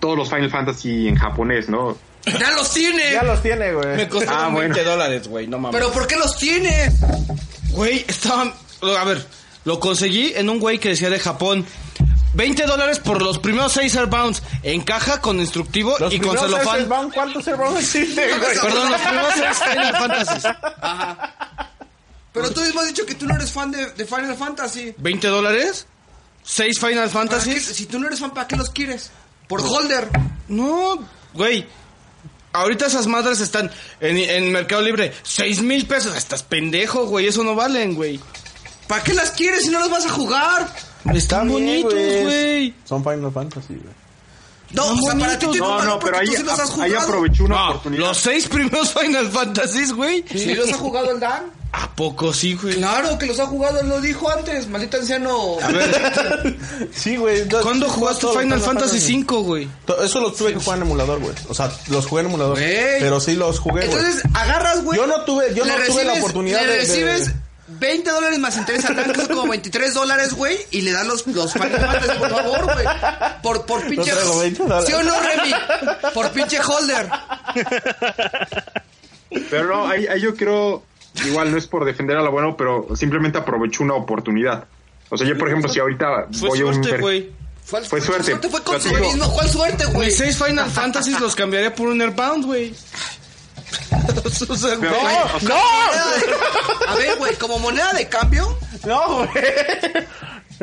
Speaker 3: todos los Final Fantasy en japonés, ¿no?
Speaker 5: ¡Ya los tiene!
Speaker 8: Ya los tiene, güey.
Speaker 4: Me costaron
Speaker 3: Ah, bueno.
Speaker 4: 20 dólares, güey, no mames.
Speaker 5: ¿Pero por qué los tienes?
Speaker 4: Güey, estaba. A ver, lo conseguí en un güey que decía de Japón. 20 dólares por los primeros 6 airbounds en caja con instructivo
Speaker 8: Los
Speaker 4: y con
Speaker 8: primeros
Speaker 4: celofán.
Speaker 8: Airbound, ¿Cuántos Airbound existen, güey?
Speaker 4: Perdón, los primeros 6 Final Fantasy.
Speaker 5: Pero tú mismo has dicho que tú no eres fan de, de Final Fantasy.
Speaker 4: 20 dólares, 6 Final
Speaker 5: ¿Para qué-
Speaker 4: Fantasy.
Speaker 5: si tú no eres fan, ¿para qué los quieres? Por holder.
Speaker 4: No, güey. Ahorita esas madres están en, en Mercado Libre. 6 mil pesos. Estás pendejo, güey. Eso no valen, güey.
Speaker 5: ¿Para qué las quieres si no las vas a jugar?
Speaker 4: Están
Speaker 8: bien,
Speaker 4: bonitos,
Speaker 8: güey.
Speaker 4: güey.
Speaker 8: Son Final Fantasy, güey.
Speaker 5: No, o sea, para ti tiene un
Speaker 3: No,
Speaker 5: valor
Speaker 3: no, pero
Speaker 5: porque
Speaker 3: ahí,
Speaker 5: tú sí los has
Speaker 3: ahí
Speaker 5: jugado.
Speaker 3: aprovechó una
Speaker 4: No,
Speaker 3: oportunidad.
Speaker 4: los 6 primeros Final Fantasies, güey.
Speaker 5: ¿Sí los ha jugado el Dan?
Speaker 4: ¿A poco sí, güey?
Speaker 5: Claro que los ha jugado, él lo dijo antes, maldito anciano.
Speaker 8: Sí, güey. no-
Speaker 4: <laughs> ¿Cuándo
Speaker 8: sí,
Speaker 4: jugaste
Speaker 8: todos los
Speaker 4: Final Fantasy V, güey?
Speaker 8: To- Eso los tuve que jugar en emulador, güey. O sea, los jugué en emulador.
Speaker 5: Güey.
Speaker 8: Pero sí los jugué, güey.
Speaker 5: Entonces, agarras, güey.
Speaker 8: Yo no tuve, yo
Speaker 5: le
Speaker 8: no tuve la oportunidad
Speaker 5: le
Speaker 8: de- de...
Speaker 5: recibes 20 dólares más interés al Dan, que son como 23 dólares, güey, y le dan los, los Final Fantasy, por favor, güey. Por, por pinche.
Speaker 8: traigo 20 dólares.
Speaker 5: ¿Sí o no, Remy? Por pinche holder.
Speaker 3: Pero no, ahí, ahí yo creo, igual no es por defender a la bueno, pero simplemente aprovechó una oportunidad. O sea, yo por ejemplo, si ahorita
Speaker 4: Fue
Speaker 3: voy a un...
Speaker 4: suerte,
Speaker 3: mer-
Speaker 4: güey.
Speaker 5: ¿Cuál-
Speaker 3: Fue
Speaker 5: cuál
Speaker 3: suerte.
Speaker 5: Fue
Speaker 3: Lo tengo.
Speaker 5: consumismo. ¿Cuál suerte, güey?
Speaker 4: Mis 6 Final Fantasies los cambiaría por un Airbound, güey. O sea,
Speaker 3: Pero,
Speaker 4: güey.
Speaker 3: güey,
Speaker 5: A ver, güey, como moneda de cambio,
Speaker 8: No, güey.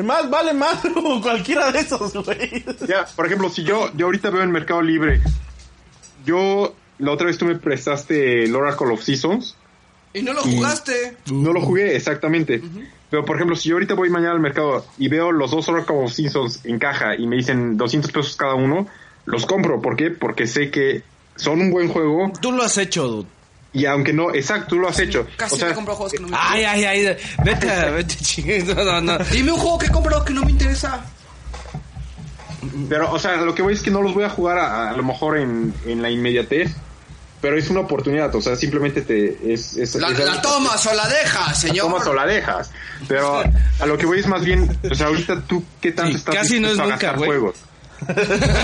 Speaker 8: Más vale más <laughs> cualquiera de esos, güey.
Speaker 3: ya, por ejemplo, si yo, yo ahorita veo en Mercado Libre, yo la otra vez tú me prestaste el Oracle of Seasons,
Speaker 5: y no lo jugaste.
Speaker 3: no lo jugué exactamente. Pero por ejemplo, si yo ahorita voy mañana al mercado y veo los dos Oracle of Seasons en caja y me dicen 200 pesos cada uno, los compro. ¿Por qué? Porque sé que son un buen juego
Speaker 4: Tú lo has hecho, dude.
Speaker 3: y aunque no, exacto, tú lo has hecho.
Speaker 5: Casi
Speaker 3: o sea,
Speaker 5: me compro juegos que no me
Speaker 8: Ah.
Speaker 4: Ay, ay, ay. Vete, a- vete, chingue. No, no, <laughs> no.
Speaker 5: Dime un juego que he comprado que no me interesa.
Speaker 3: Pero, o sea, lo que voy es que no los voy a jugar a, a lo mejor en, en la inmediatez, pero es una oportunidad, o sea, simplemente te es, es-
Speaker 5: La,
Speaker 3: es-
Speaker 5: la tomas o la dejas,
Speaker 3: la
Speaker 5: señor.
Speaker 3: tomas o la dejas. Pero a lo que voy es más bien, o sea, ahorita tú qué tanto
Speaker 4: Sí,
Speaker 3: estás
Speaker 4: casi no es
Speaker 3: dispuesto a
Speaker 4: nunca,
Speaker 3: gastar
Speaker 4: güey.
Speaker 3: juegos.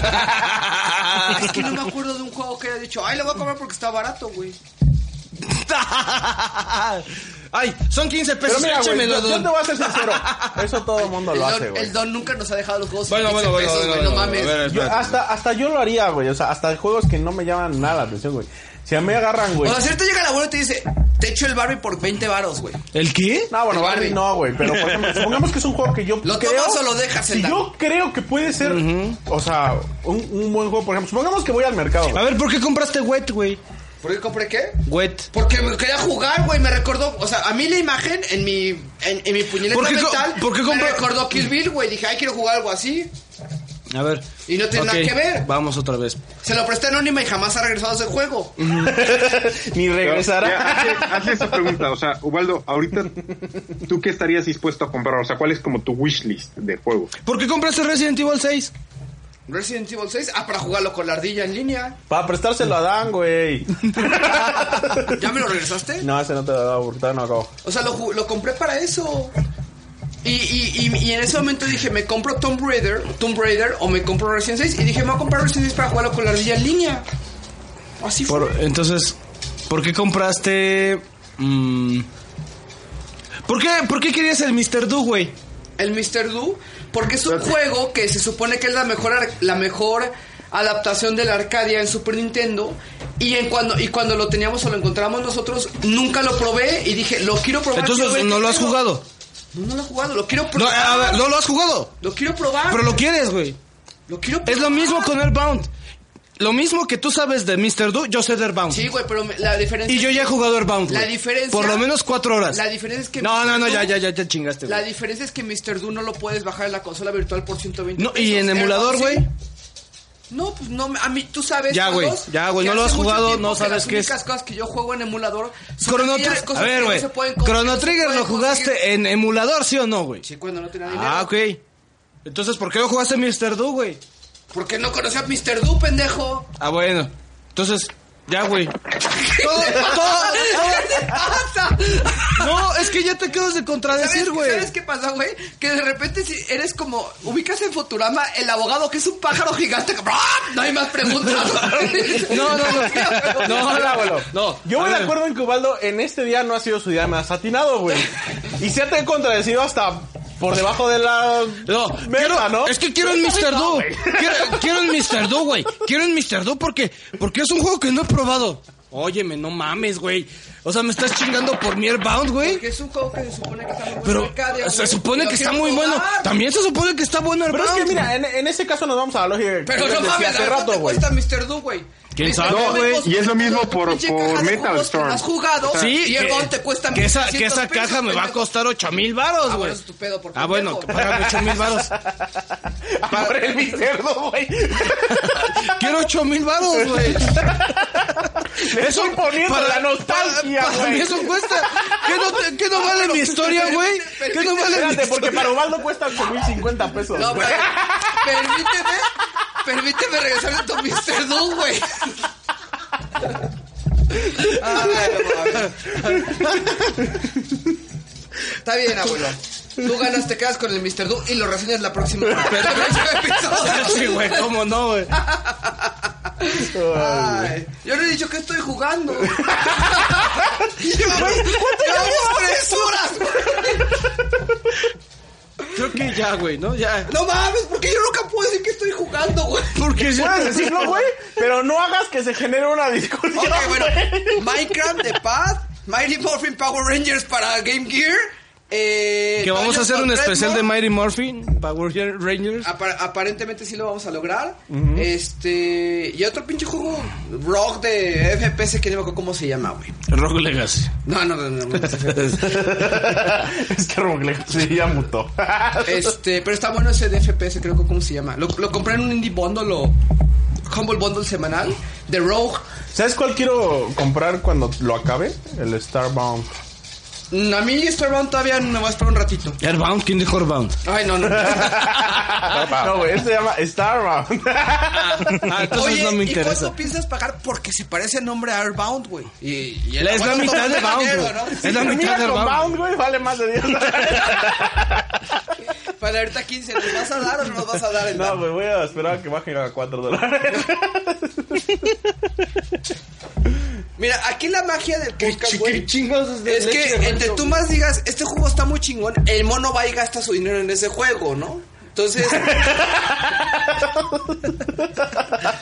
Speaker 5: Ah, Es que no me acuerdo de un juego que haya dicho, ay, lo voy a comprar porque está barato, güey.
Speaker 4: <laughs> Ay, son 15
Speaker 8: Pero
Speaker 4: pesos.
Speaker 8: mira, güey,
Speaker 4: Échamelo,
Speaker 8: yo, yo
Speaker 4: dude.
Speaker 8: te voy a ser sincero. Eso todo el mundo
Speaker 5: El
Speaker 8: lo
Speaker 5: don,
Speaker 8: hace, güey.
Speaker 5: el don nunca nos ha dejado los juegos.
Speaker 4: Bueno,
Speaker 5: en
Speaker 4: bueno,
Speaker 5: 15
Speaker 4: bueno.
Speaker 5: pesos,
Speaker 4: bueno,
Speaker 5: güey,
Speaker 4: bueno,
Speaker 5: no
Speaker 4: bueno,
Speaker 5: mames.
Speaker 4: a ver,
Speaker 8: Yo-
Speaker 4: espérate.
Speaker 8: hasta, hasta yo lo haría, güey. O sea, hasta juegos que no me llaman nada la atención, güey. Si a mí me agarran, güey.
Speaker 5: O sea, cierto llega el abuelo y te dice, te echo el Barbie por 20 varos, güey.
Speaker 4: ¿El qué?
Speaker 8: No, bueno,
Speaker 5: El
Speaker 8: Barbie
Speaker 5: Barbie.
Speaker 8: no, güey. Pero por
Speaker 5: <laughs>
Speaker 8: ejemplo, supongamos que es un juego que yo
Speaker 5: ¿Lo
Speaker 8: creo.
Speaker 5: tomas o lo dejas,
Speaker 8: Si
Speaker 5: Zelda?
Speaker 8: yo creo que puede ser, o sea, un, un buen juego, por ejemplo. Supongamos que voy al mercado.
Speaker 4: A
Speaker 8: güey.
Speaker 4: ver, ¿por qué compraste Wet, güey?
Speaker 5: ¿Por qué compré qué?
Speaker 4: Wet.
Speaker 5: Porque me quería jugar, güey, me recordó, o sea, a mí la imagen en mi en, en mi puñaleta
Speaker 4: ¿Por qué co-
Speaker 5: mental
Speaker 4: por qué
Speaker 5: me
Speaker 4: compra-
Speaker 5: recordó Kill Bill, güey, dije, ay, quiero jugar algo así.
Speaker 4: A ver.
Speaker 5: Y no tiene nada
Speaker 4: Ok,
Speaker 5: que ver.
Speaker 4: Vamos otra vez.
Speaker 5: Se lo presté anónima y jamás ha regresado a ese juego.
Speaker 8: Ni
Speaker 3: Ya,
Speaker 8: regresará.
Speaker 3: hazle, hazle esa pregunta, o sea, Ubaldo, ahorita tú qué estarías dispuesto a comprar, o sea, ¿cuál es como tu wishlist de juegos?
Speaker 4: ¿Por qué compraste Resident Evil 6?
Speaker 5: Resident Evil 6, ah, para jugarlo con la ardilla en línea.
Speaker 8: Para prestárselo a Dan, güey.
Speaker 5: ¿Ya me lo regresaste?
Speaker 8: No, ese no te lo he dado porque todavía no
Speaker 5: <laughs>
Speaker 8: acabo.
Speaker 5: O sea, lo, ju- lo compré para eso. Y, y, y, y en ese momento dije, me compro Tomb Raider, Tomb Raider o me compro Resident 6. Y dije, me voy a comprar Resident 6 para jugarlo con la ardilla en línea. Así fue.
Speaker 4: Por- entonces, ¿por qué compraste... mm, ¿por, qué, ¿Por qué querías el Mr. Do, güey?
Speaker 5: El Mr. Do. Porque es un juego que se supone que es la mejor, ar- la mejor adaptación de la Arcadia en Super Nintendo. Y, en cuando, y cuando lo teníamos o lo encontramos nosotros, nunca lo probé. Y dije, lo quiero probar. quiero
Speaker 4: Entonces,
Speaker 5: ver
Speaker 4: ¿no
Speaker 5: qué
Speaker 4: lo has
Speaker 5: pedo.
Speaker 4: jugado?
Speaker 5: No, no lo he jugado, lo quiero
Speaker 4: No,
Speaker 5: probar.
Speaker 4: a ver, no lo has jugado.
Speaker 5: Lo quiero probar.
Speaker 4: Pero lo quieres, güey.
Speaker 5: Lo quiero probar.
Speaker 4: Es lo mismo con Airbound. Lo mismo que tú sabes de Mr. Do, yo sé de Airbound.
Speaker 5: Sí, güey, pero me- la diferencia.
Speaker 4: Y yo ya he jugado Airbound.
Speaker 5: La
Speaker 4: güey.
Speaker 5: diferencia-
Speaker 4: Por lo menos cuatro horas.
Speaker 5: La diferencia es que.
Speaker 4: No, no, no,
Speaker 5: Mr.
Speaker 4: ya,
Speaker 5: Doom-
Speaker 4: ya, ya, ya chingaste.
Speaker 5: La
Speaker 4: güey.
Speaker 5: diferencia es que Mr. Doom no lo puedes bajar en la consola virtual por 120
Speaker 4: No, y en
Speaker 5: pesos.
Speaker 4: emulador,
Speaker 5: Sí.
Speaker 4: güey.
Speaker 5: No, pues no, a mí tú sabes.
Speaker 4: Ya, güey,
Speaker 5: Carlos,
Speaker 4: ya, güey,
Speaker 5: que
Speaker 4: no lo
Speaker 5: hace
Speaker 4: has
Speaker 5: mucho
Speaker 4: jugado,
Speaker 5: tiempo
Speaker 4: no
Speaker 5: que
Speaker 4: sabes
Speaker 5: las
Speaker 4: qué es.
Speaker 5: únicas cosas que yo juego en emulador son
Speaker 4: Chrono
Speaker 5: aquellas
Speaker 4: Trigger.
Speaker 5: cosas
Speaker 4: A ver,
Speaker 5: que
Speaker 4: güey.
Speaker 5: No se pueden conseguir,
Speaker 4: Chrono
Speaker 5: no se
Speaker 4: Trigger
Speaker 5: pueden
Speaker 4: lo
Speaker 5: conseguir.
Speaker 4: jugaste en emulador, ¿sí o no, güey?
Speaker 5: Sí, cuando no tenía dinero.
Speaker 4: Ah, ok. Entonces, ¿por qué no jugaste Mr. Do, güey?
Speaker 5: Porque no conocía a Mr. Doom, pendejo. <laughs>
Speaker 4: Ah, bueno. Entonces, ya, güey. Todo,
Speaker 5: Ah,
Speaker 4: todo, todo. No, es que ya te quedas de contradecir,
Speaker 5: ¿Sabes,
Speaker 4: güey.
Speaker 5: ¿Sabes qué pasa, güey? Que de repente si eres como, ubicas en Futurama el abogado que es un pájaro gigante. que- ¡Ah! No hay más preguntas.
Speaker 4: <laughs>
Speaker 5: <laughs>
Speaker 4: No, no, no. No, no, abuelo. No.
Speaker 8: Yo
Speaker 4: A
Speaker 8: me
Speaker 4: ver.
Speaker 8: acuerdo en que Ubaldo en este día no ha sido su día más atinado, güey. Y se ha contradecido hasta por debajo de la
Speaker 4: No,
Speaker 8: mesa, ¿no?
Speaker 4: Es que quiero el Mr. Do. Quiero, quiero el Mr. Do, güey. Quiero el Mr. Do porque, porque es un juego que no he probado. Óyeme, no mames, güey. O sea, me estás chingando por mi Airbound, güey.
Speaker 5: Que es un juego que se supone que está muy bueno.
Speaker 4: Pero
Speaker 5: Arcadia,
Speaker 4: se
Speaker 5: güey, y
Speaker 4: supone
Speaker 5: lo
Speaker 4: que está
Speaker 5: quiero
Speaker 4: muy bueno.
Speaker 5: jugar.
Speaker 4: También se supone que está bueno
Speaker 8: Pero es
Speaker 4: Airbound.
Speaker 8: que mira, en, en ese caso nos vamos a la lógica. que
Speaker 5: Pero
Speaker 8: les
Speaker 5: no
Speaker 8: decía
Speaker 5: mames,
Speaker 8: hace rato, güey.
Speaker 5: cuesta Mr. Do, güey?
Speaker 4: ¿Quién
Speaker 5: Mr.
Speaker 4: sabe,
Speaker 5: Do,
Speaker 4: güey?
Speaker 5: vos-
Speaker 3: Y es lo mismo por-
Speaker 5: pinche
Speaker 3: por
Speaker 5: caja de
Speaker 3: Metal
Speaker 5: juegos que
Speaker 3: Storm.
Speaker 5: Has jugado
Speaker 4: Sí,
Speaker 5: y el gol te cuesta
Speaker 4: que esa,
Speaker 5: 1.600
Speaker 4: que esa
Speaker 5: pesos,
Speaker 4: caja me va a
Speaker 5: pendejo.
Speaker 4: costar ocho mil varos,
Speaker 5: Ah,
Speaker 4: güey.
Speaker 5: bueno, es tu pedo, por
Speaker 4: Ah, bueno,
Speaker 5: pendejo.
Speaker 4: págame ocho mil varos.
Speaker 8: Por el Mr.
Speaker 5: <laughs>
Speaker 8: güey.
Speaker 4: Quiero ocho mil varos, <laughs> güey. Eso
Speaker 8: estoy poniendo la nostalgia,
Speaker 4: para, para
Speaker 8: güey.
Speaker 4: mí eso cuesta. ¿Qué no, te- qué no vale mi historia, güey? ¿Qué no vale mi
Speaker 8: Espérate,
Speaker 4: historia?
Speaker 8: porque para Ubaldo cuesta 8.050 pesos.
Speaker 5: No,
Speaker 8: güey.
Speaker 5: pero- permíteme, permíteme regresar a tu Mr. Do, güey. Ay, no mames. Está bien, abuelo. Tú ganas, te quedas con el Mr. Do y lo reseñas la próxima. Pero
Speaker 4: <laughs> Sí, güey, cómo no, güey.
Speaker 5: Ay, yo no he dicho que estoy jugando. Llevamos llevamos tres horas.
Speaker 4: Creo que ya, güey, ¿no? Ya.
Speaker 5: No mames, porque yo nunca puedo decir que estoy jugando, güey.
Speaker 4: Porque si
Speaker 8: Puedes decirlo, güey, pero no hagas que se genere una discusión.
Speaker 5: Ok, bueno.
Speaker 8: güey. <laughs>
Speaker 5: Minecraft de Paz, Mighty Morphin Power Rangers para Game Gear. eh,
Speaker 4: Que vamos a
Speaker 5: Dungeons
Speaker 4: hacer un
Speaker 5: of
Speaker 4: especial de
Speaker 5: Dreadnought.
Speaker 4: Mighty Morphin, Power Rangers.
Speaker 5: Apar- aparentemente sí lo vamos a lograr. Este. Y otro pinche juego rock de FPS que no me acuerdo cómo se llama, güey.
Speaker 4: Rock Legacy.
Speaker 5: No, no, no, no. no,
Speaker 4: <laughs>
Speaker 5: no, no, no.
Speaker 8: es que Roblex sí ya mutó.
Speaker 5: este, pero está bueno ese de FPS, creo que cómo se llama. Lo, lo compré en un indie bundle o Humble Bundle semanal de Rogue.
Speaker 8: ¿Sabes cuál quiero comprar cuando lo acabe? El Starbound.
Speaker 5: Mm, A mí Starbound todavía no va a esperar un ratito.
Speaker 4: Airbound, ¿quién dijo Airbound?
Speaker 5: Ay, no, no. Ah,
Speaker 8: No, güey, este se llama
Speaker 5: <laughs>
Speaker 8: Starbound.
Speaker 4: Ah, entonces
Speaker 5: Oye,
Speaker 4: no me
Speaker 5: ¿y
Speaker 4: interesa.
Speaker 5: cuánto piensas pagar? Porque se parece al nombre Airbound, güey. Y, y el
Speaker 4: Es la
Speaker 5: aguanta
Speaker 4: mitad
Speaker 5: todo
Speaker 4: de
Speaker 5: el
Speaker 4: Bound,
Speaker 5: dinero,
Speaker 4: güey.
Speaker 5: ¿no?
Speaker 4: Es la mitad de
Speaker 8: Mira, con
Speaker 4: Airbound.
Speaker 8: Bound, güey, vale más de 10
Speaker 5: Para ahorita 15, ¿nos vas a dar o no nos vas a dar el
Speaker 8: <laughs> No,
Speaker 5: no,
Speaker 8: güey, voy a esperar a que bajen a 4 dólares. <laughs>
Speaker 5: Mira, aquí la magia del
Speaker 4: Pues,
Speaker 5: podcast, güey.
Speaker 4: chingados
Speaker 5: Es que entre tú más digas, este juego está muy chingón, el mono va y gasta su dinero en ese juego, ¿no?
Speaker 4: <laughs>
Speaker 5: Entonces.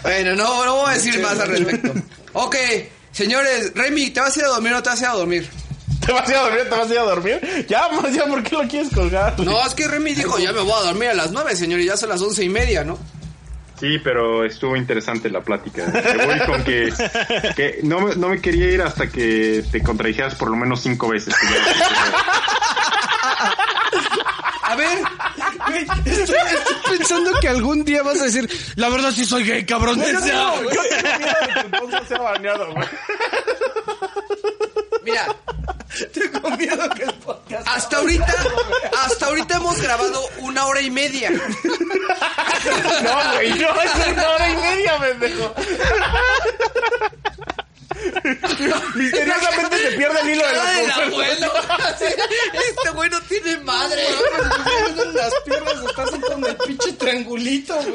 Speaker 5: bueno, no, no voy a decir más al respecto. Ok, señores, Remy, ¿te vas a ir a dormir o no te vas a ir a dormir?
Speaker 8: ¿Te vas a ir a dormir? ¿Te vas a ir a dormir? Ya, ma, ya, ¿por qué lo quieres colgar? <laughs> güey?
Speaker 5: No, es que Remy dijo, ya me voy a dormir a las 9, señor, y ya son las once y media, ¿no?
Speaker 3: Sí, pero estuvo interesante la plática. Te voy con que, que no, me- no me quería ir hasta que te contradijeras por lo menos cinco veces.
Speaker 5: A ver,
Speaker 4: Estoy, estoy pensando que algún día vas a decir, la verdad sí soy gay, cabrón.
Speaker 8: Yo
Speaker 4: Ya.
Speaker 8: tengo, yo tengo miedo de que el podcast sea baneado, güey.
Speaker 5: mira. <laughs> Tengo miedo que el podcast. Hasta ahorita, hasta ahorita hemos grabado una hora y <laughs> media.
Speaker 8: No, güey, no, es una hora y media, pendejo. Misteriosamente se pierde el hilo de
Speaker 5: Cara
Speaker 8: la
Speaker 5: del
Speaker 8: conversación.
Speaker 5: abuelo. <laughs> Este güey no tiene madre.
Speaker 4: Las piernas estás con el pinche triangulito, güey.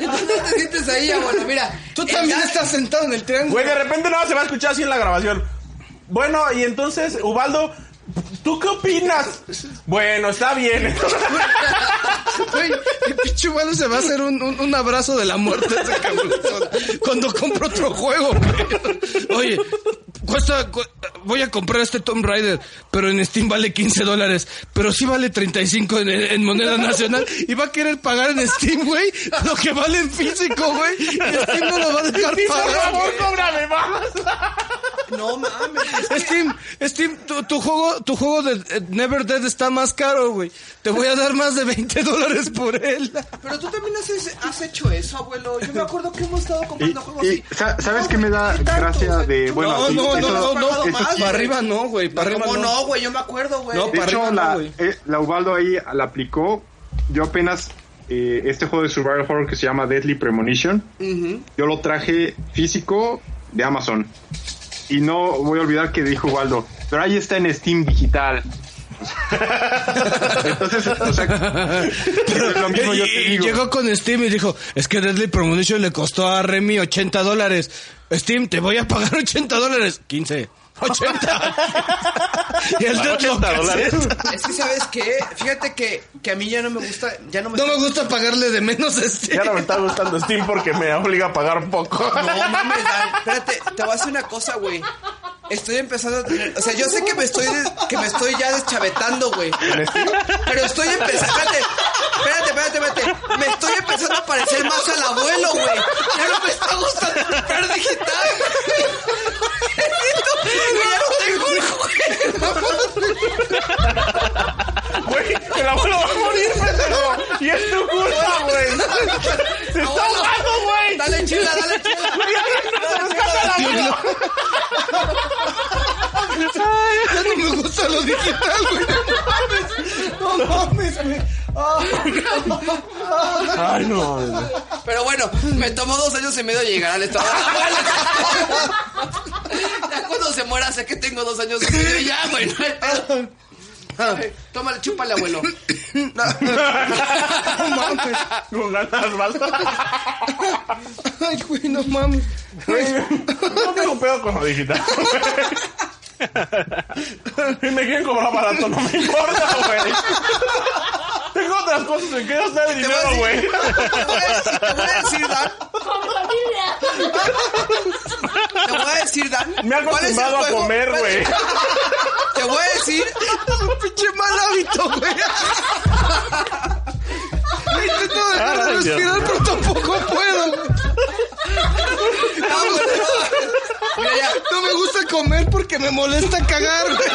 Speaker 5: No te sientes ahí, abuelo. Mira,
Speaker 4: Tú también
Speaker 5: el-
Speaker 4: estás sentado en el triángulo.
Speaker 8: Güey, de repente no se va a escuchar así en la grabación. Bueno, y entonces, Ubaldo, ¿tú qué opinas? Bueno, está bien. <laughs>
Speaker 4: Güey, el pinche humano se va a hacer un, un, un abrazo de la muerte a ese cabrón. cuando compro otro juego. güey. Oye, cuesta, cu- voy a comprar este Tomb Raider, pero en Steam vale 15 dólares, pero sí vale 35 en, en moneda nacional y va a querer pagar en Steam, güey, lo que vale en físico, güey. Y Steam no lo va a dejar
Speaker 8: Por
Speaker 4: pagar.
Speaker 8: favor, cóbrame más.
Speaker 5: No mames.
Speaker 4: Steam, Steam, tu, tu juego, tu juego de eh, Never Dead está más caro, güey. Te voy a dar más de 20 dólares por él.
Speaker 5: Pero tú también haces- has hecho eso, abuelo. Yo me acuerdo que hemos estado
Speaker 3: Y,
Speaker 5: comprando juegos
Speaker 3: y
Speaker 5: así.
Speaker 3: sa- ¿sabes
Speaker 5: No,
Speaker 3: qué me da
Speaker 5: ¿qué tanto? O
Speaker 3: gracia
Speaker 5: sea,
Speaker 3: de...
Speaker 5: tú-
Speaker 3: Bueno,
Speaker 4: no,
Speaker 3: sí,
Speaker 4: no,
Speaker 3: eso-
Speaker 4: no, no,
Speaker 3: eso
Speaker 4: no,
Speaker 3: sí.
Speaker 4: para arriba no, güey, para arriba
Speaker 5: ¿Cómo
Speaker 4: no.
Speaker 5: no, güey? Yo me acuerdo, güey.
Speaker 4: No,
Speaker 3: De
Speaker 4: para
Speaker 3: hecho,
Speaker 4: arriba no,
Speaker 3: la,
Speaker 4: güey.
Speaker 3: eh, la Ubaldo ahí la aplicó. Yo apenas eh, este juego de Survival Horror que se llama Deadly Premonition, yo lo traje físico de Amazon. Y no voy a olvidar que dijo Waldo, pero ahí está en Steam
Speaker 4: <laughs>
Speaker 3: digital. Entonces, o sea, es lo mismo yo te
Speaker 4: Y- y
Speaker 3: digo.
Speaker 4: llegó con Steam y dijo, es que Deadly Premonition le costó a Remy 80 dólares. Steam, te voy a pagar 80 dólares. 15. 80. y el Deadlock
Speaker 7: 80 dólares.
Speaker 5: Es que, ¿sabes qué? Fíjate que, que a mí ya no me gusta. Ya no me
Speaker 4: No
Speaker 5: está-
Speaker 4: me gusta pagarle de menos a Steam.
Speaker 8: Ya no me está gustando
Speaker 7: <laughs>
Speaker 8: Steam porque me obliga a pagar poco. <laughs>
Speaker 5: No mames, Dan. Espérate, te voy a hacer una cosa, güey. Estoy empezando a tener. O sea, yo sé que me estoy, des- que me estoy ya deschavetando, güey. Pero estoy empezando. Espérate, espérate, espérate, espérate. Me estoy empezando a parecer más al abuelo, güey. Ya no me está gustando comprar digital. Siento que ya no tengo el juego.
Speaker 8: Güey, el abuelo va a morir, pendejo. Y es tu culpa, güey. Se está
Speaker 5: Abuelo,
Speaker 8: ahogando, güey.
Speaker 5: Dale chila, dale
Speaker 8: <laughs>
Speaker 5: chila.
Speaker 4: Ya no me gusta lo digital, güey. No mames. No mames, güey.
Speaker 8: Ay, no. güey.
Speaker 5: Pero bueno, me tomó dos años y medio llegar al estado de la abuela. Ya cuando se muera, sé que tengo dos años y medio y ya, güey. No hay pedo. Ay, Tómale, chúpale, abuelo. No.
Speaker 8: Con ganas,
Speaker 5: <laughs>
Speaker 8: basta.
Speaker 4: Ay, güey, no mames.
Speaker 8: No tengo pedo con lo digital, güey. <laughs> Si me quieren cobrar barato, no me importa, güey. Tengo otras cosas en que gastar el
Speaker 5: Te voy a
Speaker 8: dinero, güey.
Speaker 5: decir- te voy a decir- te voy a decir, Dan. Te voy a decir, Dan.
Speaker 8: Me ha
Speaker 5: ¿cuál es el
Speaker 8: acostumbrado a
Speaker 5: juego?
Speaker 8: comer, güey.
Speaker 5: Te voy a decir.
Speaker 4: Es un pinche mal hábito, güey. Me intento dejar de
Speaker 7: Ay, Dios.
Speaker 4: respirar, pero tampoco puedo.
Speaker 5: No,
Speaker 4: Ah,
Speaker 5: güey, no. Mira, ya.
Speaker 4: No me gusta comer porque me molesta cagar, güey.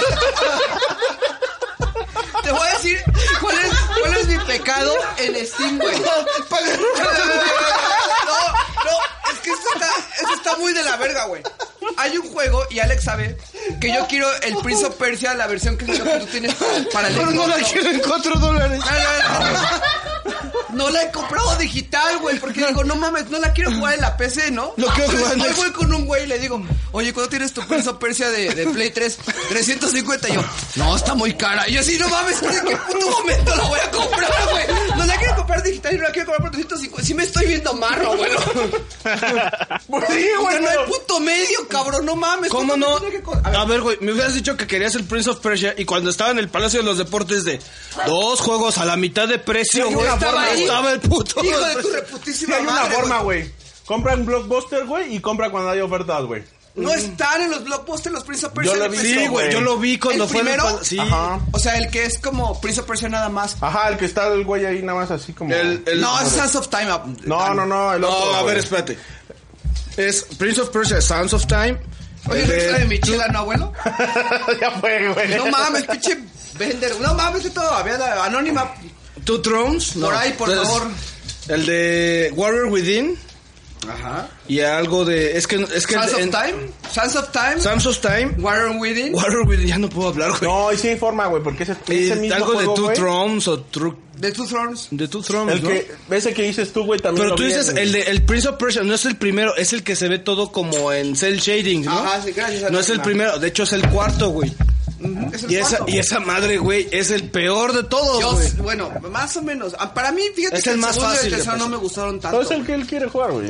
Speaker 5: Te voy a decir cuál es, cuál es mi pecado en Steam, güey.
Speaker 4: Pagar
Speaker 5: No, no, es que esto está, esto está muy de la verga, güey. Hay un juego, y Alex sabe, que yo quiero el Prince of Persia, la versión que, que tú tienes para el
Speaker 4: Pero no la
Speaker 5: Xbox,
Speaker 4: quiero en 4 dólares.
Speaker 5: No la he comprado digital, güey, porque digo, no mames, no la quiero jugar en la PC, ¿no?
Speaker 4: Lo quiero
Speaker 5: Entonces,
Speaker 4: jugar en
Speaker 5: hoy
Speaker 4: el-
Speaker 5: voy con un güey y le digo, oye, ¿cuándo tienes tu Prince of Persia de, de Play 3? 350. Y yo, no, está muy cara. Y yo así, no mames, ¿en qué puto momento la voy a comprar, güey? No la quiero comprar digital y no la quiero comprar por 350. Sí me estoy viendo marro, abuelo.
Speaker 8: Pues sí,
Speaker 5: O sea,
Speaker 8: güey,
Speaker 5: no hay
Speaker 8: pero-
Speaker 5: puto medio, cabrón, no mames.
Speaker 4: ¿Cómo no?
Speaker 5: ¿cuánto me tiene que co- A ver,
Speaker 4: A ver, güey, me hubieras dicho que querías el Prince of Persia y cuando estaba en el Palacio de los Deportes de dos juegos a la mitad de precio,
Speaker 5: Sí,
Speaker 4: güey,
Speaker 5: estaba
Speaker 4: estaba,
Speaker 5: ahí.
Speaker 4: el puto.
Speaker 5: hijo de tu
Speaker 8: pues Sí,
Speaker 5: reputísima
Speaker 8: hay una
Speaker 5: madre,
Speaker 8: forma,
Speaker 5: güey.
Speaker 8: güey. Compra en Blockbuster, güey, y compra cuando hay ofertas, güey.
Speaker 5: No están en los blockbusters los Prince of Persia.
Speaker 8: Yo lo
Speaker 5: de
Speaker 8: vi,
Speaker 5: PC,
Speaker 4: Sí, güey, yo lo vi cuando
Speaker 5: ¿El
Speaker 4: fue en el
Speaker 5: primero?
Speaker 4: pal- Sí.
Speaker 8: Ajá.
Speaker 5: O sea, el que es como Prince of Persia nada más.
Speaker 8: Ajá, el que está el güey ahí nada más así como...
Speaker 4: El- el-
Speaker 5: no, es Sands of Time. ah,
Speaker 8: No, no, no, el
Speaker 4: No,
Speaker 8: otro.
Speaker 4: a ver,
Speaker 8: güey.
Speaker 4: espérate. Es Prince of Persia, Sounds of Time.
Speaker 5: Oye,
Speaker 4: el de-
Speaker 5: ¿no sabe mi chila, no, abuelo?
Speaker 8: ya fue, güey.
Speaker 4: <laughs>
Speaker 5: No mames, pinche vender. No mames, esto había la anónima.
Speaker 4: Two Thrones.
Speaker 5: Por ahí, por
Speaker 4: Entonces,
Speaker 5: favor.
Speaker 4: El de Warrior Within
Speaker 5: Ajá.
Speaker 4: y algo de. Es que. Es que
Speaker 5: Sands of
Speaker 4: en-
Speaker 5: Time. Sands of Time.
Speaker 4: Sands of Time.
Speaker 5: Warren Within.
Speaker 4: Warrior Within, ya no puedo hablar, güey.
Speaker 8: No, y sí hay forma, güey, porque ese,
Speaker 4: Y
Speaker 8: ese mismo
Speaker 4: algo
Speaker 8: juego,
Speaker 4: de Two
Speaker 8: güey,
Speaker 4: Thrones o Tru-
Speaker 5: The Two Thrones.
Speaker 4: de Two Thrones,
Speaker 8: El
Speaker 4: ¿no?
Speaker 8: que, ese que dices tú, güey, también
Speaker 4: Pero
Speaker 8: lo
Speaker 4: tú
Speaker 8: vi
Speaker 4: dices,
Speaker 8: en-
Speaker 4: el, de, el Prince of Persia no es el primero, es el que se ve todo como en cel shading, ¿no?
Speaker 5: Ajá, sí, gracias a
Speaker 4: No es el
Speaker 5: Lorna.
Speaker 4: primero, de hecho es el cuarto, güey.
Speaker 5: Ujú, Es el
Speaker 4: Y esa,
Speaker 5: cuarto.
Speaker 4: y esa madre, güey, es el peor de
Speaker 5: Yo,
Speaker 4: todos, güey.
Speaker 5: bueno, más o menos. Ah, Para mí, fíjate
Speaker 4: Es
Speaker 5: que
Speaker 4: el
Speaker 5: el,
Speaker 4: más
Speaker 5: segundo y
Speaker 4: fácil
Speaker 5: el
Speaker 4: de
Speaker 5: tercero no
Speaker 4: pasar.
Speaker 5: me gustaron
Speaker 8: No
Speaker 5: tanto.
Speaker 8: es el que él quiere jugar, güey.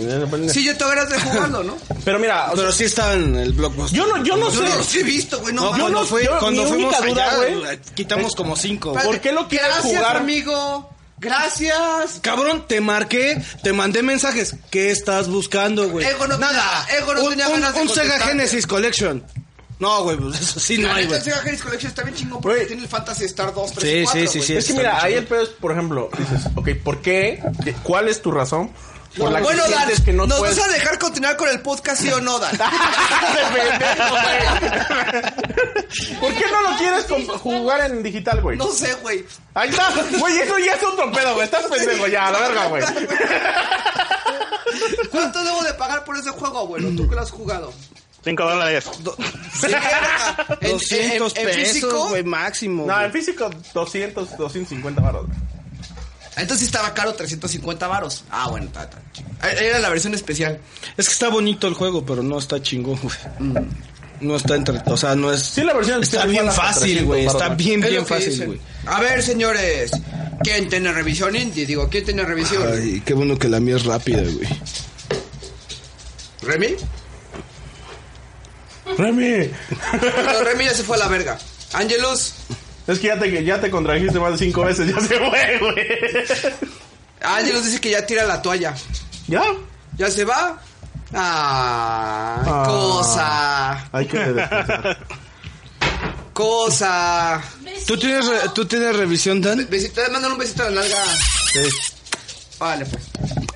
Speaker 5: Sí, yo tengo ganas de
Speaker 4: <laughs>
Speaker 5: jugarlo, ¿no?
Speaker 8: Pero mira, o sea,
Speaker 4: Pero sí está en el blockbuster.
Speaker 8: yo no, yo no
Speaker 5: Yo
Speaker 8: sé
Speaker 5: no los he visto, güey, no,
Speaker 4: No,
Speaker 5: mames.
Speaker 4: cuando,
Speaker 8: no,
Speaker 4: fui-
Speaker 8: yo-
Speaker 4: cuando
Speaker 8: mi
Speaker 4: fuimos
Speaker 8: única duda,
Speaker 4: allá, eh,
Speaker 8: güey.
Speaker 4: quitamos como cinco. güey.
Speaker 8: ¿Por qué lo quieres
Speaker 5: Gracias,
Speaker 8: jugar?
Speaker 5: amigo. Gracias.
Speaker 4: Cabrón, te marqué, te mandé mensajes. ¿Qué estás buscando, güey?
Speaker 5: Ego no
Speaker 4: Nada.
Speaker 5: tenía- Ego no
Speaker 4: un
Speaker 5: tenía
Speaker 4: un-
Speaker 5: ganas de
Speaker 4: un Sega
Speaker 5: contestarte.
Speaker 4: Genesis Collection. No, güey, pues eso sí no
Speaker 5: La
Speaker 4: hay,
Speaker 5: neta, <laughs>
Speaker 4: güey.
Speaker 5: el Sega Genesis Collection está bien chingón porque
Speaker 8: Güey.
Speaker 5: tiene el Fantasy Star 2, 3
Speaker 4: Sí,
Speaker 5: y 4,
Speaker 4: sí, sí,
Speaker 5: güey.
Speaker 4: sí.
Speaker 8: Es que mira, ahí el pedo es, por ejemplo, dices, ok, ¿por qué? ¿Cuál es tu razón? Por la
Speaker 5: bueno,
Speaker 8: que
Speaker 5: Dan,
Speaker 8: sientes que no
Speaker 5: ¿nos
Speaker 8: puedes...
Speaker 5: vas a dejar continuar con el podcast sí o no, Dan?
Speaker 8: ¿Por qué no lo quieres com- jugar en digital, güey?
Speaker 5: No sé, güey.
Speaker 8: Ahí está, güey, eso ya es otro pedo, güey. Estás pendejo ya, a la verga, güey.
Speaker 5: <laughs> ¿Cuánto debo de pagar por ese juego, abuelo? Tú que lo has jugado.
Speaker 7: 5 dólares.
Speaker 5: Sí, verga. <laughs> En- en-
Speaker 4: 200
Speaker 5: en- en físico,
Speaker 4: pesos, güey, máximo.
Speaker 8: No,
Speaker 4: güey.
Speaker 8: en físico, 200, 250 baros, güey.
Speaker 5: Entonces sí estaba caro 350 varos. Ah, bueno, ta, ta, chido. Era la versión especial.
Speaker 4: Es que está bonito el juego, pero no está chingón, güey. No está entre. O sea, no es.
Speaker 8: Sí, la versión
Speaker 4: Está
Speaker 8: especial
Speaker 4: bien
Speaker 8: igual a
Speaker 4: fácil,
Speaker 8: 300
Speaker 4: güey. Está
Speaker 8: baros,
Speaker 4: bien,
Speaker 5: Es
Speaker 4: bien
Speaker 5: lo que
Speaker 4: fácil,
Speaker 5: dicen.
Speaker 4: güey.
Speaker 5: A ver, señores. ¿Quién tiene revisión indie? Digo, ¿quién tiene revisión?
Speaker 4: Ay, qué bueno que la mía es rápida, güey.
Speaker 5: ¿Remy?
Speaker 8: Remy.
Speaker 5: No, Remy ya se fue a la verga. Angelus.
Speaker 8: Es que ya te, ya te contrajiste más de cinco veces, ya se fue, güey.
Speaker 5: Angelus dice que ya tira la toalla.
Speaker 8: ¿Ya?
Speaker 5: ¿Ya se va? Ah,
Speaker 8: Ah.
Speaker 5: cosa.
Speaker 8: Hay que descansar.
Speaker 5: Cosa.
Speaker 4: ¿Tú tienes, re- ¿Tú tienes revisión, Dan?
Speaker 5: Besito, mándale un besito a la nalga.
Speaker 8: Sí.
Speaker 5: Vale, pues.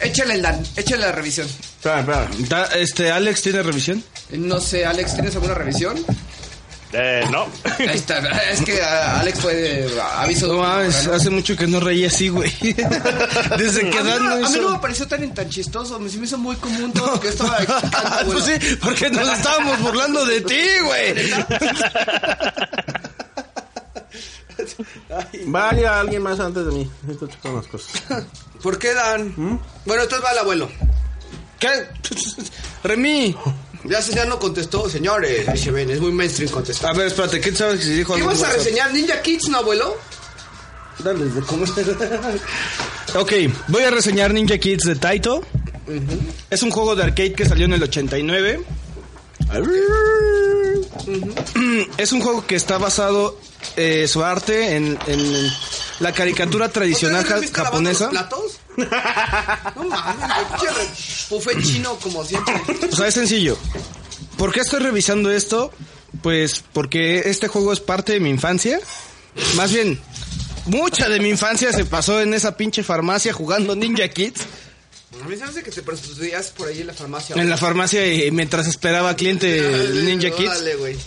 Speaker 5: Échale el Dan, échale la revisión.
Speaker 8: Espérame, espérame.
Speaker 4: Da- este, ¿Alex tiene revisión?
Speaker 5: No sé, Alex, ¿tienes alguna revisión?
Speaker 7: Eh, no.
Speaker 5: Ahí está. Es que ah, Alex fue de aviso. de
Speaker 4: No
Speaker 5: última
Speaker 4: mames,
Speaker 5: hora, ¿no?
Speaker 4: hace mucho que no reía así, güey. <laughs> Desde que
Speaker 5: A mí,
Speaker 4: Dan
Speaker 5: no,
Speaker 4: no
Speaker 5: a mí no me
Speaker 4: hizo.
Speaker 5: pareció tan, tan chistoso, me, se me hizo muy común todo lo
Speaker 4: <laughs>
Speaker 5: que estaba explicando,
Speaker 4: pues
Speaker 5: abuelo.
Speaker 4: sí, porque nos estábamos burlando de ti,
Speaker 5: <laughs>
Speaker 4: güey.
Speaker 8: Vaya alguien más antes de mí. Necesito checar unas cosas.
Speaker 5: ¿Por qué Dan?
Speaker 4: ¿Mm?
Speaker 5: Bueno, entonces va el abuelo.
Speaker 4: ¿Qué? Remy.
Speaker 5: Ya se ya no contestó, señores. Dice Ben, es muy mainstream contestar.
Speaker 4: A ver, espérate, ¿qué sabes que se dijo
Speaker 5: ¿Qué
Speaker 4: algo
Speaker 5: vas a
Speaker 4: más?
Speaker 5: reseñar? ¿Ninja Kids, no, abuelo?
Speaker 4: Dale, de comer. <laughs> ok, voy a reseñar Ninja Kids de Taito. Es un juego de arcade que salió en el 89. Es un juego que está basado eh, su arte en, en la caricatura tradicional
Speaker 5: ¿Otra vez me viste lavando
Speaker 4: japonesa.
Speaker 5: los platos?
Speaker 4: <laughs>
Speaker 5: No mames, pinche re- buffet chino como siempre.
Speaker 4: O sea, es sencillo. ¿Por qué estoy revisando esto? Pues porque este juego es parte de mi infancia. Más bien, mucha de mi infancia se pasó en esa pinche farmacia jugando Ninja Kids.
Speaker 5: A mí se me hace que te prostituías por ahí en la farmacia.
Speaker 4: En la farmacia y mientras esperaba cliente
Speaker 5: Dale,
Speaker 4: Ninja Kids.
Speaker 5: dale, güey.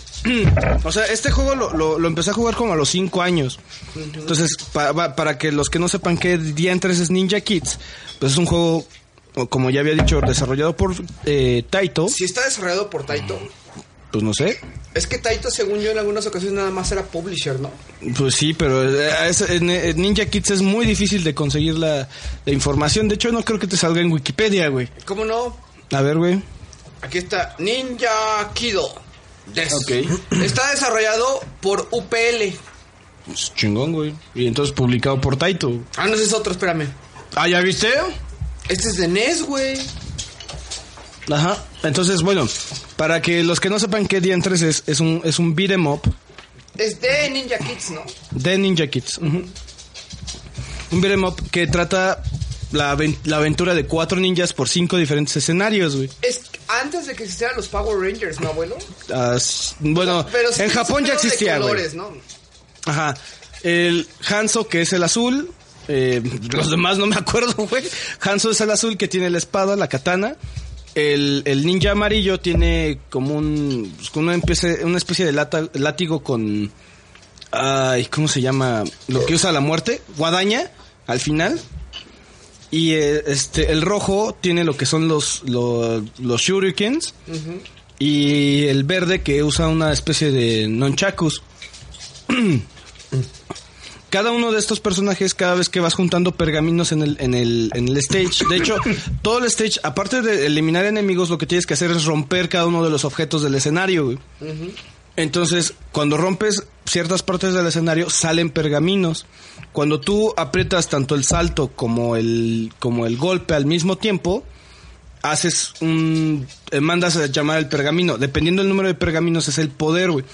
Speaker 4: O sea, este juego lo, lo- lo empecé a jugar como a los 5 años. Entonces, pa- pa- para que los que no sepan qué diantres es Ninja Kids, pues es un juego, o como ya había dicho, desarrollado por eh, Taito.
Speaker 5: Si está desarrollado por Taito.
Speaker 4: Pues no sé.
Speaker 5: Es que Taito, según yo, en algunas ocasiones nada más era publisher, ¿no?
Speaker 4: Pues sí, pero eh, es- en, en Ninja Kids es muy difícil de conseguir la, la información. De hecho, no creo que te salga en Wikipedia, güey.
Speaker 5: ¿Cómo no?
Speaker 4: A ver, güey.
Speaker 5: Aquí está Ninja Kido. Des. <clears throat> Está desarrollado por UPL.
Speaker 4: Es chingón, güey. Y entonces publicado por Taito.
Speaker 5: Ah, no, ese es otro, espérame.
Speaker 4: Ah, ¿ya viste?
Speaker 5: Este es de NES, güey.
Speaker 4: Ajá. Entonces, bueno, para que los que no sepan qué diantres es, es un, es un beat 'em up
Speaker 5: Es de Ninja Kids, ¿no?
Speaker 4: de Ninja Kids. Ujú. Un beat 'em up que trata la, aven- la aventura de cuatro ninjas por cinco diferentes escenarios, güey.
Speaker 5: Es antes de que existieran los Power Rangers, ¿no, abuelo?
Speaker 4: Ah, s- bueno,
Speaker 5: sí
Speaker 4: en
Speaker 5: tiene
Speaker 4: Japón ya
Speaker 5: ese pedo de
Speaker 4: existía, güey.
Speaker 5: colores, ¿no?
Speaker 4: Ajá. El Hanzo, que es el azul. eh, los demás no me acuerdo, <laughs> güey. Hanzo es el azul que tiene la espada, la katana. El, el ninja amarillo tiene como un. pues, como una especie, una especie de lata- látigo con. Ay, ¿cómo se llama? Lo que usa la muerte. Guadaña, al final. Y eh, este, el rojo tiene lo que son los, los, los shurikens. Y el verde que usa una especie de nonchakus. Cada uno de estos personajes, cada vez que vas juntando pergaminos en el, en el, en el stage, de
Speaker 5: <laughs>
Speaker 4: hecho, todo el stage, aparte de eliminar enemigos, lo que tienes que hacer es romper cada uno de los objetos del escenario. güey. Entonces, cuando rompes ciertas partes del escenario, salen pergaminos. Cuando tú aprietas tanto el salto como el, como el golpe al mismo tiempo, haces un. eh, mandas a llamar el pergamino. Dependiendo del número de pergaminos, es el poder, güey.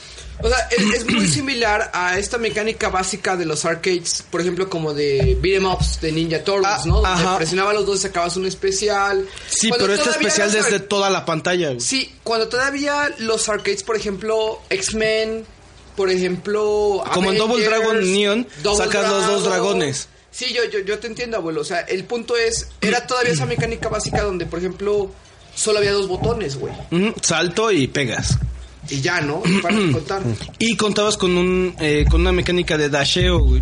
Speaker 5: O sea, es,
Speaker 4: <clears throat>
Speaker 5: es muy similar a esta mecánica básica de los arcades, por ejemplo, como de beat'em ups de Ninja Turtles,
Speaker 4: Ah,
Speaker 5: ¿no? Donde
Speaker 4: ajá.
Speaker 5: presionaba los dos y sacabas un especial.
Speaker 4: Sí,
Speaker 5: Cuando
Speaker 4: pero este
Speaker 5: todavía
Speaker 4: especial
Speaker 5: los ar-
Speaker 4: desde toda la pantalla, güey.
Speaker 5: Sí, cuando todavía los arcades, por ejemplo, X-Men, por ejemplo...
Speaker 4: Como en Double Dragon Neon, sacas los dos dragones.
Speaker 5: Sí, yo, yo, yo te entiendo, abuelo. O sea, el punto es, era todavía esa mecánica básica donde, por ejemplo, solo había dos botones, güey.
Speaker 4: Ujú, salto y pegas.
Speaker 5: Y ya, ¿no?
Speaker 4: <clears throat>
Speaker 5: Para de contar.
Speaker 4: Y contabas con un eh, con una mecánica de dasheo, güey.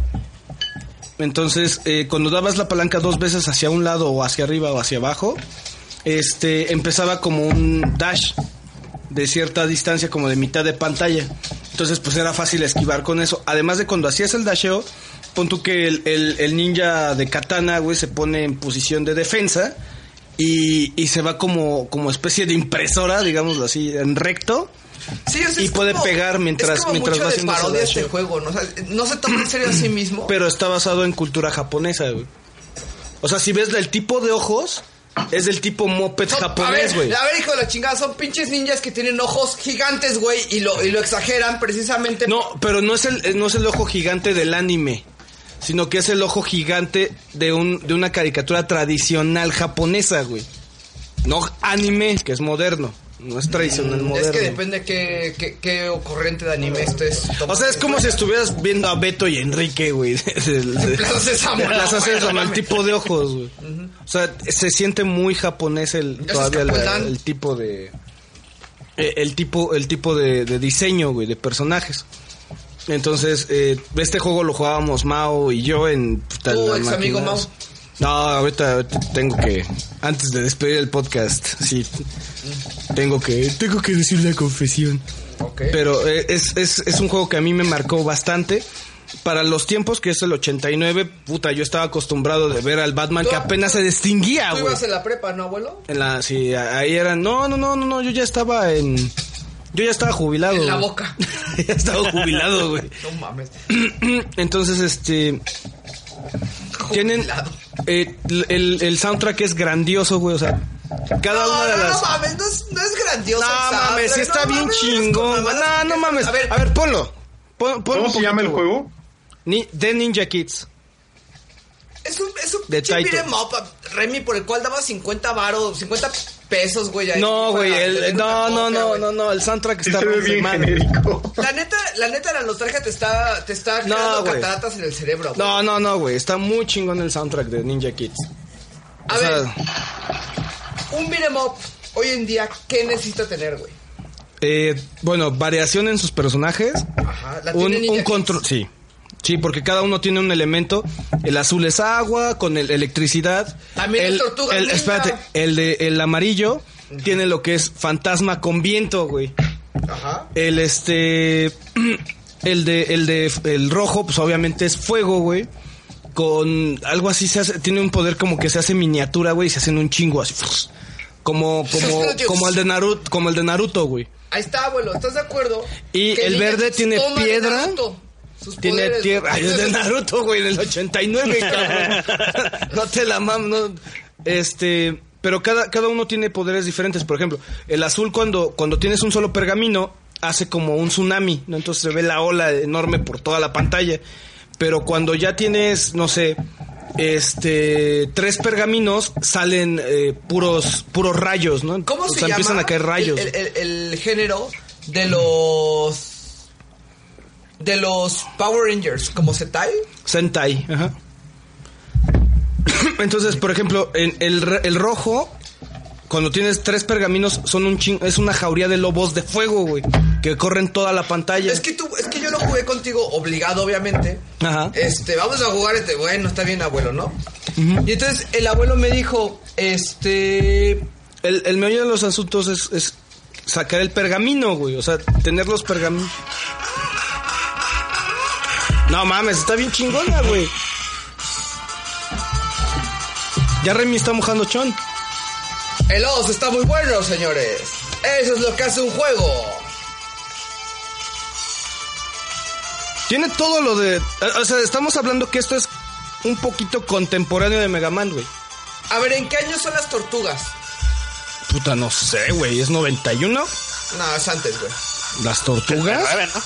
Speaker 4: Entonces, eh, cuando dabas la palanca dos veces hacia un lado o hacia arriba o hacia abajo, este empezaba como un dash de cierta distancia, como de mitad de pantalla. Entonces, pues era fácil esquivar con eso. Además de cuando hacías el dasheo, pon tú que el, el- el ninja de katana, güey, se pone en posición de defensa y, y se va como, como especie de impresora, digámoslo así, en recto.
Speaker 5: Sí, o sea,
Speaker 4: y
Speaker 5: es
Speaker 4: puede
Speaker 5: como-
Speaker 4: pegar mientras,
Speaker 5: es como
Speaker 4: mientras
Speaker 5: mucho
Speaker 4: va
Speaker 5: de
Speaker 4: haciendo
Speaker 5: parodia
Speaker 4: ese
Speaker 5: este
Speaker 4: dash.
Speaker 5: juego, ¿no? O sea, no se toma en serio a sí
Speaker 4: <clears throat>
Speaker 5: mismo.
Speaker 4: Pero está basado en cultura japonesa, güey. O sea, si ves el tipo de ojos, es del tipo moped
Speaker 5: No, a
Speaker 4: japonés,
Speaker 5: ver,
Speaker 4: güey.
Speaker 5: a ver, hijo de la chingada, son pinches ninjas que tienen ojos gigantes, güey, y lo, y lo exageran precisamente.
Speaker 4: No, pero no es el eh, no es el ojo gigante del anime, sino que es el ojo gigante de un de una caricatura tradicional japonesa, güey. No anime, que es moderno, no es tradicional
Speaker 5: es
Speaker 4: moderno.
Speaker 5: que depende qué, qué, qué ocurrente de anime estés.
Speaker 4: o sea, es como si estuvieras viendo a Beto y Enrique, güey. <laughs> de- de- de- <laughs>
Speaker 5: Plaza Sésamo,
Speaker 4: de Plaza
Speaker 5: no, güey,
Speaker 4: Sésamo,
Speaker 5: no
Speaker 4: el
Speaker 5: mames.
Speaker 4: tipo de ojos, güey. O sea, se siente muy japonés el
Speaker 5: se
Speaker 4: todavía
Speaker 5: escapó el
Speaker 4: la-
Speaker 5: Dan.
Speaker 4: el tipo de eh, el tipo el tipo de, de diseño, güey, de personajes. Entonces, eh, este juego lo jugábamos Mao y yo en puta,
Speaker 5: ¿Tu
Speaker 4: las
Speaker 5: ex amigo
Speaker 4: máquinas. No, ahorita, ahorita tengo que antes de despedir el podcast, sí.
Speaker 5: Mm.
Speaker 4: Tengo que tengo que decir la confesión. Pero eh, es, es, es un juego que a mí me marcó bastante. Para los tiempos que es el 89, puta, yo estaba acostumbrado de ver al Batman que apenas se distinguía,
Speaker 5: Tú
Speaker 4: güey.
Speaker 5: ibas en la prepa, ¿no, abuelo?
Speaker 4: En la, sí, a- ahí eran, no, no, no, no, no, yo ya estaba en, yo ya estaba jubilado.
Speaker 5: En la
Speaker 4: güey.
Speaker 5: boca.
Speaker 4: <laughs> ya estaba jubilado, güey. <clears throat>
Speaker 5: No mames.
Speaker 4: Entonces, este, tienen, eh, el, el soundtrack es grandioso, güey, o sea, cada
Speaker 5: No,
Speaker 4: una de
Speaker 5: no,
Speaker 4: las...
Speaker 5: no mames, no es, no es grandioso.
Speaker 4: No mames, sí está bien chingón. güey. No, no mames. A ver, ponlo. Pon- pon
Speaker 3: ¿Cómo
Speaker 4: un
Speaker 3: se llama el
Speaker 4: poquito, güey.
Speaker 3: juego?
Speaker 4: Ni, The Ninja Kids.
Speaker 5: Es un, es un
Speaker 4: De
Speaker 5: pinche
Speaker 4: Taito.
Speaker 5: beat'em up, Remy, por el cual daba 50 varos, 50 pesos, güey. ahí
Speaker 4: No,
Speaker 5: para
Speaker 4: güey. el-
Speaker 5: tener
Speaker 4: No,
Speaker 5: una
Speaker 4: no,
Speaker 5: copia,
Speaker 4: no,
Speaker 5: güey.
Speaker 4: no, no. El soundtrack está
Speaker 3: se ve
Speaker 4: re
Speaker 3: bien
Speaker 4: mal.
Speaker 3: genérico.
Speaker 5: La neta, la neta, la nostalgia te está, te está
Speaker 4: No,
Speaker 5: creando
Speaker 4: güey.
Speaker 5: cataratas en el cerebro. güey.
Speaker 4: No, no, no, güey. Está muy chingón el soundtrack de Ninja Kids.
Speaker 5: A
Speaker 4: o sea,
Speaker 5: ver, un beat'em up hoy en día, ¿qué necesita tener, güey?
Speaker 4: eh, bueno, variación en sus personajes.
Speaker 5: Ajá, la
Speaker 4: un,
Speaker 5: tiene Ninja
Speaker 4: un
Speaker 5: Kids.
Speaker 4: control, sí. Sí, porque cada uno tiene un elemento. El azul es agua, con el electricidad.
Speaker 5: También
Speaker 4: el,
Speaker 5: es Tortuga
Speaker 4: el-
Speaker 5: Ninja.
Speaker 4: Espérate, el de el amarillo tiene lo que es fantasma con viento, güey.
Speaker 5: Ajá.
Speaker 4: El este <clears throat> el de el de el rojo, pues obviamente es fuego, güey. Con algo así se hace, tiene un poder como que se hace miniatura, güey, y se hacen un chingo así. Como como como el de Naruto, como el de Naruto, güey.
Speaker 5: Ahí está, abuelo, ¿estás de acuerdo?
Speaker 4: Y
Speaker 5: Que
Speaker 4: el
Speaker 5: Ninja
Speaker 4: verde
Speaker 5: Kids
Speaker 4: tiene
Speaker 5: toma de
Speaker 4: piedra,
Speaker 5: Naruto sus
Speaker 4: Tiene
Speaker 5: poderes,
Speaker 4: tierra.
Speaker 5: güey.
Speaker 4: Ay, es de Naruto, güey, en el 89, cabrón. No te la mam, no. Este. Pero cada, cada uno tiene poderes diferentes. Por ejemplo, el azul, cuando, cuando tienes un solo pergamino, hace como un tsunami, ¿no? Entonces se ve la ola enorme por toda la pantalla. Pero cuando ya tienes, no sé, este. Tres pergaminos, salen eh, puros, puros rayos, ¿no?
Speaker 5: <laughs> ¿Cómo
Speaker 4: o
Speaker 5: se
Speaker 4: sea,
Speaker 5: llama?
Speaker 4: Pues empiezan a caer rayos.
Speaker 5: El, el- el- el género de los. De los Power Rangers, como Sentai.
Speaker 4: Sentai, ajá. <coughs> Entonces, por ejemplo, en el, re- el rojo, cuando tienes tres pergaminos, son un ching, es una jauría de lobos de fuego, güey, que corren toda la pantalla.
Speaker 5: Es que tú, es que yo lo jugué contigo obligado, obviamente.
Speaker 4: Ajá.
Speaker 5: Este, vamos a jugar este. Bueno, está bien, abuelo, ¿no? Y entonces el abuelo me dijo, este.
Speaker 4: El, el meollo de los asuntos es, es sacar el pergamino, güey, o sea, tener los pergaminos. No mames, está bien chingona, güey. Ya Remy está mojando chon.
Speaker 5: El oso está muy bueno, señores. Eso es lo que hace un juego.
Speaker 4: Tiene todo lo de. eh, O sea, estamos hablando que esto es un poquito contemporáneo de Mega Man, güey.
Speaker 5: A ver, ¿en qué año son las tortugas?
Speaker 4: Puta, no sé, güey. ¿Es 91?
Speaker 5: No, es antes, güey.
Speaker 4: ¿Las tortugas?
Speaker 7: 39, ¿no?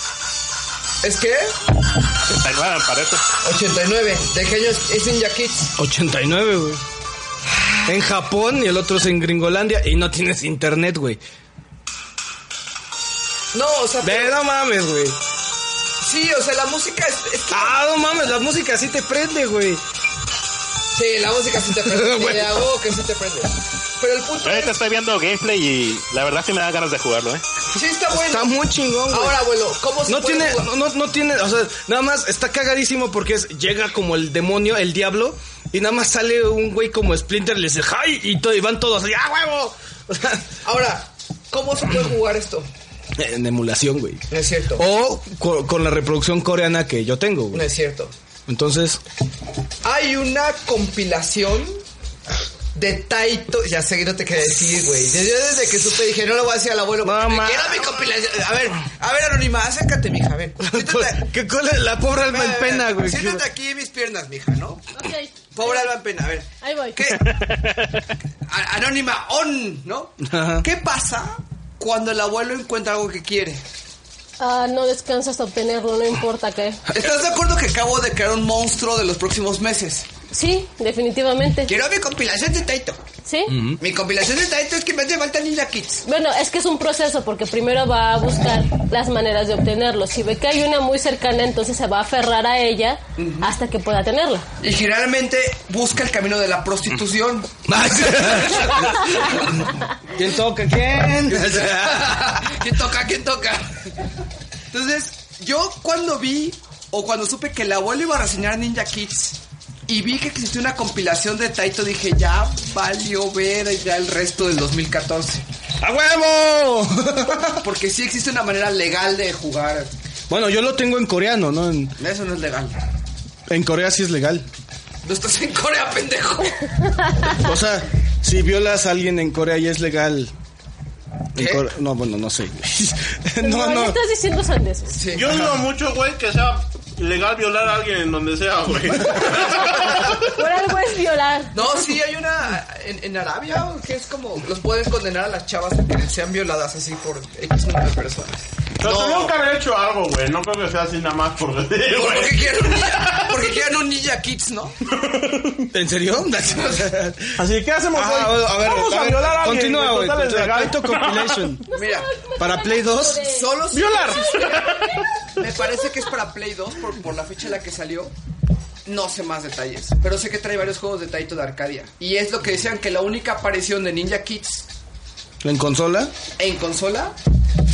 Speaker 5: ¿Es que?
Speaker 7: 39 me parece.
Speaker 5: 89. ¿De qué año es es Ninja Kids?
Speaker 4: 89, güey. En Japón y el otro es en Gringolandia y no tienes internet, güey.
Speaker 5: No, o sea,
Speaker 4: Ve,
Speaker 5: pero-
Speaker 4: no mames, güey.
Speaker 5: sí, o sea, la música es, es que-
Speaker 4: Ah, no mames, la música sí te prende, güey.
Speaker 5: sí, la música sí te prende,
Speaker 4: <laughs> Bueno.
Speaker 5: te hago que sí te prende. Pero el punto
Speaker 7: Yo ahorita
Speaker 5: es,
Speaker 7: estoy viendo gameplay y la verdad sí me da ganas de jugarlo, ¿eh?
Speaker 5: sí está bueno.
Speaker 4: Está muy chingón, güey.
Speaker 5: Ahora, abuelo, ¿cómo se
Speaker 4: No
Speaker 5: puede
Speaker 4: tiene,
Speaker 5: jugar?
Speaker 4: no, no tiene, o sea, nada más está cagadísimo porque es, llega como el demonio, el diablo, y nada más sale un güey como Splinter, le dice, ¡ay! Y, todo, y van todos, ¡ah, huevo! <laughs> O sea,
Speaker 5: Ahora, ¿cómo se puede jugar esto?
Speaker 4: en emulación, güey.
Speaker 5: No es cierto.
Speaker 4: Oh. O co- con, la reproducción coreana que yo tengo,
Speaker 5: No
Speaker 4: güey.
Speaker 5: es cierto.
Speaker 4: Entonces, <laughs>
Speaker 5: Hay una compilación de Taito. Ya sé que no te quería decir, güey. Yo yo desde que supe dije, no lo voy a decir al abuelo. porque me quiero mi compilación. A ver, a ver, Anónima, acércate, mija.
Speaker 4: <laughs>
Speaker 5: A ver. Siéntate.
Speaker 4: Pues, ¿qué cola? La pobre alma en
Speaker 5: A ver, a
Speaker 4: pena,
Speaker 5: ver,
Speaker 4: güey.
Speaker 5: Siéntate aquí en mis piernas, mija, ¿no?
Speaker 11: Ok.
Speaker 5: Pobre alma en pena. A ver.
Speaker 11: Ahí voy.
Speaker 4: <laughs>
Speaker 5: ¿Qué? A- Anónima, on, ¿no?
Speaker 4: Ajá.
Speaker 5: ¿Qué pasa cuando el abuelo encuentra algo que quiere?
Speaker 11: Ah, no descansas hasta obtenerlo, no importa qué.
Speaker 5: ¿Estás de acuerdo que acabo de crear un monstruo de los próximos meses?
Speaker 11: Sí, definitivamente.
Speaker 5: Quiero mi compilación de Taito.
Speaker 11: ¿Sí?
Speaker 5: Mi compilación de Taito es que me hace falta Ninja Kids.
Speaker 11: Bueno, es que es un proceso porque primero va a buscar las maneras de obtenerlo. Si ve que hay una muy cercana, entonces se va a aferrar a ella hasta que pueda tenerla.
Speaker 5: Y generalmente busca el camino de la prostitución. <laughs>
Speaker 4: ¿Quién toca <laughs> quién?
Speaker 5: ¿Quién toca? ¿Quién toca? Entonces, yo cuando vi o cuando supe que el abuelo iba a reseñar Ninja Kids y vi que existía una compilación de Taito, dije, ya valió ver ya el resto del 2014.
Speaker 4: ¡A huevo!
Speaker 5: <laughs> Porque sí existe una manera legal de jugar.
Speaker 4: Bueno, yo lo tengo en coreano, ¿no? En,
Speaker 5: Eso no es legal.
Speaker 4: en Corea sí es legal.
Speaker 5: No estás en Corea, pendejo.
Speaker 4: O sea, si violas a alguien en Corea ya es legal. En
Speaker 5: ¿Qué?
Speaker 4: Core- No, bueno, no sé. güey. <laughs> No,
Speaker 11: ¿qué
Speaker 4: no.
Speaker 11: estás diciendo sandeces?
Speaker 5: Sí.
Speaker 8: Yo digo mucho, güey, que sea legal violar a alguien en donde sea, güey.
Speaker 11: Por algo es violar.
Speaker 5: No, sí, hay una en, en Arabia que es como los puedes condenar a las chavas a que sean violadas así por X número de personas.
Speaker 8: Pero tuvieron que haber hecho algo, güey. No creo que sea así nada más por decir, güey.
Speaker 5: Porque quieren un ninja, porque quieren un ninja kids, ¿no?
Speaker 4: ¿En serio?
Speaker 8: Así que hacemos
Speaker 4: Ah,
Speaker 8: hoy?
Speaker 4: a ver,
Speaker 8: Vamos a
Speaker 4: ver,
Speaker 8: violar a alguien.
Speaker 4: Continúa,
Speaker 8: güey,
Speaker 4: güey.
Speaker 8: total es
Speaker 4: continúa.
Speaker 8: legal.
Speaker 4: Taito
Speaker 5: <laughs>
Speaker 4: Compilation.
Speaker 5: Mira,
Speaker 4: Para Play 2.
Speaker 5: solo si-
Speaker 8: Violar.
Speaker 5: me parece que es para Play 2 por, por la fecha en la que salió. No sé más detalles, pero sé que trae varios juegos de Taito de Arcadia. Y es lo que decían que la única aparición de Ninja Kids
Speaker 4: ¿En consola?
Speaker 5: en consola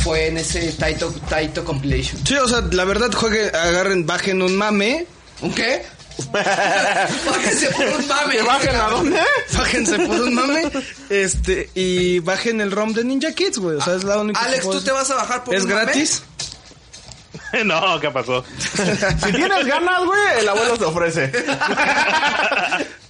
Speaker 5: fue en ese Taito, Taito Compilation.
Speaker 4: Sí, o sea, la verdad, jueguen, agarren, bajen un mame. <laughs>
Speaker 5: ¿Un qué? Bájense por un mame.
Speaker 8: ¿Que bajen a dónde?
Speaker 4: Bájense por un mame. Este, y bajen el ROM de Ninja Kids, güey. O sea, es la única.
Speaker 5: Alex, ¿tú te vas a bajar por
Speaker 4: ¿Es
Speaker 5: un mame?
Speaker 4: gratis?
Speaker 7: <laughs> no, ¿qué pasó?
Speaker 8: Si tienes ganas, güey, el abuelo te ofrece.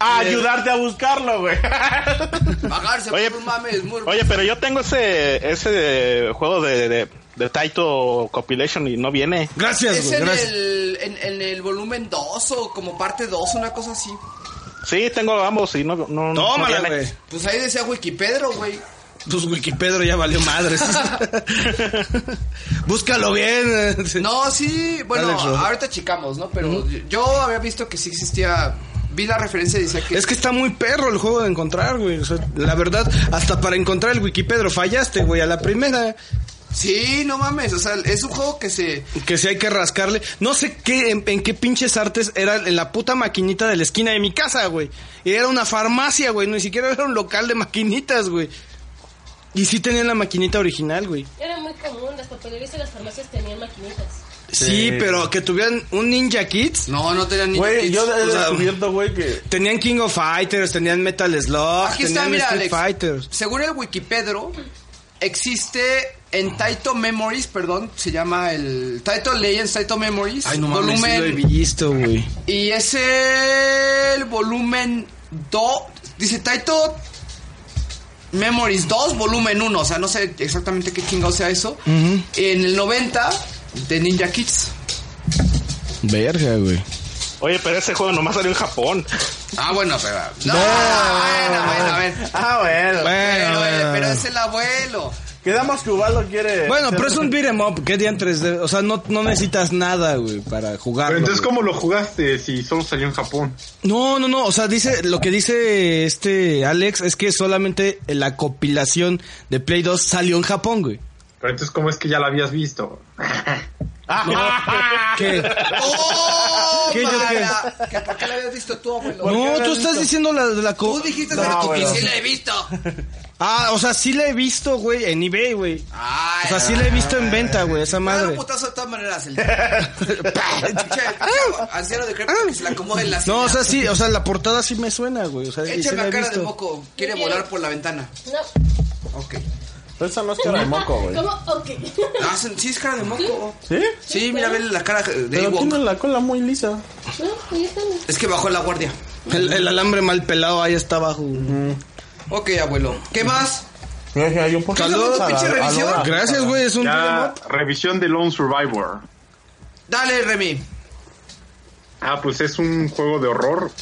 Speaker 8: A ayudarte a buscarlo, güey. <laughs>
Speaker 5: Bajarse
Speaker 7: Oye,
Speaker 5: por un mame es muy...
Speaker 7: Oye, pero yo tengo ese ese eh, juego de, de, de Taito Compilation y no viene.
Speaker 4: Gracias,
Speaker 5: es
Speaker 4: güey.
Speaker 5: en
Speaker 4: Gracias.
Speaker 5: el, en, en el volumen 2 o como parte 2, una cosa así.
Speaker 7: Sí, tengo ambos y no no- no
Speaker 4: Tómala,
Speaker 7: viene.
Speaker 4: güey.
Speaker 5: Pues ahí decía Wikipedro, güey.
Speaker 4: Pues Wikipedia ya valió madres. Búscalo bien.
Speaker 5: No, sí, bueno,
Speaker 4: Alex, ¿no?
Speaker 5: ahorita chicamos, ¿no? Pero yo había visto que sí existía... Vi la referencia y decía que...
Speaker 4: Es que está muy perro el juego de encontrar, güey. O sea, la verdad, hasta para encontrar el Wikipedia fallaste, güey, a la primera. ¿eh?
Speaker 5: Sí, no mames, o sea, es un juego que se...
Speaker 4: Que si hay que rascarle. No sé qué, en, en qué pinches artes era en la puta maquinita de la esquina de mi casa, güey. Y Era una farmacia, güey. Ni siquiera era un local de maquinitas, güey. Y sí tenían la maquinita original, güey.
Speaker 11: Era muy común, las papelerías y las farmacias tenían maquinitas.
Speaker 4: Sí, pero que tuvieran un Ninja Kids.
Speaker 5: No, no tenía ni...
Speaker 8: Güey, yo he
Speaker 4: O sea,
Speaker 8: descubierto, güey, que
Speaker 4: Tenían King of Fighters, tenían Metal Slug,
Speaker 5: Aquí está,
Speaker 4: tenían
Speaker 5: mira,
Speaker 4: Street
Speaker 5: Alex.
Speaker 4: Fighters.
Speaker 5: Según el Wikipedro, existe en Taito Memories, perdón, se llama el Taito Legends, Taito Memories,
Speaker 4: Ay, no mames, sí lo he
Speaker 5: volumen
Speaker 4: visto, güey.
Speaker 5: y es el volumen 2, dice Taito Memories 2, volumen 1, o sea, no sé exactamente qué chingado sea eso. En el 90 de Ninja Kids.
Speaker 4: Verga, güey.
Speaker 7: Oye, pero ese juego nomás salió en
Speaker 8: <laughs>
Speaker 7: Japón.
Speaker 5: Ah, bueno, pero no, bueno, bueno, a ver.
Speaker 8: Ah, bueno.
Speaker 5: Pero,
Speaker 4: bueno.
Speaker 5: pero es el abuelo.
Speaker 8: Quedamos que Ubaldo quiere.
Speaker 4: Bueno, pero es un beat'em up, ¿qué diantres? De, o sea, no, no necesitas nada, güey, para jugarlo.
Speaker 3: Pero entonces,
Speaker 4: güey.
Speaker 3: ¿cómo lo jugaste si solo salió en Japón?
Speaker 4: No, no, no, o sea, dice, lo que dice este Alex es que solamente la compilación de Play 2 salió en Japón, güey.
Speaker 3: Pero entonces, ¿cómo es que ya la habías visto?
Speaker 5: <laughs>
Speaker 4: ¿Qué?
Speaker 5: ¡Oh!
Speaker 4: ¿Qué, yo
Speaker 5: para! ¿Que ¿Por qué la habías visto tú, abuelo?
Speaker 4: No, tú estás diciendo la de la
Speaker 5: Tú
Speaker 4: co
Speaker 5: dijiste
Speaker 8: No,
Speaker 5: que tú
Speaker 8: abuelo.
Speaker 5: sí la he visto.
Speaker 4: Ah, o sea, sí la he visto, güey, en eBay, güey.
Speaker 5: Ay,
Speaker 4: O sea, sí la he visto en venta, güey, esa
Speaker 5: Me va a dar un
Speaker 4: madre.
Speaker 5: putazo de todas maneras.
Speaker 4: <laughs>
Speaker 5: El... Che, chavo, anciano de crepa que se la acomoda en la silla.
Speaker 4: No, o sea, sí, o sea, la portada sí me suena, güey, o sea, y sí
Speaker 5: Échame
Speaker 4: la
Speaker 5: a
Speaker 4: he
Speaker 5: cara de
Speaker 4: visto.
Speaker 5: moco. Quiere volar por la ventana.
Speaker 11: No,
Speaker 5: Ok.
Speaker 8: Esa no es cara de moco, güey.
Speaker 11: ¿Cómo? Ok.
Speaker 5: Ah, sí, sí es cara de moco.
Speaker 8: <laughs> ¿Sí?
Speaker 5: Sí, mira, vele la cara de
Speaker 8: Pero
Speaker 5: Ewok.
Speaker 8: tiene la cola muy lisa.
Speaker 11: No, ahí está.
Speaker 5: Es que bajó la guardia.
Speaker 4: El, el alambre mal pelado ahí está abajo.
Speaker 5: Ok, abuelo. ¿Qué más?
Speaker 8: Mira que hay un poquito
Speaker 5: Saludos,
Speaker 8: lisa,
Speaker 5: pinche
Speaker 8: la- la
Speaker 5: revisión.
Speaker 8: lora.
Speaker 4: Gracias, güey, es un
Speaker 3: Ya, revisión de Lone Survivor.
Speaker 5: Dale, Remy.
Speaker 3: Ah, pues es un juego de horror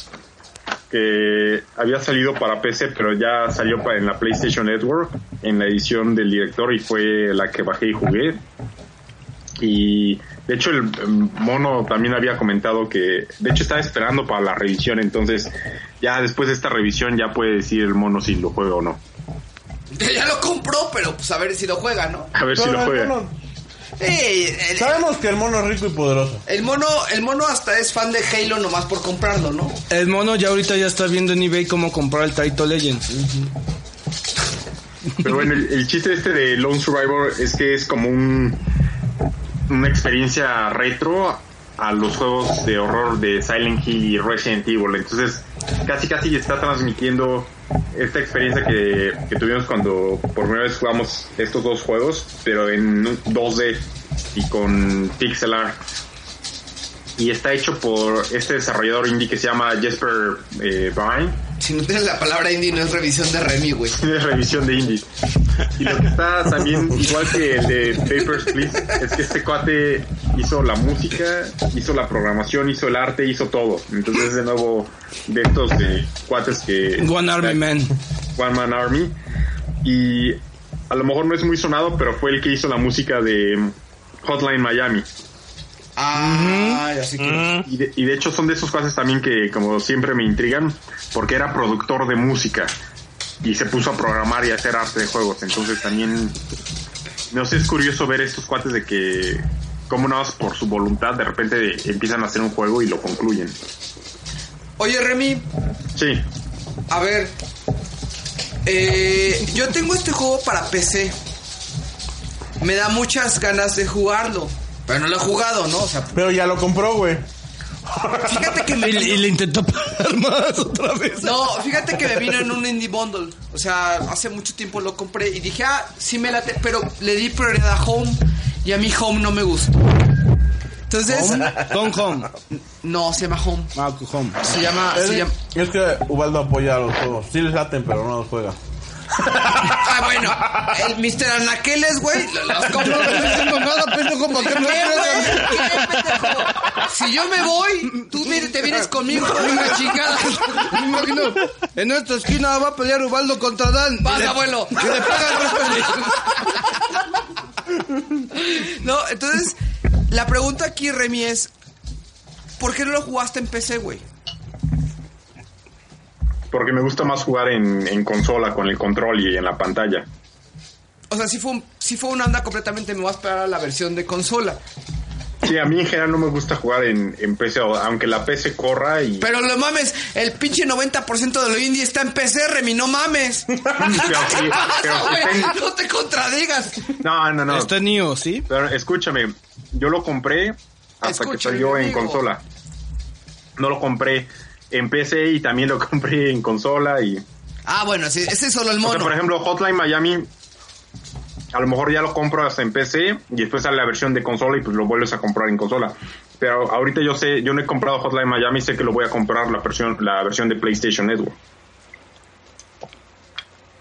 Speaker 3: que había salido para PC, pero ya salió para, en la PlayStation Network, en la edición del director, y fue la que bajé y jugué. Y de hecho el mm, mono también había comentado que, de hecho estaba esperando para la revisión, entonces ya después de esta revisión ya puede decir el mono si lo juega o no.
Speaker 5: <laughs> Ya lo compró, pero pues a ver si lo juega, ¿no?
Speaker 3: A ver si
Speaker 8: Pero
Speaker 3: lo
Speaker 8: el
Speaker 3: juega.
Speaker 8: mono-
Speaker 5: Sí, el,
Speaker 8: Sabemos que el mono es rico y poderoso.
Speaker 5: el mono, el mono hasta es fan de Halo nomás por comprarlo, ¿no?
Speaker 4: El mono ya ahorita ya está viendo en eBay cómo comprar el Taito Legends.
Speaker 3: Pero bueno, el, el chiste este de Lone Survivor es que es como un una experiencia retro a los juegos de horror de Silent Hill y Resident Evil. Entonces, casi casi está transmitiendo esta experiencia que, que tuvimos cuando por primera vez jugamos estos dos juegos, pero en 2D y con pixel art. Y está hecho por este desarrollador indie que se llama Jesper eh, Vine.
Speaker 5: Si no tienes la palabra indie, no es revisión de Remy, güey.
Speaker 3: Tiene revisión de indies. Y lo que está también, igual que el de Papers, Please, es que este cuate hizo la música, hizo la programación, hizo el arte, hizo todo. Entonces, de nuevo, de estos eh, cuates que...
Speaker 4: One Army Man.
Speaker 3: One Man Army. Y a lo mejor no es muy sonado, pero fue el que hizo la música de Hotline Miami.
Speaker 5: Ah, ya sé que.
Speaker 3: Y de, y de hecho son de esos cuates también que como siempre me intrigan, porque era productor de música y se puso a programar y a hacer arte de juegos. Entonces también, no sé, es curioso ver estos cuates de que, como nada más por su voluntad, de repente empiezan a hacer un juego y lo concluyen.
Speaker 5: Oye, Remy,
Speaker 3: Sí,
Speaker 5: a ver. Eh, yo tengo este juego para PC. Me da muchas ganas de jugarlo. Pero no lo he jugado, ¿no? O sea,
Speaker 8: Pero ya lo compró, <laughs> güey.
Speaker 5: fíjate que
Speaker 4: <laughs>
Speaker 5: me.
Speaker 4: Y, y le intentó
Speaker 3: <laughs>
Speaker 4: pagar más otra vez.
Speaker 5: No, fíjate que me vino en un indie bundle. O sea, hace mucho tiempo lo compré y dije, ah, sí me late, pero le di prioridad a Home y a mí Home no me gustó. Entonces,
Speaker 4: Tom Home.
Speaker 5: no, se llama Home.
Speaker 4: Ah, ok, Home. ¿Eh?
Speaker 5: Se llama,
Speaker 8: Es,
Speaker 5: se llama.
Speaker 8: es que Ubaldo apoya a los juegos. Sí les laten, pero no los juega.
Speaker 5: Ah, bueno, el Mr. Anaqueles, güey, lo- los compro. ¿Qué, güey? <laughs> ¿Qué, pendejo? Si yo me voy, tú vi- te vienes conmigo, una chingada.
Speaker 4: <laughs> Me imagino, en esta esquina va a pelear Ubaldo contra Dan.
Speaker 5: Vas, abuelo.
Speaker 4: Que le pagan más pendejos.
Speaker 5: No, entonces, la pregunta aquí, Remy, es: ¿por qué no lo jugaste en PC, güey?
Speaker 3: porque me gusta más jugar en, en consola con el control y en la pantalla.
Speaker 5: O sea, sí fue, un- sí fue una onda completamente. Me voy a esperar a la versión de consola.
Speaker 3: Sí, a mí en general no me gusta jugar en, en PC, aunque la PC corra y...
Speaker 5: Pero lo mames, el pinche 90% de lo indie está en PC, Remy, no
Speaker 3: <laughs>
Speaker 5: mames. ¿Qué <laughs>
Speaker 3: sí, pero
Speaker 5: pasa,
Speaker 3: sí
Speaker 5: güey?
Speaker 3: tengo-
Speaker 5: No te contradigas.
Speaker 3: No, no, no.
Speaker 4: Está Neo, ¿sí?
Speaker 3: Pero escúchame, yo lo compré hasta que
Speaker 5: Escúchame,
Speaker 3: salió en
Speaker 5: amigo.
Speaker 3: consola. No lo compré en PC y también lo <laughs> compré en consola y o
Speaker 5: Ah, bueno, sí, ese es solo el
Speaker 3: sea,
Speaker 5: mono.
Speaker 3: por ejemplo Hotline Miami a lo mejor ya lo compro hasta en PC y después sale la versión de consola y pues lo vuelves a comprar en consola. Pero ahorita yo sé, yo no he comprado Hotline Miami, sé que lo voy a comprar la versión la versión de PlayStation Network.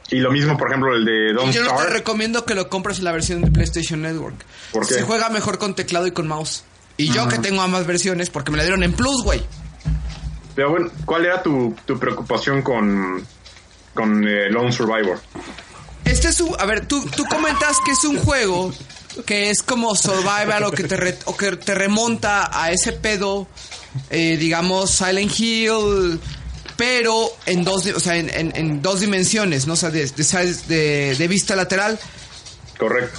Speaker 3: Y lo mismo, por ejemplo, el de Don't
Speaker 5: Yo no te
Speaker 3: Starve.
Speaker 5: recomiendo que lo compres en la versión de PlayStation Network.
Speaker 3: ¿Por qué?
Speaker 5: Se juega mejor con teclado y con mouse. Y yo que tengo ambas versiones porque me la dieron en plus, güey.
Speaker 3: Pero bueno, ¿cuál era tu, tu preocupación con, con eh, Lone Survivor?
Speaker 5: Este es un. A ver, tú, tú comentas que es un juego que es como survival o que te, re- o que te remonta a ese pedo, eh, digamos, Silent Hill, pero en dos, di- o sea, en, en- en dos dimensiones, ¿no? O sea, de, de- de- de vista lateral.
Speaker 3: Correcto.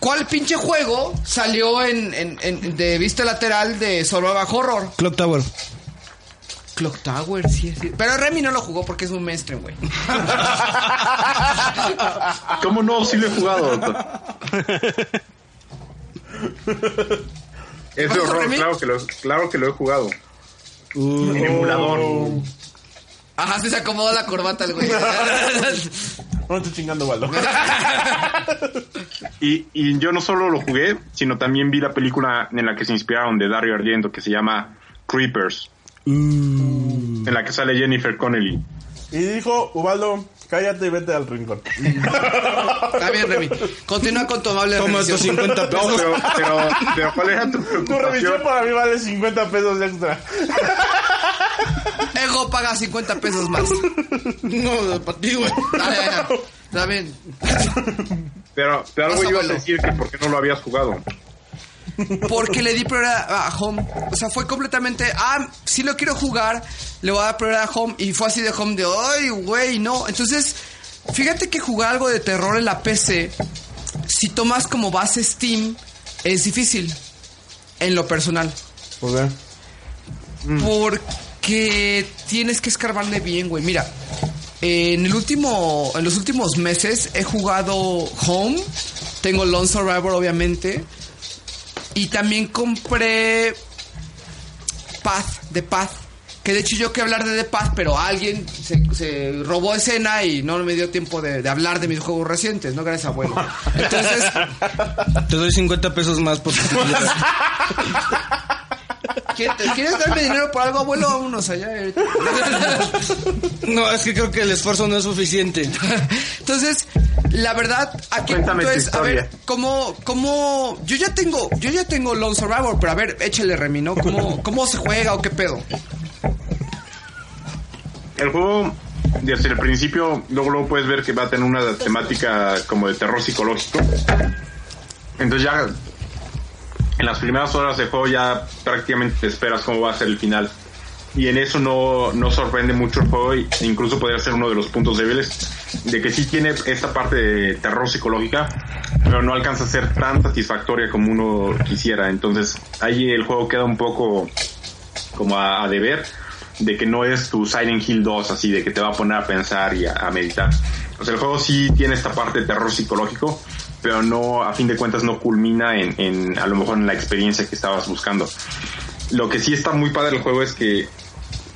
Speaker 5: ¿Cuál pinche juego salió en, en- en- de vista lateral de Survival Horror?
Speaker 4: Clock Tower.
Speaker 5: Clock Tower, sí, sí. Pero Remy no lo jugó porque es un mainstream, güey.
Speaker 3: Ah, ¿Cómo no? Sí lo he jugado.
Speaker 5: <laughs>
Speaker 3: es de
Speaker 5: ¿Vas a
Speaker 3: horror,
Speaker 5: dormir?
Speaker 3: Oh. claro que, lo, claro que lo he jugado. en emulador.
Speaker 5: Ajá, sí se acomodó la corbata el güey.
Speaker 8: No estoy chingando, <laughs> Waldo.
Speaker 3: Y, y yo no solo lo jugué, sino también vi la película en la que se inspiraron de Dario Argento, que se llama Creepers, en la que sale Jennifer Connelly.
Speaker 8: Y dijo, Ubaldo, cállate y vete al rincón.
Speaker 5: Está bien, Remy. Continúa con tu amable
Speaker 8: Toma
Speaker 5: revisión.
Speaker 4: <laughs>
Speaker 8: estos 50 pesos. No, pero- pero- pero ¿cuál
Speaker 3: era <laughs> tu
Speaker 8: Tu revisión para mí vale 50 pesos extra.
Speaker 5: Ego paga 50 pesos más.
Speaker 4: No, para ti, güey.
Speaker 5: Está bien.
Speaker 3: Pero, pero algo
Speaker 5: Vas,
Speaker 3: ibas a
Speaker 5: abuelo.
Speaker 3: decir que por qué no lo habías jugado.
Speaker 5: Porque le di prioridad a Home. O sea, fue completamente. Ah, si lo quiero jugar, le voy a dar prioridad a Home. Y fue así de Home de. ¡Ay, güey! No. Entonces, fíjate que jugar algo de terror en la PC, si tomas como base Steam, es difícil. En lo personal.
Speaker 8: ¿Por qué?
Speaker 5: Porque tienes que escarbarle bien, güey. Mira, en el último, en los últimos meses he jugado Home, tengo Lone Survivor, obviamente, y también compré Path, de Path. Que de hecho yo que hablar de The Path, pero alguien se, se robó escena y no me dio tiempo de, de hablar de mis juegos recientes, ¿no? Gracias, abuelo. Entonces,
Speaker 4: Te doy 50 pesos más por <laughs>
Speaker 5: ¿quién- te- ¿quieres darme dinero por algo, abuelo? Vámonos allá. eh. ahorita.
Speaker 4: No, es que creo que el esfuerzo no es suficiente.
Speaker 5: <laughs> Entonces, la verdad, aquí el
Speaker 4: Cuéntame
Speaker 5: punto
Speaker 4: tu
Speaker 5: es, a ver, ¿cómo, cómo, yo ya tengo, yo ya tengo Lone Survivor, pero a ver, échale Remy, ¿no? ¿Cómo, cómo se juega o qué pedo?
Speaker 3: El juego, desde el principio, luego, luego puedes ver que va a tener una temática como de terror psicológico. Entonces ya en las primeras horas de juego ya prácticamente te esperas cómo va a ser el final. Y en eso no, no sorprende mucho el juego e incluso podría ser uno de los puntos débiles de que sí tiene esta parte de terror psicológica, pero no alcanza a ser tan satisfactoria como uno quisiera. Entonces ahí el juego queda un poco como a, a deber de que no es tu Silent Hill 2 así de que te va a poner a pensar y a, a meditar. O sea, el juego sí tiene esta parte de terror psicológico, pero no, a fin de cuentas no culmina en, en, a lo mejor en la experiencia que estabas buscando. Lo que sí está muy padre del juego es que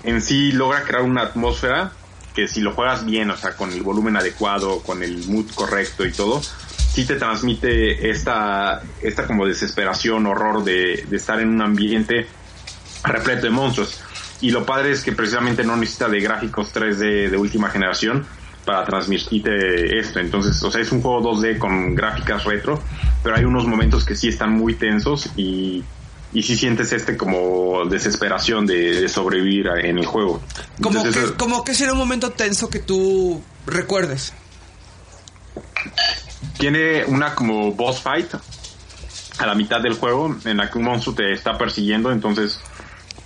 Speaker 3: en sí logra crear una atmósfera que si lo juegas bien, o sea, con el volumen adecuado, con el mood correcto y todo, sí te transmite esta, esta como desesperación, horror de, de estar en un ambiente repleto de monstruos. Y lo padre es que precisamente no necesita de gráficos 3D de última generación para transmitirte esto. Entonces, o sea, es un juego 2D con gráficas retro, pero hay unos momentos que sí están muy tensos y, y sí sientes este como desesperación de, de sobrevivir a- en el juego.
Speaker 5: Como
Speaker 3: Entonces,
Speaker 5: que, como que será un momento tenso que tú recuerdes.
Speaker 3: tiene una como boss fight a la mitad del juego en la que un monstruo te está persiguiendo, entonces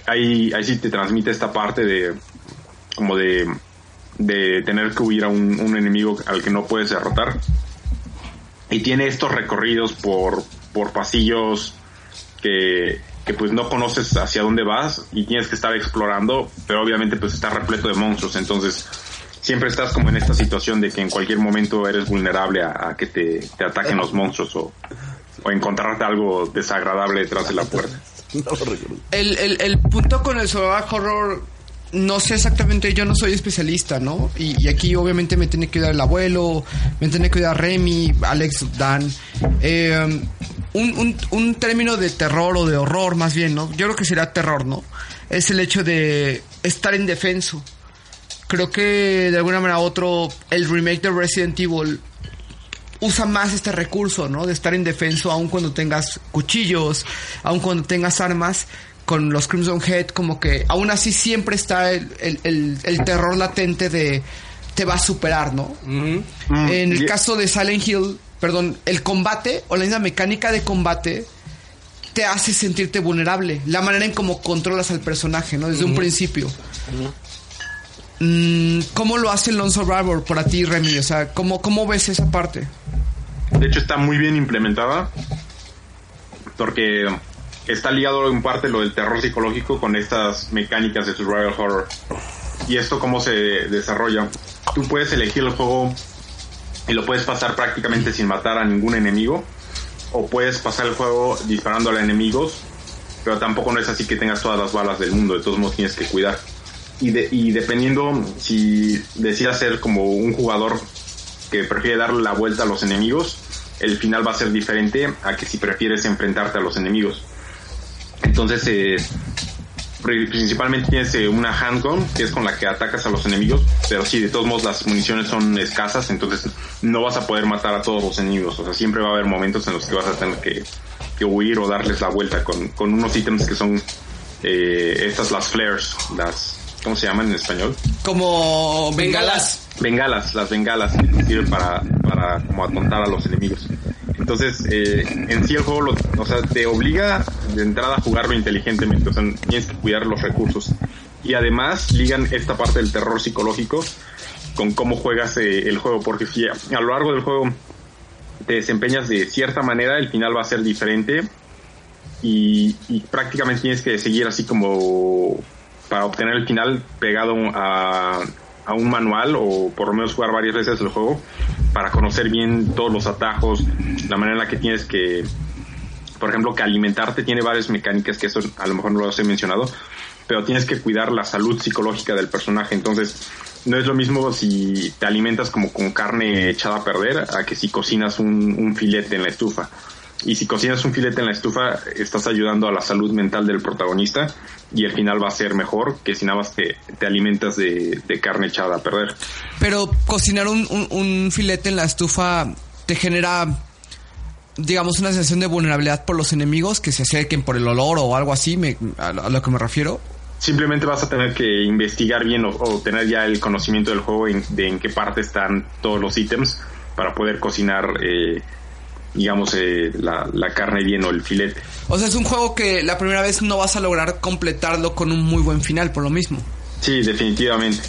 Speaker 3: ahí, ahí sí te transmite esta parte de como de, de tener que huir a un, un enemigo al que no puedes derrotar. Y tiene estos recorridos por, por pasillos que, que pues no conoces hacia dónde vas y tienes que estar explorando, pero obviamente pues está repleto de monstruos, entonces siempre estás como en esta situación de que en cualquier momento eres vulnerable a, a que te, te ataquen los monstruos o, o encontrarte algo desagradable detrás de la puerta.
Speaker 5: El, el, el punto con el survival horror, no sé exactamente, yo no soy especialista, ¿no? Y, y aquí obviamente me tiene que ayudar el abuelo, me tiene que ayudar Remy, Alex, Dan. Eh, un, un, un término de terror o de horror más bien, ¿no? Yo creo que será terror, ¿no? Es el hecho de estar indefenso. Creo que de alguna manera u otro, el remake de Resident Evil usa más este recurso, ¿no? De estar indefenso aun cuando tengas cuchillos, aun cuando tengas armas. Con los Crimson Head, como que aún así siempre está el, el- el- el terror latente de te va a superar, ¿no? En el
Speaker 12: y-
Speaker 5: caso de Silent Hill, perdón, el combate o la misma mecánica de combate te hace sentirte vulnerable. La manera en cómo controlas al personaje, ¿no? Desde un
Speaker 12: Ujú.
Speaker 5: principio. Mm, ¿Cómo lo hace Lone Survivor para ti, Remy? O sea, ¿cómo, cómo ves esa parte?
Speaker 3: De hecho, está muy bien implementada porque está ligado en parte lo del terror psicológico con estas mecánicas de survival horror. Y esto cómo se desarrolla. Tú puedes elegir el juego y lo puedes pasar prácticamente sin matar a ningún enemigo o puedes pasar el juego disparando a enemigos, pero tampoco no es así que tengas todas las balas del mundo, de todos modos tienes que cuidar. y, de- y dependiendo si decidas ser como un jugador que prefiere darle la vuelta a los enemigos, el final va a ser diferente a que si prefieres enfrentarte a los enemigos. Entonces, eh, pri- principalmente tienes eh, una handgun, que es con la que atacas a los enemigos, pero sí, de todos modos las municiones son escasas, entonces no vas a poder matar a todos los enemigos. O sea, siempre va a haber momentos en los que vas a tener que, que huir o darles la vuelta con, con unos ítems que son eh, estas, las flares, las... ¿Cómo se llaman en español?
Speaker 5: Como bengalas.
Speaker 3: bengalas, las bengalas que te sirven para, para como atontar a los enemigos. Entonces, eh, en sí el juego, lo- o sea, te obliga de entrada a jugarlo inteligentemente, o sea, tienes que cuidar los recursos. Y además ligan esta parte del terror psicológico con cómo juegas eh, el juego, porque si a, a lo largo del juego te desempeñas de cierta manera, el final va a ser diferente y, y prácticamente tienes que seguir así como para obtener el final pegado a, a un manual o por lo menos jugar varias veces el juego para conocer bien todos los atajos, la manera en la que tienes que, por ejemplo, que alimentarte tiene varias mecánicas que eso a lo mejor no los he mencionado, pero tienes que cuidar la salud psicológica del personaje, entonces no es lo mismo si te alimentas como con carne echada a perder a que si cocinas un, un filete en la estufa. Y si cocinas un filete en la estufa, estás ayudando a la salud mental del protagonista y el final va a ser mejor que si nada más te, te alimentas de, de carne echada a perder.
Speaker 5: Pero cocinar un, un- un filete en la estufa te genera, digamos, una sensación de vulnerabilidad por los enemigos que se acerquen por el olor o algo así, me- a, lo- a lo que me refiero.
Speaker 3: Simplemente vas a tener que investigar bien o, o tener ya el conocimiento del juego en- de en qué parte están todos los ítems para poder cocinar, eh, digamos, eh, la, la carne bien o el filete.
Speaker 5: O sea, es un juego que la primera vez no vas a lograr completarlo con un muy buen final, por lo mismo.
Speaker 3: Sí, definitivamente.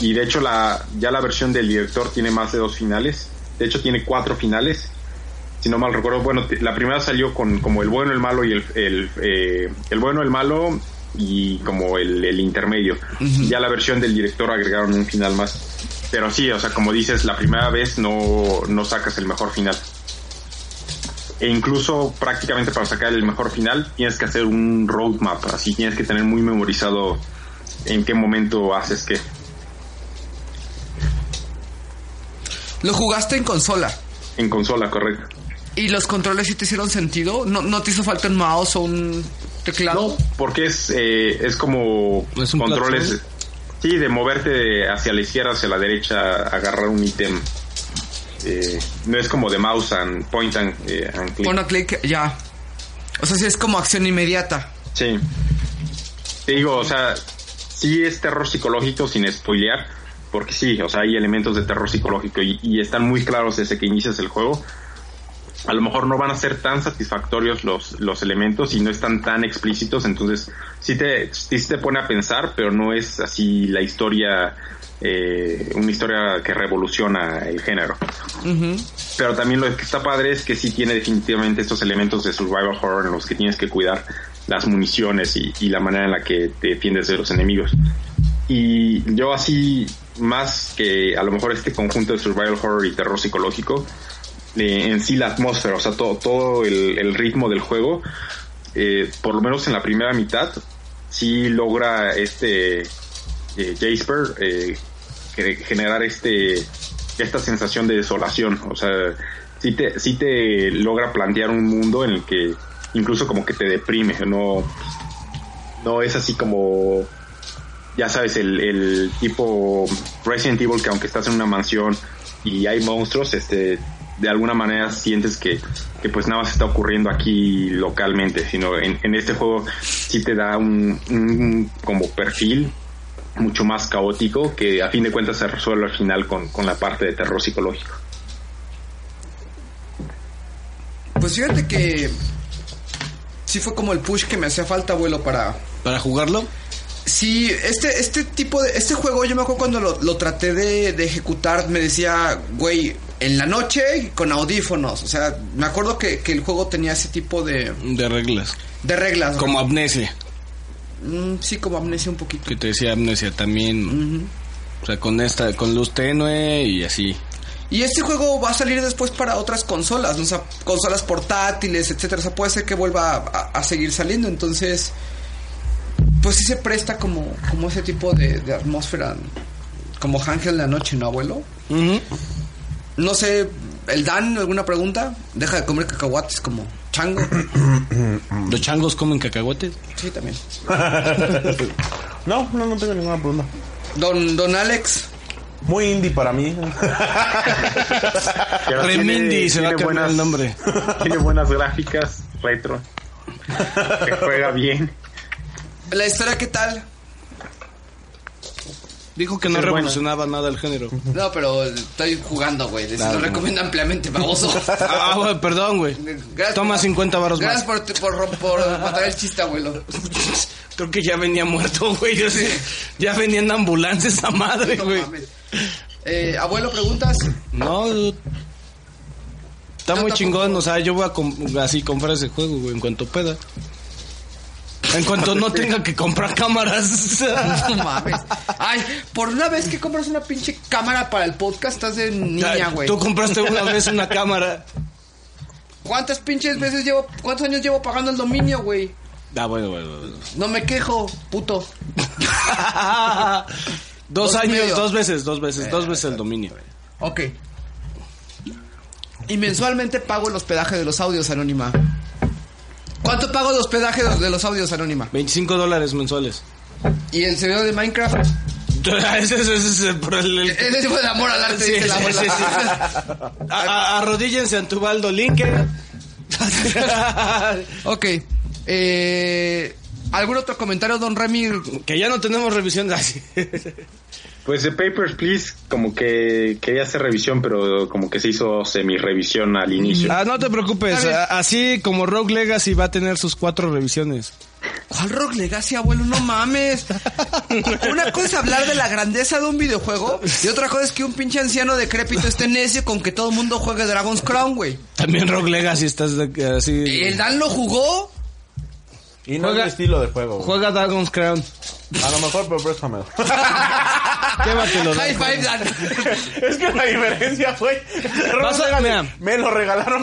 Speaker 3: Y de hecho la ya la versión del director tiene más de dos finales. De hecho tiene cuatro finales. Si no mal recuerdo, bueno, te- la primera salió con como el bueno, el malo y el el, eh, el bueno, el malo y como el, el intermedio. Ya la versión del director agregaron un final más. Pero sí, o sea, como dices, la primera vez no, no sacas el mejor final. E incluso prácticamente para sacar el mejor final tienes que hacer un roadmap, así tienes que tener muy memorizado en qué momento haces qué.
Speaker 5: Lo jugaste en consola.
Speaker 3: En consola, correcto.
Speaker 5: ¿Y los controles sí te hicieron sentido? ¿No, no te hizo falta un mouse o un teclado?
Speaker 3: Porque es, eh, es como
Speaker 5: un
Speaker 3: controles.
Speaker 5: platform?
Speaker 3: Sí, de moverte de- hacia la izquierda, hacia la derecha, agarrar un ítem. Eh, no es como de mouse and point and, eh, and click.
Speaker 5: Pon a clic, ya. O sea, sí es como acción inmediata.
Speaker 3: Sí. Te digo, o sea, sí es terror psicológico sin spoilear, porque sí, o sea, hay elementos de terror psicológico y, y están muy claros desde que inicias el juego. A lo mejor no van a ser tan satisfactorios los, los elementos y no están tan explícitos, entonces sí te, sí te pone a pensar, pero no es así la historia, eh, una historia que revoluciona el género. Pero también lo que está padre es que sí tiene definitivamente estos elementos de survival horror en los que tienes que cuidar las municiones y, y la manera en la que te defiendes de los enemigos. Y yo así, más que a lo mejor este conjunto de survival horror y terror psicológico, eh, en sí la atmósfera, o sea, todo, todo el, el ritmo del juego, eh, por lo menos en la primera mitad, sí logra este eh, Jasper eh, que- generar este esta sensación de desolación. O sea, sí te, sí te logra plantear un mundo en el que incluso como que te deprime, no, no es así como ya sabes, el, el tipo Resident Evil que aunque estás en una mansión y hay monstruos, este de alguna manera sientes que, que pues nada más está ocurriendo aquí localmente, sino en, en este juego sí te da un, un como perfil mucho más caótico que a fin de cuentas se resuelve al final con, con la parte de terror psicológico.
Speaker 5: Pues fíjate que sí fue como el push que me hacía falta, abuelo, para
Speaker 4: para jugarlo.
Speaker 5: Sí, este este tipo de este juego yo me acuerdo cuando lo, lo traté de, de ejecutar me decía, güey, en la noche y con audífonos, o sea, me acuerdo que, que el juego tenía ese tipo de
Speaker 4: De reglas.
Speaker 5: de reglas.
Speaker 4: Como amnesia.
Speaker 5: Mm, sí, como amnesia un poquito.
Speaker 4: Que te decía amnesia también. O sea, con esta, con luz tenue y así.
Speaker 5: Y este juego va a salir después para otras consolas, ¿no? o sea, consolas portátiles, etcétera. O sea, puede ser que vuelva a, a seguir saliendo. Entonces, pues sí se presta como, como ese tipo de, de atmósfera, como Ángel en la noche, ¿no, abuelo? No sé, el Dan, ¿alguna pregunta? Deja de comer cacahuates como
Speaker 4: <coughs>
Speaker 5: chango.
Speaker 4: ¿Los changos comen cacahuates?
Speaker 5: Sí, también.
Speaker 8: no, no, no tengo ninguna pregunta.
Speaker 5: Don, don Alex.
Speaker 8: Muy indie para mí.
Speaker 3: <laughs> Pero
Speaker 4: Remindi
Speaker 3: tiene-
Speaker 4: se va a
Speaker 3: tiene
Speaker 4: cambiar
Speaker 3: buenas-
Speaker 4: el nombre.
Speaker 3: <laughs> Tiene buenas gráficas, retro. Se juega bien.
Speaker 5: ¿La historia qué tal?
Speaker 4: Dijo que no
Speaker 5: Es buena.
Speaker 4: revolucionaba nada el género.
Speaker 5: No, pero estoy jugando, güey. Les
Speaker 4: Nada,
Speaker 5: lo
Speaker 4: no.
Speaker 5: recomiendo
Speaker 4: <laughs>
Speaker 5: ampliamente, baboso.
Speaker 4: Ah, güey, perdón, güey.
Speaker 5: Gracias
Speaker 4: Toma
Speaker 5: por-
Speaker 4: 50 varos más.
Speaker 5: Gracias por,
Speaker 4: <laughs>
Speaker 5: por, por matar el chiste, abuelo. <laughs>
Speaker 4: Creo que ya venía muerto, güey. Yo sé, Ya venía en ambulancia esa madre, güey.
Speaker 5: Eh, abuelo, preguntas.
Speaker 4: No, dude. está muy chingón. O sea, yo voy a com- así comprar ese juego, güey, en cuanto pueda. En cuanto no tenga que comprar cámaras.
Speaker 5: <laughs> No mames. Ay, por una vez que compras una pinche cámara para el podcast, estás de niña, güey.
Speaker 4: Tú compraste una vez una cámara.
Speaker 5: ¿Cuántas pinches veces llevo, cuántos años llevo pagando el dominio, güey?
Speaker 4: Ah, bueno, bueno, bueno.
Speaker 5: No me quejo, puto.
Speaker 4: <laughs> Dos,
Speaker 5: y
Speaker 4: años,
Speaker 5: medio.
Speaker 4: dos veces, dos veces, dos veces el dominio.
Speaker 5: Ok. Y mensualmente pago el hospedaje de los audios, Anónima. ¿Cuánto pago de hospedaje de de los audios, Anónima?
Speaker 4: 25 dólares mensuales.
Speaker 5: ¿Y el servidor de Minecraft?
Speaker 4: <laughs> ese, ese- ese es el, el- el-
Speaker 5: Ese tipo de amor al arte,
Speaker 4: Sí,
Speaker 5: dice Eh, la
Speaker 4: sí,
Speaker 5: abuela.
Speaker 4: sí, sí. <laughs> A- a- Arrodíllense ante Ubaldo <laughs> Linke.
Speaker 5: ok. Eh, ¿Algún otro comentario, don Remy?
Speaker 4: Que ya no tenemos revisión. <laughs> Ah, así.
Speaker 3: Pues de Papers, Please, como que quería hacer revisión, pero como que se hizo semi-revisión al inicio.
Speaker 4: Ah, no te preocupes. a- Así como Rogue Legacy va a tener sus cuatro revisiones.
Speaker 5: ¿Cuál Rock Legacy, abuelo? No
Speaker 8: <laughs>
Speaker 5: mames. Una cosa es hablar de la grandeza de un videojuego y otra cosa es que un pinche anciano decrépito esté necio con que todo el mundo juegue Dragon's Crown, güey.
Speaker 4: También Rogue Legacy estás de- así.
Speaker 5: El Dan lo jugó.
Speaker 8: Y no
Speaker 4: Juega-
Speaker 8: es mi estilo de juego. güey.
Speaker 4: Juega Dragon's Crown.
Speaker 8: A lo mejor,
Speaker 4: <laughs>
Speaker 8: pero préstamelo. Ah,
Speaker 4: Llévatelo.
Speaker 5: High five, Dan.
Speaker 8: es que la diferencia fue.
Speaker 4: Vas a- mira.
Speaker 8: Me lo regalaron,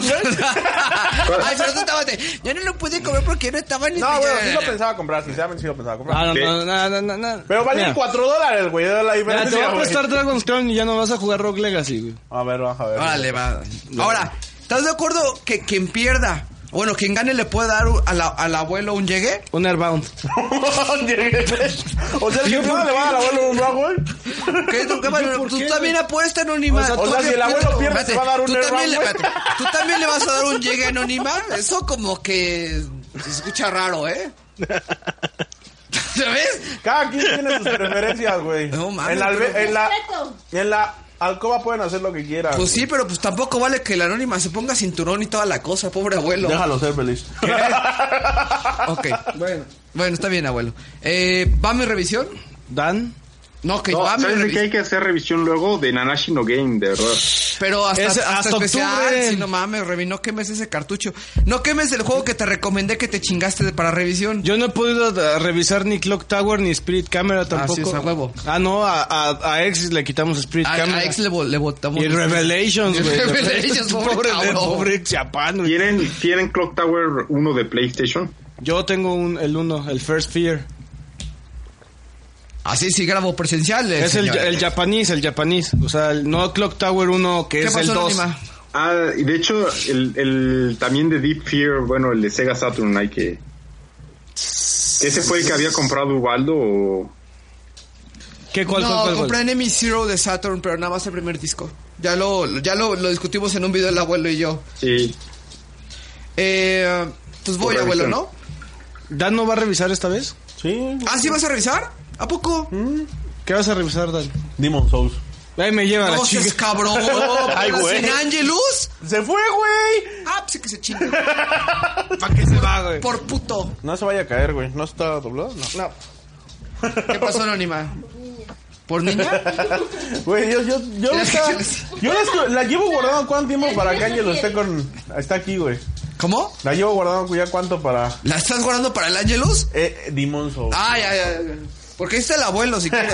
Speaker 4: <laughs>
Speaker 8: güey.
Speaker 5: <laughs> Ay, pero tú estabas de, Yo no lo pude comer porque no estaba ni
Speaker 8: No, bueno, sí lo pensaba comprar, sinceramente sí lo pensaba comprar.
Speaker 4: Ah, no, no, no, no, no, no.
Speaker 8: Pero
Speaker 4: Mira,
Speaker 8: valen 4 dólares, güey, era
Speaker 4: mira,
Speaker 8: la
Speaker 4: te voy
Speaker 8: diferencia,
Speaker 4: a
Speaker 8: güey.
Speaker 4: prestar Dragon's Crown y ya no vas a jugar Rogue Legacy, güey.
Speaker 8: A ver, vamos a ver.
Speaker 4: Ah.
Speaker 5: Órale, va. Ahora, ¿estás de acuerdo que quien pierda, bueno, quien gane le puede dar a la- al abuelo un llegue?
Speaker 4: Un Airbound.
Speaker 8: o sea, el que pierde le va al abuelo un rock, güey.
Speaker 5: ¿Qué, tú, qué, bueno,
Speaker 4: por
Speaker 5: tú
Speaker 4: qué,
Speaker 5: también apuesta anónima.
Speaker 4: O sea,
Speaker 5: Tú
Speaker 8: o sea,
Speaker 5: también
Speaker 8: si el abuelo pierde,
Speaker 5: espérate,
Speaker 8: se va a dar un
Speaker 5: tú también, le,
Speaker 8: error, güey.
Speaker 5: espérate, tú también le vas a dar un llegue anónima. Eso como que se escucha raro, ¿eh? ¿Sabes?
Speaker 8: Cada quien tiene sus preferencias, güey.
Speaker 5: No mames,
Speaker 8: En la, albe-
Speaker 5: pero-
Speaker 8: en la, en la alcoba pueden hacer lo que quieran.
Speaker 5: Pues sí, pero pues tampoco vale que el anónima se ponga cinturón y toda la cosa, pobre abuelo.
Speaker 8: Déjalo ser feliz.
Speaker 5: Ok. Bueno. Bueno, está bien, abuelo. Eh, ¿Va mi revisión?
Speaker 4: Dan.
Speaker 5: No, que
Speaker 3: No,
Speaker 5: va mi
Speaker 3: ¿Sabes de qué
Speaker 5: revisión.
Speaker 3: hay que hacer revisión luego? De Nanashi no Game, de verdad.
Speaker 5: Pero hasta,
Speaker 4: Ese-
Speaker 5: hasta,
Speaker 4: hasta
Speaker 5: especial,
Speaker 4: octubre.
Speaker 5: si no mames, Remy, no quemes ese cartucho. No quemes el juego que te recomendé que te chingaste de- para revisión.
Speaker 4: Yo no he podido eh, revisar ni Clock Tower ni Spirit Camera tampoco.
Speaker 5: sí, es a huevo.
Speaker 4: Ah, no, a, a, a X le quitamos Spirit
Speaker 5: a,
Speaker 4: Camera.
Speaker 5: Ah, a X le, vo- le votamos.
Speaker 4: Y Revelations,
Speaker 5: Y <laughs>
Speaker 4: güey.
Speaker 5: Revelations, pobre
Speaker 4: pobre, de-
Speaker 5: cabrón.
Speaker 4: pobre Chapán, güey.
Speaker 3: ¿Tienen, ¿Tienen Clock Tower 1 de PlayStation?
Speaker 4: Yo tengo un, el uno, el First Fear.
Speaker 5: Así sí grabó presencial. eh,
Speaker 4: Es el,
Speaker 5: señor.
Speaker 4: el japonés, el japonés. O sea, el- no Clock Tower 1, que
Speaker 5: ¿Qué
Speaker 4: es el
Speaker 5: pasó,
Speaker 4: 2.
Speaker 5: Anónima?
Speaker 3: Ah, y de hecho, el, el también de Deep Fear, bueno, el de Sega Saturn, hay que... ¿Ese fue el que había comprado Ubaldo o...?
Speaker 4: ¿Qué, cuál,
Speaker 5: no,
Speaker 4: cuál, cuál, cuál?
Speaker 5: compré Enemy Zero de Saturn, pero nada más el primer disco. Ya lo, ya lo, lo discutimos en un video el abuelo y yo.
Speaker 3: Sí,
Speaker 5: Eh, pues voy,
Speaker 3: Por
Speaker 5: abuelo,
Speaker 3: revisión.
Speaker 5: ¿no?
Speaker 4: ¿Dan no va a revisar esta vez?
Speaker 8: Sí.
Speaker 5: ¿Ah, sí vas a revisar? ¿A poco?
Speaker 4: ¿Qué vas a revisar, Dan?
Speaker 8: Demon Souls.
Speaker 4: Ahí me lleva la
Speaker 5: No
Speaker 4: chica.
Speaker 5: seas cabrón.
Speaker 7: Ay,
Speaker 5: pero
Speaker 7: güey.
Speaker 5: ¿Sin Angelus?
Speaker 8: ¡Se fue, güey!
Speaker 5: Ah, pues sí que se chingue.
Speaker 4: <laughs> ¿Para qué se va,
Speaker 5: <laughs>
Speaker 4: güey?
Speaker 5: Por puto.
Speaker 8: No se vaya a caer, güey. ¿No está doblado? No.
Speaker 5: No. ¿Qué pasó, Anónima? ¿Por niña?
Speaker 8: Güey, yo, yo, yo,
Speaker 5: Las
Speaker 8: está-
Speaker 5: canciones.
Speaker 8: yo la, la llevo guardando cuánto tiempo para que Ángel esté con... Está aquí, güey.
Speaker 5: ¿Cómo?
Speaker 8: La llevo guardando ya cuánto para...
Speaker 5: ¿La estás guardando para el Angelus?
Speaker 8: Eh, Demon Souls.
Speaker 5: Ah, ya, ya. ya. Porque ahí está el abuelo, si quieres.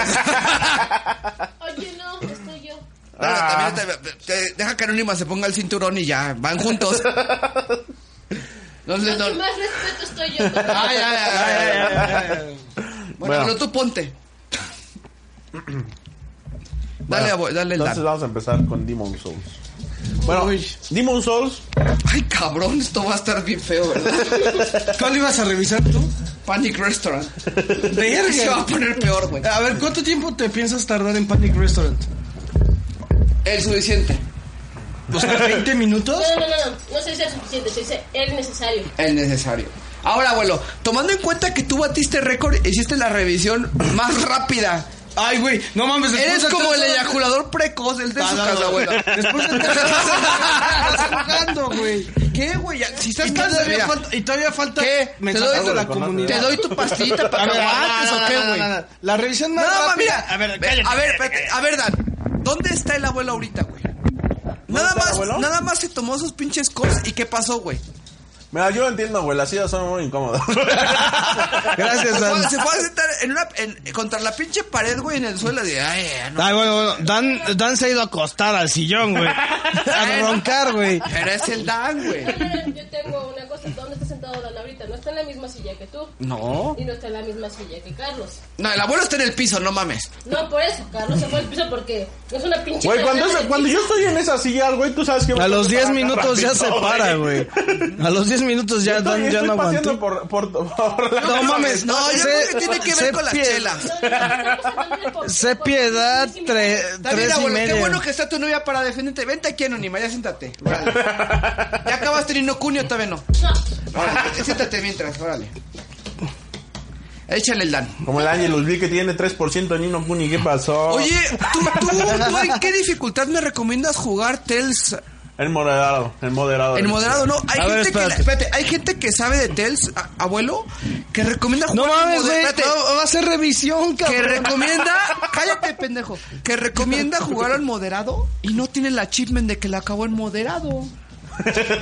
Speaker 11: Oye, no, estoy yo.
Speaker 5: No, no, también te- te- deja que Anónima se ponga el cinturón y ya, van juntos. No,
Speaker 11: Con
Speaker 5: no,
Speaker 11: quien
Speaker 5: no.
Speaker 11: más respeto estoy yo.
Speaker 5: Ay, ay, ay, ay, ay. Bueno,
Speaker 8: Bueno.
Speaker 5: pero tú ponte. Dale, abue- dale el
Speaker 8: Entonces
Speaker 5: dato.
Speaker 8: vamos a empezar con Demon Souls. Bueno, Demon Souls.
Speaker 5: Ay, cabrón, esto va a estar bien feo, ¿verdad? ¿Cuál ibas a revisar tú? Panic Restaurant.
Speaker 4: Verga.
Speaker 5: Se va a poner peor, güey.
Speaker 4: A ver, ¿cuánto tiempo te piensas tardar en Panic Restaurant?
Speaker 5: El suficiente.
Speaker 4: O sea, 20 minutos.
Speaker 3: No, no, no, no se dice el suficiente, se dice el necesario.
Speaker 5: El necesario. Ahora, abuelo, tomando en cuenta que tú batiste récord, hiciste la revisión más rápida.
Speaker 4: Ay, güey, no mames. después
Speaker 5: Eres
Speaker 4: de
Speaker 5: como el
Speaker 4: tres horas-
Speaker 5: eyaculador precoz, el de su
Speaker 4: Pagado.
Speaker 5: casa, abuelo.
Speaker 4: <laughs> Después de tres
Speaker 5: Estás jugando, güey. ¿Qué, güey? Ya, Si estás
Speaker 4: Y
Speaker 5: cansado,
Speaker 4: todavía
Speaker 5: mira.
Speaker 4: falta- y todavía falta
Speaker 5: ¿Qué?
Speaker 4: me
Speaker 5: ¿Te
Speaker 4: salgo
Speaker 5: doy,
Speaker 4: de la comunidad.
Speaker 5: ¿Te doy tu pastillita para
Speaker 4: A ver,
Speaker 5: que aguantes
Speaker 4: no, no,
Speaker 5: o qué,
Speaker 4: no, no,
Speaker 5: güey?
Speaker 4: no, no. La revisión
Speaker 5: No,
Speaker 4: más
Speaker 5: ma,
Speaker 4: rápida.
Speaker 5: mira.
Speaker 4: A ver, cállate.
Speaker 5: A ver, espérate, a ver, Dan. ¿Dónde está el abuelo ahorita, güey? Nada
Speaker 8: está el
Speaker 5: más,
Speaker 8: abuelo?
Speaker 5: nada más se tomó sus pinches cosas y qué pasó, güey.
Speaker 8: Mira, yo lo entiendo, güey. Las sillas son muy incómodas.
Speaker 4: <laughs>
Speaker 5: se fue, se fue a sentar en una, en- contra la pinche pared, güey, en el suelo. De, ay, ay, no.
Speaker 4: Ay, bueno, bueno. Dan, Dan se ha ido a acostar al sillón, güey. A roncar, güey.
Speaker 5: Pero es el Dan, güey.
Speaker 3: Ahora, Yo tengo una cosa, ¿dónde está sentado Dan ahorita? No está en la misma silla que tú.
Speaker 5: No.
Speaker 3: Y no está en la misma silla que Carlos.
Speaker 5: No, el abuelo está en el piso, no mames.
Speaker 3: No, por eso, Carlos se fue al piso porque es una pinche...
Speaker 8: Güey, cuando,
Speaker 3: cadena
Speaker 8: es-
Speaker 3: de
Speaker 8: cuando yo estoy en esa silla, güey, tú sabes que...
Speaker 4: A los 10 minutos ya
Speaker 8: Rápido,
Speaker 4: se para, güey. A los 10 minutos ya Dan
Speaker 8: Estoy-
Speaker 4: ya
Speaker 8: estoy
Speaker 4: no
Speaker 8: paseando
Speaker 4: aguantó.
Speaker 8: por, por, por la- <laughs>
Speaker 4: No mames,
Speaker 5: No, yo
Speaker 4: sé-
Speaker 5: creo que tiene que ver
Speaker 4: sé
Speaker 5: con las
Speaker 4: pie-
Speaker 5: chelas.
Speaker 4: Sé piedad, tre-
Speaker 5: Está bien,
Speaker 4: tres y
Speaker 5: abuelo, qué
Speaker 4: media.
Speaker 5: bueno que está tu novia para defenderte. Vente aquí, Anónima, ya siéntate. Órale. Ya acabaste el inocunio, todavía no. Órale, siéntate mientras, órale. Échale el Dan.
Speaker 8: Como el Angelus vi que tiene 3% en Nino Kuni, ¿qué pasó?
Speaker 5: Oye, ¿tú, tú, tú en qué dificultad me recomiendas jugar Tales?
Speaker 8: El moderado, el moderado.
Speaker 5: En moderado, no. Hay,
Speaker 4: A ver,
Speaker 5: gente, que, la-
Speaker 4: espérate.
Speaker 5: espérate, hay gente que sabe de Tales, a- abuelo, que recomienda
Speaker 4: No
Speaker 5: jugar en
Speaker 4: mames,
Speaker 5: moder-
Speaker 4: güey.
Speaker 5: espérate,
Speaker 4: no, Va a ser revisión,
Speaker 5: que
Speaker 4: cabrón.
Speaker 5: recomienda,
Speaker 4: <laughs>
Speaker 5: cállate pendejo, que recomienda jugar en moderado y no tiene el achievement de que la acabó en moderado.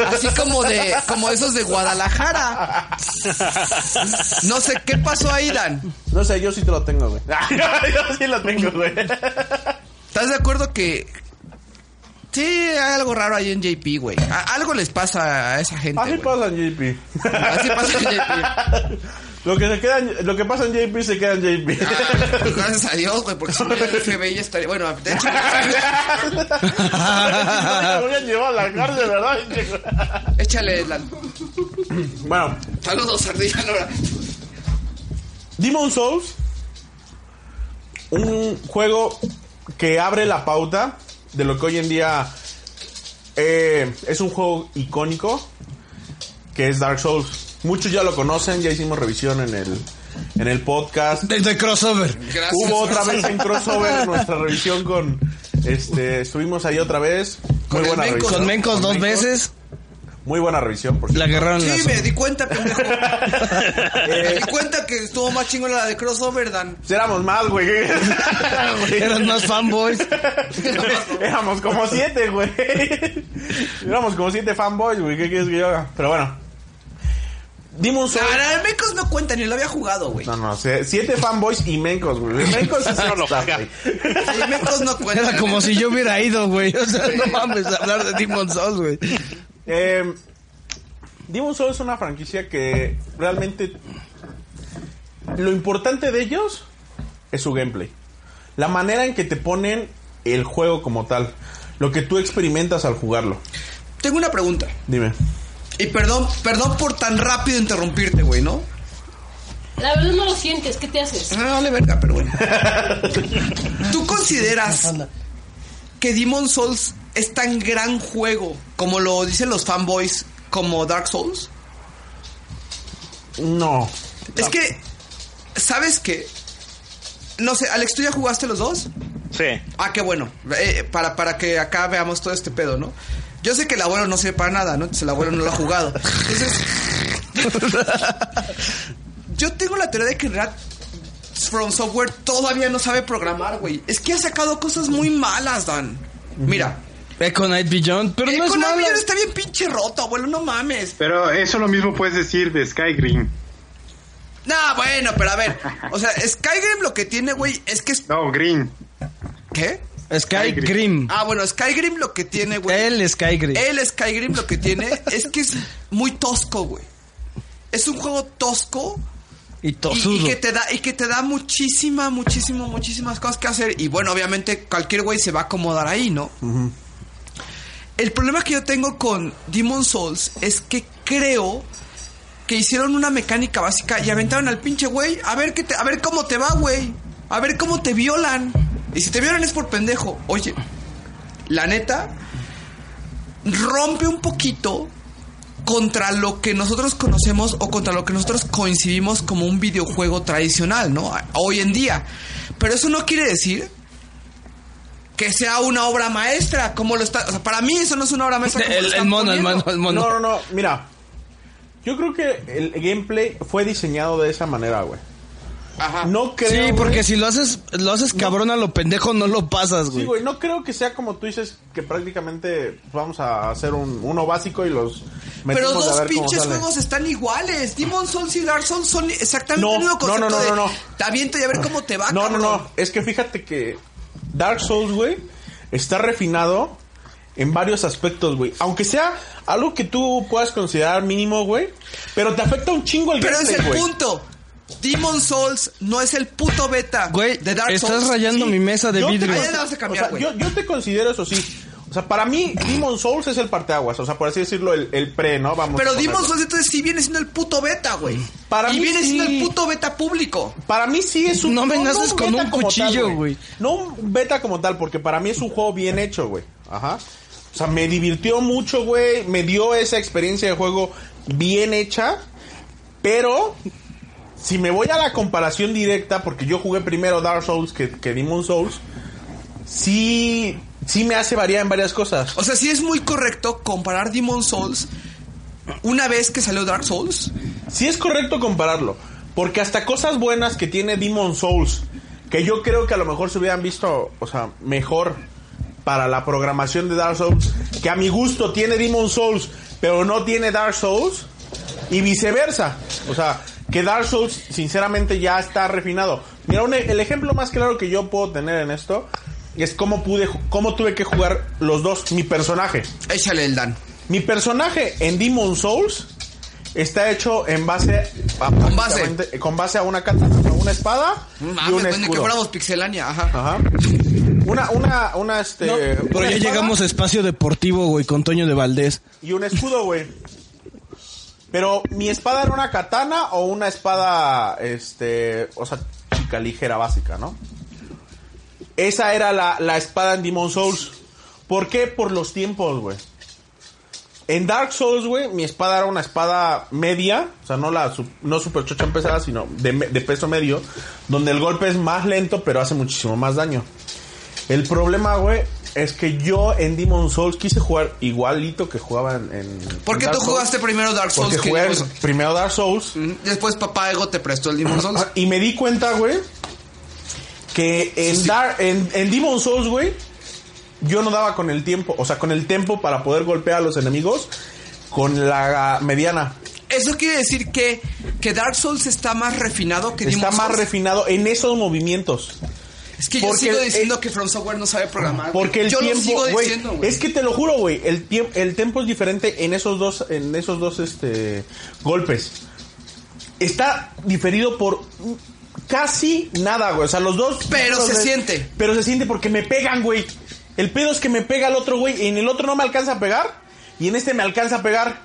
Speaker 5: Así como de como esos de Guadalajara. No sé qué pasó ahí, Dan.
Speaker 8: No sé, yo sí te lo tengo, güey. yo sí lo tengo,
Speaker 7: <laughs>
Speaker 8: güey.
Speaker 5: ¿Estás de acuerdo que Sí, hay algo raro ahí en JP, güey. A- algo les pasa a esa gente.
Speaker 8: Así
Speaker 5: güey.
Speaker 8: pasa en JP.
Speaker 5: Así pasa en JP.
Speaker 8: <laughs> Lo que, se queda en- lo que pasa en JP se queda en JP. <laughs>
Speaker 5: Ah, pues, gracias a Dios, güey, porque si no el FBI estaría. Bueno, de
Speaker 8: <laughs>
Speaker 5: hecho,
Speaker 8: Me voy a llevar a la cárcel, ¿verdad?
Speaker 5: échale la.
Speaker 8: bueno,
Speaker 5: Saludos, Ardilla Lora.
Speaker 8: Demon Souls, un juego que abre la pauta de lo que hoy en día eh, es un juego icónico, que es Dark Souls. Muchos ya lo conocen, ya hicimos revisión en el, en el podcast.
Speaker 4: Desde crossover.
Speaker 5: Gracias.
Speaker 8: Hubo otra vez en crossover nuestra revisión con... Este, estuvimos ahí otra vez.
Speaker 5: Con
Speaker 8: Muy
Speaker 5: el
Speaker 8: buena
Speaker 5: Mencos,
Speaker 8: revisión.
Speaker 4: Con Mencos dos veces.
Speaker 8: Muy buena revisión, por
Speaker 4: La
Speaker 8: cierto.
Speaker 4: agarraron en la
Speaker 5: Sí,
Speaker 4: zona.
Speaker 5: me di cuenta,
Speaker 8: <laughs>
Speaker 5: pendejo. Me di cuenta que estuvo más chingona la de crossover, Dan.
Speaker 8: Éramos
Speaker 5: <laughs>
Speaker 8: más, güey.
Speaker 4: Eran más fanboys.
Speaker 8: <laughs> Éramos como siete, güey. Éramos como siete fanboys, güey. ¿Qué quieres que yo haga? Pero bueno. Demon Souls.
Speaker 5: Ahora, el Mecos no cuenta, ni lo había jugado, güey.
Speaker 8: No, no, se- siete fanboys y mencos, <laughs> güey. Mencos sí se
Speaker 7: No lo
Speaker 8: está,
Speaker 7: juega.
Speaker 8: güey.
Speaker 5: El Mecos no cuenta.
Speaker 4: Era como si yo hubiera ido, güey. O sea, no mames, hablar de Demon Souls, güey.
Speaker 8: Eh, Demon Souls es una franquicia que realmente lo importante de ellos es su gameplay. La manera en que te ponen el juego como tal. Lo que tú experimentas al jugarlo.
Speaker 5: Tengo una pregunta.
Speaker 8: Dime.
Speaker 5: Y perdón, perdón por tan rápido interrumpirte, güey, ¿no?
Speaker 3: La verdad no lo sientes, ¿qué te haces?
Speaker 5: No, no Ah, vale verga, pero bueno. ¿Tú consideras que Demon Souls es tan gran juego como lo dicen los fanboys como Dark Souls?
Speaker 8: No.
Speaker 5: Es que, ¿sabes qué? No sé, Alex, ¿tú ya jugaste los dos?
Speaker 7: Sí.
Speaker 5: Ah, qué bueno. Eh, para, para que acá veamos todo este pedo, ¿no? Yo sé que el abuelo no sirve para nada, ¿no? Entonces el abuelo no lo ha jugado. Entonces.
Speaker 4: <laughs>
Speaker 5: yo tengo la teoría de que en realidad From Software todavía no sabe programar, güey. Es que ha sacado cosas muy malas, Dan. Mira.
Speaker 4: Echo Night Beyond, pero
Speaker 5: eh,
Speaker 4: no es
Speaker 5: Konami
Speaker 4: malo.
Speaker 5: ya está bien pinche roto, abuelo, no mames.
Speaker 13: Pero eso lo mismo puedes decir de Skyrim.
Speaker 5: No, bueno, pero a ver. O sea, Skyrim lo que tiene, güey, es que es.
Speaker 13: No, Green.
Speaker 5: ¿Qué?
Speaker 4: Skyrim.
Speaker 5: Ah, bueno, Skyrim lo que tiene, güey. Eh,
Speaker 4: El Skyrim.
Speaker 5: El Skyrim lo que tiene es que es muy tosco, güey. Es un juego tosco
Speaker 4: Y
Speaker 5: Y, y
Speaker 4: tosudo.
Speaker 5: que te da, y que te da muchísima, muchísimo, muchísimas cosas que hacer. Y bueno, obviamente cualquier güey se va a acomodar ahí, ¿no? El problema que yo tengo con Demon Souls es que creo que hicieron una mecánica básica y aventaron al pinche güey. A ver qué te, a ver cómo te va, güey. A ver cómo te violan. Y si te violan es por pendejo. Oye, la neta, rompe un poquito contra lo que nosotros conocemos o contra lo que nosotros coincidimos como un videojuego tradicional, ¿no? Hoy en día. Pero eso no quiere decir que sea una obra maestra, como lo está... O sea, para mí eso no es una obra maestra. como lo están poniendo.
Speaker 8: No, no, no, mira. Yo creo que el gameplay fue diseñado de esa manera, güey. No creo.
Speaker 4: sí,
Speaker 8: güey.
Speaker 4: porque si lo haces, lo haces cabrón a lo pendejo, no lo pasas,
Speaker 8: Sí,
Speaker 4: güey.
Speaker 8: güey, no creo que sea como tú dices que prácticamente vamos a hacer un, uno básico y los
Speaker 5: Pero
Speaker 8: metemos a
Speaker 5: dos
Speaker 8: ver cómo
Speaker 5: pinches
Speaker 8: sale.
Speaker 5: juegos están iguales. Demon Souls y Dark Souls son exactamente
Speaker 8: No,
Speaker 5: el mismo
Speaker 8: no, no,
Speaker 5: concepto
Speaker 8: no,
Speaker 5: de,
Speaker 8: no, no.
Speaker 5: Te aviento y a ver cómo te va,
Speaker 8: No, no,
Speaker 5: cabrón.
Speaker 8: no. Es que fíjate que Dark Souls, güey, está refinado en varios aspectos, güey. Aunque sea algo que tú puedas considerar mínimo, güey. Pero te afecta un chingo el
Speaker 5: Pero es
Speaker 8: gameplay,
Speaker 5: el
Speaker 8: Este, güey.
Speaker 5: punto. Demon Souls no es el puto beta
Speaker 4: Güey,
Speaker 5: de Dark
Speaker 4: estás
Speaker 5: Souls.
Speaker 4: rayando mi mesa de
Speaker 8: Yo te
Speaker 4: vidrio.
Speaker 8: considero-
Speaker 5: Ahí la vas a cambiar,
Speaker 8: o sea,
Speaker 5: güey.
Speaker 8: yo, yo te considero eso sí. O sea, para mí, Demon Souls es el parteaguas. O sea, por así decirlo, el, el pre, ¿no? Vamos a
Speaker 5: Pero
Speaker 8: ponerlo.
Speaker 5: Demon Souls entonces sí viene siendo el puto beta, güey.
Speaker 8: Para
Speaker 5: y
Speaker 8: mí
Speaker 5: viene
Speaker 8: sí.
Speaker 5: siendo el puto beta público.
Speaker 8: Para mí sí es un
Speaker 4: No me naces con
Speaker 8: beta
Speaker 4: un
Speaker 8: como tal,
Speaker 4: cuchillo, güey.
Speaker 8: No un beta como tal, porque para mí es un juego bien hecho, güey. Ajá. O sea, me divirtió mucho, güey. Me dio esa experiencia de juego bien hecha. Pero, si me voy a la comparación directa, porque yo jugué primero Dark Souls que, que Demon Souls, sí, sí me hace variar en varias cosas.
Speaker 5: O sea, sí es muy correcto comparar Demon Souls una vez que salió Dark Souls.
Speaker 8: Sí es correcto compararlo. Porque hasta cosas buenas que tiene Demon Souls, que yo creo que a lo mejor se hubieran visto, o sea, mejor para la programación de Dark Souls, que a mi gusto tiene Demon Souls, pero no tiene Dark Souls, y viceversa. O sea, que Dark Souls sinceramente ya está refinado. Mira, un e- el ejemplo más claro que yo puedo tener en esto es cómo pude, ju- cómo tuve que jugar los dos, mi personaje.
Speaker 5: Échale el Dan.
Speaker 8: Mi personaje en Demon Souls está hecho en base a, con base con base a una katana, a una espada y
Speaker 5: Mames,
Speaker 8: un
Speaker 5: bueno, ah, que
Speaker 8: escudo.
Speaker 5: fuéramos pixelania, ajá.
Speaker 8: Ajá. Una una una este
Speaker 4: Pero
Speaker 8: una
Speaker 4: ya
Speaker 8: espada
Speaker 4: llegamos a espacio deportivo, güey, con Toño de Valdés.
Speaker 8: y un escudo, güey. Pero mi espada era una katana o una espada este, o sea, chica ligera básica, ¿no? Esa era la, la espada en Demon Souls. ¿Por qué? Por los tiempos, güey. En Dark Souls, güey, mi espada era una espada media, o sea, no la su- no super chocha pesada, sino de, me- de peso medio, donde el golpe es más lento, pero hace muchísimo más daño. El problema, güey, es que yo en Demon Souls quise jugar igualito que jugaba en. en
Speaker 5: ¿Por qué
Speaker 8: Dark
Speaker 5: tú
Speaker 8: Souls.
Speaker 5: jugaste primero Dark Souls
Speaker 8: Porque
Speaker 5: que
Speaker 8: jugué
Speaker 5: Demon Souls?
Speaker 8: primero Dark Souls.
Speaker 5: Después papá Ego te prestó el
Speaker 8: <laughs>
Speaker 5: Demon Souls.
Speaker 8: Y me di cuenta, güey, que en, Dar- en, en Demon Souls, güey, yo no daba con el tiempo, o sea, con el tiempo para poder golpear a los enemigos con la mediana.
Speaker 5: Eso quiere decir que, que Dark Souls está más refinado que
Speaker 8: Está
Speaker 5: Demon
Speaker 8: más
Speaker 5: Souls.
Speaker 8: refinado en esos movimientos.
Speaker 5: Es que yo
Speaker 8: porque
Speaker 5: sigo
Speaker 8: el- eh,
Speaker 5: diciendo que From Software no sabe programar. güey.
Speaker 8: Porque el
Speaker 5: yo
Speaker 8: tiempo,
Speaker 5: lo sigo
Speaker 8: güey,
Speaker 5: diciendo, güey.
Speaker 8: es que te lo juro, güey, el tiempo el tempo es diferente en esos dos en esos dos este golpes. Está diferido por casi nada, güey, o sea, los dos
Speaker 5: Pero
Speaker 8: los
Speaker 5: se
Speaker 8: de-
Speaker 5: siente.
Speaker 8: Pero se siente porque me pegan, güey. El pedo es que me pega el otro, güey, en el otro no me alcanza a pegar y en este me alcanza a pegar.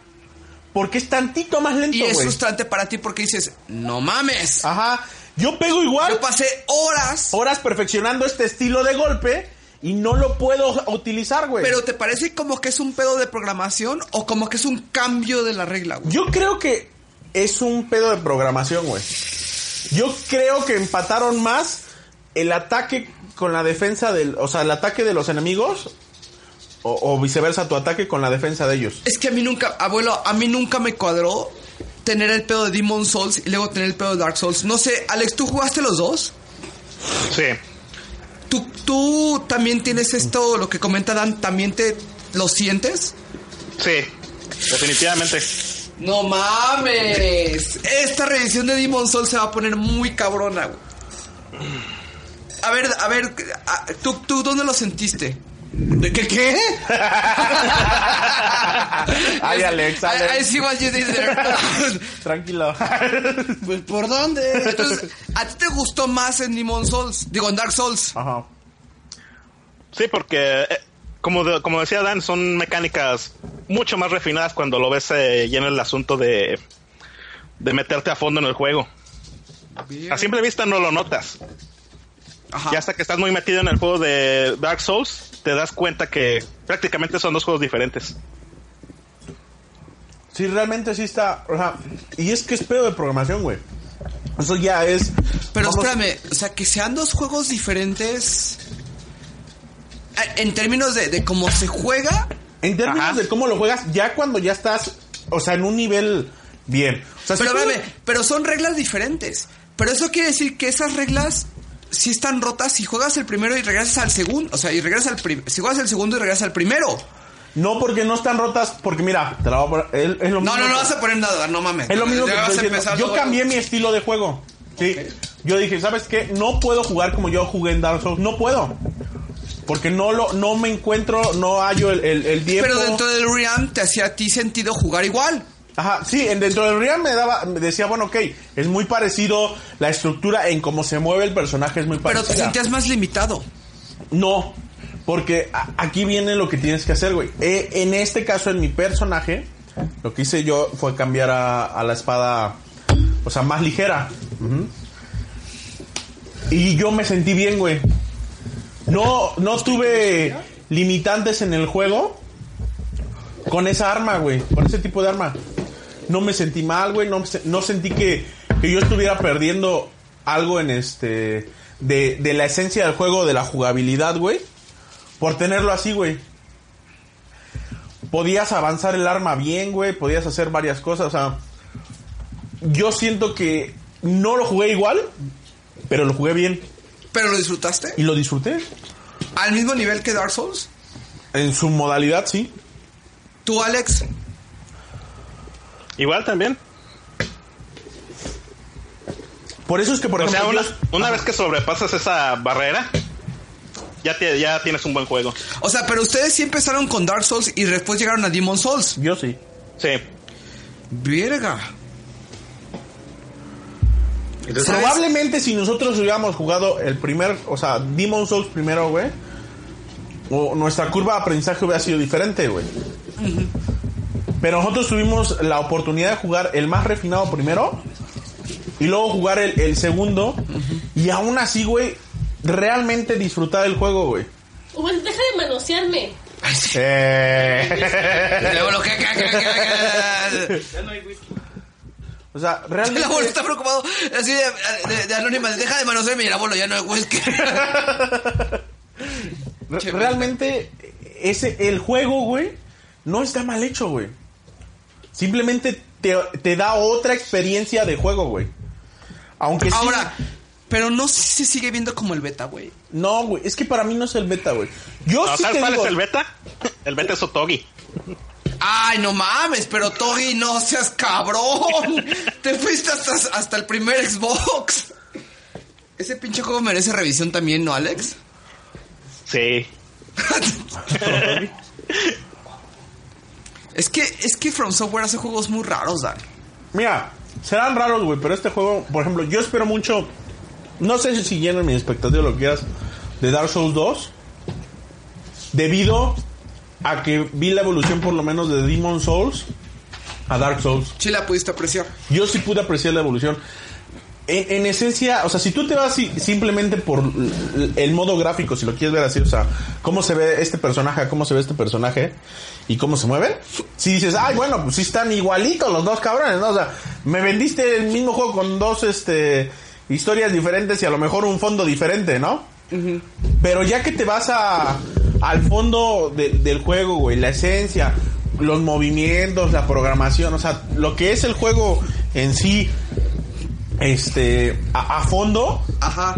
Speaker 8: Porque es tantito más lento,
Speaker 5: Y es
Speaker 8: güey.
Speaker 5: frustrante para ti porque dices, no mames.
Speaker 8: Ajá. Yo pego igual.
Speaker 5: Yo pasé horas.
Speaker 8: Ah. Horas perfeccionando este estilo de golpe y no lo puedo utilizar, güey.
Speaker 5: Pero ¿te parece como que es un pedo de programación o como que es un cambio de la regla, güey?
Speaker 8: Yo creo que es un pedo de programación, güey. Yo creo que empataron más el ataque con la defensa del. O sea, el ataque de los enemigos. O, o viceversa, tu ataque con la defensa de ellos.
Speaker 5: Es que a mí nunca, abuelo, a mí nunca me cuadró tener el pedo de Demon Souls y luego tener el pedo de Dark Souls. No sé, Alex, ¿tú jugaste los dos?
Speaker 7: Sí.
Speaker 5: ¿Tú, tú también tienes esto, lo que comenta Dan, también te lo sientes?
Speaker 7: Sí, definitivamente.
Speaker 5: No mames. Esta reedición de Demon Souls se va a poner muy cabrona, güey. A ver, a ver, a- ¿tú, tú dónde lo sentiste?
Speaker 14: ¿De qué qué?
Speaker 8: <laughs> Ay, Alex, Alex.
Speaker 5: I, I see what you did
Speaker 8: <laughs>
Speaker 5: there.
Speaker 8: Tranquilo.
Speaker 5: pues por dónde. Entonces, ¿a ti te gustó más en Demon Souls? Digo, en Dark Souls.
Speaker 8: Ajá.
Speaker 7: Sí, porque eh, como, de- como decía Dan, son mecánicas mucho más refinadas cuando lo ves eh, lleno el asunto de, de meterte a fondo en el juego. A simple vista no lo notas. Y hasta que estás muy metido en el juego de Dark Souls, te das cuenta que prácticamente son dos juegos diferentes.
Speaker 8: Sí, realmente sí está. O sea, y es que es pedo de programación, güey. Eso ya es.
Speaker 5: Pero espérame, o sea, que sean dos juegos diferentes. a- En términos de, de cómo se juega.
Speaker 8: En términos de cómo lo juegas, ya cuando ya estás, o sea, en un nivel bien. O sea, si
Speaker 5: pero,
Speaker 8: tú-
Speaker 5: espérame, pero son reglas diferentes. Pero eso quiere decir que esas reglas sí están rotas si juegas el primero y regresas al segundo. O sea, y regresas al primero. Si juegas el segundo y regresas al primero.
Speaker 8: No, porque no están rotas, porque mira, te la voy a poner- es- es lo
Speaker 5: No,
Speaker 8: mismo
Speaker 5: no, no
Speaker 8: que-
Speaker 5: vas a poner nada, no mames.
Speaker 8: Es lo mismo que
Speaker 5: Ya vas
Speaker 8: estoy
Speaker 5: a
Speaker 8: diciendo.
Speaker 5: empezar.
Speaker 8: Yo
Speaker 5: luego.
Speaker 8: cambié mi estilo de juego. Sí. Yo dije, ¿sabes qué? No puedo jugar como yo jugué en Dark Souls. No puedo. Porque no lo, no me encuentro, no hallo el, el, el tiempo.
Speaker 5: Pero dentro del Realm te hacía a ti sentido jugar igual.
Speaker 8: Ajá, sí, en- dentro del Real me daba, me decía, bueno, ok, es muy parecido, la estructura en cómo se mueve el personaje es muy
Speaker 5: Pero
Speaker 8: parecida.
Speaker 5: te sentías más limitado.
Speaker 8: No, porque a- aquí viene lo que tienes que hacer, güey. Eh, en este caso, en mi personaje, lo que hice yo fue cambiar a, a la espada, o sea, más ligera. Ujú. Y yo me sentí bien, güey. No, no tuve limitantes en el juego con esa arma, güey, con ese tipo de arma. No me sentí mal, güey, no, se- no sentí que, que yo estuviera perdiendo algo en este... De, de la esencia del juego, de la jugabilidad, güey. Por tenerlo así, güey. Podías avanzar el arma bien, güey, podías hacer varias cosas, o sea... Yo siento que no lo jugué igual, pero lo jugué bien.
Speaker 5: ¿Pero lo disfrutaste?
Speaker 8: Y lo disfruté.
Speaker 5: ¿Al mismo nivel que Dark Souls?
Speaker 8: En su modalidad, sí.
Speaker 5: ¿Tú, Alex?
Speaker 7: Igual también.
Speaker 8: Por eso es que, por
Speaker 7: o
Speaker 8: ejemplo,
Speaker 7: sea, una,
Speaker 8: yo-
Speaker 7: una vez que sobrepasas esa barrera, ya, te- ya tienes un buen juego.
Speaker 5: O sea, pero ustedes sí empezaron con Dark Souls y después llegaron a Demon Souls.
Speaker 8: Yo sí.
Speaker 7: Sí.
Speaker 5: Verga.
Speaker 8: ¿Sabes? probablemente si nosotros hubiéramos jugado el primer, o sea, Demon Souls primero, güey, o nuestra curva de aprendizaje hubiera sido diferente, güey. Pero nosotros tuvimos la oportunidad de jugar el más refinado primero y luego jugar el, el segundo y aún así, güey, realmente disfrutar el juego, güey.
Speaker 3: Uy, deja de manosearme.
Speaker 8: Eh. <laughs>
Speaker 5: Luego lo que- que- que- que- que-
Speaker 8: O
Speaker 5: <laughs>
Speaker 8: sea,
Speaker 5: El
Speaker 8: realmente...
Speaker 5: abuelo está preocupado. Así de, de, de anónima. Deja de manosearme y el abuelo ya no es whisky.
Speaker 8: Re- realmente ese el juego, güey, no está mal hecho, güey. Simplemente te, te da otra experiencia de juego, güey. Aunque sí-
Speaker 5: Ahora, pero no sé si se sigue viendo como el beta, güey.
Speaker 8: No, güey, es que para mí no es el beta, güey. Yo
Speaker 7: No,
Speaker 8: Pues sí
Speaker 7: ¿Sabes
Speaker 8: te
Speaker 7: cuál
Speaker 8: digo,
Speaker 7: es el beta? El beta es Otogi.
Speaker 5: Ay, no mames, pero Togi, no seas cabrón. Te fuiste hasta, hasta el primer Xbox. Ese pinche juego merece revisión también, ¿no, Alex?
Speaker 7: Sí.
Speaker 5: Es que, es que From Software hace juegos muy raros, Dan.
Speaker 8: <laughs> Mira, serán raros, güey, pero este juego, por ejemplo, yo espero mucho. No sé si siguieron mis expectativas lo que quieras de Dark Souls 2. Debido a que vi la evolución, por lo menos, de Demon Souls a Dark Souls.
Speaker 5: Sí, la pudiste apreciar.
Speaker 8: Yo sí pude apreciar la evolución. En, en esencia, o sea, si tú te vas si- simplemente por l- l- el modo gráfico, si lo quieres ver así, o sea, cómo se ve este personaje, cómo se ve este personaje y cómo se mueve, si dices, ay, bueno, pues sí están igualitos los dos cabrones, ¿no? O sea, me vendiste el mismo juego con dos, este, historias diferentes y a lo mejor un fondo diferente, ¿no? Pero ya que te vas a, al fondo de- del juego, güey, la esencia, los movimientos, la programación, o sea, lo que es el juego en sí, este, a, a fondo,
Speaker 5: Ajá.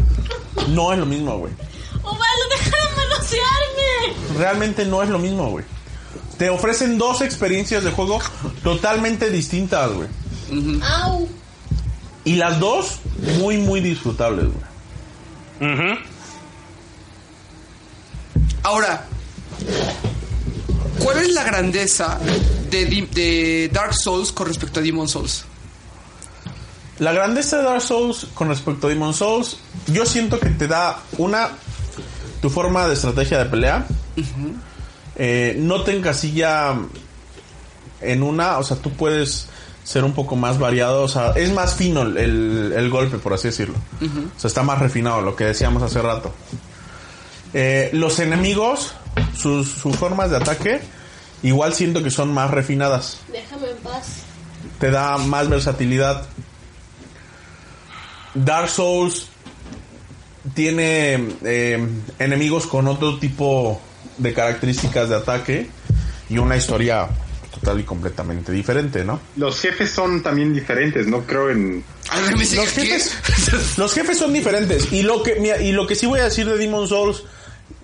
Speaker 8: no es lo mismo, güey.
Speaker 3: Ovalo, deja de manosearme.
Speaker 8: Realmente no es lo mismo, güey. Te ofrecen dos experiencias de juego totalmente distintas, güey.
Speaker 3: Au.
Speaker 8: Y las dos muy, muy disfrutables, güey.
Speaker 5: Ahora, ¿Cuál es la grandeza de, Di- de Dark Souls con respecto a Demon Souls?
Speaker 8: La grandeza de Dark Souls con respecto a Demon Souls, yo siento que te da una tu forma de estrategia de pelea. Eh, no te encasilla en una, o sea, tú puedes ser un poco más variado, o sea, es más fino el, el- el golpe, por así decirlo. O sea, está más refinado, lo que decíamos hace rato. Eh, los enemigos, sus, sus formas de ataque, igual siento que son más refinadas
Speaker 11: Déjame en paz.
Speaker 8: te da más versatilidad. Dark Souls tiene eh, enemigos con otro tipo de características de ataque y una historia total y completamente diferente, ¿no?
Speaker 3: Los jefes son también diferentes, no creo en...
Speaker 8: Los jefes, <laughs> los jefes son diferentes. Y lo que mira, y lo que sí voy a decir de Demon Souls,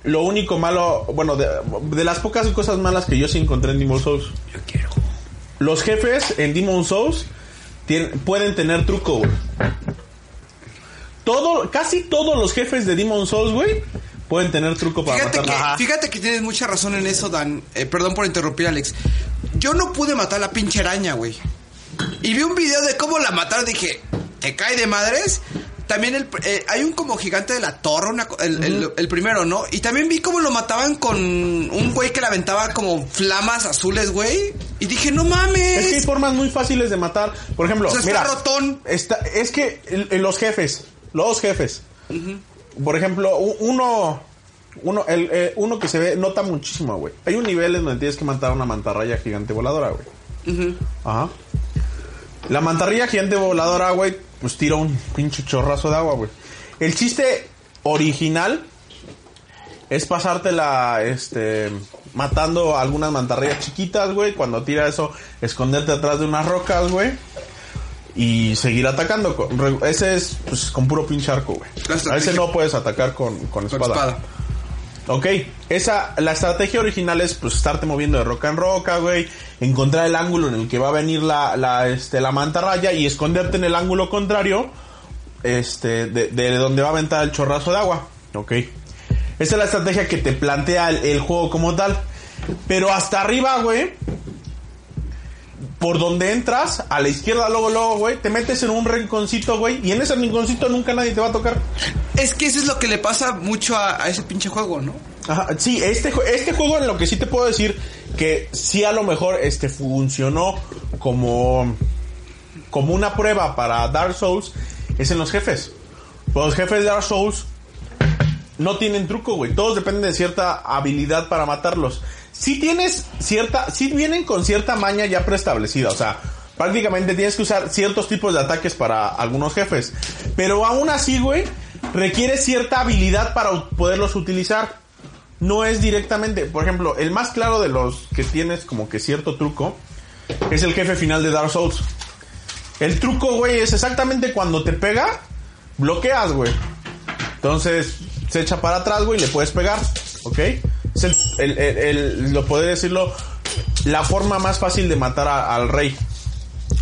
Speaker 8: lo único malo, bueno, de, de las pocas cosas malas que yo sí encontré en Demon Souls. Los jefes en Demon Souls tien- pueden tener truco, güey. Todo, casi todos los jefes de Demon Souls, güey, pueden tener truco
Speaker 5: <laughs>
Speaker 8: para
Speaker 5: Fíjate que,
Speaker 8: matarlos.
Speaker 5: fíjate que tienes mucha razón en eso, Dan. Eh, perdón por interrumpir, Alex. Yo no pude matar a la pinche araña, güey. Y vi un video de cómo la mataron. Dije, ¿te cae de madres? También el, eh, hay un como gigante de la torre, una co- el, el- el primero, ¿no? Y también vi cómo lo mataban con un güey que le aventaba como flamas azules, güey. Y dije, no mames.
Speaker 8: Es que hay formas muy fáciles de matar. Por ejemplo,
Speaker 5: O sea, está
Speaker 8: mira,
Speaker 5: rotón.
Speaker 8: está- es que el- los jefes, los jefes. Por ejemplo, u- uno, uno, el, eh, uno que se ve nota muchísimo, güey. Hay un nivel en donde tienes que matar a una mantarraya gigante voladora, güey. Ajá. La mantarrilla gigante voladora, güey, pues tira un pinche chorrazo de agua, güey. El chiste original es pasártela, este, matando a algunas mantarrillas chiquitas, güey. Cuando tira eso, esconderte atrás de unas rocas, güey. Y seguir atacando. con- re- Ese es, pues, con puro pinche arco, güey. A ese no puedes atacar con, con espada. Ok, esa, la estrategia original es pues estarte moviendo de roca en roca, güey, encontrar el ángulo en el que va a venir la, la, este, la mantarraya y esconderte en el ángulo contrario, este, de, de donde va a aventar el chorrazo de agua. Ok. Esa es la estrategia que te plantea el, el juego como tal. Pero hasta arriba, güey, por donde entras, a la izquierda, luego, luego, güey, te metes en un rinconcito, güey, y en ese rinconcito nunca nadie te va a tocar.
Speaker 5: Es que eso es lo que le pasa mucho a, a ese pinche juego, ¿no?
Speaker 8: Ajá, sí, este, ju- este juego en lo que sí te puedo decir que sí a lo mejor este funcionó como, como una prueba para Dark Souls es en los jefes. Pues Los jefes de Dark Souls no tienen truco, güey. Todos dependen de cierta habilidad para matarlos. Si tienes cierta, si vienen con cierta maña ya preestablecida, o sea, prácticamente tienes que usar ciertos tipos de ataques para algunos jefes. Pero aún así, güey, requiere cierta habilidad para u- poderlos utilizar. No es directamente, por ejemplo, el más claro de los que tienes como que cierto truco es el jefe final de Dark Souls. El truco, güey, es exactamente cuando te pega, bloqueas, güey. Entonces, se echa para atrás, güey, y le puedes pegar, ¿ok? Es el, el- el- el- lo podría decirlo, la forma más fácil de matar a- al rey.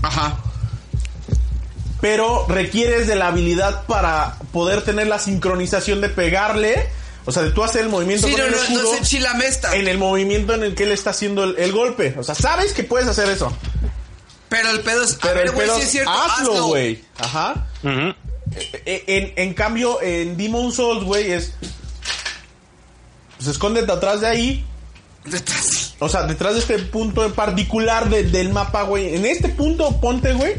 Speaker 5: Ajá.
Speaker 8: Pero requieres de la habilidad para poder tener la sincronización de pegarle. O sea, de tú hacer el movimiento
Speaker 5: Sí,
Speaker 8: con
Speaker 5: no,
Speaker 8: el
Speaker 5: no, no
Speaker 8: escudo
Speaker 5: se chilamesta.
Speaker 8: en el movimiento en el que él está haciendo el, el golpe. O sea, sabes que puedes hacer eso.
Speaker 5: Pero el pedo es. a
Speaker 8: Pero
Speaker 5: ver,
Speaker 8: el
Speaker 5: güey,
Speaker 8: pedo
Speaker 5: sí
Speaker 8: es,
Speaker 5: es cierto,
Speaker 8: hazlo,
Speaker 5: hazlo. <laughs>
Speaker 8: güey. Ajá. E- en, en cambio, en Demon Souls, güey, es. Pues escóndete atrás de ahí. O sea, detrás de este punto en particular de- del mapa, güey. En este punto, ponte, güey.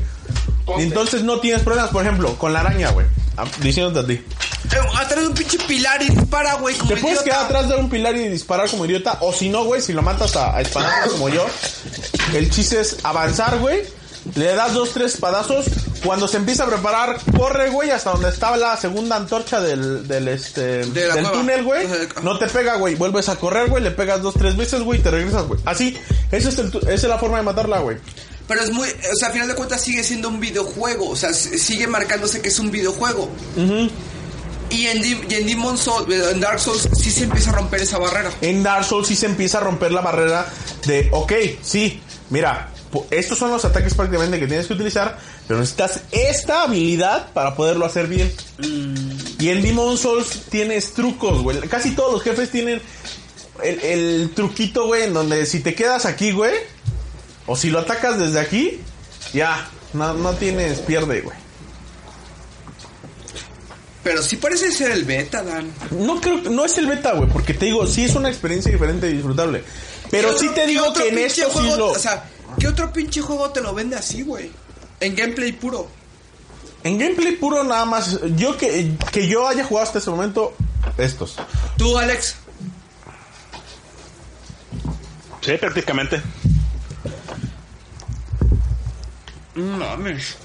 Speaker 8: Entonces no tienes problemas, por ejemplo, con la araña, güey. Ah, Diciéndote a ti.
Speaker 5: Eh, atrás de un pinche pilar y dispara, güey. como
Speaker 8: Te puedes
Speaker 5: idiota.
Speaker 8: quedar atrás de un pilar y disparar como idiota. O si no, güey, si lo matas a, a espadazos como yo. El chiste es avanzar, güey. Le das dos, tres espadazos. Cuando se empieza a preparar, corre, güey, hasta donde estaba la segunda antorcha del, del, este,
Speaker 5: la
Speaker 8: del
Speaker 5: cueva.
Speaker 8: túnel, güey. No te pega, güey. Vuelves a correr, güey. Le pegas dos, tres veces, güey, y te regresas, güey. Así. Esa es, el tu- esa es la forma de matarla, güey.
Speaker 5: Pero es muy. O sea, a final de cuentas sigue siendo un videojuego. O sea, s- sigue marcándose que es un videojuego. Y en, Di- y en Demon Souls, en Dark Souls, sí se empieza a romper esa barrera.
Speaker 8: En Dark Souls sí se empieza a romper la barrera de, ok, sí, mira, po- estos son los ataques prácticamente que tienes que utilizar, pero necesitas esta habilidad para poderlo hacer bien.
Speaker 5: Mm.
Speaker 8: Y en Demon Souls tienes trucos, güey. Casi todos los jefes tienen el, el truquito, güey, en donde si te quedas aquí, güey, o si lo atacas desde aquí, ya, no, no tienes, pierde, güey.
Speaker 5: Pero sí parece ser el beta, Dan.
Speaker 8: No creo, no es el beta, güey, porque te digo, sí es una experiencia diferente y disfrutable. Pero
Speaker 5: ¿Qué
Speaker 8: sí
Speaker 5: otro-
Speaker 8: te
Speaker 5: qué
Speaker 8: digo
Speaker 5: otro
Speaker 8: que en
Speaker 5: pinche
Speaker 8: esto sí
Speaker 5: juego-
Speaker 8: lo...
Speaker 5: O sea, ¿qué otro pinche juego te lo vende así, güey? En gameplay puro.
Speaker 8: En gameplay puro nada más, yo que, que yo haya jugado hasta ese momento, estos.
Speaker 5: ¿Tú, Alex?
Speaker 7: Sí, prácticamente.
Speaker 5: Mames.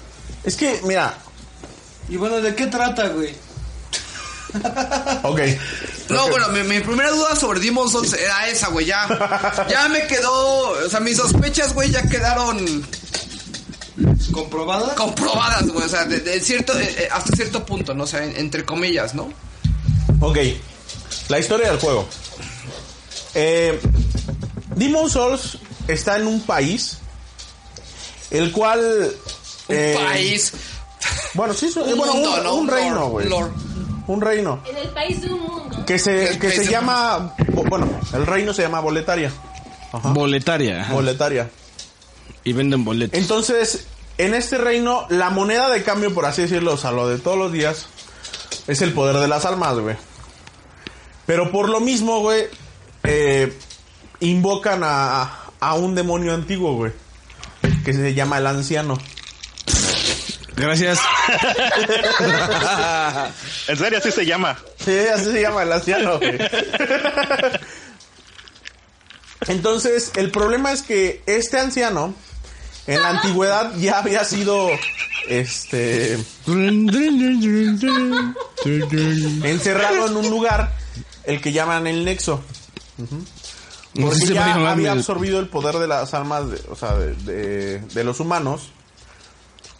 Speaker 8: Es que, mira,
Speaker 5: Y bueno, ¿de qué trata, güey?
Speaker 8: ok.
Speaker 5: No, bueno, mi, mi primera duda sobre Demon's Souls era esa, güey,
Speaker 8: <laughs>
Speaker 5: ya. Ya me quedó, o sea, mis sospechas, güey, ya quedaron
Speaker 4: ¿Comprobadas?
Speaker 5: comprobadas, güey, o sea, de, de cierto, eh, eh, hasta cierto punto, no o sea, en- entre comillas, ¿no?
Speaker 8: Ok, la historia del juego. Eh, Demon Souls está en un país, el cual...
Speaker 5: Un
Speaker 8: eh,
Speaker 5: país.
Speaker 8: Bueno, sí, es un,
Speaker 5: Un
Speaker 8: bueno, un-
Speaker 5: mundo, ¿no?
Speaker 8: un
Speaker 5: Un
Speaker 8: reino,
Speaker 5: lord,
Speaker 8: güey.
Speaker 5: lord.
Speaker 8: Un reino.
Speaker 11: En el país de un mundo.
Speaker 8: Que se, que
Speaker 11: país
Speaker 8: se
Speaker 11: de-
Speaker 8: llama... bo- Bueno, el reino se llama Boletaria.
Speaker 4: Boletaria. ajá.
Speaker 8: Boletaria.
Speaker 4: Y venden boletos.
Speaker 8: Entonces, en este reino, la moneda de cambio, por así decirlo, o sea, lo de todos los días, es el poder de las almas, güey. Pero por lo mismo, güey, eh, invocan a, a un demonio antiguo, güey. Que se llama el anciano.
Speaker 4: Gracias.
Speaker 7: en serio, así se llama.
Speaker 8: Sí, así se llama el anciano, güey. <laughs> Entonces, el problema es que este anciano, en la antigüedad, ya había sido, este... encerrado en un lugar, el que llaman el Nexo. Ujú.
Speaker 4: No sé
Speaker 8: Porque
Speaker 4: si Pues se puede
Speaker 8: ya
Speaker 4: llamar
Speaker 8: había
Speaker 4: el-
Speaker 8: absorbido el poder de las almas, de, o sea, de, de- de los humanos.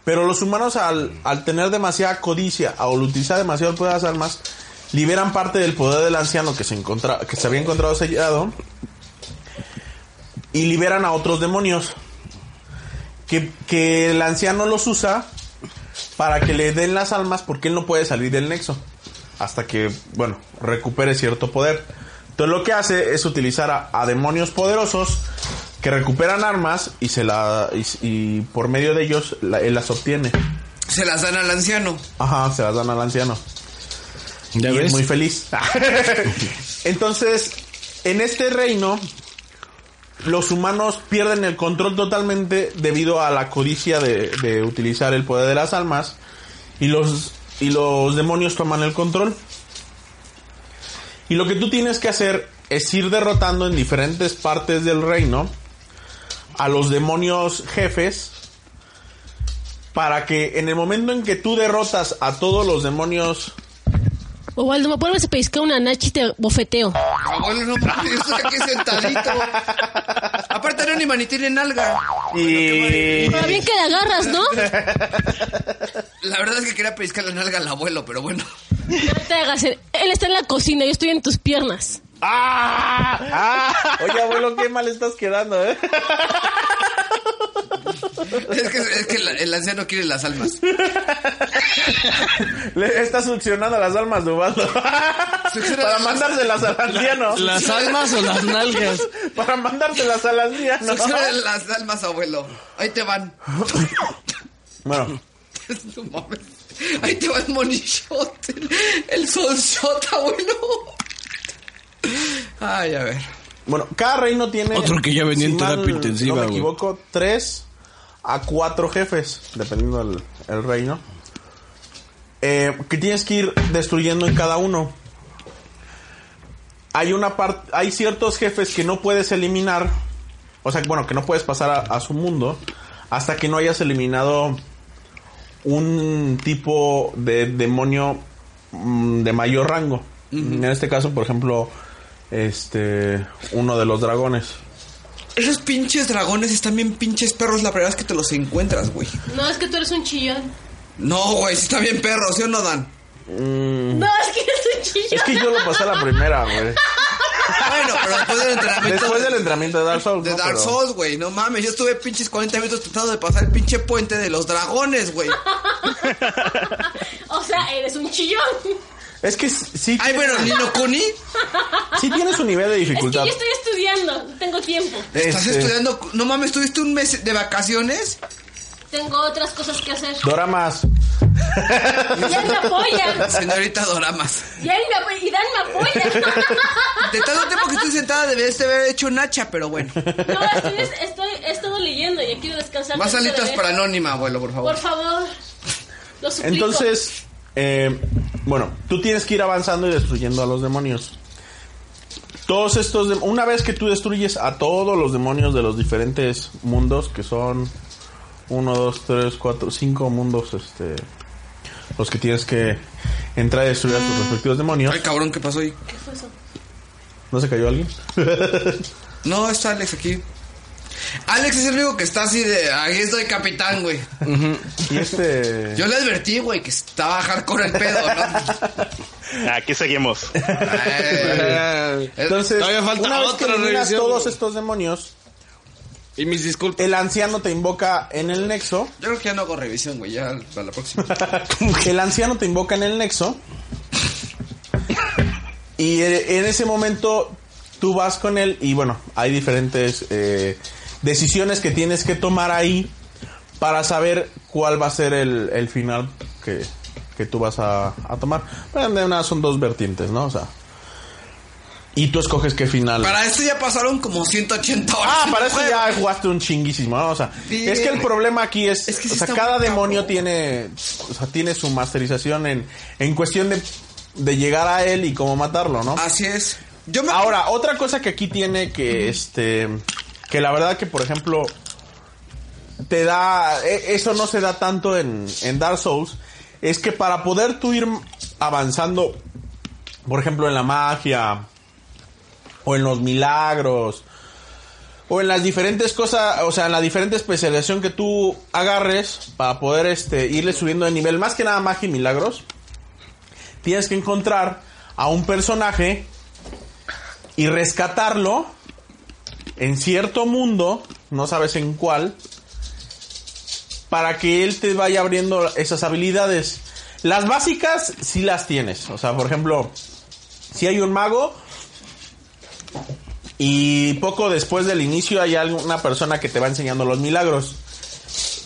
Speaker 8: Pero los humanos, al, al tener demasiada codicia, al utilizar demasiado el poder de las almas, liberan parte del poder del anciano que se, encontra, que se había encontrado sellado y liberan a otros demonios. Que, que el anciano los usa para que le den las almas porque él no puede salir del nexo. Hasta que, bueno, recupere cierto poder. Entonces lo que hace es utilizar a, a demonios poderosos que recuperan armas y se la y, y por medio de ellos la- él las obtiene.
Speaker 5: Se las dan al anciano.
Speaker 8: Ajá, se las dan al anciano.
Speaker 4: ¿Ya
Speaker 8: y es
Speaker 4: ves? Ah.
Speaker 8: muy feliz. <laughs> Entonces, en este reino, los humanos pierden el control totalmente debido a la codicia de, de utilizar el poder de las almas y los, y los demonios toman el control. Y lo que tú tienes que hacer es ir derrotando en diferentes partes del reino a los demonios jefes para que en el momento en que tú derrotas a todos los demonios
Speaker 11: Osvaldo, ¿me vuelves a pescar una nachi y te bofeteo?
Speaker 5: Ah, bueno, no,
Speaker 8: <laughs>
Speaker 5: porque yo estoy aquí sentadito. Aparte, no ni mani tiene nalga.
Speaker 8: Y...
Speaker 11: Pero bien que la agarras, <laughs> ¿no?
Speaker 5: La verdad es que quería pescar la nalga al abuelo, pero bueno. <laughs>
Speaker 11: No te hagas. el- Él está en la cocina, yo estoy en tus piernas.
Speaker 8: <laughs> Oye, abuelo, qué mal estás quedando, ¿eh?
Speaker 5: Es que, es que la- el anciano quiere las
Speaker 8: <laughs>
Speaker 5: almas.
Speaker 8: Le estás succionando las almas de Ubaldo. Para mandárselas al anciano.
Speaker 4: ¿Las almas o las
Speaker 8: <laughs>
Speaker 4: nalgas?
Speaker 8: Para mandárselas al anciano.
Speaker 5: Succiona las almas, abuelo. Ahí te van.
Speaker 8: Bueno,
Speaker 5: <laughs> No mames. Ahí te va el monishot, el, el sonshot, abuelo. Ay, a ver.
Speaker 8: bueno, cada reino tiene.
Speaker 4: Otro que ya venía en
Speaker 8: si mal
Speaker 4: terapia intensiva,
Speaker 8: No me
Speaker 4: güey.
Speaker 8: equivoco, tres a cuatro jefes, dependiendo del el reino. eh, que tienes que ir destruyendo en cada uno. Hay una parte, hay ciertos jefes que no puedes eliminar, o sea, bueno, que no puedes pasar a, a su mundo hasta que no hayas eliminado un tipo de demonio mm, de mayor rango. En este caso, por ejemplo, este, uno de los dragones.
Speaker 5: Esos pinches dragones están bien pinches perros la primera vez que te los encuentras, güey.
Speaker 11: No, es que tú eres un chillón.
Speaker 5: No, güey, sí están bien perros, ¿sí o no, Dan?
Speaker 8: Mm,
Speaker 11: No, es que eres un chillón.
Speaker 8: es que yo lo pasé a la
Speaker 5: <laughs>
Speaker 8: primera, güey.
Speaker 5: Bueno, pero después del entrenamiento...
Speaker 8: Después del entrenamiento de Dark Souls.
Speaker 5: De
Speaker 8: ¿no?
Speaker 5: Dark
Speaker 8: Pero-
Speaker 5: Souls, güey, no mames, yo estuve pinches 40 minutos tratando de pasar el pinche puente de los dragones, güey.
Speaker 11: O sea, eres un chillón.
Speaker 8: Es que sí.
Speaker 5: Ay, bueno, ni lo coní.
Speaker 8: Sí tiene su nivel de
Speaker 3: Es que yo
Speaker 8: dificultad.
Speaker 3: estoy estudiando, no tengo tiempo.
Speaker 5: Estás
Speaker 8: Este.
Speaker 5: estudiando. No mames, ¿tuviste un mes de vacaciones?
Speaker 3: Tengo otras cosas que hacer.
Speaker 8: Doramas.
Speaker 3: Ya me apoyan.
Speaker 5: Señorita Doramas.
Speaker 3: Y, él me apoya, y Dan
Speaker 5: <laughs>
Speaker 3: me apoya.
Speaker 5: De tanto tiempo que estoy sentada, debiste haber hecho un hacha, pero bueno.
Speaker 3: No, estoy, estoy, he estado leyendo y quiero descansar.
Speaker 5: Más
Speaker 3: tantito
Speaker 5: alitas
Speaker 3: de-
Speaker 5: para Anónima, abuelo, por favor.
Speaker 3: Por favor. Lo suplico.
Speaker 8: Entonces, eh, bueno, tú tienes que ir avanzando y destruyendo a los demonios. Todos estos, de- una vez que tú destruyes a todos los demonios de los diferentes mundos, que son 1, 2, 3, 4, 5 mundos, este, los que tienes que entrar y destruir a tus respectivos demonios.
Speaker 5: Ay, cabrón, ¿qué pasó ahí?
Speaker 3: ¿Qué fue eso?
Speaker 8: ¿No se cayó alguien?
Speaker 5: No, está Alex aquí. Alex es el único que está así de. Aquí estoy, capitán, güey.
Speaker 4: <laughs>
Speaker 8: Y este...
Speaker 5: Yo le advertí, güey, que estaba hardcore el pedo, <laughs> ¿no?
Speaker 7: Aquí seguimos.
Speaker 5: Eh,
Speaker 8: Entonces,
Speaker 4: Todavía falta
Speaker 8: una vez que
Speaker 4: otra
Speaker 8: eliminas
Speaker 4: revisión.
Speaker 8: todos estos demonios,
Speaker 4: Y mis disculpas.
Speaker 8: el anciano te invoca en el nexo.
Speaker 5: yo creo que ya no hago revisión, güey. Ya para la <laughs> próxima.
Speaker 8: El anciano te invoca en el nexo. Y e- en ese momento tú vas con él y bueno, hay diferentes eh, decisiones que tienes que tomar ahí para saber cuál va a ser el, el final que, que tú vas a, a tomar. Pero de una son dos vertientes, ¿no? O sea. Y tú escoges qué final.
Speaker 5: Para esto ya pasaron como 180 horas.
Speaker 8: Ah, para eso ya jugaste un chinguísimo, ¿no? O sea,
Speaker 5: Bien.
Speaker 8: es que el problema aquí es,
Speaker 5: Es que sí
Speaker 8: o sea,
Speaker 5: está
Speaker 8: cada
Speaker 5: muy
Speaker 8: demonio
Speaker 5: cabrón.
Speaker 8: tiene, o sea, tiene su masterización en, en cuestión de, de llegar a él y cómo matarlo, ¿no?
Speaker 5: Así es. Yo me.
Speaker 8: Ahora, otra cosa que aquí tiene que, este, que la verdad que, por ejemplo, te da, e- eso no se da tanto en, en Dark Souls, es que para poder tú ir avanzando, por ejemplo, en la magia, o en los milagros, o en las diferentes cosas, o sea, en la diferente especialización que tú agarres para poder este irle subiendo de nivel, más que nada magia y milagros, tienes que encontrar a un personaje y rescatarlo en cierto mundo, no sabes en cuál, para que él te vaya abriendo esas habilidades. Las básicas sí las tienes, o sea, por ejemplo, si hay un mago, y poco después del inicio hay alguna persona que te va enseñando los milagros.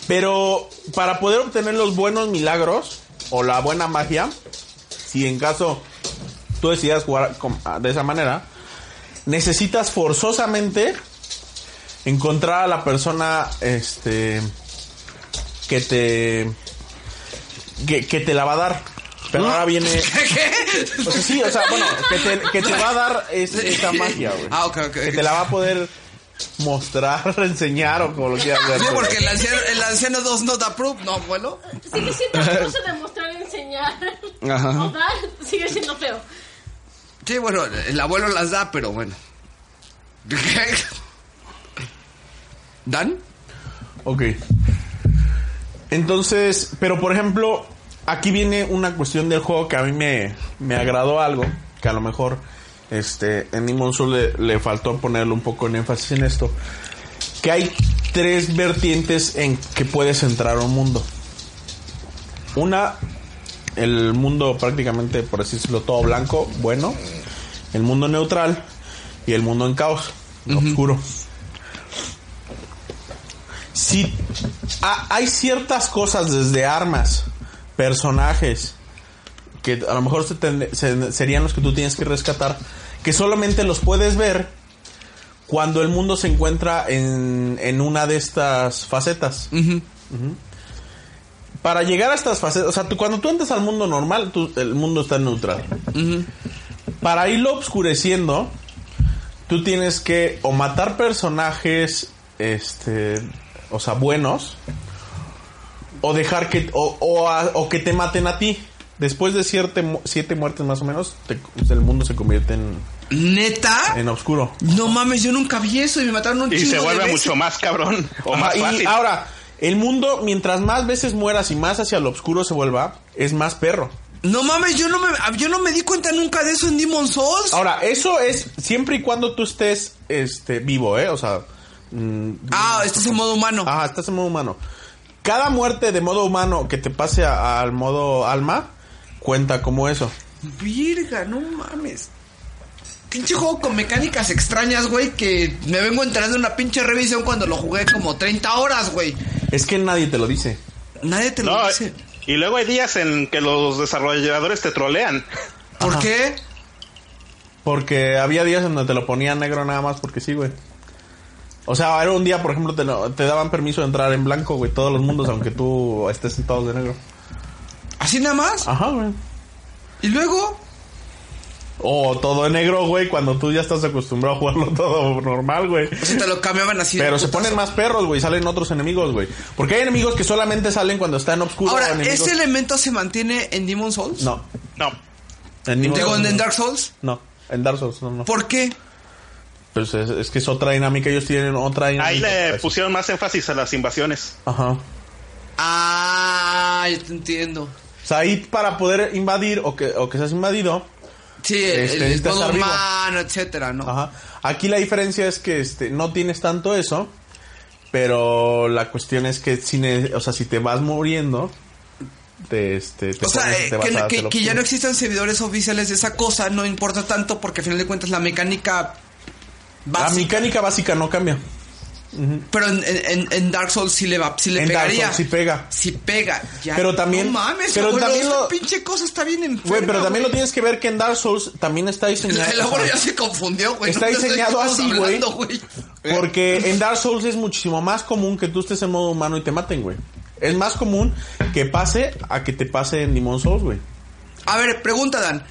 Speaker 8: Pero para poder obtener los buenos milagros o la buena magia, si en caso tú decidas jugar con- ah, de esa manera, necesitas forzosamente encontrar a la persona este que te que, que te la va a dar. Pero ahora
Speaker 5: <laughs>
Speaker 8: viene,
Speaker 5: ¿Qué?
Speaker 8: <laughs> o sea, sí, o sea, bueno, que te, que te va a dar es- esta magia, güey
Speaker 5: Ah, ok, ok.
Speaker 8: que te la va a poder mostrar, <laughs> enseñar o como lo quieras ver.
Speaker 5: Sí,
Speaker 8: pero-
Speaker 5: porque el anciano, el anciano 2 no da proof, ¿no, abuelo?
Speaker 3: Sigue siendo feo se demostrar enseñar.
Speaker 4: Ajá.
Speaker 3: O dar, sigue siendo feo.
Speaker 5: Sí, bueno, el abuelo las da, pero bueno. ¿Dan?
Speaker 8: Ok. Entonces, pero por ejemplo, aquí viene una cuestión del juego que a mí me, me agradó algo, que a lo mejor este, en Demon Soul le, le faltó ponerle un poco en énfasis en esto, que hay tres vertientes en que puedes entrar a un mundo. Una, el mundo prácticamente, por así decirlo, todo blanco, bueno, el mundo neutral y el mundo en caos, oscuro. Sí, ha- hay ciertas cosas desde armas, personajes, que a lo mejor se ten- se- serían los que tú tienes que rescatar, que solamente los puedes ver cuando el mundo se encuentra en, en una de estas facetas. Ujú. Para llegar a estas facetas, o sea, tú- cuando tú entras al mundo normal, tú- el mundo está neutral. Para irlo obscureciendo, tú tienes que o matar personajes, este, o sea, buenos, o dejar que, o, o a- o que te maten a ti. Después de siete, mu- siete muertes más o menos, te- el mundo se convierte en,
Speaker 5: ¿Neta?
Speaker 8: en oscuro.
Speaker 5: No mames, yo nunca vi eso y me mataron un
Speaker 7: Y
Speaker 5: chingo
Speaker 7: se
Speaker 5: de
Speaker 7: vuelve
Speaker 5: veces.
Speaker 7: mucho más cabrón o
Speaker 8: Ajá,
Speaker 7: más
Speaker 8: y
Speaker 7: fácil.
Speaker 8: ahora, el mundo, mientras más veces mueras y más hacia lo oscuro se vuelva, es más perro.
Speaker 5: No mames, yo no, me, yo no me di cuenta nunca de eso en Demon Souls.
Speaker 7: Ah.
Speaker 8: Ahora, eso es siempre y cuando tú estés este, vivo, ¿eh? O sea, mm,
Speaker 5: Ah, este es en modo humano.
Speaker 8: Ajá, estás en modo humano. Cada muerte de modo humano que te pase a- al modo alma cuenta como eso.
Speaker 5: Virga, no mames. Pinche juego con mecánicas extrañas, güey, que me vengo enterando en una pinche revisión cuando lo jugué como 30 horas, güey.
Speaker 8: Es que nadie te lo dice.
Speaker 5: Nadie te
Speaker 7: lo dice. eh, Y luego hay días en que los desarrolladores te trolean.
Speaker 5: ¿Por qué?
Speaker 8: Porque había días en donde te lo ponían negro nada más porque sí, güey. O sea, era un día, por ejemplo, te, lo- te daban permiso de entrar en blanco, güey, todos los mundos, aunque tú estés sentado de negro.
Speaker 5: ¿Así nada más?
Speaker 7: Ah.
Speaker 8: Ajá, güey.
Speaker 5: ¿Y luego?
Speaker 8: O todo en negro, güey, cuando tú ya estás acostumbrado a jugarlo <laughs> todo normal, güey. O
Speaker 5: sea, te lo cambiaban así. de
Speaker 8: Pero se
Speaker 5: putazo.
Speaker 8: ponen más perros, güey, salen otros enemigos, güey. Porque hay enemigos que solamente salen cuando está en oscuro.
Speaker 5: Ahora,
Speaker 8: o enemigos-
Speaker 5: ¿ese elemento se mantiene en Demon Souls?
Speaker 8: No.
Speaker 7: No.
Speaker 8: En,
Speaker 5: ¿Digo,
Speaker 8: ningún-
Speaker 5: en- en Dark Souls?
Speaker 8: No, en Dark Souls, no, no.
Speaker 5: ¿Por qué?
Speaker 8: Pues es, es que es otra dinámica, ellos tienen otra dinámica.
Speaker 7: Ahí le
Speaker 8: pues.
Speaker 7: pusieron más énfasis a las invasiones.
Speaker 8: Ajá.
Speaker 5: Ah, yo te entiendo.
Speaker 8: O sea, ahí para poder invadir o que, o que seas invadido.
Speaker 5: Sí, el- el
Speaker 8: necesitas
Speaker 5: modo
Speaker 8: estar vivo.
Speaker 5: humano, etcétera, ¿no?
Speaker 8: Ajá. Aquí la diferencia es que este, no tienes tanto eso. Pero la cuestión es que si, ne- o sea, si te vas muriendo, te, este, te
Speaker 5: O sea,
Speaker 8: pones-
Speaker 5: eh,
Speaker 8: te vas
Speaker 5: que,
Speaker 8: a-
Speaker 5: que-
Speaker 8: te lo
Speaker 5: que ya no
Speaker 8: obtienes.
Speaker 5: existan servidores oficiales de esa cosa no importa tanto porque al final de cuentas la mecánica
Speaker 8: La
Speaker 5: básica.
Speaker 8: mecánica básica no cambia.
Speaker 5: Pero en, en- en Dark Souls sí le va, sí le
Speaker 8: En Dark
Speaker 5: pegaría.
Speaker 8: Souls sí pega.
Speaker 5: Sí pega. Ya.
Speaker 8: Pero también-
Speaker 5: No mames,
Speaker 8: pero
Speaker 5: abuelo,
Speaker 8: también
Speaker 5: esta
Speaker 8: lo-
Speaker 5: pinche cosa está bien enferma.
Speaker 8: Güey, pero también lo
Speaker 5: güey.
Speaker 8: tienes que ver que en Dark Souls también
Speaker 5: <laughs>
Speaker 8: está diseñado.
Speaker 5: El abuelo
Speaker 8: o sea,
Speaker 5: ya se confundió, güey. No
Speaker 8: Está
Speaker 5: sé de qué
Speaker 8: diseñado
Speaker 5: estamos
Speaker 8: así, güey.
Speaker 5: hablando, güey.
Speaker 8: Porque en Dark Souls es muchísimo más común que tú estés en modo humano y te maten, güey. Es más común que pase a que te pase en Demon Souls, güey.
Speaker 5: A ver, pregunta, Dan.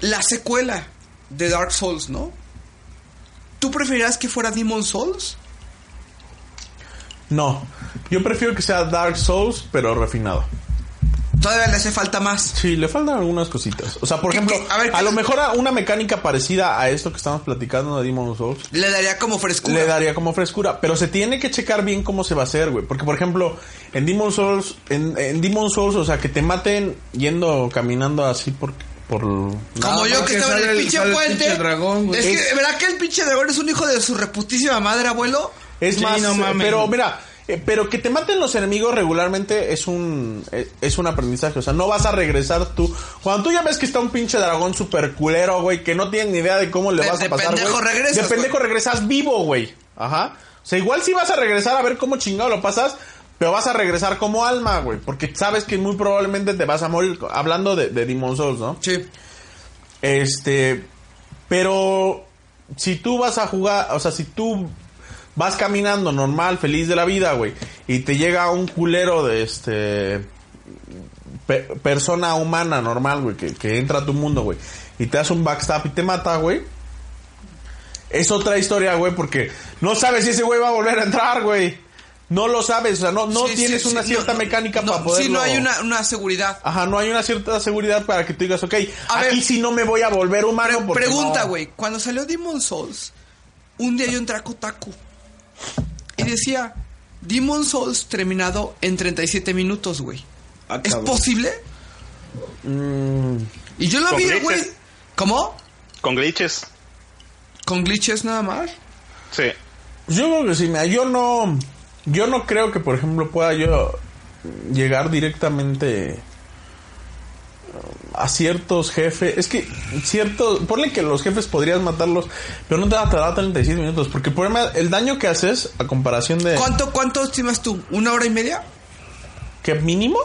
Speaker 5: La secuela de Dark Souls, ¿no? ¿Tú preferirás que fuera Demon Souls?
Speaker 8: No. Yo prefiero que sea Dark Souls, pero refinado.
Speaker 5: Todavía le hace falta más.
Speaker 8: Sí, le faltan algunas cositas. O sea, por
Speaker 5: ¿Qué-
Speaker 8: ejemplo,
Speaker 5: qué?
Speaker 8: a,
Speaker 5: A ver, ¿qué-
Speaker 8: lo mejor a una mecánica parecida a esto que estamos platicando de Demon Souls.
Speaker 5: Le daría como frescura.
Speaker 8: Le daría como frescura, pero se tiene que checar bien cómo se va a hacer, güey. Porque, por ejemplo, en Demon Souls, en, en Demon Souls, o sea, que te maten yendo caminando así por... por
Speaker 5: Como yo que estaba en el pinche puente. es que,
Speaker 8: Es-
Speaker 5: ¿verdad que el pinche dragón es un hijo de su reputísima madre, abuelo?
Speaker 8: Es más, eh, pero mira, eh, pero que te maten los enemigos regularmente es un eh, es un aprendizaje, o sea, no vas a regresar tú. Cuando tú ya ves que está un pinche dragón super culero, güey, que no tiene ni idea de cómo le
Speaker 5: De-
Speaker 8: vas
Speaker 5: de
Speaker 8: a pasar,
Speaker 5: pendejo
Speaker 8: güey.
Speaker 5: regresas,
Speaker 8: De pendejo regresas vivo, güey. Ajá. O sea, igual si vas a regresar a ver cómo chingado lo pasas, pero vas a regresar como alma, güey, porque sabes que muy probablemente te vas a morir hablando de, de Demon Souls, ¿no?
Speaker 5: Sí.
Speaker 8: Este, pero si tú vas a jugar, o sea, si tú vas caminando normal, feliz de la vida, güey, y te llega un culero de este pe- persona humana normal, güey, que, que entra a tu mundo, güey, y te hace un backstab y te mata, güey. Es otra historia, güey, porque no sabes si ese güey va a volver a entrar, güey. No lo sabes, o sea, no, no
Speaker 5: Sí, sí,
Speaker 8: tienes
Speaker 5: sí,
Speaker 8: una
Speaker 5: no,
Speaker 8: cierta mecánica para poder.
Speaker 5: Sí, no hay una, una seguridad.
Speaker 8: Ajá, no hay una cierta seguridad para que tú digas, ok, aquí sí no me voy a volver humano. porque
Speaker 5: Pregunta,
Speaker 8: no.
Speaker 5: güey. Cuando salió Demon Souls, un
Speaker 8: Ah.
Speaker 5: día yo entré a Kotaku y decía: Demon Souls terminado en 37 minutos, güey. ¿Es
Speaker 8: Ah, cabrón. Mm.
Speaker 5: posible? Y yo lo
Speaker 7: Con
Speaker 5: vi,
Speaker 7: glitches.
Speaker 5: güey. ¿Cómo?
Speaker 7: Con glitches.
Speaker 5: ¿Con glitches nada más?
Speaker 7: Sí.
Speaker 8: Pues Yo creo que sí, mira, yo no. Yo no creo que, por ejemplo, pueda yo llegar directamente uh, a ciertos jefes. Es que, cierto. Ponle que los jefes podrías matarlos, pero no te va a tardar 37 minutos. Porque el problema, el daño que haces, a comparación de.
Speaker 5: ¿Cuánto, ¿Cuánto estimas tú? ¿Una hora y media?
Speaker 8: ¿Qué mínimo?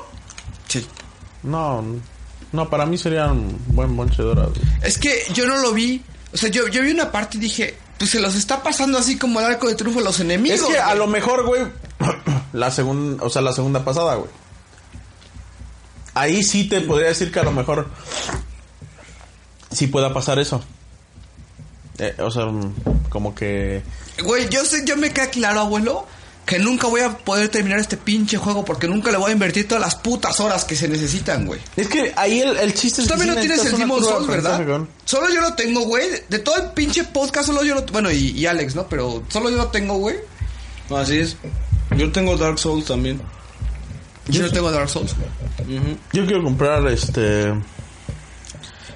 Speaker 5: Sí.
Speaker 8: No, no, para mí serían un buen bonche de horas. güey.
Speaker 5: Es que yo no lo vi. O sea, yo, yo vi una parte y dije, pues se los está pasando así como el arco de triunfo a los enemigos.
Speaker 8: Es que a
Speaker 5: güey.
Speaker 8: lo mejor, güey, <clears throat> la segunda, o sea, la segunda pasada, güey. Ahí sí te podría decir que a lo mejor sí pueda pasar eso. Eh, o sea, mm, como que
Speaker 5: Güey, yo sé, yo me queda claro, abuelo, que nunca voy a poder terminar este pinche juego porque nunca le voy a invertir todas las putas horas que se necesitan, güey.
Speaker 8: es que ahí el, el chiste
Speaker 5: Tú
Speaker 8: es que
Speaker 5: también
Speaker 8: sí
Speaker 5: lo tienes el
Speaker 8: necesitas una
Speaker 5: Demon
Speaker 8: curva de
Speaker 5: Souls, ¿verdad?
Speaker 8: aprendizaje, cabrón.
Speaker 5: Solo yo lo tengo, güey. De todo el pinche podcast, solo yo lo... Bueno, y, y Alex, ¿no? Pero solo yo lo tengo, güey.
Speaker 4: Así es. Yo tengo Dark Souls también.
Speaker 5: Yo no tengo Dark Souls, güey.
Speaker 8: Yo quiero comprar este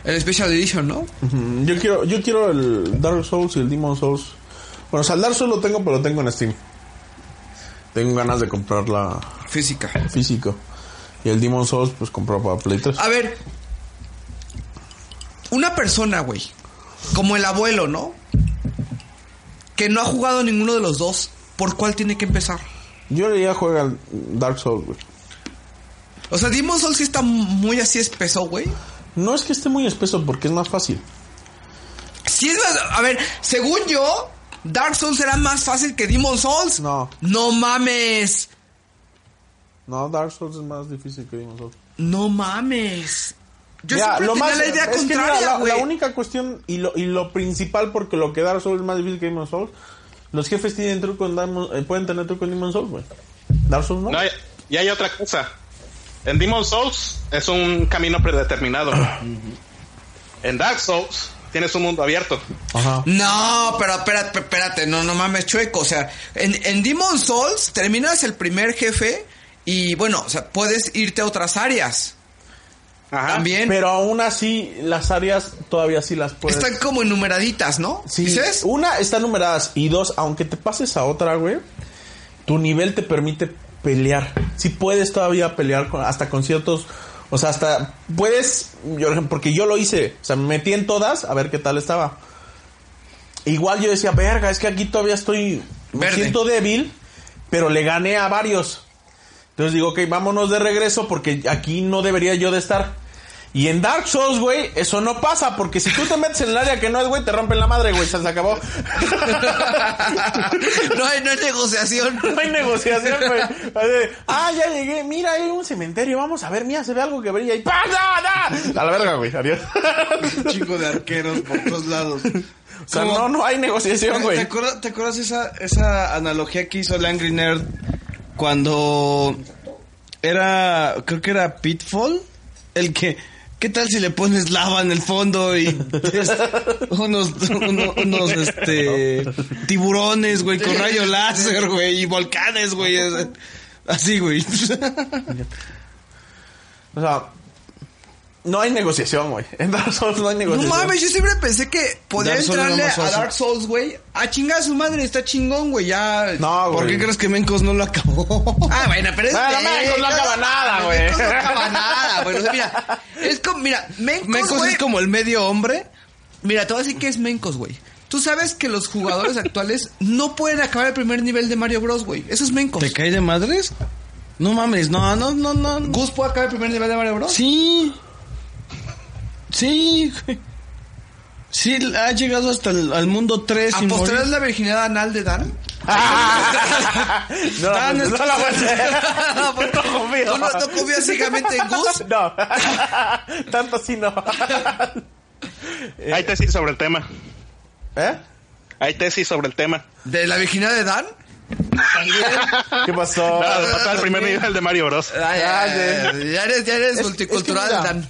Speaker 5: El Special Edition, ¿no?
Speaker 8: ujú, yo quiero yo quiero el Dark Souls y el Demon Souls. Bueno, o sea, el Dark Souls lo tengo, pero lo tengo en Steam. Tengo ganas de comprar la
Speaker 5: Física.
Speaker 8: físico. Y el Demon Souls pues compró para Play 3.
Speaker 5: A ver, una persona, güey, como el abuelo, ¿no? Que no ha jugado ninguno de los dos, ¿por cuál tiene que empezar?
Speaker 8: Yo le diría juega al Dark Souls, güey.
Speaker 5: O sea, Demon Souls sí está muy así espeso, güey.
Speaker 8: No es que esté muy espeso porque es más fácil.
Speaker 5: Sí es más- a ver, según yo, Dark Souls será más fácil que Demon Souls.
Speaker 8: No.
Speaker 5: No mames.
Speaker 8: No, Dark Souls es más difícil que Demon Souls.
Speaker 5: No mames. Yo
Speaker 8: Mira,
Speaker 5: siempre tenía la idea
Speaker 8: es que mira,
Speaker 5: contraria,
Speaker 8: la- la,
Speaker 5: güey.
Speaker 8: única cuestión y lo, y lo principal, porque lo que Dark Souls es más difícil que Demon Souls, los jefes tienen truco en Diamond- eh, pueden tener truco en Demon Souls, güey. Dark Souls no.
Speaker 7: No, y- y hay otra cosa. En Demon Souls es un camino predeterminado. en Dark Souls tienes un mundo abierto.
Speaker 5: No, pero espérate, espérate, no, no mames, chueco. O sea, en, en Demon Souls terminas el primer jefe y bueno, o sea, puedes irte a otras áreas. También.
Speaker 8: Pero aún así, las áreas todavía sí las puedes.
Speaker 5: Están como enumeraditas, ¿no?
Speaker 8: Sí, Uh. Una, están numeradas. Y dos, aunque te pases a otra, güey, tu nivel te permite pelear. Si puedes todavía pelear con- hasta con ciertos. O sea, hasta puedes. yo, por ejemplo, porque yo lo hice. O sea, me metí en todas a ver qué tal estaba. Igual yo decía, verga, es que aquí todavía estoy. Me
Speaker 5: Verde.
Speaker 8: siento débil, pero le gané a varios. Entonces digo, ok, vámonos de regreso porque aquí no debería yo de estar. Y en Dark Souls, güey, eso no pasa porque si tú te metes en el área que no es, güey, te rompen la madre, güey, se se acabó.
Speaker 5: <laughs>
Speaker 8: <laughs>
Speaker 5: no, hay, no hay negociación.
Speaker 8: No hay negociación, güey. Así de, Ah, ya llegué, mira, hay un cementerio, vamos a ver, mira, se ve algo que brilla y ¡Pasa! A la verga, güey, adiós.
Speaker 4: Chico de arqueros por todos lados. O
Speaker 8: sea, no, no hay negociación, güey.
Speaker 4: ¿Te acuerdas, te acuerdas esa, esa analogía que hizo el Angry Nerd cuando era, creo que era Pitfall? El que, ¿qué tal si le pones lava en el fondo y es- unos, uno- unos, este, tiburones, güey, con rayo láser, güey, y volcanes, güey? es- Así, güey.
Speaker 8: O sea, no hay negociación, güey. <laughs> En Dark Souls no hay
Speaker 5: No
Speaker 8: negociación.
Speaker 5: mames, yo siempre pensé que podía
Speaker 8: Dark Souls era
Speaker 5: entrarle
Speaker 8: más
Speaker 5: a
Speaker 8: fácil.
Speaker 5: Dark Souls, güey. A chingar a su madre, está chingón, güey. Ya.
Speaker 8: No,
Speaker 4: ¿Por qué crees que Mencos no lo acabó?
Speaker 5: Ah, bueno, pero es.
Speaker 4: Bueno, Mencos no acaba nada, güey.
Speaker 5: Mencos no
Speaker 8: <laughs>
Speaker 5: acaba nada, güey. O sea, mira, es como, mira, Mencos.
Speaker 4: Mencos
Speaker 5: güey,
Speaker 4: es como el medio hombre.
Speaker 5: Mira, te voy a decir que es Mencos, güey. Tú sabes que los jugadores actuales no pueden acabar el primer nivel de Mario Bros, güey. Eso es Mencos.
Speaker 4: ¿Te cae de madres? No mames, no, no, no, no.
Speaker 5: ¿Gus puede acabar el primer nivel de Mario Bros?
Speaker 4: Sí. Sí, güey. Sí, ha llegado hasta el al mundo 3 sin morir.
Speaker 5: ¿Apostarás la virginidad anal de Dan?
Speaker 8: <laughs> No, la-
Speaker 4: Dan,
Speaker 8: no,
Speaker 4: es-
Speaker 8: la voy a
Speaker 5: <laughs>
Speaker 8: hacer.
Speaker 5: No, pues,
Speaker 8: No confío.
Speaker 5: ¿Tú no, no confías ciegamente en Gus?
Speaker 8: No, tanto así no. <laughs>
Speaker 7: Hay tesis sobre el tema.
Speaker 8: ¿Eh?
Speaker 7: Hay tesis sobre el tema.
Speaker 5: ¿De la virginidad de Dan?
Speaker 8: ¿Qué pasó?
Speaker 7: Nada, de pasar el primer nivel de Mario Bros.
Speaker 5: Ay, ay,
Speaker 8: Ah, Ya,
Speaker 5: ay, Ah, ya eres, ya eres multicultural,
Speaker 8: es que mira,
Speaker 5: Dan.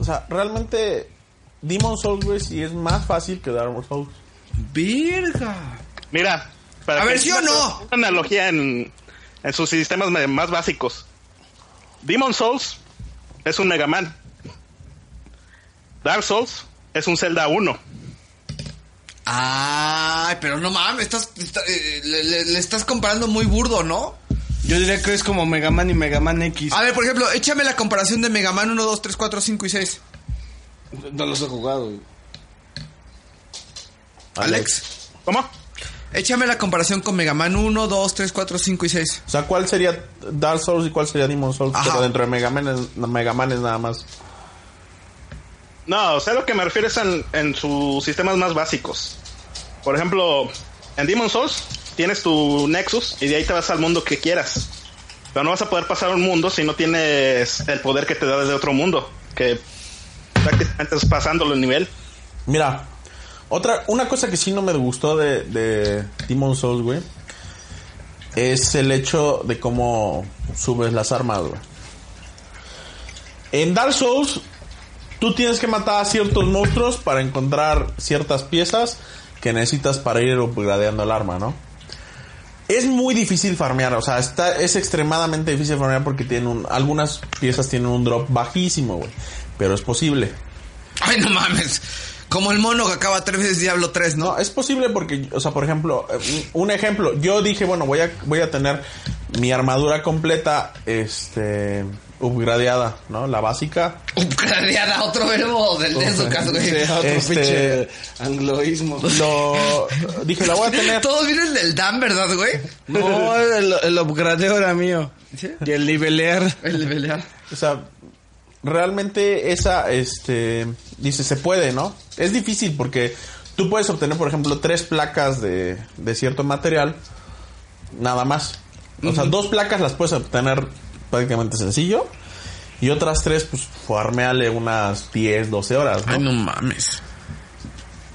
Speaker 8: O sea, realmente Demon Souls, güey, sí es más fácil que Dark Souls.
Speaker 5: Virga.
Speaker 7: Mira, para
Speaker 5: A
Speaker 7: que
Speaker 5: ver, ¿sí o
Speaker 7: una-
Speaker 5: no?
Speaker 7: Una analogía en, en sus sistemas me- más básicos. Demon Souls es un Mega Man. Dark Souls es un Zelda 1.
Speaker 5: Ay, pero no mames, estás, está- eh, le, le- le estás comparando muy burdo, ¿no?
Speaker 4: Yo diría que es como Mega Man y Mega Man X.
Speaker 15: Ah,
Speaker 5: A ver, por ejemplo, échame la comparación de Mega Man 1, 2, 3, 4, 5 y 6.
Speaker 4: No los he jugado.
Speaker 5: Alex,
Speaker 7: ¿Cómo?
Speaker 5: échame la comparación con Mega Man 1, 2, 3, 4, 5 y 6.
Speaker 8: O sea, ¿cuál sería Dark Souls y cuál sería Demon Souls?
Speaker 5: Ajá.
Speaker 8: Pero dentro de Mega Man, es, Mega Man es nada más.
Speaker 7: No, o sea, lo que me refiero es en, en sus sistemas más básicos. Por ejemplo, en Demon Souls tienes tu Nexus y de ahí te vas al mundo que quieras. Pero no vas a poder pasar un mundo si no tienes el poder que te da desde otro mundo. Que prácticamente es pasándolo el nivel.
Speaker 8: Mira, otra, una cosa que sí no me gustó de, de Demon Souls, güey, es el hecho de cómo subes las armas, güey. En Dark Souls, tú tienes que matar a ciertos monstruos para encontrar ciertas piezas que necesitas para ir upgradeando el arma, ¿no? Es muy difícil farmear, o sea, está, es extremadamente difícil farmear porque tienen un- algunas piezas tienen un drop bajísimo, güey. Pero es posible.
Speaker 5: Ay, no mames. Como el mono que acaba tres veces Diablo 3, ¿no?
Speaker 8: No, es posible porque, o sea, por ejemplo, eh, un un ejemplo, yo dije, bueno, voy a, voy a tener mi armadura completa, este, upgradeada, ¿no? La básica.
Speaker 16: Upgradeada, otro verbo del de su caso, güey.
Speaker 5: <laughs>
Speaker 8: Este,
Speaker 4: angloísmo.
Speaker 8: Lo, dije, la voy a tener.
Speaker 16: Todos vienen del Dan, ¿verdad, güey?
Speaker 4: No, el, el upgradeo era mío. Y el nivelear.
Speaker 16: El nivelear.
Speaker 8: O sea, realmente esa, este, dice, se puede, ¿no? Es difícil porque tú puedes obtener, por ejemplo, tres placas de, de cierto material, nada más. O sea, dos placas las puedes obtener prácticamente sencillo. Y otras tres, pues, farmeale unas 10, 12 horas, ¿no?
Speaker 5: Ay, no mames.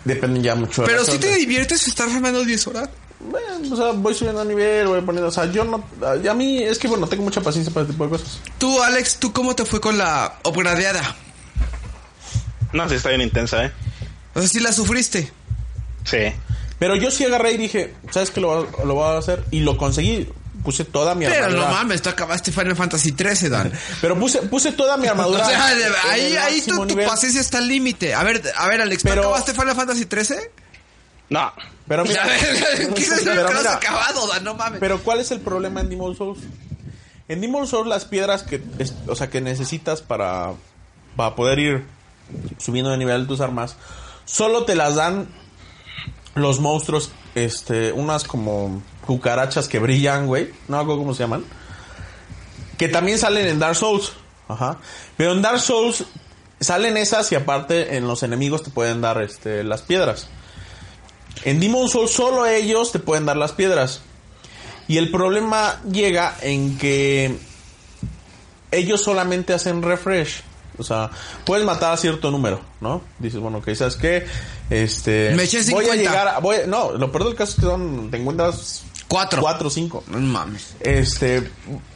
Speaker 8: Depende ya mucho de
Speaker 5: Pero
Speaker 8: la
Speaker 5: si
Speaker 8: suerte.
Speaker 5: te diviertes estar farmeando 10 horas.
Speaker 8: Bueno, o sea, voy subiendo de nivel, voy poniendo... O sea, yo no... A mí es que, bueno, tengo mucha paciencia para este tipo de cosas.
Speaker 5: Tú, Alex, ¿tú cómo te fue con la upgradeada?
Speaker 7: No, sí está bien intensa, ¿eh?
Speaker 5: O sea, si la sufriste.
Speaker 7: Sí.
Speaker 8: Pero yo sí agarré y dije, ¿sabes qué? Lo, va- lo voy a hacer. Y lo conseguí. Puse toda mi
Speaker 5: Pero
Speaker 8: armadura.
Speaker 5: no mames, tú acabaste Final Fantasy 13, Dan.
Speaker 8: Pero puse, puse
Speaker 5: <laughs>
Speaker 8: toda mi armadura.
Speaker 5: O sea, de-
Speaker 8: en el
Speaker 5: ahí, ahí tu,
Speaker 8: máximo
Speaker 5: tu
Speaker 8: nivel.
Speaker 5: paciencia está al límite. A ver, a ver, Alex, ¿tú
Speaker 8: Pero-
Speaker 5: acabaste Final Fantasy 13?
Speaker 7: No.
Speaker 8: Pero mira,
Speaker 5: <laughs> Ya, ¿qué
Speaker 8: <laughs>
Speaker 5: dices?
Speaker 8: Pero
Speaker 5: Nunca lo has
Speaker 8: mira,
Speaker 5: acabado, Dan, no mames.
Speaker 8: Pero ¿cuál es el problema en Demon Souls? En Demon Souls las piedras que, es- o sea, que necesitas para, para poder ir subiendo de nivel tus armas, solo te las dan los monstruos, este, unas como cucarachas que brillan, güey. No me acuerdo cómo se llaman. Que también salen en Dark Souls. Ajá. Pero en Dark Souls salen esas y aparte en los enemigos te pueden dar este, las piedras. En Demon Souls solo ellos te pueden dar las piedras. Y el problema llega en que ellos solamente hacen refresh. O sea, puedes matar a cierto número, ¿no? Dices, bueno, que ¿sabes qué? Este,
Speaker 5: Me eché
Speaker 8: voy a
Speaker 5: 50.
Speaker 8: llegar, a- voy, no, lo peor del caso es que son, te encuentras
Speaker 5: Cuatro.
Speaker 8: cuatro o cinco.
Speaker 5: No mames.
Speaker 8: Este,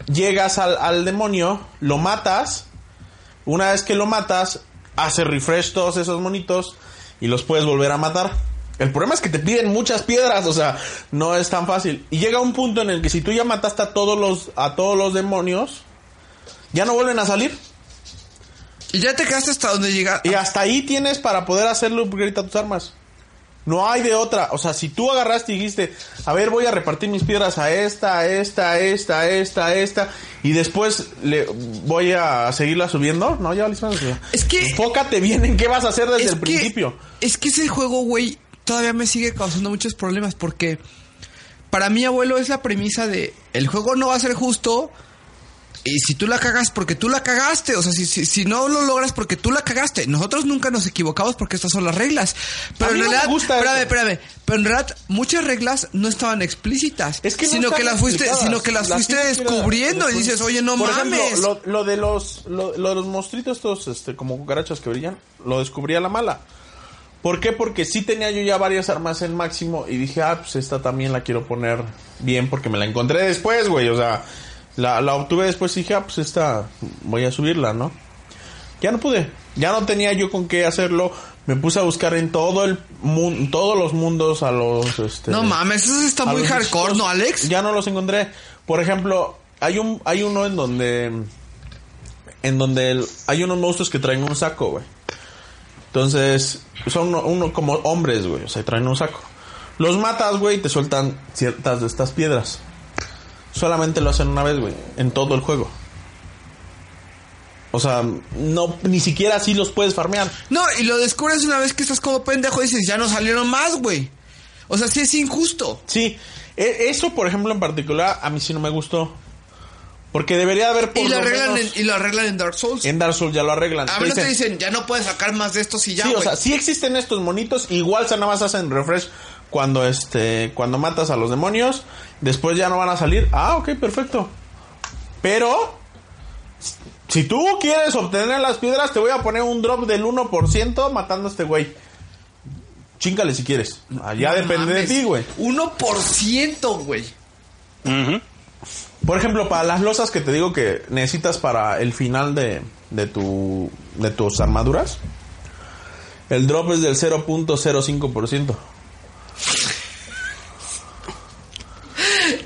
Speaker 8: llegas al, al demonio, lo matas. Una vez que lo matas, hace refresh todos esos monitos y los puedes volver a matar. El problema es que te piden muchas piedras, o sea, no es tan fácil. Y llega un punto en el que si tú ya mataste a todos los, a todos los demonios, ya no vuelven a salir.
Speaker 5: Y ya te quedaste hasta donde llegaste.
Speaker 8: Y hasta ahí tienes para poder hacerle upgrade a tus armas. No hay de otra. O sea, si tú agarraste y dijiste, a ver, voy a repartir mis piedras a esta, a esta, a esta, a esta, a esta, y después le voy a seguirla subiendo, no, ya Lisandro, o sea,
Speaker 5: Es que.
Speaker 8: Enfócate bien en qué vas a hacer desde el principio.
Speaker 5: Es que ese juego, güey, todavía me sigue causando muchos problemas porque para mi abuelo es la premisa de el juego no va a ser justo y si tú la cagas porque tú la cagaste, o sea, si, si, si no lo logras porque tú la cagaste, nosotros nunca nos equivocamos porque estas son las reglas. Pero
Speaker 8: A mí
Speaker 5: en
Speaker 8: no me
Speaker 5: realidad,
Speaker 8: gusta
Speaker 5: espérame,
Speaker 8: eso.
Speaker 5: espérame, pero en realidad muchas reglas no estaban explícitas,
Speaker 8: Es que no
Speaker 5: sino
Speaker 8: están
Speaker 5: que las fuiste,
Speaker 8: explicadas.
Speaker 5: sino que las, fuiste
Speaker 8: tienes que ir a-
Speaker 5: descubriendo y
Speaker 8: descubrir.
Speaker 5: dices, "Oye, no
Speaker 8: Por
Speaker 5: mames."
Speaker 8: Ejemplo, lo, lo de los lo, lo de los monstruitos estos este como cucarachas que brillan, lo descubrí a la mala. ¿Por qué? Porque sí tenía yo ya varias armas en máximo y dije, "Ah, pues esta también la quiero poner bien porque me la encontré después, güey." O sea, la, la obtuve después y dije, "Ah, pues esta voy a subirla, ¿no?" Ya no pude. Ya no tenía yo con qué hacerlo. Me puse a buscar en todo el mun- todos los mundos a los este,
Speaker 5: No mames, eso está
Speaker 8: a
Speaker 5: muy
Speaker 8: los
Speaker 5: hardcore,
Speaker 8: bichitos.
Speaker 5: ¿no, Alex?
Speaker 8: Ya no los encontré. Por ejemplo, hay un hay uno en donde en donde el- hay unos monstruos que traen un saco, güey. Entonces, son uno, uno como hombres, güey, o sea, traen un saco. Los matas, güey, y te sueltan ciertas de estas piedras. Solamente lo hacen una vez, güey, en todo el juego. O sea, no ni siquiera así los puedes farmear.
Speaker 5: No, y lo descubres una vez que estás como pendejo y dices, ya no salieron más, güey. O sea, sí es injusto.
Speaker 8: Sí, e- eso por ejemplo en particular a mí sí no me gustó. Porque debería haber por
Speaker 5: Y lo,
Speaker 8: lo
Speaker 5: arreglan
Speaker 8: menos-
Speaker 5: en, y lo arreglan en Dark Souls.
Speaker 8: en Dark Souls ya lo arreglan.
Speaker 5: A
Speaker 8: Te
Speaker 5: menos te
Speaker 8: dicen,
Speaker 5: dicen, ya no puedes sacar más de estos y ya,
Speaker 8: sí,
Speaker 5: güey.
Speaker 8: o sea, sí existen estos monitos, igual se nada más hacen refresh cuando este cuando matas a los demonios, después ya no van a salir. Ah, ok, perfecto. Pero si tú quieres obtener las piedras, te voy a poner un drop del 1% matando a este güey. Chíngale si quieres. Allá
Speaker 5: No
Speaker 8: depende de
Speaker 5: mames.
Speaker 8: ti, güey.
Speaker 5: 1%, güey.
Speaker 8: Por ejemplo, para las losas que te digo que necesitas para el final de, de, tu, de tus armaduras, el drop es del 0.05%.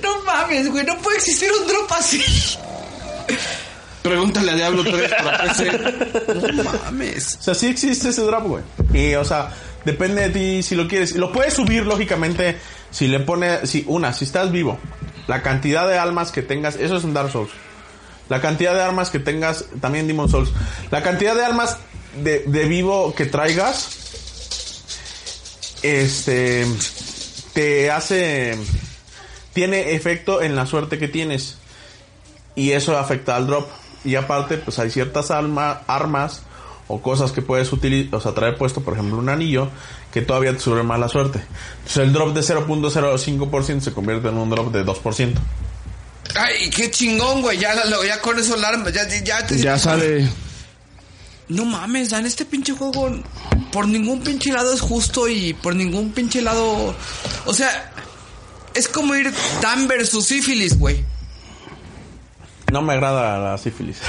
Speaker 16: No mames, güey, no puede existir un drop así.
Speaker 15: Pregúntale a Diablo 3 para PC.
Speaker 5: No mames.
Speaker 8: O sea, sí existe ese drop, güey. Y, o sea, depende de ti si lo quieres. Lo puedes subir, lógicamente, si le pones... Si, una, si estás vivo. La cantidad de almas que tengas, eso es en Dark Souls. La cantidad de armas que tengas, también Demon Souls. La cantidad de armas de, de vivo que traigas, este, te hace, tiene efecto en la suerte que tienes. Y eso afecta al drop. Y aparte, pues hay ciertas alma- armas o cosas que puedes utilizar, o sea, traer puesto, por ejemplo, un anillo, que todavía te sube más la suerte. Entonces el drop de 0.05% se convierte en un drop de 2%.
Speaker 5: Ay, qué chingón, güey. Ya, la- lo- ya con eso alarma. Ya, ya, ya, te- No mames, Dan, este pinche juego por ningún pinche lado es justo y por ningún pinche lado. O sea, es como ir Dan versus sífilis, güey.
Speaker 8: No me agrada la sífilis. <laughs>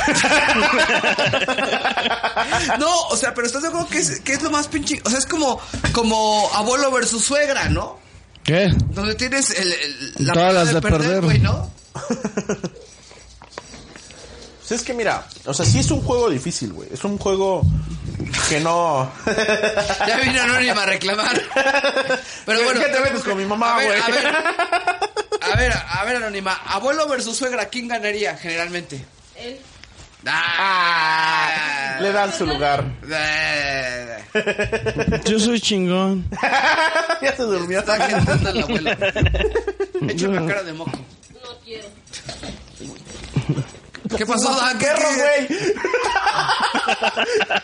Speaker 5: No, o sea, pero estás de acuerdo que es, que es lo más pinche. O sea, es como, como abuelo versus suegra, ¿no?
Speaker 4: ¿Qué?
Speaker 5: Donde tienes el, el- la
Speaker 4: Todas
Speaker 5: pena
Speaker 4: las de perder.
Speaker 5: güey, ¿no?
Speaker 8: Pues es que mira, o sea, sí es un juego difícil, güey. Es un juego que no.
Speaker 5: Ya vino Anónima a reclamar. Pero
Speaker 8: ¿Qué-
Speaker 5: bueno.
Speaker 8: qué te metes con mi mamá,
Speaker 5: a ver,
Speaker 8: güey?
Speaker 5: A ver, a ver, a ver, Anónima. Abuelo versus suegra, ¿quién ganaría generalmente?
Speaker 17: Él.
Speaker 5: Ah,
Speaker 8: Le dan su lugar.
Speaker 4: Yo soy chingón.
Speaker 8: <laughs> ya se durmió.
Speaker 5: Está cantando el
Speaker 8: <laughs>
Speaker 5: abuelo. Échame cara de moco.
Speaker 17: No quiero.
Speaker 5: ¿Qué pasó, Dan? ¿Qué
Speaker 8: <laughs>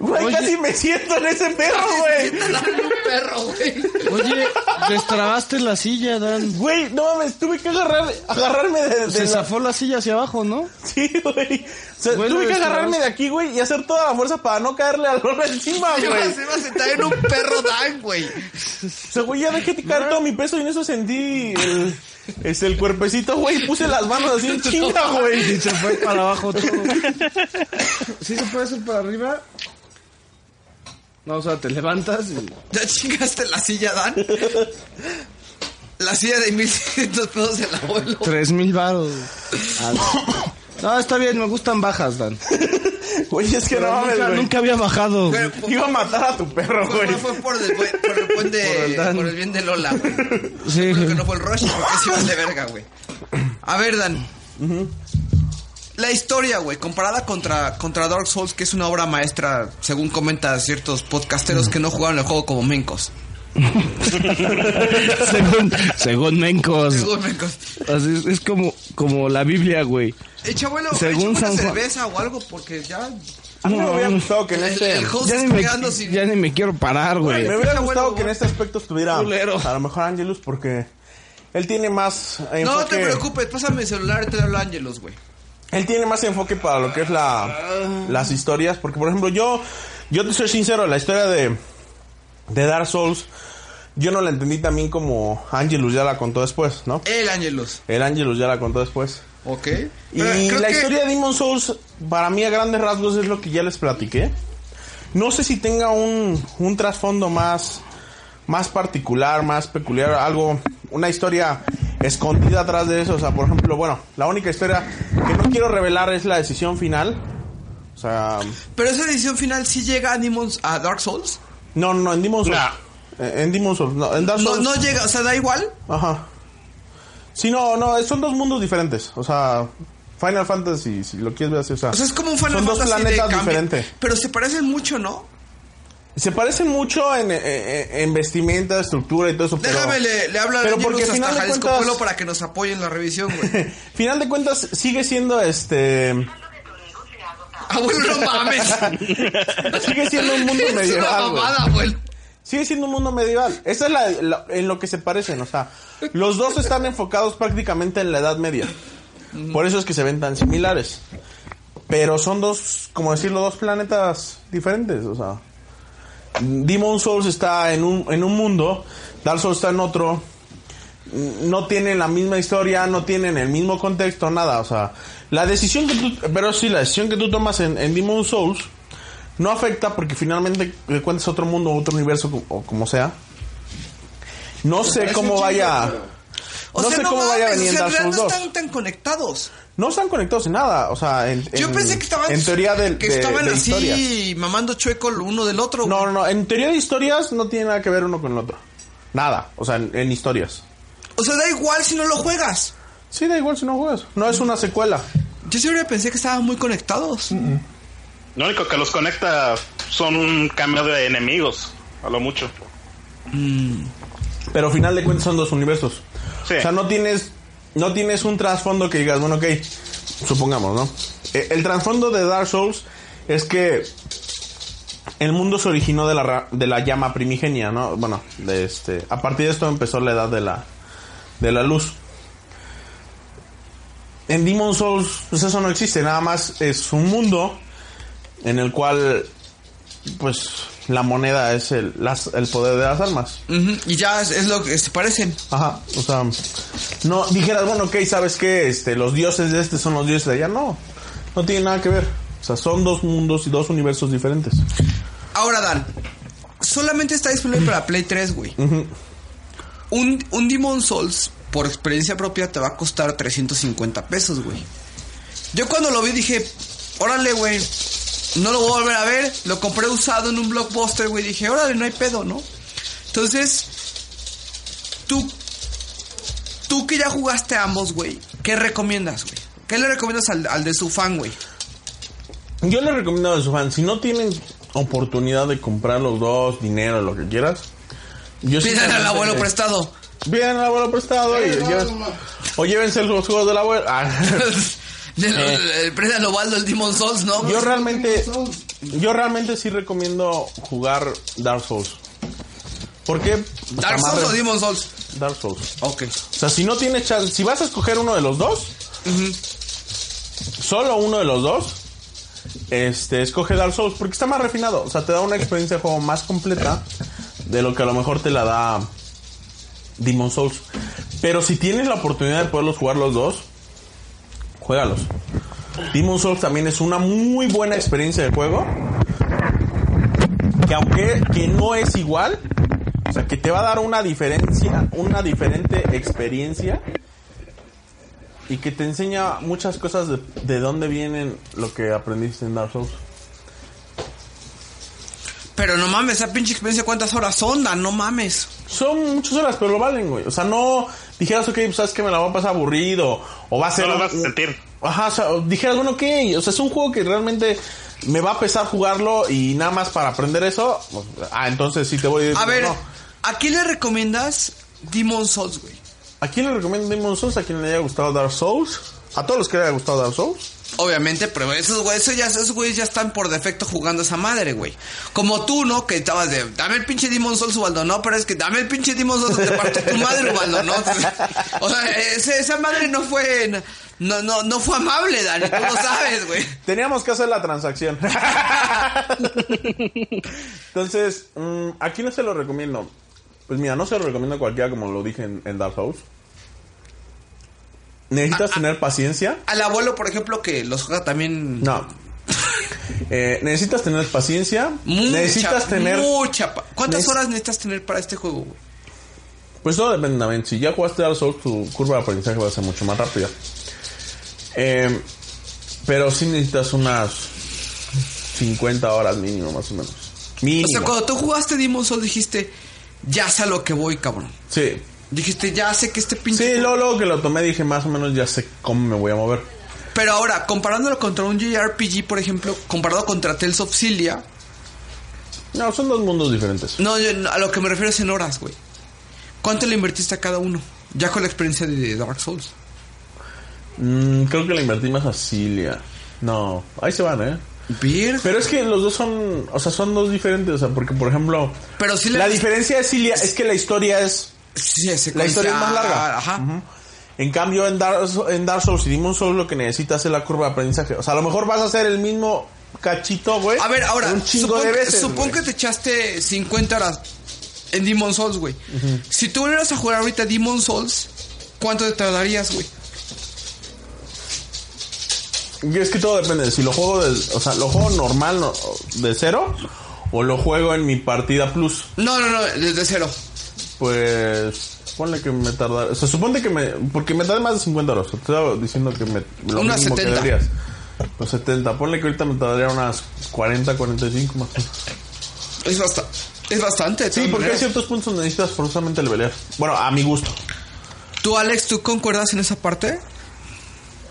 Speaker 8: Güey, casi me siento en ese perro, <laughs> güey.
Speaker 5: <laughs> un perro, güey.
Speaker 4: Oye, destrabaste la silla, Dan.
Speaker 8: Güey, no mames, tuve que agarrar, agarrarme de, de
Speaker 4: Se
Speaker 8: la-
Speaker 4: zafó la silla hacia abajo, ¿no?
Speaker 8: Sí, güey. O sea,
Speaker 4: Bueno,
Speaker 8: tuve que
Speaker 4: estabas-
Speaker 8: agarrarme de aquí, güey, y hacer toda la fuerza para no caerle al gorro encima,
Speaker 5: Se iba,
Speaker 8: güey.
Speaker 5: se iba a sentar en un perro Dan, güey.
Speaker 8: O sea, güey, ya dejé de caer todo mi peso y en eso sentí el, es el cuerpecito, güey. y Puse las manos así en chinga, güey.
Speaker 4: Y se fue para abajo todo. <laughs>
Speaker 18: ¿Sí se puede hacer para arriba?
Speaker 4: No, o sea, te levantas y...
Speaker 5: ¿Ya chingaste la silla, Dan? La silla de 1600 pesos del abuelo.
Speaker 4: Tres mil varos. Ah, No, está bien, me gustan bajas, Dan.
Speaker 8: Güey, es que no
Speaker 4: Pero
Speaker 8: mames,
Speaker 4: nunca,
Speaker 8: güey.
Speaker 4: nunca había bajado. güey.
Speaker 8: Iba a matar a tu perro,
Speaker 5: Fue,
Speaker 8: güey.
Speaker 5: pues, fue por, el, buen- por el buen de-
Speaker 4: Por el Dan.
Speaker 5: por el bien de Lola, güey.
Speaker 4: Sí.
Speaker 5: Creo que no fue el Rush, porque sí vale verga, güey. A ver, Dan. La historia, güey, comparada contra, contra Dark Souls, que es una obra maestra, según comentan ciertos podcasteros que no jugaron el juego como Mencos.
Speaker 4: <laughs> según, según Mencos.
Speaker 5: Según Mencos.
Speaker 4: Así es, es como, como la Biblia, güey.
Speaker 5: Echa, abuelo,
Speaker 4: Según
Speaker 5: Eh, échame
Speaker 4: San
Speaker 5: una
Speaker 4: Juan.
Speaker 5: cerveza o algo, porque ya...
Speaker 8: A mí me
Speaker 4: No,
Speaker 8: hubiera
Speaker 4: no.
Speaker 8: gustado que en
Speaker 5: El,
Speaker 8: este...
Speaker 5: el host
Speaker 4: Ya ni,
Speaker 5: está
Speaker 4: me,
Speaker 5: quedando sin...
Speaker 4: ya ni me quiero parar, güey.
Speaker 8: Me hubiera gustado que en este aspecto estuviera
Speaker 4: Culero.
Speaker 8: a lo mejor Angelus porque él tiene más enfoque.
Speaker 5: No te preocupes, pásame el celular y te hablo a Ángelos, güey.
Speaker 8: Él tiene más enfoque para lo que es la las historias, porque por ejemplo yo yo te soy sincero, la historia de de Dark Souls yo no la entendí tan bien como Angelus ya la contó después, ¿no?
Speaker 5: El Ángelos,
Speaker 8: El Angelus ya la contó después.
Speaker 5: ¿ok?
Speaker 8: Y
Speaker 5: Pero eh, creo
Speaker 8: la
Speaker 5: que-
Speaker 8: historia de Demon Souls, para mí a grandes rasgos es lo que ya les platiqué. No sé si tenga un, un trasfondo más, más particular, más peculiar, algo, una historia escondida atrás de eso. O sea, por ejemplo, bueno, la única historia que no quiero revelar es la decisión final. O sea,
Speaker 5: Pero esa edición final sí llega a, Demons- a Dark Souls.
Speaker 8: no, no, en Demon Souls. Eh, En Demon Souls, no, en Dark
Speaker 5: No,
Speaker 8: Souls.
Speaker 5: no llega, o sea, da igual.
Speaker 8: Ajá. Sí, no, no, son dos mundos diferentes. O sea, Final Fantasy, si lo quieres ver así, o sea.
Speaker 5: O sea, es como un Final
Speaker 8: Son dos
Speaker 5: Fantasy de
Speaker 8: planetas
Speaker 5: cambio.
Speaker 8: diferentes.
Speaker 5: Pero se parecen mucho, ¿no?
Speaker 8: Se parecen mucho en, eh, eh, en vestimenta, estructura y todo eso. Pero,
Speaker 5: Déjame, le, le hablo a
Speaker 8: pero
Speaker 5: Daniel
Speaker 8: porque
Speaker 5: Luz
Speaker 8: al final
Speaker 5: hasta
Speaker 8: de
Speaker 5: Jalisco
Speaker 8: cuentas,
Speaker 5: Pueblo para que nos apoye en la revisión, güey. <laughs>
Speaker 8: <laughs> final de cuentas sigue siendo este,
Speaker 5: Abuelo, Ah, no
Speaker 8: <laughs>
Speaker 5: mames.
Speaker 8: sigue siendo un mundo
Speaker 5: <laughs> es una
Speaker 8: medieval. güey.
Speaker 5: mamada, abuelo.
Speaker 8: Sigue siendo un mundo medieval. Esa es la, la- en lo que se parecen, o sea, los dos están enfocados prácticamente en la Edad Media. Por eso es que se ven tan similares. Pero son dos, como decirlo, dos planetas diferentes, o sea. Demon Souls está en un, en un mundo, Dark Souls está en otro. No tienen la misma historia, no tienen el mismo contexto, nada, o sea, la decisión que tú, pero sí, la decisión que tú tomas en, en Demon Souls no afecta porque finalmente le cuentas otro mundo, otro universo co- o como sea. No sé cómo vaya,
Speaker 5: O
Speaker 8: no
Speaker 5: sea,
Speaker 8: sé cómo vaya a
Speaker 5: mames,
Speaker 8: venir
Speaker 5: o sea,
Speaker 8: en Dark
Speaker 5: en realidad
Speaker 8: Souls
Speaker 5: no
Speaker 8: 2.
Speaker 5: están tan conectados.
Speaker 8: No están conectados en nada, o sea, en,
Speaker 5: Yo
Speaker 8: en-
Speaker 5: pensé que estaban...
Speaker 8: en teoría del
Speaker 5: Que
Speaker 8: de-
Speaker 5: estaban
Speaker 8: de
Speaker 5: así
Speaker 8: historias.
Speaker 5: mamando chueco el uno del otro.
Speaker 8: No, no, no. En teoría de historias no tiene nada que ver uno con el otro. Nada. O sea, en, en historias.
Speaker 5: O sea, da igual si no lo juegas.
Speaker 8: Sí, da igual si no juegas. No es una secuela.
Speaker 5: Yo siempre pensé que estaban muy conectados.
Speaker 7: Lo único que los conecta son un cambio de enemigos, a lo mucho.
Speaker 8: Pero al final de cuentas son dos universos.
Speaker 7: Sí.
Speaker 8: O sea, no tienes, no tienes un trasfondo que digas, bueno, ok, supongamos, ¿no? Eh, El trasfondo de Dark Souls es que el mundo se originó de la, ra- de la llama primigenia, ¿no? Bueno, de este, a partir de esto empezó la edad de la, de la luz. En Demon Souls, pues eso no existe, nada más es un mundo en el cual, pues, la moneda es el, las- el poder de las almas.
Speaker 5: Y ya es, es lo que se parecen.
Speaker 8: Ajá, o sea, no dijeras, bueno, ok, ¿sabes qué? Este, los dioses de este son los dioses de allá. No, no tiene nada que ver. O sea, son dos mundos y dos universos diferentes.
Speaker 5: Ahora, Dan, solamente está disponible para Play 3, güey. un, un Demon Souls, por experiencia propia, te va a costar 350 pesos, güey. Yo cuando lo vi dije, órale, güey, no lo voy a volver a ver. Lo compré usado en un blockbuster, güey. Dije, órale, no hay pedo, ¿no? Entonces, tú, tú que ya jugaste a ambos, güey, ¿qué recomiendas, güey? ¿Qué le recomiendas al, al de su fan, güey?
Speaker 8: Yo les recomiendo a su fan, si no tienen oportunidad de comprar los dos, dinero, lo que quieras.
Speaker 5: Pidan
Speaker 8: Yo
Speaker 5: al
Speaker 8: sinceramente-
Speaker 5: abuelo prestado.
Speaker 8: Pidan al abuelo prestado y lleven- o llévense los juegos del abuelo. Ah.
Speaker 5: <laughs> De lo-
Speaker 8: Eh.
Speaker 5: el Prenda Lobaldo, el Demon Souls, ¿no?
Speaker 8: Yo realmente, yo realmente sí recomiendo jugar Dark Souls. ¿Por qué?
Speaker 5: Dark Souls o Demon Souls.
Speaker 8: Dark Souls.
Speaker 5: Ok.
Speaker 8: O sea, si no tienes chance, si vas a escoger uno de los dos, solo uno de los dos, este, escoge Dark Souls porque está más refinado. O sea, te da una experiencia de juego más completa de lo que a lo mejor te la da Demon Souls. Pero si tienes la oportunidad de poderlos jugar los dos, juégalos. Demon Souls también es una muy buena experiencia de juego. Que aunque que no es igual, o sea, que te va a dar una diferencia, una diferente experiencia y que te enseña muchas cosas de, de dónde vienen lo que aprendiste en Dark Souls.
Speaker 5: Pero no mames, esa pinche experiencia, ¿cuántas horas son? Dan? No mames.
Speaker 8: Son muchas horas, pero lo valen, güey. O sea, no dijeras, ok, pues sabes que me la voy a pasar aburrido. O va a ser.
Speaker 7: No lo
Speaker 8: un-
Speaker 7: vas a sentir.
Speaker 8: Ajá, o sea, o dijeras, bueno, ok. O sea, es un juego que realmente me va a pesar jugarlo y nada más para aprender eso. pues, ah, entonces sí te voy
Speaker 5: A ver,
Speaker 8: no.
Speaker 5: ¿a quién le recomiendas Demon Souls, güey?
Speaker 8: ¿A quién le recomiendo Demon Souls? ¿A quien le haya gustado Dark Souls? ¿A todos los que le haya gustado Dark Souls?
Speaker 5: Obviamente, pero esos güeyes esos ya, esos güeyes ya están por defecto jugando esa madre, güey. Como tú, ¿no? Que estabas de, dame el pinche Demon Souls, Ubaldo. No, pero es que dame el pinche Demon Souls, te parto tu madre, Ubaldo, ¿no? O sea, ese- esa madre no fue, no, no, no fue amable, Dani, tú lo sabes, güey.
Speaker 8: Teníamos que hacer la transacción. <laughs> Entonces, mm, ¿a quién se lo recomiendo? Pues mira, no se lo recomiendo a cualquiera, como lo dije en, en Dark Souls. Necesitas tener paciencia.
Speaker 5: Al abuelo, por ejemplo, que los juega también.
Speaker 8: No. <laughs> Eh, necesitas tener paciencia.
Speaker 5: Mucha,
Speaker 8: necesitas tener.
Speaker 5: Mucha. pa- ¿Cuántas
Speaker 8: Neces-
Speaker 5: horas necesitas tener para este juego, güey?
Speaker 8: Pues todo depende también. Si ya jugaste Dark Souls, tu curva de aprendizaje va a ser mucho más rápida. Eh, pero sí necesitas unas 50 horas mínimo, más o menos. Mínimo.
Speaker 5: O sea, cuando tú jugaste Demon Souls dijiste, ya sé a lo que voy, cabrón.
Speaker 8: Sí.
Speaker 5: Dijiste, ya sé que este pinche.
Speaker 8: Sí, luego, luego que lo tomé dije, más o menos ya sé cómo me voy a mover.
Speaker 5: Pero ahora, comparándolo contra un JRPG, por ejemplo, comparado contra Tales of Cilia.
Speaker 8: No, son dos mundos diferentes.
Speaker 5: No, yo- no, a lo que me refiero es en horas, güey. ¿Cuánto le invertiste a cada uno? Ya con la experiencia de Dark Souls.
Speaker 8: Mm, creo que le invertí más a Cilia. No, ahí se van, ¿eh? Pero es que los dos son, o sea, son dos diferentes, o sea, porque por ejemplo,
Speaker 5: Pero sí le-
Speaker 8: la diferencia de Cilia es que la historia es la
Speaker 5: Pues
Speaker 8: historia es más larga. Ujú. En cambio, en Dark, en Dark Souls y Demon Souls lo que necesitas es la curva de aprendizaje. O sea, a lo mejor vas a hacer el mismo cachito, güey.
Speaker 5: A ver, ahora,
Speaker 8: un chingo
Speaker 5: supón,
Speaker 8: de
Speaker 5: que-
Speaker 8: veces.
Speaker 5: supón
Speaker 8: güey.
Speaker 5: que te echaste 50 horas en Demon Souls, güey. Si tú volvieras a jugar ahorita Demon Souls, ¿cuánto te tardarías, güey?
Speaker 8: Y es que todo depende de si lo juego, del- o sea, lo juego normal no- de cero o lo juego en mi partida plus.
Speaker 5: No, no, no, desde cero.
Speaker 8: Pues ponle que me tardará, o sea, supone que me porque me tardé más de 50 horas. Te estaba diciendo que me lo
Speaker 5: Unas
Speaker 8: mínimo que
Speaker 5: 70.
Speaker 8: deberías. Los 70, ponle que ahorita me tardaría unas 40, 45 más.
Speaker 5: Es bastante. Es bastante.
Speaker 8: Sí, porque hay ciertos puntos donde necesitas forzosamente levelear. Bueno, a mi gusto.
Speaker 5: Tú, Alex, ¿tú concuerdas en esa parte?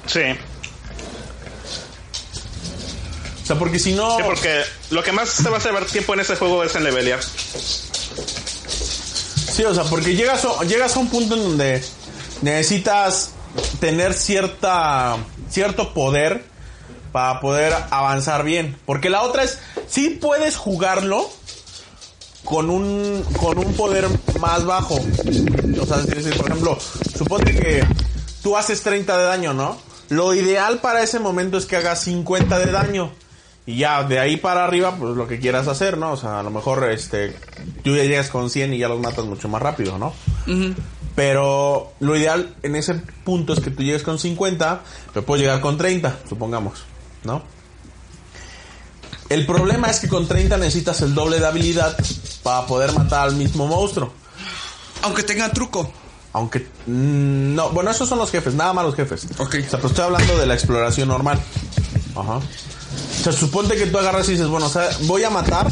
Speaker 7: Sí.
Speaker 8: O sea, porque si no.
Speaker 7: Sí,
Speaker 5: Oh.
Speaker 7: porque lo que más te va a llevar tiempo en ese juego es en levelear.
Speaker 8: Sí, o sea, porque llegas a, llegas a un punto en donde necesitas tener cierta cierto poder para poder avanzar bien. Porque la otra es, sí puedes jugarlo con un con un poder más bajo. O sea, si- si, por ejemplo, suponte que tú haces 30 de daño, ¿no? Lo ideal para ese momento es que hagas 50 de daño. Y ya, de ahí para arriba, pues lo que quieras hacer, ¿no? O sea, a lo mejor, este, tú ya llegas con 100 y ya los matas mucho más rápido, ¿no? Pero lo ideal en ese punto es que tú llegues con 50, pero puedes llegar con 30, supongamos, ¿no? El problema es que con 30 necesitas el doble de habilidad para poder matar al mismo monstruo.
Speaker 5: Aunque tenga truco.
Speaker 8: Aunque... mm, no, bueno, esos son los jefes, nada más los jefes. Ok. O sea, pero estoy hablando de la exploración normal. Ajá. O sea, suponte que tú agarras y dices, bueno, o sea, voy a matar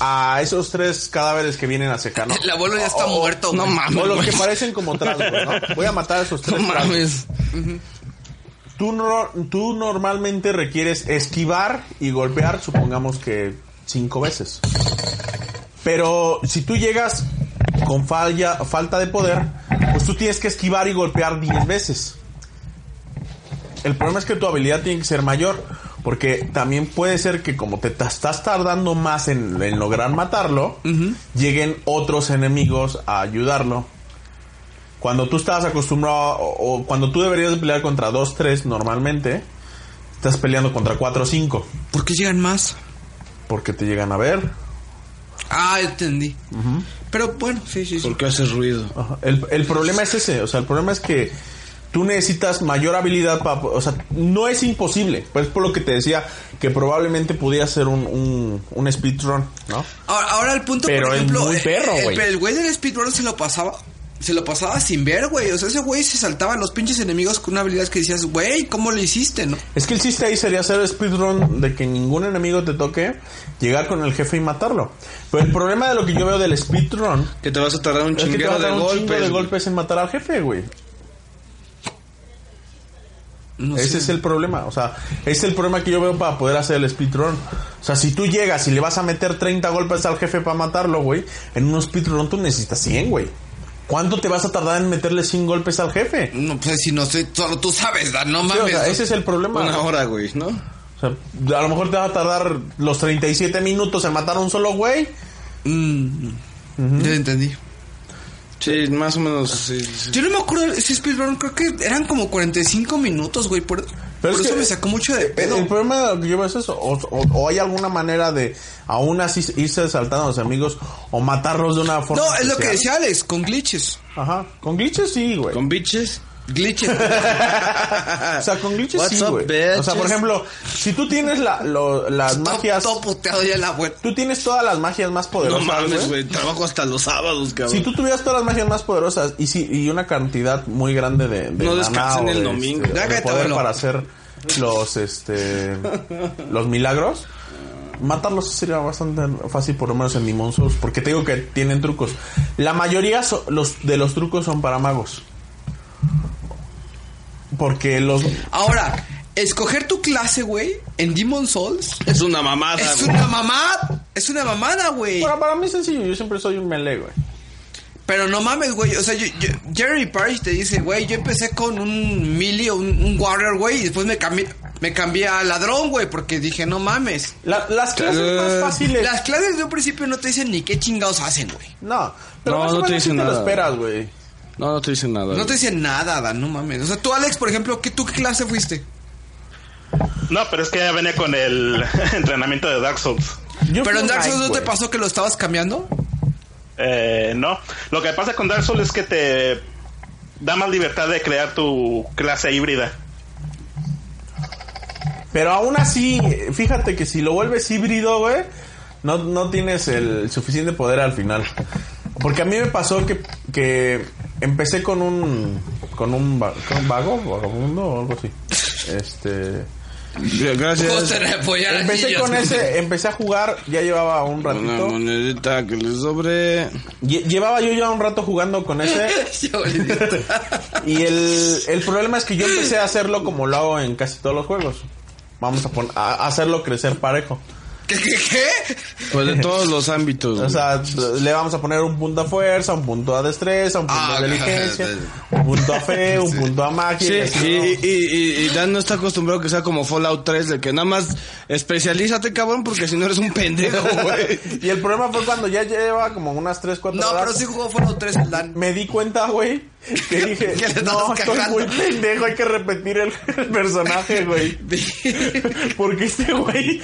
Speaker 8: a esos tres cadáveres que vienen a secar, ¿no?
Speaker 19: El abuelo ya está muerto,
Speaker 8: Oh, No
Speaker 19: güey.
Speaker 8: mames.
Speaker 19: <laughs>
Speaker 8: O los <laughs>
Speaker 19: güey.
Speaker 8: que parecen como trasgos, ¿no? Voy a matar a esos tres.
Speaker 19: No mames.
Speaker 8: trasgos. Tú, no- tú normalmente requieres esquivar y golpear, supongamos que cinco veces. Pero si tú llegas con falla, falta de poder, pues tú tienes que esquivar y golpear 10 veces. El problema es que tu habilidad tiene que ser mayor, porque también puede ser que como te ta- estás tardando más en, en lograr matarlo, lleguen otros enemigos a ayudarlo. Cuando tú estabas acostumbrado, o, o cuando tú deberías de pelear contra 2, 3 normalmente, estás peleando contra 4, 5.
Speaker 5: ¿Por qué llegan más?
Speaker 8: Porque te llegan a ver.
Speaker 5: Ah, entendí. Pero bueno, sí, sí, sí.
Speaker 8: Porque haces ruido. El, el problema es ese, o sea, el problema es que tú necesitas mayor habilidad para... O sea, no es imposible. Pues por lo que te decía, que probablemente pudiera ser un, un, un speedrun, ¿no?
Speaker 5: Ahora, ahora el punto,
Speaker 8: Pero
Speaker 5: por
Speaker 8: es
Speaker 5: ejemplo,
Speaker 8: muy
Speaker 5: eh,
Speaker 8: perro,
Speaker 5: eh,
Speaker 8: güey.
Speaker 5: pero el güey del speedrun se lo pasaba, se lo pasaba sin ver, güey. O sea, ese güey se saltaba a los pinches enemigos con una habilidad que decías, güey, ¿cómo lo hiciste, no?
Speaker 8: Es que el chiste ahí sería hacer speedrun de que ningún enemigo te toque, llegar con el jefe y matarlo. Pero el problema de lo que yo veo del speedrun...
Speaker 4: Que te vas a tardar un
Speaker 8: es que te
Speaker 4: chinguero
Speaker 8: va a
Speaker 4: de
Speaker 8: dar un chingo
Speaker 4: golpes.
Speaker 8: de golpes en matar al jefe, güey. Ese es el problema, o sea, ese es el problema que yo veo para poder hacer el speedrun. O sea, si tú llegas y le vas a meter 30 golpes al jefe para matarlo, güey, en un speedrun tú necesitas 100, güey. ¿Cuánto te vas a tardar en meterle 100 golpes al jefe?
Speaker 5: No, pues si no sé, solo tú sabes, Dan, no mames. ¿no?
Speaker 8: ese es el problema.
Speaker 5: Una
Speaker 8: hora, güey, ¿no? O sea, a lo mejor te va a tardar los 37 minutos en matar a un solo güey.
Speaker 5: Ya entendí.
Speaker 4: Sí, más o menos. sí, sí.
Speaker 5: Yo no me acuerdo ese speedrun, creo que eran como 45 minutos, güey. Por, por
Speaker 8: es
Speaker 5: eso
Speaker 8: que-
Speaker 5: me sacó mucho de
Speaker 8: El,
Speaker 5: pedo.
Speaker 8: el problema de lo que yo veo es eso. O, o- o hay alguna manera de aún así irse saltando a los amigos o matarlos de una forma.
Speaker 5: No, es lo que
Speaker 8: especial.
Speaker 5: decía Alex, con glitches.
Speaker 8: Ajá, con glitches sí, güey.
Speaker 4: ¿Con bitches?
Speaker 8: <laughs>
Speaker 5: Glitches.
Speaker 8: O sea, con glitches
Speaker 4: Ah, What's
Speaker 8: sí,
Speaker 4: up,
Speaker 8: güey. O sea, por
Speaker 4: bitches?
Speaker 8: ejemplo, si tú tienes la, lo- las magias.
Speaker 5: todo puteado ya la
Speaker 8: Tú tienes todas las magias más
Speaker 4: No
Speaker 8: poderosas.
Speaker 4: mames,
Speaker 8: güey.
Speaker 4: güey. Trabajo hasta los sábados, cabrón.
Speaker 8: Si tú tuvieras todas las magias más poderosas y si y una cantidad muy grande de, de
Speaker 4: No
Speaker 8: maná
Speaker 4: descansen
Speaker 8: o
Speaker 4: el
Speaker 8: de,
Speaker 4: domingo.
Speaker 8: este,
Speaker 4: Ya
Speaker 8: de
Speaker 4: cállate,
Speaker 8: poder
Speaker 4: abuelo.
Speaker 8: para hacer los este los milagros, matarlos sería bastante fácil por lo menos en Demon Souls, porque te digo que tienen trucos. La mayoría so- los de los trucos son para magos. Porque los
Speaker 5: Ahora, escoger tu clase, güey, en Demon Souls
Speaker 4: es una mamada,
Speaker 5: Es
Speaker 4: Ah, güey.
Speaker 5: una mamada, es una mamada, güey.
Speaker 8: Bueno, para mí es sencillo, yo siempre soy un melee, güey.
Speaker 5: Pero no mames, güey. O sea, yo- yo- Jeremy Parrish te dice, güey, yo empecé con un melee o un, un warrior, güey, y después me cambié, me cambié a ladrón, güey, porque dije, no mames.
Speaker 8: las clases
Speaker 4: Eh,
Speaker 8: más fáciles.
Speaker 5: Las clases de un principio no te dicen ni qué chingados hacen, güey.
Speaker 8: No,
Speaker 4: No, no te dicen nada.
Speaker 8: lo esperas, güey.
Speaker 4: No, no te dicen nada.
Speaker 5: No
Speaker 4: güey.
Speaker 5: te dicen nada, Dan, no mames. O sea, tú, Alex, por ejemplo, ¿qué, ¿tú qué clase fuiste?
Speaker 7: No, pero es que ya venía con el <laughs> entrenamiento de Dark Souls.
Speaker 5: Pero en Dark Souls no te
Speaker 7: güey.
Speaker 5: pasó que lo estabas cambiando.
Speaker 7: Eh, no, lo que pasa con Dark Souls es que te da más libertad de crear tu clase híbrida.
Speaker 8: Pero aún así, eh, fíjate que si lo vuelves híbrido, güey, no, no tienes el suficiente poder al final. Porque a mí me pasó que, que empecé con un con un, va- con un vago, vagabundo o algo así. Este
Speaker 4: Gracias.
Speaker 5: Póster de apoyar a
Speaker 8: empecé
Speaker 5: niños. <laughs>
Speaker 8: con ese, empecé a jugar, ya llevaba un
Speaker 4: Una
Speaker 8: ratito.
Speaker 4: monedita que le sobre.
Speaker 8: Lle- Llevaba yo ya un rato jugando
Speaker 5: <laughs>
Speaker 8: con ese.
Speaker 4: <laughs>
Speaker 8: y el, el problema es que yo empecé a hacerlo como lo hago en casi todos los juegos. Vamos a, pon- a- a hacerlo crecer parejo.
Speaker 5: ¿Qué, qué, qué?
Speaker 4: Pues <laughs> de todos los ámbitos.
Speaker 8: O sea, le vamos a poner un punto a fuerza, un punto a destreza, un punto
Speaker 5: Ah, <laughs>
Speaker 8: a inteligencia, un punto a fe, un punto a magia. y
Speaker 4: Sí,
Speaker 8: así,
Speaker 4: y,
Speaker 8: ¿no?
Speaker 4: y- y- y Dan no está acostumbrado que sea como Fallout 3, de que nada más especialízate, cabrón, porque si no eres un pendejo, güey.
Speaker 8: <laughs> y el problema fue cuando ya lleva como unas 3, 4
Speaker 5: No,
Speaker 8: horas.
Speaker 5: pero sí jugó Fallout 3 el Dan.
Speaker 8: Me di cuenta, güey,
Speaker 5: <laughs>
Speaker 8: que dije,
Speaker 5: que le
Speaker 8: no,
Speaker 5: estabas
Speaker 8: estoy
Speaker 5: cagando".
Speaker 8: muy pendejo, hay que repetir el, <laughs> el personaje, güey. <laughs> Porque este güey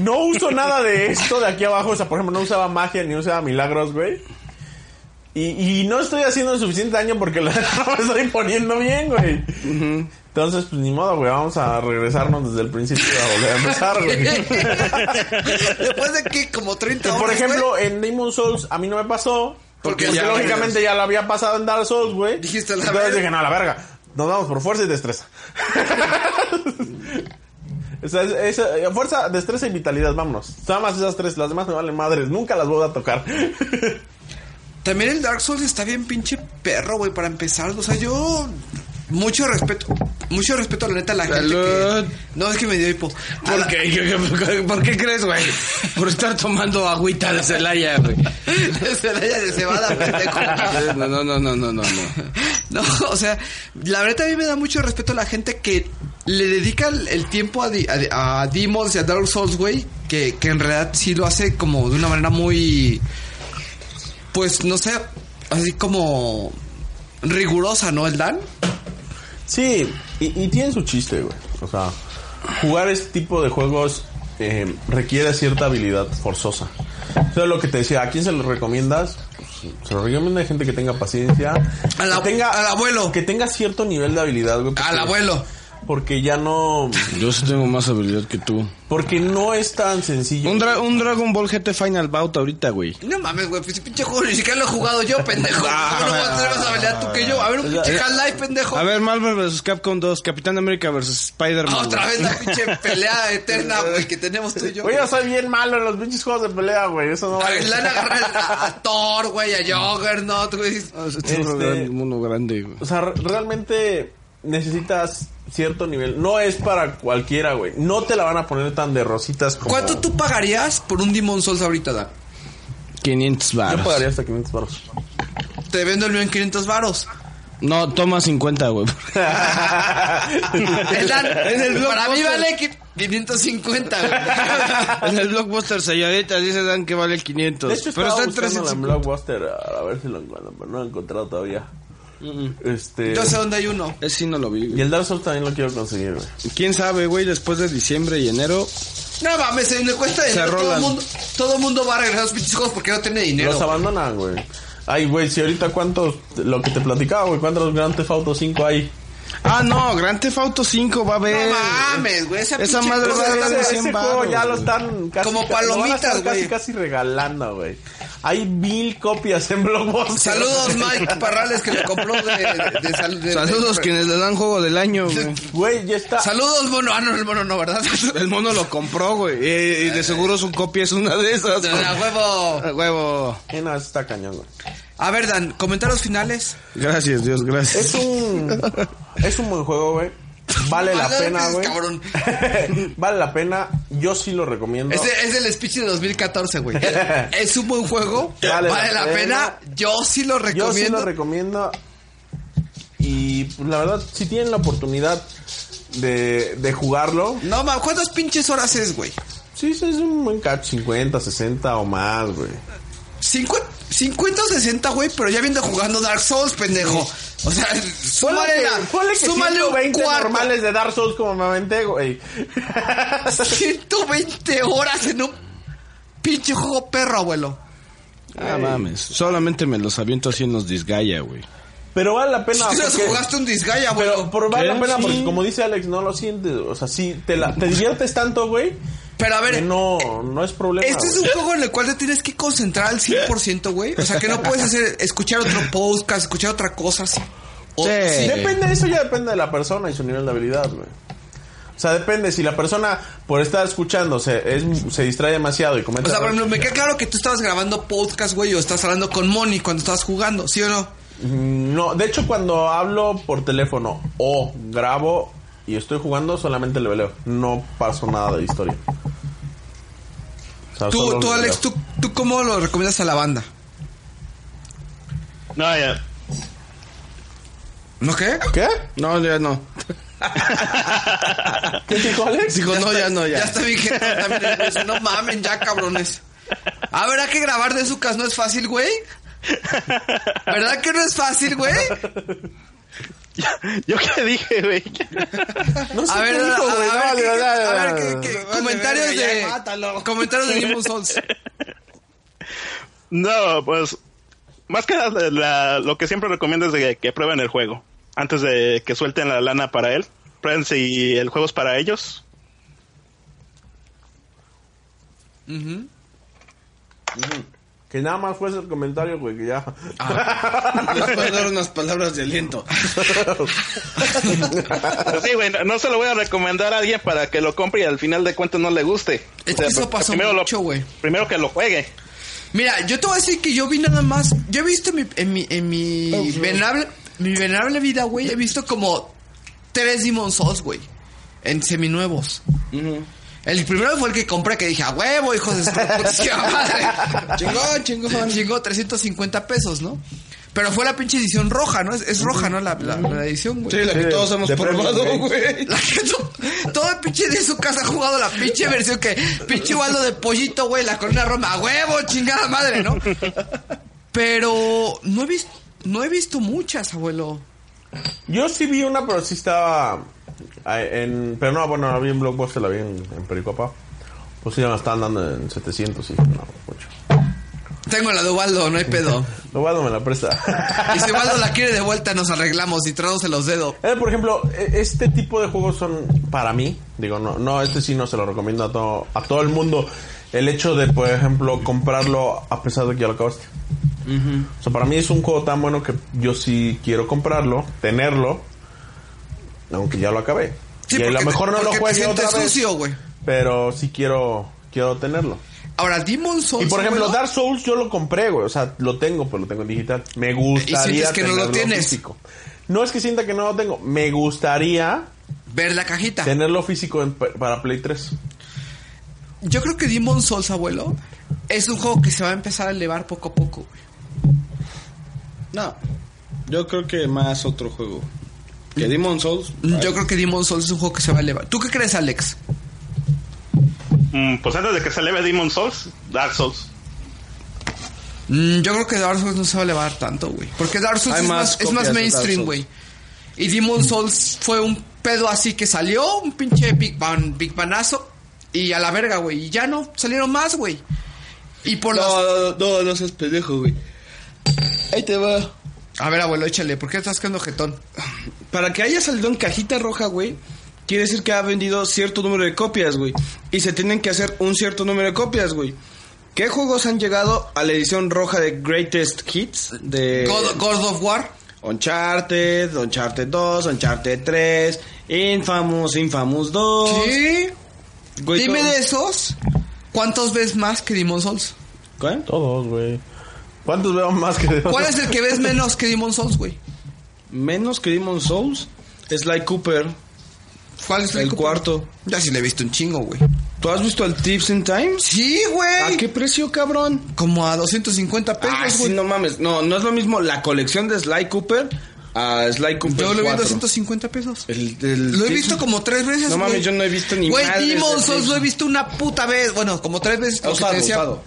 Speaker 8: no uso nada de esto de aquí abajo, o sea, por ejemplo, no usaba magia ni usaba milagros, güey. Y, y no estoy haciendo el suficiente daño porque la, <laughs> no me estoy poniendo bien, güey. Entonces, pues ni modo, güey, vamos a regresarnos desde el principio a volver a
Speaker 5: <laughs>
Speaker 8: empezar, güey.
Speaker 5: Después de que como 30
Speaker 8: Que,
Speaker 5: horas.
Speaker 8: por ejemplo, en Demon Souls a mí no me pasó.
Speaker 5: Porque
Speaker 8: Porque,
Speaker 5: ya-
Speaker 8: lógicamente ya lo había pasado en Dark Souls, güey.
Speaker 5: Dijiste, "A la
Speaker 8: Entonces
Speaker 5: verga".
Speaker 8: dije, no, a la verga. Nos vamos por fuerza
Speaker 5: <laughs>
Speaker 8: y destreza. O sea, es- es- fuerza, destreza y vitalidad, vámonos. Nada más esas tres, las demás me valen madres. Nunca las voy a tocar.
Speaker 5: También el Dark Souls está bien pinche perro, güey, para empezar. O sea, yo... Mucho respeto, mucho respeto, la neta, a la gente que... No, es que me dio hipo. A
Speaker 20: ¿Por
Speaker 5: la-
Speaker 20: qué? ¿Por qué- ¿Por qué crees, güey? Por estar tomando agüita de Celaya, güey.
Speaker 5: <laughs> Se la haya de cebada, pendejo.
Speaker 20: No, no, no, no, no, no. no.
Speaker 5: No, o sea, la verdad a mí me da mucho respeto a la gente que le dedica el, el tiempo a, di- a- a Demons y a Dark Souls, güey, que, que en realidad sí lo hace como de una manera muy, pues no sé, así como rigurosa, ¿no? El Dan.
Speaker 8: Sí, y, y tiene su chiste, güey. O sea, jugar este tipo de juegos eh, requiere cierta habilidad forzosa. Eso es lo que te decía. ¿A quién se lo recomiendas? Pues, Se lo recomienda a gente que tenga paciencia.
Speaker 5: Al
Speaker 8: que tenga,
Speaker 5: al abuelo.
Speaker 8: Que tenga cierto nivel de habilidad, güey. porque-
Speaker 5: Al abuelo.
Speaker 8: Porque ya no...
Speaker 4: Yo sí tengo más habilidad que tú.
Speaker 8: Porque no es tan sencillo.
Speaker 4: Un, dra- un Dragon Ball GT Final Bout ahorita, güey.
Speaker 5: No mames, güey, pues, pinche juego ni siquiera lo he jugado yo, pendejo. ¿Cómo no voy a tener más habilidad tú que yo? A ver, un pinche Half-Life, pendejo.
Speaker 4: A ver, Marvel vs. Capcom 2, Capitán América vs. Spider-Man.
Speaker 5: Otra
Speaker 4: güey.
Speaker 5: vez la pinche pelea eterna, güey, que tenemos tú y yo.
Speaker 8: Oye, yo soy bien malo en los pinches juegos de pelea, güey. Eso no vale.
Speaker 5: Le han agarrado a, a Thor, güey, a Juggernaut, güey.
Speaker 4: Este es un
Speaker 8: Este-
Speaker 4: mono grande, güey.
Speaker 8: O sea, re- realmente necesitas cierto nivel. No es para cualquiera, güey. No te la van a poner tan de rositas como...
Speaker 5: ¿Cuánto tú pagarías por un Demon Souls ahorita, Dan?
Speaker 4: 500
Speaker 8: Yo
Speaker 4: baros.
Speaker 8: pagaría hasta 500
Speaker 5: <laughs>
Speaker 8: baros.
Speaker 5: Te vendo el mío en 500
Speaker 4: <laughs>
Speaker 5: varos.
Speaker 4: No, toma 50, güey.
Speaker 5: El Dan,
Speaker 4: En el
Speaker 5: para mí
Speaker 4: blockbuster.
Speaker 5: vale que 550,
Speaker 4: <laughs> <laughs>
Speaker 5: güey.
Speaker 4: En el blockbuster señorita dice Dan que vale 500.
Speaker 8: De hecho,
Speaker 4: pero está
Speaker 8: estaba
Speaker 4: en
Speaker 8: buscando en
Speaker 4: 350.
Speaker 8: Blockbuster a a ver si lo encuentro, pero no lo he encontrado todavía. Este...
Speaker 5: Yo sé dónde hay uno.
Speaker 4: Ese sí no lo vi.
Speaker 8: Y
Speaker 4: güey.
Speaker 8: el Dark Souls también lo quiero conseguir, güey.
Speaker 4: ¿Quién sabe, güey? Después de diciembre y enero.
Speaker 5: No mames, se me cuesta dinero. Todo
Speaker 4: rolan.
Speaker 5: mundo, todo mundo va a regresar a los pinches juegos porque no tiene dinero.
Speaker 8: Los abandonan, güey. Ay, güey, si ahorita cuántos... Lo que te platicaba, güey. ¿Cuántos Grand Theft Auto 5 hay?
Speaker 4: Ah, no, Grand Theft Auto 5 va a haber.
Speaker 5: No mames, güey. Esa,
Speaker 4: Esa
Speaker 5: pinche
Speaker 4: madre
Speaker 5: cosa
Speaker 4: va a
Speaker 5: de-
Speaker 4: dar de
Speaker 8: Ese,
Speaker 4: 100
Speaker 8: ese juego
Speaker 4: varos,
Speaker 8: ya lo
Speaker 4: güey.
Speaker 8: están casi,
Speaker 5: Como
Speaker 8: lo van a
Speaker 5: palomitas,
Speaker 8: estar
Speaker 5: güey.
Speaker 8: Casi, casi regalando, güey. Hay mil copias en Blockbuster.
Speaker 5: Saludos, Mike Parrales, que lo compró de, de, de sal- de-
Speaker 4: Saludos
Speaker 5: de-
Speaker 4: quienes le dan juego del año, güey.
Speaker 8: Güey, ya está.
Speaker 5: Saludos, mono. Ah, no, el mono no,
Speaker 8: <laughs>
Speaker 5: ¿verdad?
Speaker 4: El mono lo compró, güey. Eh, Y de seguro su copia es una de esas. güey.
Speaker 5: A huevo.
Speaker 4: Ah, Huevo.
Speaker 8: Eh, no, eso está cañón, güey.
Speaker 5: A ver, Dan, comentarios finales.
Speaker 4: Gracias, Dios, gracias.
Speaker 8: Es un... es un buen juego, güey. Vale la
Speaker 5: Ah, no,
Speaker 8: pena,
Speaker 5: dices,
Speaker 8: güey.
Speaker 5: Cabrón.
Speaker 8: <laughs> vale la pena. Yo sí lo recomiendo.
Speaker 5: Ese es el speech de 2014, güey. Es un buen juego. Vale,
Speaker 8: Vale
Speaker 5: la
Speaker 8: la
Speaker 5: pena. Yo sí lo
Speaker 8: Yo sí
Speaker 5: recomiendo.
Speaker 8: lo recomiendo. Y pues, la verdad, si tienen la oportunidad de, de jugarlo,
Speaker 5: no, ma, ¿cuántas pinches horas es, güey?
Speaker 8: sí, sí, es un buen catch. 50, 60 o más, güey.
Speaker 5: Cincu- 50 o 60, güey, pero ya viendo jugando Dark Souls, pendejo. O sea, súmale,
Speaker 8: que-
Speaker 5: la-
Speaker 8: ponle que
Speaker 5: súmale un
Speaker 8: 120
Speaker 5: cuarto.
Speaker 8: normales de Dark Souls como me aventé, güey. <laughs>
Speaker 5: 120 horas en un pinche juego perro, abuelo.
Speaker 4: Ah, mames. Solamente me los aviento así en los disgaya, güey.
Speaker 8: Pero vale la
Speaker 5: <laughs>
Speaker 8: pena.
Speaker 5: Si tú
Speaker 8: porque-
Speaker 5: jugaste un disgaya, abuelo.
Speaker 8: pero,
Speaker 5: Pero,
Speaker 8: pero vale
Speaker 4: ¿Qué?
Speaker 8: la pena
Speaker 4: Sí.
Speaker 8: porque como dice Alex, no lo sientes. O sea, sí, te, la, te diviertes tanto, güey.
Speaker 5: a
Speaker 8: que
Speaker 5: ver,
Speaker 8: no, no es problema.
Speaker 5: Este es un
Speaker 8: güey.
Speaker 5: juego en el cual te tienes que concentrar al 100%, güey. O sea, que no puedes hacer, escuchar otro podcast, escuchar otra cosa. así. O-
Speaker 4: Sí.
Speaker 5: sí.
Speaker 8: Depende, eso ya depende de la persona y su nivel de habilidad, güey. O sea, depende. Si la persona, por estar escuchando, se, es- se distrae demasiado y comenta.
Speaker 5: O sea, por ejemplo, me queda claro que tú estabas grabando podcast, güey, o estás hablando con Moni cuando estabas jugando, ¿sí o no?
Speaker 8: No, de hecho, cuando hablo por teléfono o grabo y estoy jugando, solamente le veleo. No paso nada de historia. O sea,
Speaker 5: Tú,
Speaker 8: solo
Speaker 5: tú
Speaker 8: le
Speaker 5: Alex,
Speaker 8: veleo.
Speaker 5: ¿tú, ¿tú cómo lo recomiendas a la banda?
Speaker 7: No, ya. <laughs>
Speaker 5: ¿No qué?
Speaker 8: ¿Qué?
Speaker 4: No, ya no.
Speaker 8: ¿Qué dijo Alex?
Speaker 4: Dijo, no, ya no, ya.
Speaker 5: Ya está bien que no,
Speaker 4: <laughs>
Speaker 5: también le dice, no mamen ya, cabrones. Ah, ¿verdad que grabar de sucas no es fácil, güey? ¿Verdad que no es fácil, güey?
Speaker 7: ¿Yo qué dije, güey?
Speaker 8: No sé
Speaker 5: a
Speaker 8: qué
Speaker 5: ver,
Speaker 8: dijo,
Speaker 5: a,
Speaker 8: güey,
Speaker 5: a ver,
Speaker 8: no,
Speaker 5: ¿qué-
Speaker 8: no, no,
Speaker 5: a
Speaker 8: no,
Speaker 5: ver,
Speaker 8: no.
Speaker 5: ¿qué- qué- comentarios
Speaker 7: verga,
Speaker 5: de...
Speaker 7: ya,
Speaker 5: Comentarios
Speaker 8: <laughs>
Speaker 5: de Demon Souls.
Speaker 7: No, pues más que nada la- lo que siempre recomiendo es de que prueben el juego antes de que suelten la lana para él. Prueben si el juego es para ellos.
Speaker 8: Que nada más fuese el comentario, güey, que ya.
Speaker 4: Les puedo dar unas palabras de aliento.
Speaker 7: Sí, güey, no, no se lo voy a recomendar a alguien para que lo compre y al final de cuentas no le guste.
Speaker 5: Es
Speaker 7: O sea,
Speaker 5: que eso
Speaker 7: porque
Speaker 5: pasó
Speaker 7: primero lo-
Speaker 5: mucho, güey.
Speaker 7: primero que lo juegue.
Speaker 5: Mira, yo te voy a decir que yo vi nada más. Yo he visto en mi, en mi, en
Speaker 8: Oh,
Speaker 5: mi venerable, mi venerable vida, güey. He visto como tres Demon Souls, güey. En seminuevos. El primero fue el que compré, que dije, a huevo, hijos de su <laughs> putísima madre. chingón, chingón. Chingó 350 pesos, ¿no? Pero fue la pinche edición roja, ¿no? Es, es roja, ¿no? La, la- la edición, güey.
Speaker 4: Sí, la que todos hemos probado,
Speaker 5: güey. La que to- todo el pinche de su casa ha jugado la pinche versión que pinche Waldo de pollito, güey, la corona Roma, ¡A huevo, chingada madre, ¿no? Pero no he visto, no he visto muchas, abuelo.
Speaker 8: Yo sí vi una, pero sí estaba ah, en... Pero no, bueno, la vi en Blockbuster, la vi en, en Pericopa. Pues sí, ya me estaban dando en 700 y no, mucho.
Speaker 5: Tengo la de Waldo, no hay pedo.
Speaker 8: Lo bueno me la presta.
Speaker 5: <laughs> Y si Waldo la quiere de vuelta, nos arreglamos y traemos los dedos.
Speaker 8: Eh, por ejemplo, e- este tipo de juegos son para mí, digo, no, no, este sí no se lo recomiendo a todo, a todo el mundo. El hecho de, por ejemplo, comprarlo a pesar de que ya lo acabaste. O sea, para mí es un juego tan bueno que yo sí quiero comprarlo, tenerlo, aunque ya lo acabé.
Speaker 5: Sí,
Speaker 8: y a lo
Speaker 5: porque-
Speaker 8: mejor no lo
Speaker 5: porque te
Speaker 8: juegue
Speaker 5: sientes
Speaker 8: otra vez,
Speaker 5: sucio, güey.
Speaker 8: pero sí quiero, quiero tenerlo.
Speaker 5: Ahora, Demon Souls.
Speaker 8: Y por ejemplo,
Speaker 5: abuelo,
Speaker 8: Dark Souls yo lo compré, güey. O sea, lo tengo, pues lo tengo en digital. Me gustaría.
Speaker 5: sientes que no lo
Speaker 8: tenerlo
Speaker 5: tienes?
Speaker 8: físico. No es que sienta que no lo tengo. Me gustaría
Speaker 5: Ver la cajita.
Speaker 8: tenerlo físico en- para Play 3.
Speaker 5: Yo creo que Demon Souls, abuelo, es un juego que se va a empezar a elevar poco a poco. güey.
Speaker 4: No. Yo creo que más otro juego. Que Demon Souls.
Speaker 5: Mm, Yo creo que Demon Souls es un juego que se va a elevar. ¿Tú qué crees, Alex?
Speaker 7: Mm, pues antes de que se eleve Demon Souls, Dark Souls.
Speaker 5: Mm, yo creo que Dark Souls no se va a elevar tanto, güey. Porque Dark Souls
Speaker 4: Hay
Speaker 5: es
Speaker 4: más
Speaker 5: más, es más
Speaker 4: copias de Dark
Speaker 5: mainstream,
Speaker 4: Souls.
Speaker 5: güey. Y Demon Souls fue un pedo así que salió, un pinche Big Bang, Big Banazo. Y a la verga, güey. Y ya no salieron más, güey. Y por las-
Speaker 4: No, no, no, no seas pendejo, güey. Ahí te va.
Speaker 5: A ver, abuelo, échale, ¿por qué estás quedando jetón?
Speaker 4: Para que haya salido en cajita roja, güey, quiere decir que ha vendido cierto número de copias, güey. Y se tienen que hacer un cierto número de copias, güey. ¿Qué juegos han llegado a la edición roja de Greatest Hits? De
Speaker 5: God, God of War.
Speaker 4: Uncharted, Uncharted 2, Uncharted 3, Infamous, Infamous 2.
Speaker 5: Sí.
Speaker 4: Güey,
Speaker 5: Dime
Speaker 4: todo-
Speaker 5: de esos, ¿cuántos ves más que Demon Souls?
Speaker 4: ¿Cuál?
Speaker 8: Todos, güey. ¿Cuántos veo más que de
Speaker 5: ¿Cuál es el que ves menos que Demon Souls, güey?
Speaker 4: Menos que Demon Souls. Sly Cooper,
Speaker 5: ¿Cuál es el,
Speaker 4: el
Speaker 5: que-
Speaker 4: cuarto.
Speaker 5: Ya sí le he visto un chingo, güey.
Speaker 4: ¿Tú has visto el Tips in Time?
Speaker 5: Sí,
Speaker 4: ¿A
Speaker 5: güey.
Speaker 4: qué precio, cabrón?
Speaker 5: Como a 250 pesos,
Speaker 4: Ah, sí,
Speaker 5: güey.
Speaker 4: no mames. No, no es lo mismo la colección de Sly Cooper a Sly Cooper
Speaker 5: Yo lo vi en
Speaker 4: 4.
Speaker 5: 250 pesos.
Speaker 4: El- el-
Speaker 5: Lo he visto como tres veces,
Speaker 4: No
Speaker 5: güey.
Speaker 4: mames, yo no he visto ni
Speaker 5: Güey,
Speaker 4: madres
Speaker 5: Demon
Speaker 4: de
Speaker 5: Souls
Speaker 4: Tips.
Speaker 5: lo he visto una puta vez. Bueno, como tres veces. lo que
Speaker 4: Usado,
Speaker 5: te decía.
Speaker 4: usado.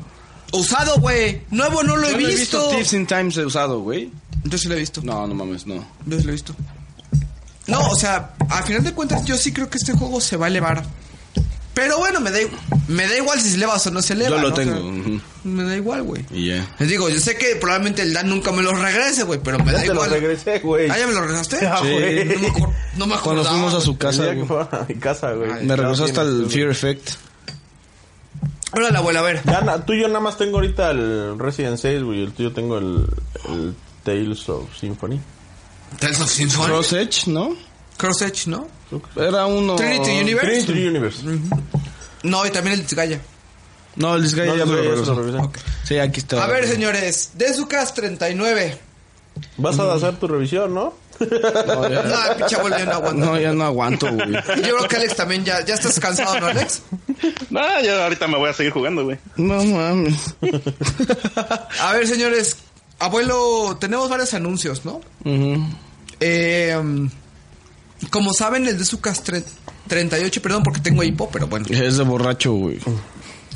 Speaker 5: Usado, güey. Nuevo no lo he
Speaker 4: Yo no
Speaker 5: visto.
Speaker 4: Tips in Times he usado, güey.
Speaker 5: Yo sí lo he visto.
Speaker 4: No, no mames, no.
Speaker 5: Yo sí lo he visto. No, o sea, al final de cuentas, yo sí creo que este juego se va a elevar. Pero bueno, me da, igu- me da igual si se eleva o no se eleva.
Speaker 4: yo
Speaker 5: ¿no?
Speaker 4: lo
Speaker 5: O sea,
Speaker 4: tengo. ujú.
Speaker 5: me da igual, güey.
Speaker 4: Y ya.
Speaker 5: Les digo, yo sé que probablemente el Dan nunca me los regrese, güey, pero me da
Speaker 8: Te lo
Speaker 5: igual.
Speaker 8: regresé, güey.
Speaker 5: Ah, ya me lo regresaste.
Speaker 8: Ah, güey.
Speaker 5: No me, acor- no me
Speaker 4: Cuando
Speaker 5: acordaba,
Speaker 4: fuimos a su
Speaker 5: güey.
Speaker 4: casa,
Speaker 8: El día que
Speaker 4: güey,
Speaker 8: fueron a mi casa, güey.
Speaker 5: Ah,
Speaker 4: me
Speaker 8: Ya
Speaker 4: regresó hasta
Speaker 8: tienes,
Speaker 4: el
Speaker 8: tú.
Speaker 4: Fear Effect.
Speaker 5: Hola, la abuela, a ver.
Speaker 8: Ya na- tú y yo nada más tengo ahorita el Resident 6, güey. El tuyo tengo el, el Tales of Symphony.
Speaker 5: Tales of Symphony.
Speaker 4: Cross Edge, ¿no?
Speaker 5: Cross Edge, ¿no?
Speaker 4: Era uno.
Speaker 5: Trinity Universe.
Speaker 8: Trinity Universe.
Speaker 5: No, y también el Disgaea.
Speaker 4: No, el Disgaea
Speaker 5: No,
Speaker 4: ya
Speaker 5: no,
Speaker 4: me
Speaker 5: no,
Speaker 4: lo regresó.
Speaker 5: no,
Speaker 4: Ok. Sí, aquí está.
Speaker 5: A ver, señores, de Sucas 39.
Speaker 8: Vas a hacer tu revisión, ¿no?
Speaker 5: No, Ah, pinche abuelo, ya no aguanto.
Speaker 4: <laughs> No, ya no aguanto, güey.
Speaker 5: <laughs> Y Yo creo que Alex también ya, ya estás cansado, ¿no, Alex?
Speaker 7: No, yo ahorita me voy a seguir jugando, güey.
Speaker 4: No mames.
Speaker 5: A ver, señores, abuelo, tenemos varios anuncios, ¿no? Eh, um, como saben, el de Sucas 38, perdón porque tengo hipo, pero bueno.
Speaker 4: Es de borracho, güey.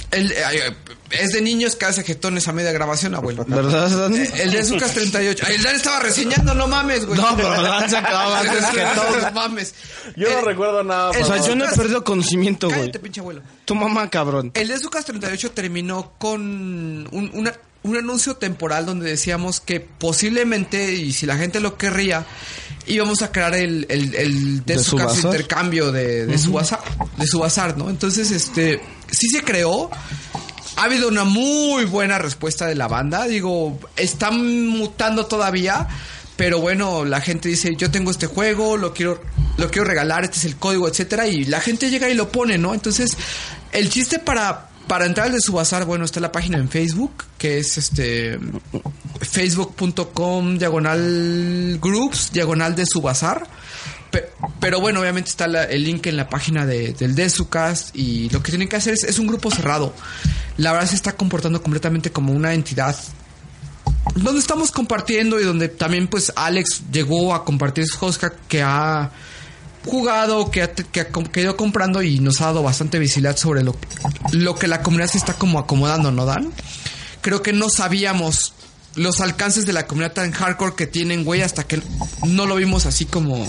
Speaker 5: El- eh, eh, es de niños que hace jetones a media grabación, abuelo.
Speaker 4: ¿Verdad, Dani?
Speaker 5: Eh, El de Zucas 38. Ay, El Dan estaba reseñando, no mames, güey.
Speaker 4: No, pero Dan se acababa
Speaker 5: <laughs> El de
Speaker 4: antes que
Speaker 5: Zucas,
Speaker 4: todo.
Speaker 5: No mames.
Speaker 8: Yo no recuerdo nada.
Speaker 4: O sea,
Speaker 5: el-
Speaker 4: yo no he
Speaker 5: el-
Speaker 4: perdido conocimiento, güey.
Speaker 5: Cállate, pinche abuelo.
Speaker 4: Tu mamá, cabrón.
Speaker 5: El de Zucas 38 terminó con un, una- un anuncio temporal donde decíamos que posiblemente, y si la gente lo querría, íbamos a crear el, el, el de
Speaker 4: ¿De su
Speaker 5: Zucas
Speaker 4: bazar?
Speaker 5: intercambio de, de, su
Speaker 4: Ujú.
Speaker 5: bazar, de su bazar, ¿no? Entonces, este, sí se creó. Ha habido una muy buena respuesta de la banda. Digo, están mutando todavía. Pero bueno, la gente dice, yo tengo este juego, lo quiero, lo quiero regalar, este es el código, etcétera, y la gente llega y lo pone, ¿no? Entonces, el chiste para, para entrar al de su bazar, bueno, está la página en Facebook, que es este facebook.com diagonal groups, diagonal de su bazar. Pe- Pero, bueno, obviamente está la- el link en la página de, del Desucast y lo que tienen que hacer es, es un grupo cerrado. La verdad se está comportando completamente como una entidad donde estamos compartiendo y donde también pues Alex llegó a compartir sus juegos que- que ha jugado, que ha, te- que ha com- que ha ido comprando y nos ha dado bastante visibilidad sobre lo, lo que la comunidad se está como acomodando, ¿no, Dan? Creo que no sabíamos los alcances de la comunidad tan hardcore que tienen, güey, hasta que no lo vimos así como...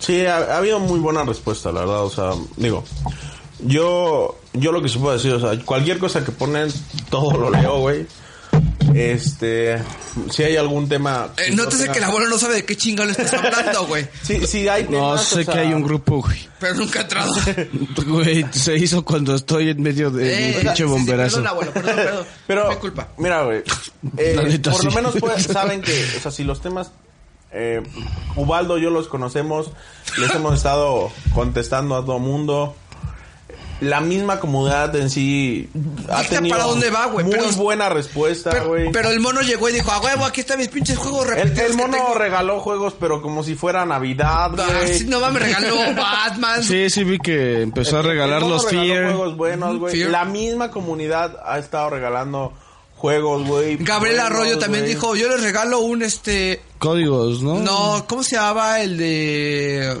Speaker 8: Sí, ha, ha habido muy buena respuesta, la verdad. O sea, digo, yo, yo lo que supo decir, o sea, cualquier cosa que ponen, todo lo leo, güey. Este, si hay algún tema.
Speaker 5: Eh, nótese que el abuelo no sabe de qué chingado le estás hablando, güey.
Speaker 8: Sí, sí, hay
Speaker 4: No,
Speaker 8: temas,
Speaker 4: sé
Speaker 8: o sea-
Speaker 4: que hay un grupo, güey.
Speaker 5: Pero nunca ha
Speaker 8: <laughs>
Speaker 5: entrado.
Speaker 4: Güey, se hizo cuando estoy en medio de
Speaker 8: Eh,
Speaker 4: un pinche
Speaker 8: sí, sí,
Speaker 4: bomberazo.
Speaker 8: perdón, abuelo, perdón, <laughs> perdón. Pero,
Speaker 5: <laughs>
Speaker 8: mira, güey. eh,
Speaker 4: La neta,
Speaker 8: por lo
Speaker 4: sí.
Speaker 8: menos
Speaker 4: <laughs>
Speaker 8: pues, saben que, o sea, si los temas. Eh, Ubaldo, yo los conocemos. Les hemos estado contestando a todo mundo. La misma comunidad en sí ha
Speaker 5: Dicta
Speaker 8: tenido
Speaker 5: para dónde va, güey,
Speaker 8: muy
Speaker 5: pero-
Speaker 8: buena respuesta, Ah, güey.
Speaker 5: Pero el mono llegó y dijo, a huevo, aquí están mis pinches juegos
Speaker 8: El,
Speaker 5: repetidos.
Speaker 8: el
Speaker 5: que
Speaker 8: mono
Speaker 5: tengo".
Speaker 8: regaló juegos, pero como si fuera Navidad,
Speaker 5: Ah,
Speaker 8: güey.
Speaker 5: sí, no mames, regaló
Speaker 8: <laughs>
Speaker 5: Batman.
Speaker 4: Sí, sí vi que empezó a
Speaker 8: El- el
Speaker 4: regalar
Speaker 8: mono
Speaker 4: los
Speaker 8: Eh, regaló
Speaker 4: Fear.
Speaker 8: juegos buenos, güey.
Speaker 5: Fear.
Speaker 8: La misma comunidad ha estado regalando juegos, güey.
Speaker 5: Gabriel
Speaker 8: buenos,
Speaker 5: Arroyo también
Speaker 8: güey. Oh.
Speaker 5: dijo, yo les regalo un este...
Speaker 4: Códigos, ¿no?
Speaker 5: No, ¿cómo se llamaba el de...?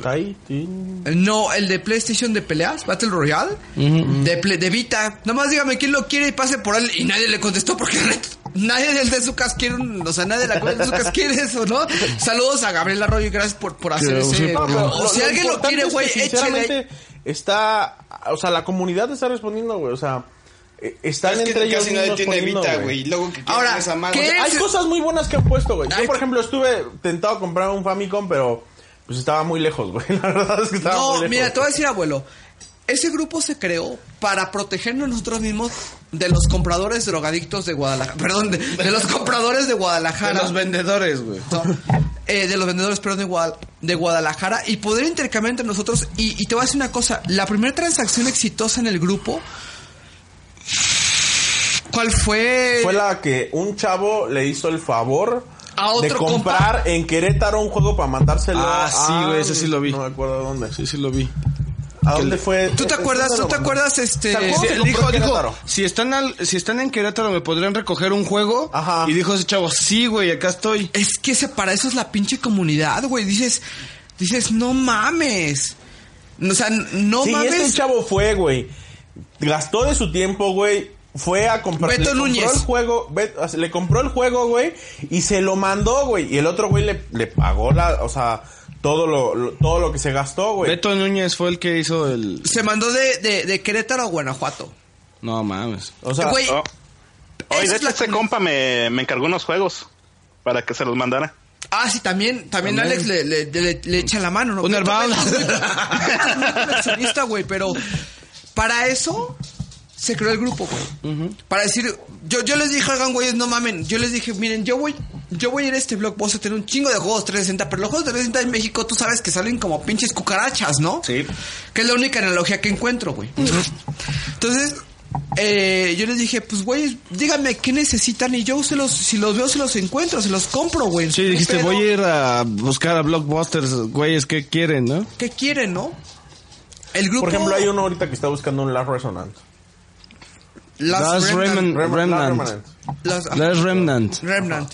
Speaker 5: No, el de PlayStation de peleas, Battle Royale.
Speaker 4: Ujú.
Speaker 5: De, ple- de Vita. Nomás dígame quién lo quiere y pase por él. Y nadie le contestó porque <laughs> nadie del de Zucas quiere un, O sea, nadie de la comunidad de Zucas quiere eso,
Speaker 8: <laughs>
Speaker 5: ¿no? Saludos a Gabriel Arroyo y gracias por, por hacer
Speaker 8: Sí,
Speaker 5: ese...
Speaker 8: sí, por lo-
Speaker 5: o si
Speaker 8: lo
Speaker 5: alguien lo
Speaker 8: importante
Speaker 5: quiere,
Speaker 8: es que
Speaker 5: güey, échale...
Speaker 8: Sinceramente, está. O sea, la comunidad está respondiendo, güey. O sea, eh, están
Speaker 21: Es que
Speaker 8: entre ellos.
Speaker 21: casi nadie
Speaker 8: mismos
Speaker 21: tiene
Speaker 8: poniendo,
Speaker 21: Vita, güey. Y luego que
Speaker 5: Ahora,
Speaker 21: quieres esa madre.
Speaker 5: ¿qué
Speaker 21: O sea,
Speaker 8: Hay
Speaker 5: es-
Speaker 8: cosas muy buenas que han puesto, güey.
Speaker 5: Ay,
Speaker 8: Yo, por ejemplo, estuve tentado a comprar un Famicom, pero pues estaba muy lejos, güey. <laughs> La verdad es que estaba muy
Speaker 5: No,
Speaker 8: lejos.
Speaker 5: mira, te voy a decir, abuelo. Ese grupo se creó para protegernos nosotros mismos de los compradores drogadictos de Guadalajara. Perdón, de, de los compradores de Guadalajara.
Speaker 4: De los vendedores, güey.
Speaker 5: eh, de los vendedores, perdón, de, Guadal- de Guadalajara y poder intercambiar entre nosotros. Y, y te voy a decir una cosa, la primera transacción exitosa en el grupo, ¿cuál fue?
Speaker 8: Fue la que un chavo le hizo el favor
Speaker 5: A otro
Speaker 8: de comprar en Querétaro un juego para mandárselo.
Speaker 4: Ah, sí,
Speaker 8: a-
Speaker 4: güey, ese sí lo vi.
Speaker 8: No me acuerdo dónde.
Speaker 4: Sí, sí lo vi.
Speaker 8: ¿A dónde fue?
Speaker 5: ¿Tú te acuerdas, tú te acuerdas, este...
Speaker 8: ¿Te acuerdas?
Speaker 4: Sí,
Speaker 8: se compró
Speaker 4: dijo,
Speaker 8: en
Speaker 4: dijo,
Speaker 8: Querétaro.
Speaker 4: si están al- si están en Querétaro me podrían recoger un juego. Y dijo ese chavo, sí, güey, acá estoy.
Speaker 5: Es que ese, para eso es la pinche comunidad, güey. Dices, dices, no mames. O sea, no
Speaker 8: sí, y
Speaker 5: mames.
Speaker 8: este chavo fue, güey. Gastó de su tiempo, güey. Fue a comprar.
Speaker 5: Beto
Speaker 8: le compró
Speaker 5: Núñez.
Speaker 8: el juego, Bet- le compró el juego, güey. Y se lo mandó, güey. Y el otro güey le, le pagó la, o sea, todo lo, lo- todo lo que se gastó, güey.
Speaker 4: Beto Núñez fue el que hizo el...
Speaker 5: Se mandó de, de, de Querétaro a Guanajuato.
Speaker 4: No mames.
Speaker 8: O
Speaker 5: sea, Güey,
Speaker 7: oh.
Speaker 5: esa
Speaker 7: Oye, de
Speaker 5: es
Speaker 7: hecho,
Speaker 5: la
Speaker 7: este compa me, me encargó unos juegos para que se los mandara.
Speaker 5: Ah, sí, también, también,
Speaker 7: También.
Speaker 5: Alex le, le- le- le echa la mano, ¿no?
Speaker 4: Un
Speaker 5: Que
Speaker 4: hermano.
Speaker 5: tú ves, Es muy coleccionista, güey, pero para eso se creó el grupo, güey. Para decir, yo, yo les dije, oigan, güeyes, no mamen. Yo les dije, miren, yo voy, yo voy a ir a este blog, vos a tener un chingo de juegos 360, pero los juegos de 360 en México tú sabes que salen como pinches cucarachas, ¿no? Sí. Que es la única analogía que encuentro, güey. Entonces, eh, yo les dije, pues, güey, díganme qué necesitan y yo se los, si los veo, se los encuentro, se los compro, güey.
Speaker 4: Sí, dijiste,
Speaker 5: Pero,
Speaker 4: voy a ir a buscar a Blockbusters, güeyes, ¿qué quieren, no?
Speaker 5: ¿Qué quieren, no? El grupo...
Speaker 8: Por ejemplo, hay uno ahorita que está buscando un Last Resonance.
Speaker 4: Last Remnant.
Speaker 8: Remen-
Speaker 4: Mm, Remnant.
Speaker 8: Last Remnant.
Speaker 5: Las-
Speaker 4: Last Remnant.
Speaker 5: Remnant.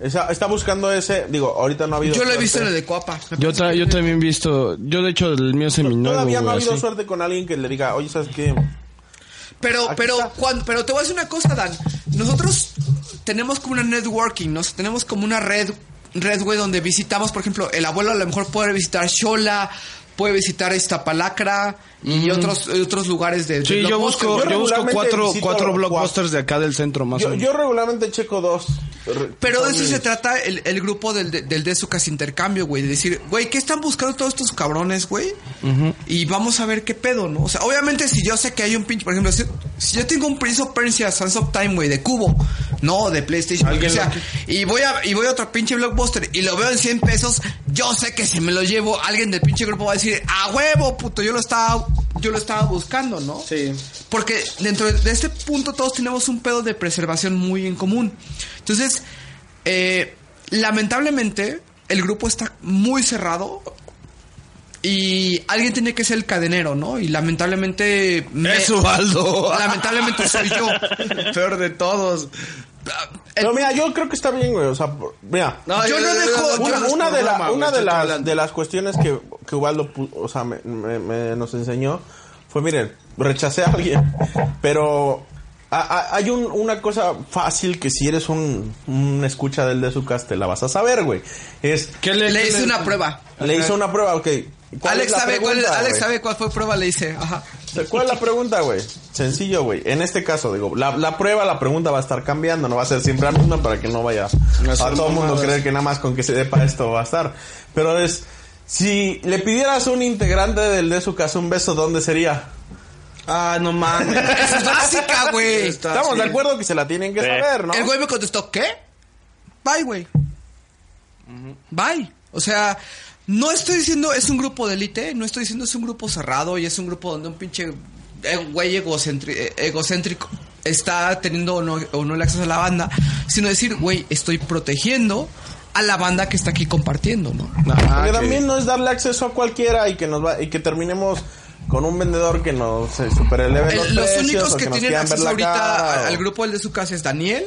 Speaker 8: Esa- está buscando ese, digo, ahorita no ha habido
Speaker 5: Yo lo he visto en
Speaker 8: suerte.
Speaker 5: el de Coapa.
Speaker 4: Yo, ta- yo también he visto, yo de hecho el mío seminuevo,
Speaker 8: Todavía no ha
Speaker 4: güey,
Speaker 8: habido
Speaker 4: así.
Speaker 8: suerte con alguien que le diga, oye, ¿sabes qué?
Speaker 5: Pero, pero, cuando, pero te voy a decir una cosa, Dan. Nosotros tenemos como una networking, ¿no? O sea, tenemos como una red, red, güey, donde visitamos, por ejemplo, el abuelo a lo mejor puede visitar Shola, puede visitar Estapalacra y otros, otros lugares de... de
Speaker 4: Sí, yo
Speaker 5: Blockbuster,
Speaker 4: busco,
Speaker 5: güey.
Speaker 4: yo busco cuatro, cuatro
Speaker 5: Blockbuster.
Speaker 4: blockbusters de acá del centro más o
Speaker 8: Yo,
Speaker 4: menos.
Speaker 8: yo regularmente checo dos.
Speaker 5: Pero de eso se trata el, el grupo del, de- del de Sucas Intercambio, güey. De decir, güey, ¿qué están buscando todos estos cabrones, güey? Y vamos a ver qué pedo, ¿no? O sea, obviamente si yo sé que hay un pinche, por ejemplo, si, si yo tengo un Prince of Persia Sons of Time, güey, de cubo, no, de PlayStation, lo que sea, y voy a, y voy a otro pinche blockbuster y lo veo en 100 pesos, yo sé que si me lo llevo, alguien del pinche grupo va a decir, a huevo, puto, yo lo estaba, yo lo estaba buscando, ¿no? Sí. Porque dentro de este punto todos tenemos un pedo de preservación muy en común. Entonces, eh, lamentablemente, el grupo está muy cerrado y alguien tiene que ser el cadenero, ¿no? Y lamentablemente... me-
Speaker 4: Es Ubaldo.
Speaker 5: Lamentablemente soy yo.
Speaker 4: <laughs>
Speaker 5: Eh,
Speaker 4: Peor de todos.
Speaker 8: No, mira, yo creo que está bien, güey. O sea, por- mira.
Speaker 4: No,
Speaker 5: yo no dejo-
Speaker 8: Una,
Speaker 5: yo no
Speaker 8: una
Speaker 5: dejo
Speaker 8: de, la-
Speaker 5: broma, güey,
Speaker 8: una de
Speaker 5: estoy
Speaker 8: las,
Speaker 5: hablando.
Speaker 8: de las cuestiones que, que Ubaldo pu- o sea, me- me- me nos enseñó fue, miren, rechacé a alguien. Pero a- a- hay un- una cosa fácil que si eres un, un escucha del de su cast, te la vas a saber, güey. Es,
Speaker 5: le, hice una prueba.
Speaker 8: Le hizo una prueba, ok. ¿Cuál
Speaker 5: Alex,
Speaker 8: es la
Speaker 5: sabe, cuál,
Speaker 8: pregunta,
Speaker 5: Alex
Speaker 8: güey?
Speaker 5: sabe cuál fue prueba, le hice. Ajá.
Speaker 8: ¿Cuál es la pregunta, güey? Sencillo, güey. En este caso, digo, la, la prueba, la pregunta va a estar cambiando, no va a ser siempre la misma para que no vaya
Speaker 4: hacer
Speaker 8: a todo el mundo
Speaker 4: mamadas.
Speaker 8: creer que nada más con que se sepa esto va a estar. Pero es, si le pidieras a un integrante del de su casa un beso, ¿dónde sería?
Speaker 4: Ah, no mames.
Speaker 5: Esa es básica, güey.
Speaker 8: Estamos de acuerdo que se la tienen que saber, ¿no?
Speaker 5: El güey me contestó, ¿qué? Bye, güey. Bye. O sea, no estoy diciendo es un grupo de élite, no estoy diciendo es un grupo cerrado y es un grupo donde un pinche eh, güey egocentri- eh, egocéntrico está teniendo o no, o no el acceso a la banda, sino decir, güey, estoy protegiendo a la banda que está aquí compartiendo, ¿no?
Speaker 8: Porque
Speaker 5: "Ah,
Speaker 8: también no es darle acceso a cualquiera y que nos va, y que terminemos con un vendedor que nos eh, se supereleve
Speaker 5: El-
Speaker 8: los,
Speaker 5: Eh, los
Speaker 8: precios
Speaker 5: únicos
Speaker 8: o
Speaker 5: que,
Speaker 8: nos
Speaker 5: tienen
Speaker 8: quieran ver
Speaker 5: acceso
Speaker 8: la
Speaker 5: ahorita
Speaker 8: cara,
Speaker 5: al,
Speaker 8: o-
Speaker 5: al grupo del de su casa es Daniel.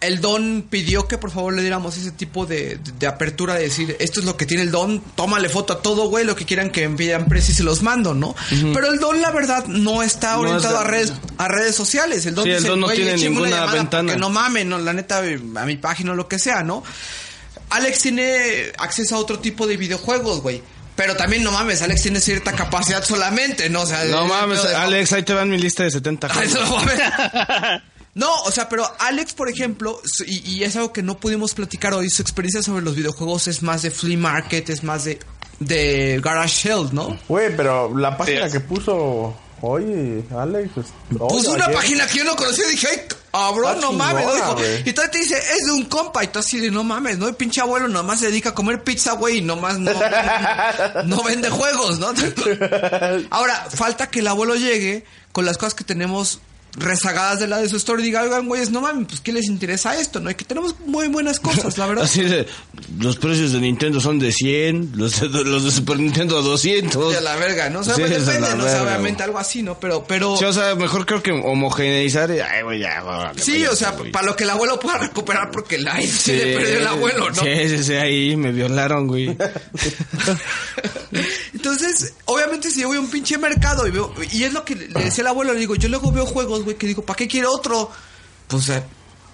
Speaker 5: El don pidió que por favor le diéramos ese tipo de, de- de apertura de decir, esto es lo que tiene el don, tómale foto a todo, güey, lo que quieran que envíen precio y se los mando, ¿no? Pero el don, la verdad, no está
Speaker 4: No
Speaker 5: orientado
Speaker 4: es
Speaker 5: a
Speaker 4: de-
Speaker 5: redes a redes sociales. El don,
Speaker 4: Sí, el
Speaker 5: dice,
Speaker 4: don no
Speaker 5: "Güey,
Speaker 4: tiene
Speaker 5: écheme una
Speaker 4: ninguna
Speaker 5: llamada
Speaker 4: ventana.
Speaker 5: porque no mames, no, la neta, a mi página o lo que sea, ¿no? Alex tiene acceso a otro tipo de videojuegos, güey. Pero también, no mames, Alex tiene cierta capacidad solamente, ¿no? O sea,
Speaker 4: No
Speaker 5: el-
Speaker 4: mames,
Speaker 5: el- el- <laughs>
Speaker 4: Alex, ahí te van mi lista de 70 juegos.
Speaker 5: Eso no
Speaker 4: <laughs>
Speaker 5: mames. No, o sea, pero Alex, por ejemplo, su- y, y es algo que no pudimos platicar hoy, su experiencia sobre los videojuegos es más de flea market, es más de, de garage sales, ¿no?
Speaker 8: Güey, pero la página que puso hoy, Alex. pues, hoy,
Speaker 5: Puso una
Speaker 8: ayer.
Speaker 5: página que yo no conocía y dije, ay, cabrón,
Speaker 8: Está
Speaker 5: no mames, ¿no?
Speaker 8: chingona,
Speaker 5: Dijo,
Speaker 8: güey.
Speaker 5: y todavía te dice, es de un compa, y tú así de, no mames, ¿no? El pinche abuelo nomás se dedica a comer pizza, güey, y nomás no, <laughs> no vende juegos, ¿no? Ahora, falta que el abuelo llegue con las cosas que tenemos rezagadas de la de su story y diga, oigan, güeyes, no mames, pues ¿qué les interesa esto, no? Y que tenemos muy buenas cosas,
Speaker 4: <laughs>
Speaker 5: la verdad.
Speaker 4: Así de, los precios de Nintendo son de 100, los de, los de Super Nintendo a 200.
Speaker 5: Y a la verga, ¿no? O sea,
Speaker 4: Sí,
Speaker 5: pues,
Speaker 4: es a la
Speaker 5: depende, ¿no? O sea,
Speaker 4: verga,
Speaker 5: obviamente algo así, ¿no? Pero, pero...
Speaker 4: güey. Sí, o sea, mejor creo que homogeneizar. y- Ay, güey, ya, órale,
Speaker 5: Sí,
Speaker 4: vaya,
Speaker 5: o sea,
Speaker 4: güey.
Speaker 5: para lo que el abuelo pueda recuperar, porque la se le perdió el abuelo, ¿no?
Speaker 4: Sí, sí, sí, ahí me violaron,
Speaker 5: <laughs>
Speaker 4: güey.
Speaker 5: Entonces, obviamente, si yo voy a un pinche mercado y veo, y es lo que le decía el abuelo, le digo, yo luego veo juegos, güey, que digo, ¿para qué quiero otro? Pues, eh,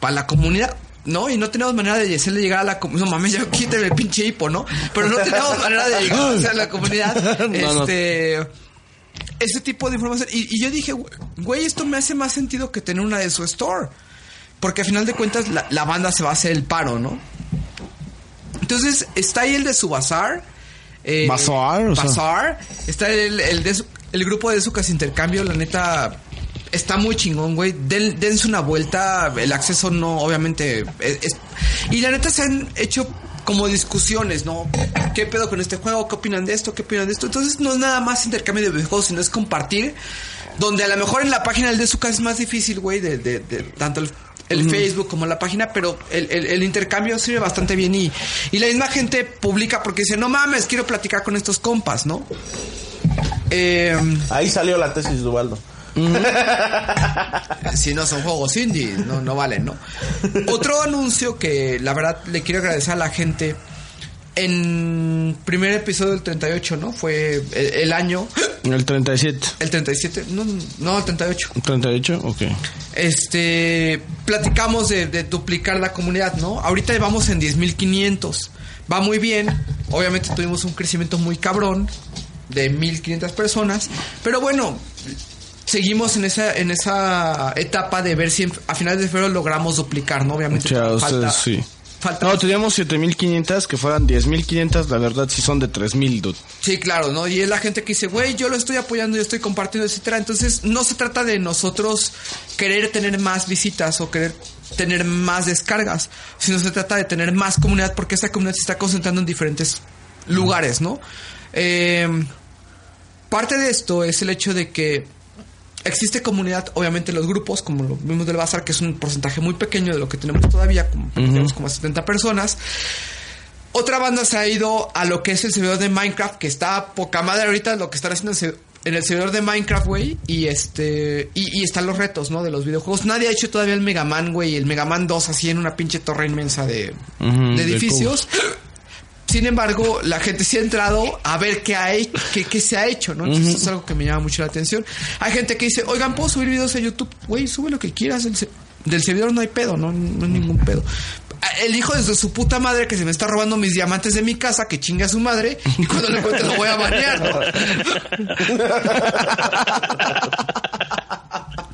Speaker 5: para la comunidad, ¿no? Y no tenemos manera de hacerle llegar a la comunidad. No mames, ya quítame el pinche hipo, ¿no? Pero
Speaker 4: <laughs>
Speaker 5: no tenemos manera de llegar o sea, a la comunidad.
Speaker 4: No, no.
Speaker 5: este. Ese tipo de información. Y, y yo dije, güey, esto me hace más sentido que tener una de su store. Porque al final de cuentas, la, la banda se va a hacer el paro, ¿no? Entonces, está ahí el de su bazar. eh,
Speaker 4: Bazar, o sea.
Speaker 5: bazar. Está el, el de su- el grupo de Sucas Intercambio, la neta. está muy chingón, güey. Den- dense una vuelta. El acceso no, obviamente. es- es- Y la neta se han hecho como discusiones, ¿no? ¿Qué pedo con este juego? ¿Qué opinan de esto? ¿Qué opinan de esto? Entonces no es nada más intercambio de videojuegos, sino es compartir. Donde a lo mejor en la página del Desuca es más difícil, güey, de, de- de- tanto el, el
Speaker 22: Ujú.
Speaker 5: Facebook como la página, pero el, el- el intercambio sirve bastante bien y, y la misma gente publica porque dice, no mames, quiero platicar con estos compas, ¿no? Em,
Speaker 8: Ahí salió la tesis de Ubaldo.
Speaker 5: si no son juegos indie, no, no valen, ¿no? Otro anuncio que la verdad le quiero agradecer a la gente. En primer episodio del 38, ¿no? Fue el, el año. <gasps>
Speaker 4: El 37.
Speaker 5: El 37, no, no, el 38.
Speaker 4: ¿38? Ok.
Speaker 5: Este, platicamos de, de duplicar la comunidad, ¿no? Ahorita vamos en 10.500. Va muy bien. Obviamente tuvimos un crecimiento muy cabrón de 1.500 personas. Pero bueno, seguimos en esa, en esa etapa de ver si en- a finales de febrero logramos duplicar, ¿no? Obviamente.
Speaker 4: Ya,
Speaker 5: falta-
Speaker 4: ustedes sí. No, teníamos 7.500, que fueran 10.500, la verdad sí son de 3.000, dude.
Speaker 5: Sí, claro, ¿no? Y es la gente que dice, güey, yo lo estoy apoyando, yo estoy compartiendo, etcétera. Entonces, no se trata de nosotros querer tener más visitas o querer tener más descargas, sino se trata de tener más comunidad porque esta comunidad se está concentrando en diferentes lugares, ¿no? Eh, parte de esto es el hecho de que existe comunidad, obviamente los grupos, como lo vimos del Bazar, que es un porcentaje muy pequeño de lo que tenemos todavía, como, tenemos como 70 personas. Otra banda se ha ido a lo que es el servidor de Minecraft, que está a poca madre ahorita lo que están haciendo en se- en el servidor de Minecraft, güey. Y este. Y, y están los retos, ¿no? De los videojuegos. Nadie ha hecho todavía el Mega Man, güey. El Mega Man 2 así en una pinche torre inmensa de, de edificios. Sin embargo, la gente sí ha entrado a ver qué hay, qué, qué se ha hecho, ¿no? Entonces, eso es algo que me llama mucho la atención. Hay gente que dice, oigan, ¿puedo subir videos a YouTube? Güey, sube lo que quieras. Del, se- del servidor no hay pedo, no, no hay ningún pedo. Ah, El hijo de su puta madre que se me está robando mis diamantes de mi casa, que chinga a su madre, y cuando lo encuentre lo voy a banear.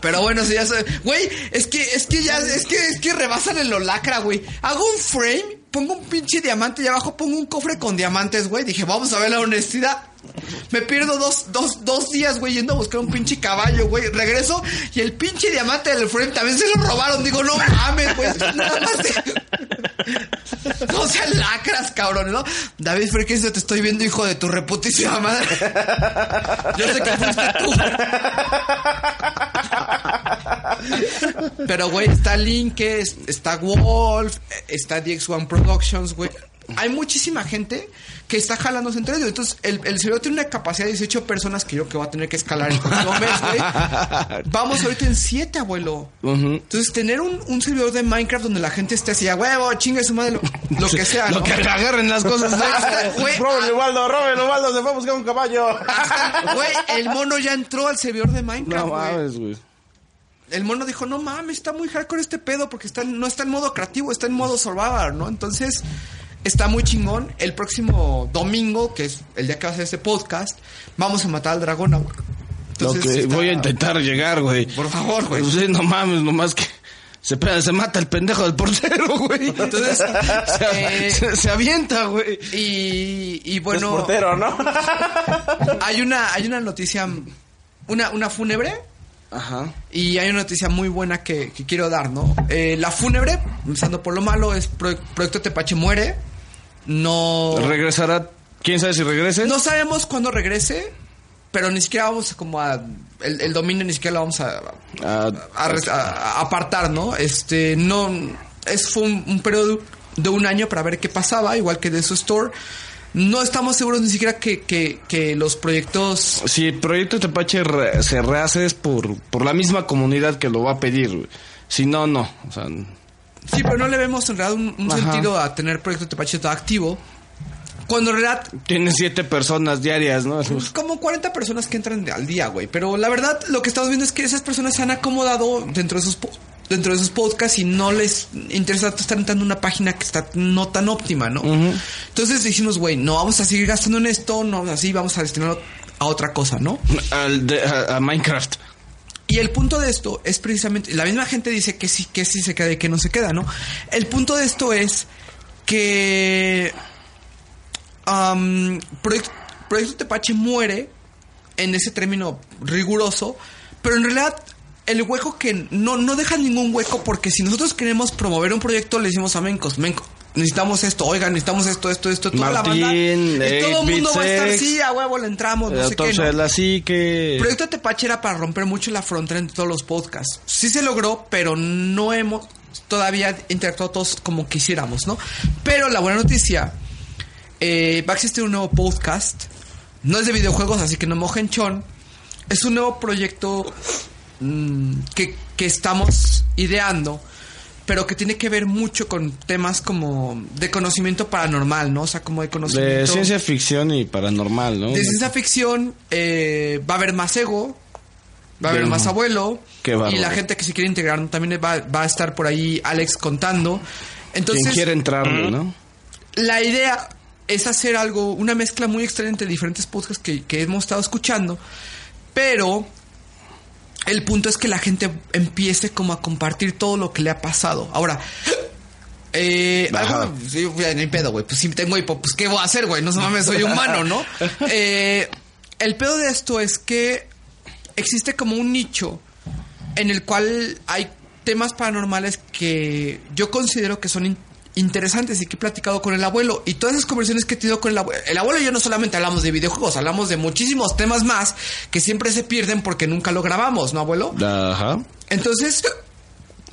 Speaker 5: Pero bueno, si ya se... Güey, es que, es que ya, es que, es que rebasan el lacra, güey. Hago un frame, pongo un pinche diamante y abajo pongo un cofre con diamantes, güey. Dije, vamos a ver la honestidad. Me pierdo dos, dos, dos días, güey, yendo a buscar un pinche caballo, güey. Regreso y el pinche diamante del frame también se lo robaron. Digo, no mames, güey. Nada más de- <laughs> No sean lacras, cabrón, ¿no? David Frequencio, te estoy viendo, hijo de tu reputísima madre. Yo sé que fuiste tú. Pero, güey, está Linke, es- está Wolf, eh, está DX1 Productions, güey. Hay muchísima gente que está jalándose entre ellos. Entonces, el, el servidor tiene una capacidad de 18 personas que yo creo que voy a tener que escalar el próximo mes, güey. Vamos ahorita en 7, abuelo. Entonces, tener un, un servidor de Minecraft donde la gente esté así, a huevo, chingue su madre, lo, lo que sea.
Speaker 4: Lo
Speaker 5: ¿no?
Speaker 4: que agarren las cosas, güey.
Speaker 5: Hasta, güey, ah.
Speaker 8: Robert Ubaldo, Robert Ubaldo, se fue a buscar un caballo.
Speaker 5: Güey, el mono ya entró al servidor de Minecraft,
Speaker 4: No
Speaker 5: güey.
Speaker 4: mames, güey.
Speaker 5: el mono dijo, no mames, está muy hardcore este pedo porque está, en- no está en modo creativo, está en modo survival, ¿no? Entonces, está muy chingón. El próximo domingo, que es el día que va a ser este podcast, vamos a matar al dragón. ahora. Entonces,
Speaker 4: Lo que
Speaker 5: está-
Speaker 4: voy a intentar llegar, güey.
Speaker 5: Por favor, güey.
Speaker 4: Pues, sí, no mames, nomás que se, pe- se mata el pendejo del portero, güey. <laughs>
Speaker 5: Entonces,
Speaker 4: se,
Speaker 5: eh,
Speaker 4: <laughs> se- se avienta, güey.
Speaker 5: Y, y bueno...
Speaker 8: <laughs> Es portero, ¿no?
Speaker 5: hay, una, hay una noticia, una, una fúnebre.
Speaker 4: Ajá.
Speaker 5: Y hay una noticia muy buena que, que quiero dar, ¿no? Eh, la fúnebre, empezando por lo malo, es Pro- Proyecto Tepache muere. No...
Speaker 4: Regresará, quién sabe si regrese.
Speaker 5: No sabemos cuándo regrese, pero ni siquiera vamos como a... El, el dominio ni siquiera lo vamos a,
Speaker 4: Ah,
Speaker 5: a res- a- a apartar, ¿no? Este, no... Es, fue un, un periodo de un año para ver qué pasaba, igual que de su store. No estamos seguros ni siquiera que, que, que los proyectos...
Speaker 4: si el proyecto Tepache re- se rehace es por, por la misma comunidad que lo va a pedir, güey. Si no, no. O sea,
Speaker 5: Sí, pero no le vemos en realidad un, un sentido a tener Proyecto Tepache todo activo. Cuando en realidad
Speaker 4: tiene siete personas diarias, ¿no?
Speaker 5: como 40 personas que entran al día, güey. Pero la verdad, lo que estamos viendo es que esas personas se han acomodado dentro de sus po- dentro de sus podcasts y no les interesa tanto estar entrando en una página que está no tan óptima, ¿no? Entonces dijimos, güey, no vamos a seguir gastando en esto, no, así vamos a destinarlo a otra cosa, ¿no?
Speaker 4: Al de- a, a Minecraft.
Speaker 5: Y el punto de esto es precisamente, la misma gente dice que sí, que sí se queda y que no se queda, ¿no? El punto de esto es que am, Proyecto, Proyecto Tepache muere en ese término riguroso, pero en realidad el hueco que no, no deja ningún hueco porque si nosotros queremos promover un proyecto le decimos a Mencos, Menco, necesitamos esto, oigan, necesitamos esto, esto, esto, toda la banda.
Speaker 4: Martín,
Speaker 5: y todo el
Speaker 4: 8-bit
Speaker 5: mundo va a estar,
Speaker 4: sex,
Speaker 5: sí, a huevo, le entramos, no
Speaker 4: la
Speaker 5: sé qué.
Speaker 4: autopsia
Speaker 5: ¿no?
Speaker 4: de la psique.
Speaker 5: Proyecto Tepache era para romper mucho la frontera entre todos los podcasts. Sí se logró, pero no hemos todavía interactuado todos como quisiéramos, ¿no? Pero la buena noticia, eh, va a existir un nuevo podcast. No es de videojuegos, así que no mojen chon. Es un nuevo proyecto mm, que, que estamos ideando, pero que tiene que ver mucho con temas como de conocimiento paranormal, ¿no? O sea, como de conocimiento
Speaker 4: De ciencia ficción y paranormal, ¿no?
Speaker 5: de ciencia ficción eh, va a haber más ego, va a haber
Speaker 4: Bien.
Speaker 5: más abuelo.
Speaker 4: Qué bárbaro.
Speaker 5: y la gente que se quiere integrar ¿no? también va, va a estar por ahí Alex contando. Entonces,
Speaker 4: Quien quiere entrarle, ¿no?
Speaker 5: la idea es hacer algo, una mezcla muy extraña entre diferentes podcasts que, que hemos estado escuchando, pero el punto es que la gente empiece como a compartir todo lo que le ha pasado. Ahora, eh, algo, sí, ya, ni pedo, güey, pues si tengo hipo, pues qué voy a hacer, güey, no se mames, soy humano, ¿no? Eh, el pedo de esto es que existe como un nicho en el cual hay temas paranormales que yo considero que son in- interesantes y que he platicado con el abuelo. Y todas esas conversaciones que he tenido con el abuelo. El abuelo y yo no solamente hablamos de videojuegos, hablamos de muchísimos temas más que siempre se pierden porque nunca lo grabamos, ¿no, abuelo?
Speaker 4: Ajá.
Speaker 5: Entonces,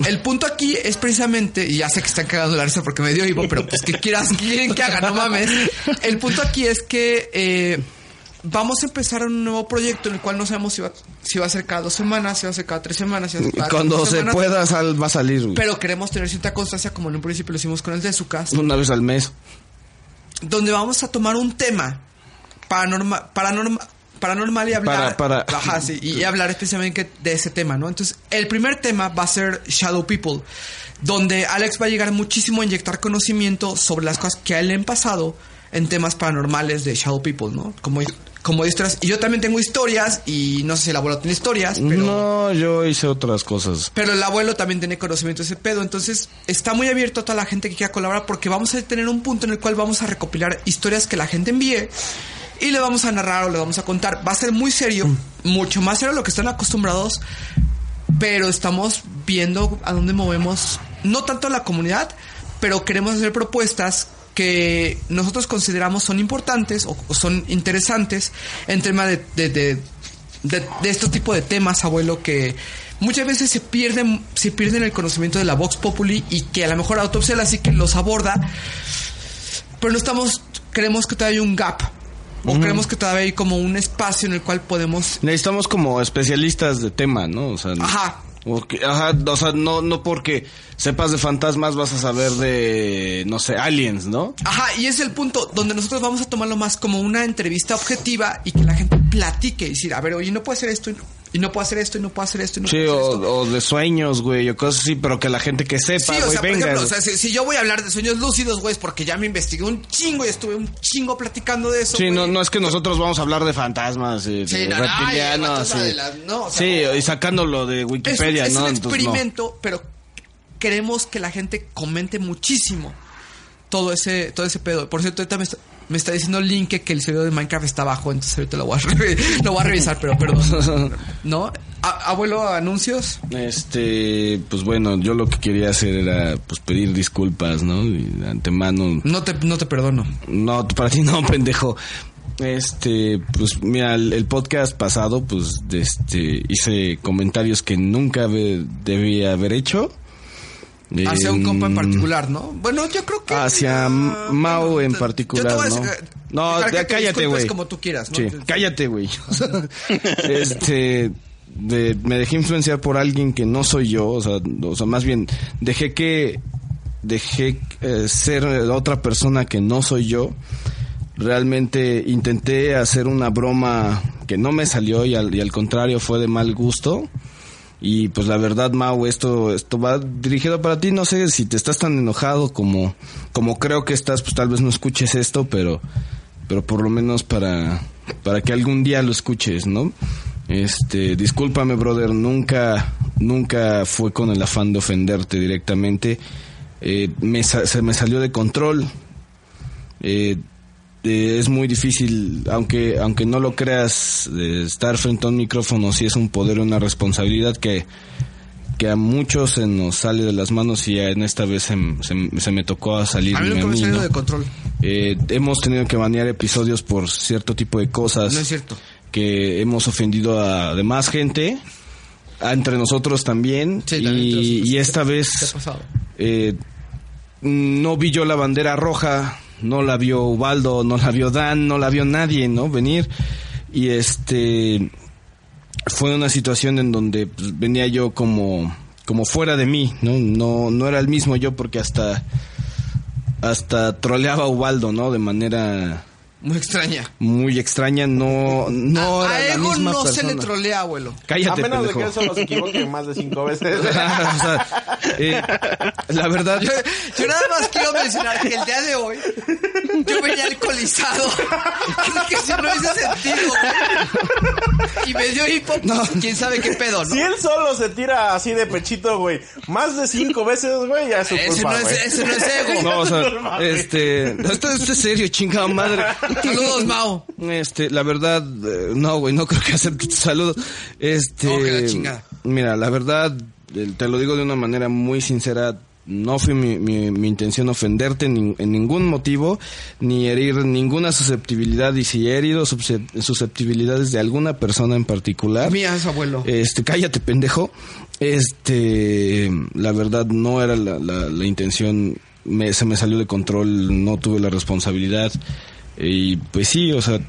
Speaker 5: el punto aquí es precisamente, y ya sé que están cagando la risa porque me dio Ivo, pero pues que quieras, quieren que haga, no mames. El punto aquí es que eh, vamos a empezar un nuevo proyecto en el cual no sabemos si va, si va a ser cada dos semanas, si va a ser cada tres semanas, si va a ser cada
Speaker 4: Cuando
Speaker 5: cinco
Speaker 4: se
Speaker 5: semanas,
Speaker 4: pueda sal- va a salir güey.
Speaker 5: Pero queremos tener cierta constancia, como en un principio lo hicimos con el de su casa
Speaker 4: una vez al mes.
Speaker 5: donde vamos a tomar un tema paranormal, paranormal, paranormal y hablar.
Speaker 4: Para- para-
Speaker 5: Ajá, sí, y, y hablar especialmente de ese tema, ¿no? Entonces, el primer tema va a ser Shadow People, donde Alex va a llegar muchísimo a inyectar conocimiento sobre las cosas que a él le han pasado en temas paranormales de Shadow People, ¿no? Como, como historias. Y yo también tengo historias, y no sé si el abuelo tiene historias, pero.
Speaker 4: No, yo hice otras cosas.
Speaker 5: Pero el abuelo también tiene conocimiento de ese pedo. Entonces, está muy abierto a toda la gente que quiera colaborar porque vamos a tener un punto en el cual vamos a recopilar historias que la gente envíe y le vamos a narrar o le vamos a contar. Va a ser muy serio, mucho más serio de lo que están acostumbrados, pero estamos viendo a dónde movemos, no tanto a la comunidad, pero queremos hacer propuestas que nosotros consideramos son importantes o, o son interesantes en tema de, de, de, de- de este tipo de temas, abuelo, que muchas veces se pierden, se pierden el conocimiento de la Vox Populi y que a lo mejor Autopsia así que los aborda, pero no estamos, creemos que todavía hay un gap. O
Speaker 4: Ujú.
Speaker 5: creemos que todavía hay como un espacio en el cual podemos...
Speaker 4: Necesitamos como especialistas de tema, ¿no? O sea,
Speaker 5: Ajá.
Speaker 4: porque- ajá, o sea, no, no porque sepas de fantasmas vas a saber de, no sé, aliens, ¿no?
Speaker 5: Ajá, y es el punto donde nosotros vamos a tomarlo más como una entrevista objetiva y que la gente platique y decir, a ver, oye, no puedo hacer esto y no, y no puedo hacer esto y no puedo hacer esto y no
Speaker 4: Sí,
Speaker 5: puedo
Speaker 4: o,
Speaker 5: hacer esto.
Speaker 4: o de sueños, güey, o cosas así, pero que la gente que sepa,
Speaker 5: Sí,
Speaker 4: güey,
Speaker 5: o sea, por
Speaker 4: venga.
Speaker 5: ejemplo, o
Speaker 4: güey.
Speaker 5: sea, si, si yo voy a hablar de sueños lúcidos, güey, es porque ya me investigué un chingo y estuve un chingo platicando de eso.
Speaker 4: Sí,
Speaker 5: güey.
Speaker 4: no, no es que nosotros vamos a hablar de fantasmas y
Speaker 5: Sí,
Speaker 4: de
Speaker 5: no, no, y el
Speaker 4: reptilianos.
Speaker 5: vato habla
Speaker 4: y-
Speaker 5: de las- no, o sea,
Speaker 4: sí, y sacándolo de
Speaker 5: Es,
Speaker 4: Wikipedia,
Speaker 5: es
Speaker 4: ¿no?
Speaker 5: un
Speaker 4: Entonces, no.
Speaker 5: experimento, pero queremos que la gente comente muchísimo todo ese, todo ese pedo. Por cierto, ahorita me está, me está diciendo Link que el servidor de Minecraft está abajo, entonces ahorita lo voy a, <laughs> re- lo voy a revisar, pero perdón. ¿No? A- abuelo, anuncios.
Speaker 4: <laughs> Este, pues bueno, yo lo que quería hacer era pues pedir disculpas, ¿no? Y de antemano.
Speaker 5: No te, no te perdono.
Speaker 4: No, para ti no, <laughs> pendejo. Este, pues mira, el, el podcast pasado, pues, de este, hice comentarios que nunca be- debía haber hecho.
Speaker 5: Hacia un
Speaker 4: Em,
Speaker 5: compa en particular, ¿no? Bueno, yo creo que. ah,
Speaker 4: Hacia Mao en
Speaker 5: Yo te
Speaker 4: particular,
Speaker 5: voy a eh,
Speaker 4: ¿no? No,
Speaker 5: dejar que te
Speaker 4: ya cállate,
Speaker 5: disculpes
Speaker 4: güey.
Speaker 5: como tú quieras, ¿no?
Speaker 4: Sí, cállate,
Speaker 5: <laughs>
Speaker 4: güey. este de- me dejé influenciar por alguien que no soy yo, o sea, o sea, más bien dejé que dejé eh, ser otra persona que no soy yo. Realmente intenté hacer una broma que no me salió y al, y al contrario fue de mal gusto. Y pues la verdad, Mau, esto, esto va dirigido para ti. No sé si te estás tan enojado como, como creo que estás, pues tal vez no escuches esto, pero, pero por lo menos para, para que algún día lo escuches, ¿no? Este, discúlpame, brother, nunca, nunca fue con el afán de ofenderte directamente. Eh, me sa- se me salió de control. Eh, eh, es muy difícil, aunque, aunque no lo creas, eh, estar frente a un micrófono sí es un poder, una responsabilidad que, que a muchos se nos sale de las manos y en esta vez se, se- se me tocó salir
Speaker 23: A mí nunca me ha salido de control.
Speaker 4: eh, hemos tenido que banear episodios por cierto tipo de cosas.
Speaker 23: No es cierto.
Speaker 4: Que hemos ofendido a demás gente, a entre nosotros también. y, y esta vez eh, no vi yo la bandera roja, no la vio Ubaldo, no la vio Dan, no la vio nadie, ¿no? Venir. Y este fue una situación en donde pues, venía yo como como fuera de mí, ¿no? No no era el mismo yo porque hasta hasta troleaba a Ubaldo, ¿no? De manera
Speaker 5: Muy extraña.
Speaker 4: muy extraña, no no
Speaker 5: A
Speaker 4: era la
Speaker 5: Ego
Speaker 4: misma
Speaker 5: no se
Speaker 4: persona.
Speaker 5: le trolea, abuelo.
Speaker 4: Cállate,
Speaker 8: A menos de que
Speaker 4: pendejo.
Speaker 8: él solo se equivoque más de cinco
Speaker 4: <laughs>
Speaker 8: veces.
Speaker 4: O sea, eh, la verdad
Speaker 5: Yo nada más quiero mencionar que el día de hoy yo venía alcoholizado. Creo que si no hice sentido. güey. Y me dio hipo. pues, ¿Quién sabe qué pedo, no?
Speaker 8: Si él solo se tira así de pechito, güey, más de cinco veces, güey, ya es su
Speaker 5: Ese
Speaker 8: culpa,
Speaker 5: no es-
Speaker 8: güey.
Speaker 5: ese no es <laughs> ego.
Speaker 4: No, o sea,
Speaker 8: No mames.
Speaker 4: este, no, esto esto es serio, chingada
Speaker 5: <laughs>
Speaker 4: madre.
Speaker 5: Saludos, Mao.
Speaker 4: Este, la verdad, eh, no, güey, no creo que acepte tu saludo. Este,
Speaker 5: No, que la chingada.
Speaker 4: mira, la verdad, eh, te lo digo de una manera muy sincera. No fue mi, mi- mi intención ofenderte ni- en ningún motivo, ni herir ninguna susceptibilidad. Y si he herido suscep- susceptibilidades de alguna persona en particular,
Speaker 5: Mías, abuelo.
Speaker 4: este, cállate, pendejo. Este, la verdad no era la, la- la intención. Me, se me salió de control, no tuve la responsabilidad. Y pues sí, o sea,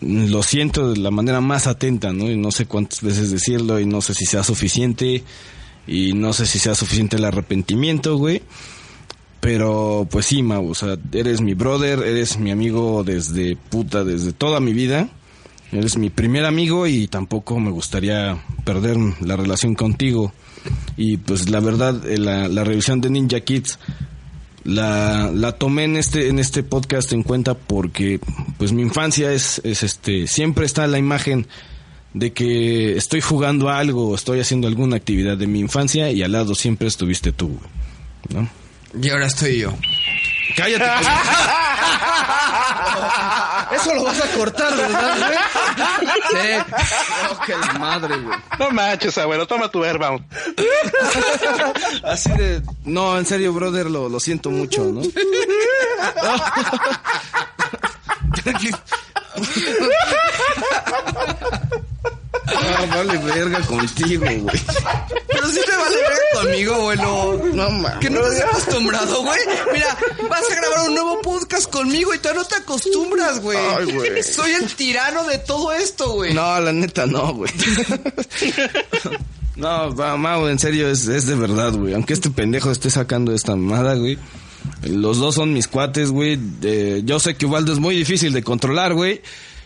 Speaker 4: lo siento de la manera más atenta, ¿no? Y no sé cuántas veces decirlo y no sé si sea suficiente. Y no sé si sea suficiente el arrepentimiento, güey. Pero pues sí, Mau, o sea, eres mi brother, eres mi amigo desde puta, desde toda mi vida. Eres mi primer amigo y tampoco me gustaría perder la relación contigo. Y pues la verdad, eh, la, la revisión de Ninja Kids la, la tomé en este, en este podcast en cuenta porque pues mi infancia es, es este, siempre está la imagen de que estoy jugando a algo, estoy haciendo alguna actividad de mi infancia y al lado siempre estuviste tú, güey, ¿no?
Speaker 5: Y ahora estoy yo. <laughs>
Speaker 4: Cállate.
Speaker 5: Eso lo vas a cortar, ¿verdad, güey? Sí.
Speaker 4: madre, güey.
Speaker 7: No manches, abuelo, toma tu airbound.
Speaker 4: Así de, no, en serio, brother, lo, lo siento mucho, ¿no? Ah, vale verga contigo, güey.
Speaker 5: Pero sí te vale verga conmigo, abuelo. No mames. Que no te has acostumbrado, güey. Mira, vas a grabar un nuevo podcast conmigo y todavía no te acostumbras, güey.
Speaker 4: Ay, güey.
Speaker 5: Soy el tirano de todo esto, güey.
Speaker 4: No, la neta no, güey. <laughs> No, va, Mau, en serio, es, es de verdad, güey. Aunque este pendejo esté sacando esta mamada, güey. Los dos son mis cuates, güey. Eh, yo sé que Ubaldo es muy difícil de controlar, güey.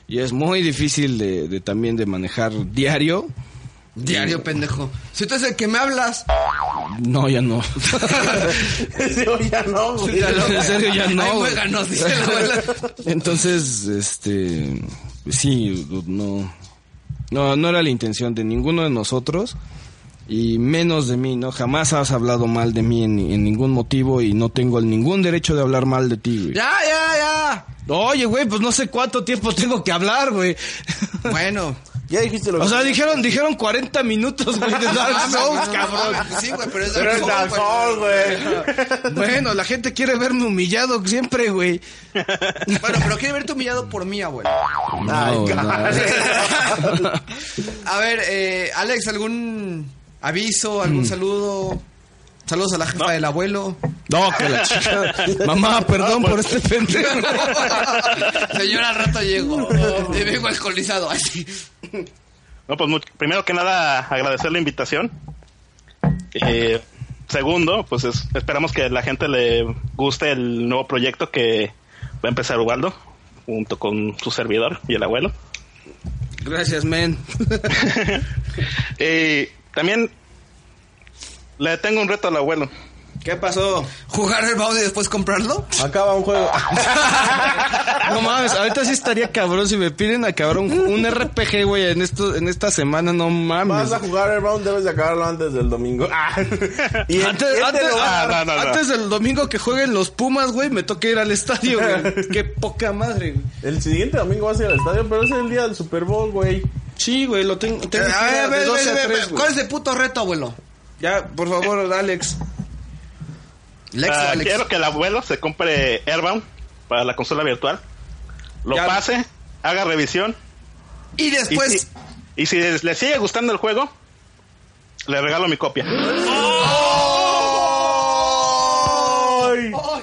Speaker 4: Y es muy difícil de, de también de manejar diario.
Speaker 5: Diario, pendejo. Si tú eres el que me hablas.
Speaker 4: No, ya no.
Speaker 8: <laughs> ya no,
Speaker 4: <laughs> <laughs>
Speaker 8: güey.
Speaker 4: En serio, ya no,
Speaker 5: Ay,
Speaker 4: güey.
Speaker 5: juega, no, dice la abuela.
Speaker 4: Entonces, este, sí, no, no, no era la intención de ninguno de nosotros y menos de mí, ¿no? Jamás has hablado mal de mí en, en ningún motivo y no tengo ningún derecho de hablar mal de ti, güey.
Speaker 5: Ya, ya,
Speaker 4: Oye, güey, pues no sé cuánto tiempo tengo que hablar, güey. <laughs>
Speaker 5: ya. Bueno.
Speaker 8: Ya dijiste lo
Speaker 4: O
Speaker 8: que-
Speaker 4: sea, dijeron, dijeron 40 minutos, güey, de <laughs> Dark Souls, cabrón.
Speaker 5: Ah, Sí, güey, pero es
Speaker 8: Pero es
Speaker 5: Dark
Speaker 8: Dark
Speaker 5: Souls, güey.
Speaker 8: Souls, güey.
Speaker 4: Bueno, la gente quiere verme humillado siempre, güey.
Speaker 5: Bueno, pero quiere verte humillado por
Speaker 4: <laughs>
Speaker 5: mí, abuelo.
Speaker 4: No,
Speaker 8: God.
Speaker 4: no. <laughs>
Speaker 5: A ver, eh, Alex, ¿algún aviso, algún
Speaker 4: Mm.
Speaker 5: saludo? Saludos a la jefa del abuelo.
Speaker 4: No, que la chica. Mamá, perdón por este pendejo.
Speaker 5: Señora, al rato <laughs> llego. Y vengo alcoholizado así.
Speaker 7: No, pues mu- primero que nada agradecer la invitación. Eh, segundo, pues es- esperamos que la gente le guste el nuevo proyecto que va a empezar Ubaldo junto con su servidor y el abuelo.
Speaker 4: Gracias, men.
Speaker 7: Eh, también le tengo un reto al abuelo.
Speaker 4: ¿Qué pasó?
Speaker 5: ¿Jugar el baude y después comprarlo?
Speaker 8: Acaba un juego.
Speaker 4: No mames, ahorita sí estaría cabrón si me piden a cabrón un RPG, güey, en esto, en esta semana, no mames.
Speaker 8: Vas a jugar el round, debes de acabarlo antes del domingo. <laughs> Ah. Y el-
Speaker 4: antes,
Speaker 8: él te
Speaker 4: antes-
Speaker 8: lo va a-
Speaker 4: ah, no, no, no. antes del domingo que jueguen los Pumas, güey, me toca ir al estadio, güey. Qué poca madre, güey.
Speaker 8: El siguiente domingo vas a ir al estadio, pero es el día del Super Bowl, güey.
Speaker 4: Sí, güey, lo tengo.
Speaker 5: Eh,
Speaker 4: tengo
Speaker 5: a
Speaker 4: que ir
Speaker 5: ver,
Speaker 4: a- de
Speaker 5: a ver,
Speaker 4: 12
Speaker 5: a ver,
Speaker 4: a
Speaker 5: a ver,
Speaker 4: 3, güey.
Speaker 5: ¿Cuál es el puto reto, abuelo?
Speaker 4: Ya, por favor, Alex.
Speaker 5: Lex,
Speaker 7: Ah,
Speaker 5: Alex.
Speaker 7: Quiero que el abuelo se compre Airbound para la consola virtual. Lo pase, haga revisión.
Speaker 5: Y después.
Speaker 7: Y si, y si le sigue gustando el juego, le regalo mi copia.
Speaker 8: ¡Ay!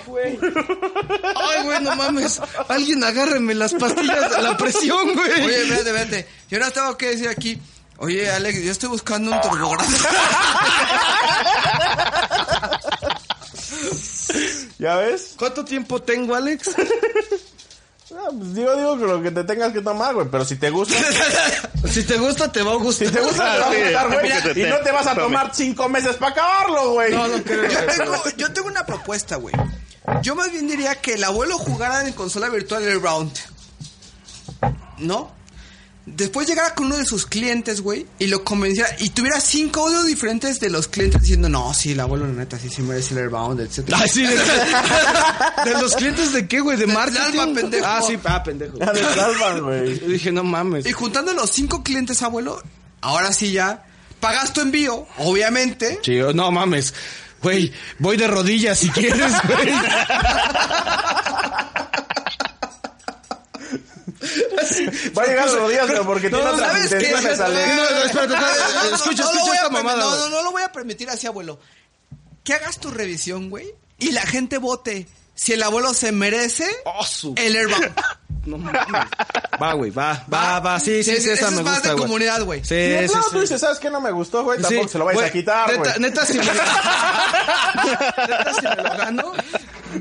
Speaker 4: güey! ¡Ay, güey, no mames! Alguien agárreme las pastillas de la presión, güey.
Speaker 5: Oye, espérate, espérate. Yo no tengo que decir aquí. Oye, Alex, yo estoy buscando <laughs> un turbografo.
Speaker 8: ¿Ya ves?
Speaker 4: ¿Cuánto tiempo tengo, Alex? <laughs>
Speaker 8: Ah, pues digo, digo que lo que te tengas que tomar, güey. Pero si te gusta.
Speaker 4: si te gusta, te va a gustar.
Speaker 7: <laughs>
Speaker 8: Si te gusta, te va a
Speaker 7: Ah, sí,
Speaker 8: gustar, güey.
Speaker 7: porque te-
Speaker 8: Y no te vas a tomar cinco meses para acabarlo, güey.
Speaker 5: No, no
Speaker 8: <laughs>
Speaker 5: creo. Yo tengo, yo tengo una propuesta, güey. Yo más bien diría que el abuelo jugara en consola virtual el round. ¿No? Después llegara con uno de sus clientes, güey, y lo convenciera. Y tuviera cinco audios diferentes de los clientes diciendo, no, sí, el abuelo, la neta, sí, sí merece el Airbound, etc.
Speaker 4: Ay, Ah, sí, de, <laughs> de los clientes de qué, güey, de marketing.
Speaker 5: Alma, pendejo.
Speaker 4: Ah, sí, ah, pendejo.
Speaker 8: Ya te salvan, güey.
Speaker 4: Yo dije, no mames.
Speaker 5: Y juntando los cinco clientes, abuelo, ahora sí ya pagas tu envío, obviamente.
Speaker 4: Chido, no mames. Güey, voy de rodillas si quieres, <laughs> güey.
Speaker 8: Va a llegar los días, pero porque tiene
Speaker 5: No,
Speaker 8: otras
Speaker 5: ¿sabes qué?
Speaker 8: intenciones, Alex.
Speaker 4: No, no,
Speaker 5: <laughs>
Speaker 4: espérate, espérate. Escucha,
Speaker 5: no lo
Speaker 4: escucha
Speaker 5: voy a
Speaker 4: esta
Speaker 5: permi-
Speaker 4: mamada.
Speaker 5: No,
Speaker 4: güey.
Speaker 5: no, no lo voy a permitir así, abuelo. Que hagas tu revisión, güey, y la gente vote si el abuelo se merece
Speaker 4: Oh, su-
Speaker 5: el airbag.
Speaker 4: No mames. Va, güey, va, va, Ah, va. Sí, sí, sí, esa
Speaker 5: Ese- ese
Speaker 4: me
Speaker 5: es más
Speaker 4: gusta,
Speaker 5: de
Speaker 4: güey.
Speaker 5: comunidad, güey.
Speaker 4: Sí,
Speaker 8: Y de
Speaker 4: sí,
Speaker 8: plano
Speaker 4: sí.
Speaker 8: tú dices, ¿sabes qué? No me gustó, güey. Tampoco
Speaker 4: Sí,
Speaker 8: se lo vayas
Speaker 4: güey,
Speaker 8: a quitar, güey.
Speaker 4: Neta,
Speaker 5: <laughs>
Speaker 4: neta, <laughs> si me, neta, si me lo gano,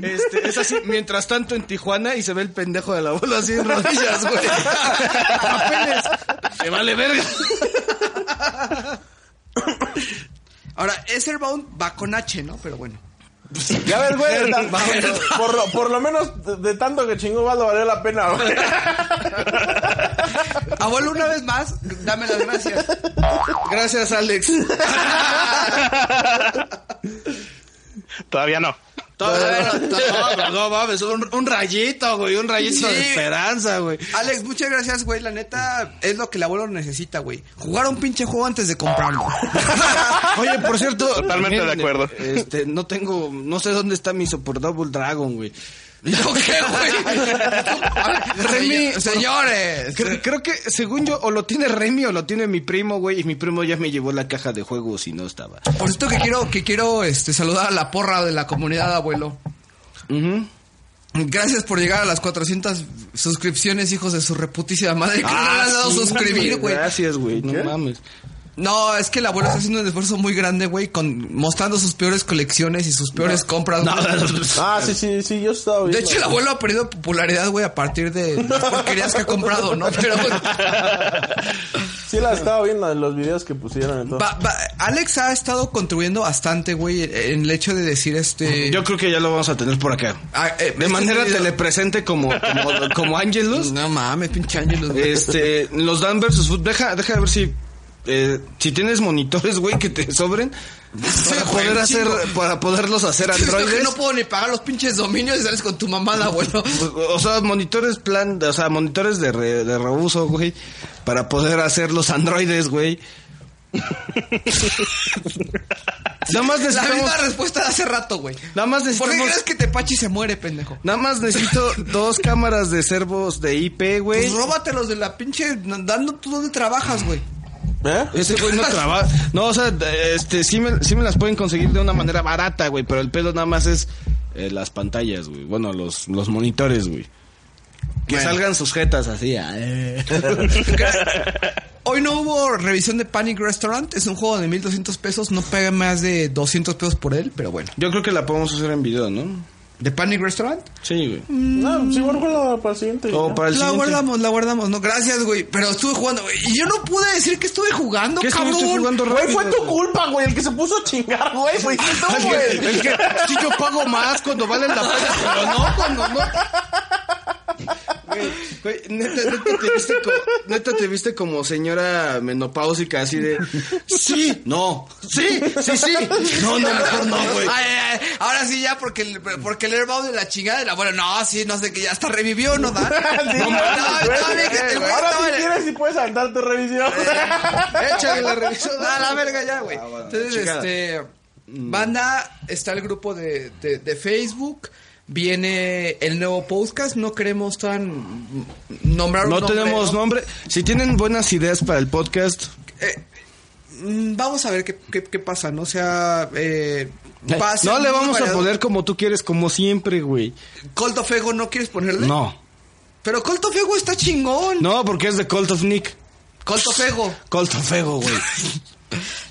Speaker 4: este, es así, mientras tanto en Tijuana y se ve el pendejo del abuelo así en rodillas, güey. Papeles. Me vale verga.
Speaker 5: Ahora, ese Airbound va con H, ¿no? Pero bueno.
Speaker 8: Ya ves, güey. de tan- por, lo- por lo menos de- de tanto que chingó Valdo valió
Speaker 5: <laughs>
Speaker 8: la pena, güey.
Speaker 5: Abuelo, una vez más, dame las gracias.
Speaker 4: Gracias, Alex.
Speaker 7: Todavía no.
Speaker 4: <laughs> Todo- No, no, no mames, un, un rayito, güey, un rayito
Speaker 5: Sí.
Speaker 4: de esperanza, güey.
Speaker 5: Alex, muchas gracias, güey. La neta, es lo que el abuelo necesita, güey. Jugar un pinche juego antes de comprarlo.
Speaker 4: Oye, por cierto,
Speaker 7: Totalmente
Speaker 4: también,
Speaker 7: de acuerdo.
Speaker 4: Este, no tengo, no sé dónde está mi Super Double Dragon, <laughs> güey.
Speaker 5: ¿Yo qué, güey? A ver,
Speaker 4: Remy,
Speaker 5: se- señores.
Speaker 4: Cre- creo que, según yo, o lo tiene Remy o lo tiene mi primo, güey. Y mi primo ya me llevó la caja de juegos y no estaba.
Speaker 5: Por cierto que quiero, que quiero este, saludar a la porra de la comunidad, abuelo.
Speaker 4: Ujú.
Speaker 5: Gracias por llegar a las 400 suscripciones, hijos de su reputísima madre. Que Ah, no le han dado
Speaker 4: Ah, sí,
Speaker 5: suscribir, güey.
Speaker 4: Gracias, güey. No mames.
Speaker 5: No, es que el abuelo está haciendo un esfuerzo muy grande, güey, con, mostrando sus peores colecciones y sus peores compras. güey.
Speaker 8: Ah, sí, sí, sí, yo
Speaker 5: De
Speaker 8: estaba viendo.
Speaker 5: hecho, el abuelo ha perdido popularidad, güey, a partir de las porquerías que ha comprado, ¿no? Pero bueno.
Speaker 8: Sí la estaba viendo en los videos que pusieron entonces.
Speaker 5: Va- va- Alex ha estado contribuyendo bastante, güey, en el hecho de decir este...
Speaker 4: Yo creo que ya lo vamos a tener por acá.
Speaker 5: Ah, eh,
Speaker 4: De
Speaker 5: este
Speaker 4: manera
Speaker 5: video-
Speaker 4: telepresente como, como, como Angelus.
Speaker 5: No mames, pinche Ángelos. güey.
Speaker 4: Este, los Dan versus Food. Deja, deja de ver si. eh, si tienes monitores, güey, que te sobren. Para
Speaker 5: güey,
Speaker 4: poder hacer.
Speaker 5: chingo.
Speaker 4: Para poderlos hacer
Speaker 5: <laughs> Es lo que
Speaker 4: <laughs> androides.
Speaker 5: no puedo ni pagar los pinches dominios y sales con tu mamada, abuelo.
Speaker 4: Pues, O sea, monitores plan, o sea, monitores de, re- de reuso, güey, para poder hacer los androides,
Speaker 5: <laughs>
Speaker 4: güey. nada más
Speaker 5: La
Speaker 4: necesitamos,
Speaker 5: misma respuesta de hace rato, güey.
Speaker 4: nada más
Speaker 5: ¿Por qué
Speaker 4: necesitamos,
Speaker 5: crees que Tepachi se muere, pendejo?
Speaker 4: nada más necesito dos cámaras de servos de IP, güey.
Speaker 5: Pues róbatelos de la pinche... Dando tú donde trabajas, güey.
Speaker 8: ¿Eh?
Speaker 4: Ese güey no trabaja. No, o sea, d- este, sí me, sí me las pueden conseguir de una manera barata, güey, pero el pedo nada más es eh, las pantallas, güey. Bueno, los, los monitores, güey. Que salgan sus jetas así. ah,
Speaker 5: <laughs>
Speaker 4: eh.
Speaker 5: Hoy no hubo revisión de Panic Restaurant. Es un juego de 1200 pesos. No pagué más de 200 pesos por él, pero bueno.
Speaker 4: Yo creo que la podemos hacer en video, ¿no?
Speaker 5: ¿De Panic Restaurant?
Speaker 4: Sí, güey.
Speaker 8: No, Ah, sí, guárdala para el siguiente.
Speaker 5: O para el la guardamos, la guardamos. No, gracias, güey. Pero estuve jugando, güey. Y yo no pude decir que estuve jugando,
Speaker 8: ¿Qué
Speaker 5: cabrón.
Speaker 8: estuviste
Speaker 5: <laughs>
Speaker 8: jugando Güey, rápido, fue tu güey? culpa, güey. El que se puso a chingar, güey. Fuiste tú, güey.
Speaker 5: El que sí yo pago más cuando vale la pena, pero no cuando no.
Speaker 4: Güey, güey, neta, neta, te viste co- neta te viste como señora menopáusica, así de. Sí, no. Sí, sí, sí. No, no, mejor no, güey.
Speaker 5: Ay, ay, ay. Ahora sí ya, porque el, porque el Airbound de la chingada de la abuela, no, sí, no sé, que ya hasta revivió, ¿no, Dan?
Speaker 8: Sí,
Speaker 5: no,
Speaker 8: güey.
Speaker 5: está bien, que el güey
Speaker 8: Ahora
Speaker 5: estaba
Speaker 8: si
Speaker 5: en el-
Speaker 8: quieres, si puedes saltar tu revisión.
Speaker 5: Échale la revisión. A la verga ya, güey. Entonces,
Speaker 8: Chingada.
Speaker 5: este. Banda, está el grupo de, de, de Facebook. Viene el nuevo podcast. No queremos tan. Nombrar un
Speaker 4: No
Speaker 5: nombre,
Speaker 4: tenemos
Speaker 5: ¿no?
Speaker 4: nombre. Si tienen buenas ideas para el podcast,
Speaker 5: Eh, Mm, Vamos a ver qué, qué, qué pasa, ¿no? O sea. Eh, va ser
Speaker 4: no le
Speaker 5: muy
Speaker 4: vamos a
Speaker 5: variado.
Speaker 4: poner como tú quieres, como siempre, güey.
Speaker 5: Colt of Ego, ¿no quieres ponerle?
Speaker 4: No.
Speaker 5: Pero Colt of Ego está chingón.
Speaker 4: No, porque es de Cult of Nick.
Speaker 5: Colt of Ego.
Speaker 4: Colt of Ego, güey.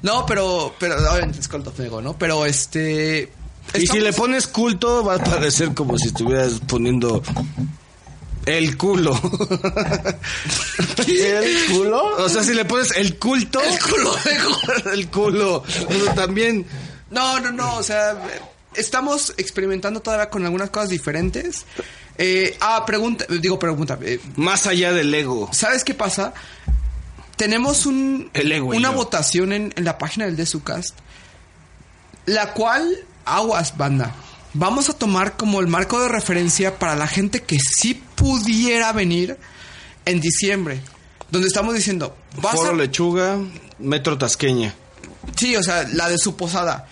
Speaker 5: No, pero. Pero obviamente es Colt of Ego, ¿no? Pero este.
Speaker 4: Y si
Speaker 5: estamos-
Speaker 4: le pones culto, va a parecer como si estuvieras poniendo el
Speaker 5: <laughs>
Speaker 4: culo.
Speaker 8: ¿El culo?
Speaker 4: O sea, si le pones el culto.
Speaker 5: <laughs>
Speaker 4: El
Speaker 5: culo,
Speaker 4: el culo. O sea, también.
Speaker 5: No, no, no, o sea, estamos experimentando todavía con algunas cosas diferentes. Eh, ah, pregunta, digo pregunta. eh,
Speaker 4: Más allá del ego.
Speaker 5: ¿Sabes qué pasa? Tenemos un,
Speaker 4: El ego y
Speaker 5: una
Speaker 4: yo.
Speaker 5: votación en, en la página del DSUcast, la cual, aguas, banda, vamos a tomar como el marco de referencia para la gente que sí pudiera venir en diciembre. Donde estamos diciendo, vas
Speaker 4: Foro
Speaker 5: a
Speaker 4: Lechuga, Metro Tasqueña.
Speaker 5: Sí, o sea, la de su posada.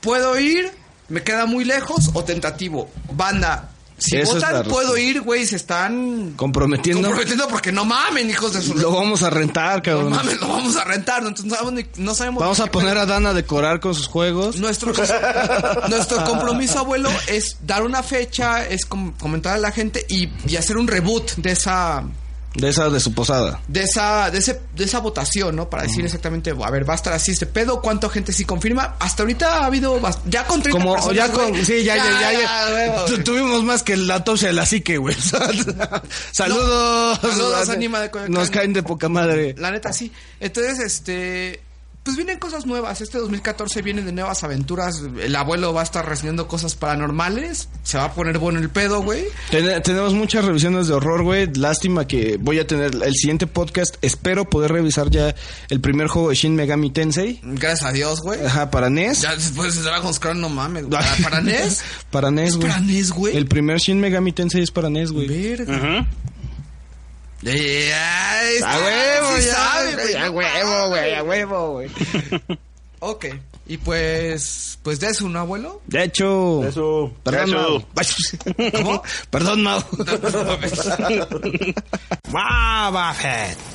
Speaker 5: ¿Puedo ir? ¿Me queda muy lejos o tentativo? Banda, si
Speaker 4: Esa es la
Speaker 5: votan,
Speaker 4: respuesta.
Speaker 5: puedo ir, güey, se están
Speaker 4: Comprometiendo.
Speaker 5: comprometiendo porque no mamen, hijos de su...
Speaker 4: Lo vamos a rentar,
Speaker 5: No
Speaker 4: cabrón.
Speaker 5: mames, lo vamos a rentar, ¿no? entonces no sabemos, ni- no sabemos
Speaker 4: Vamos a poner a Dan a decorar con sus juegos.
Speaker 5: nuestro,
Speaker 4: <laughs>
Speaker 5: nuestro compromiso, abuelo, es dar una fecha, es com- comentar a la gente y, y hacer un reboot de esa...
Speaker 4: De esa de su posada.
Speaker 5: De esa, de, ese, de esa votación, ¿no? Para decir exactamente, a ver, va a estar así este pedo, cuánta gente sí confirma. Hasta ahorita ha habido bast- ya con 30
Speaker 4: Como
Speaker 5: personas,
Speaker 4: ya con.
Speaker 5: güey.
Speaker 4: Sí, ya, ya, ya. ya.
Speaker 5: huevo,
Speaker 4: Tu-
Speaker 5: güey.
Speaker 4: Tuvimos más que la autopsia de la psique, güey. <laughs> Saludos.
Speaker 5: Saludos, Anima de Coyoacán.
Speaker 4: Nos caen de poca madre.
Speaker 5: La neta, sí. Entonces, este. Pues vienen cosas nuevas. Este 2014 vienen de nuevas aventuras. El abuelo va a estar reseñando cosas paranormales. Se va a poner bueno el pedo, güey.
Speaker 4: Ten- tenemos muchas revisiones de horror, güey. Lástima que voy a tener el siguiente podcast. Espero poder revisar ya el primer juego de Shin Megami Tensei.
Speaker 5: Gracias a Dios, güey.
Speaker 4: Ajá, para E NES.
Speaker 5: Ya después de Dragon's Crown, no mames.
Speaker 4: <laughs>
Speaker 5: güey. Para- Para NES.
Speaker 4: Para NES, güey.
Speaker 5: para NES, güey?
Speaker 4: El primer Shin Megami Tensei es para NES, güey.
Speaker 5: Verga. Ya, es-
Speaker 4: A huevo,
Speaker 5: sí
Speaker 4: ya,
Speaker 5: sabe, güey.
Speaker 4: a
Speaker 5: No
Speaker 4: huevo,
Speaker 5: mames.
Speaker 4: güey, a huevo, güey.
Speaker 5: Ok. Y pues. Pues de eso, ¿no, abuelo?
Speaker 4: De hecho,
Speaker 8: Eso.
Speaker 4: perdón,
Speaker 8: Eso.
Speaker 4: Mau. <laughs> Perdón, Mau.
Speaker 5: No, no mames.
Speaker 4: Wow, Buffett.
Speaker 1: Ah!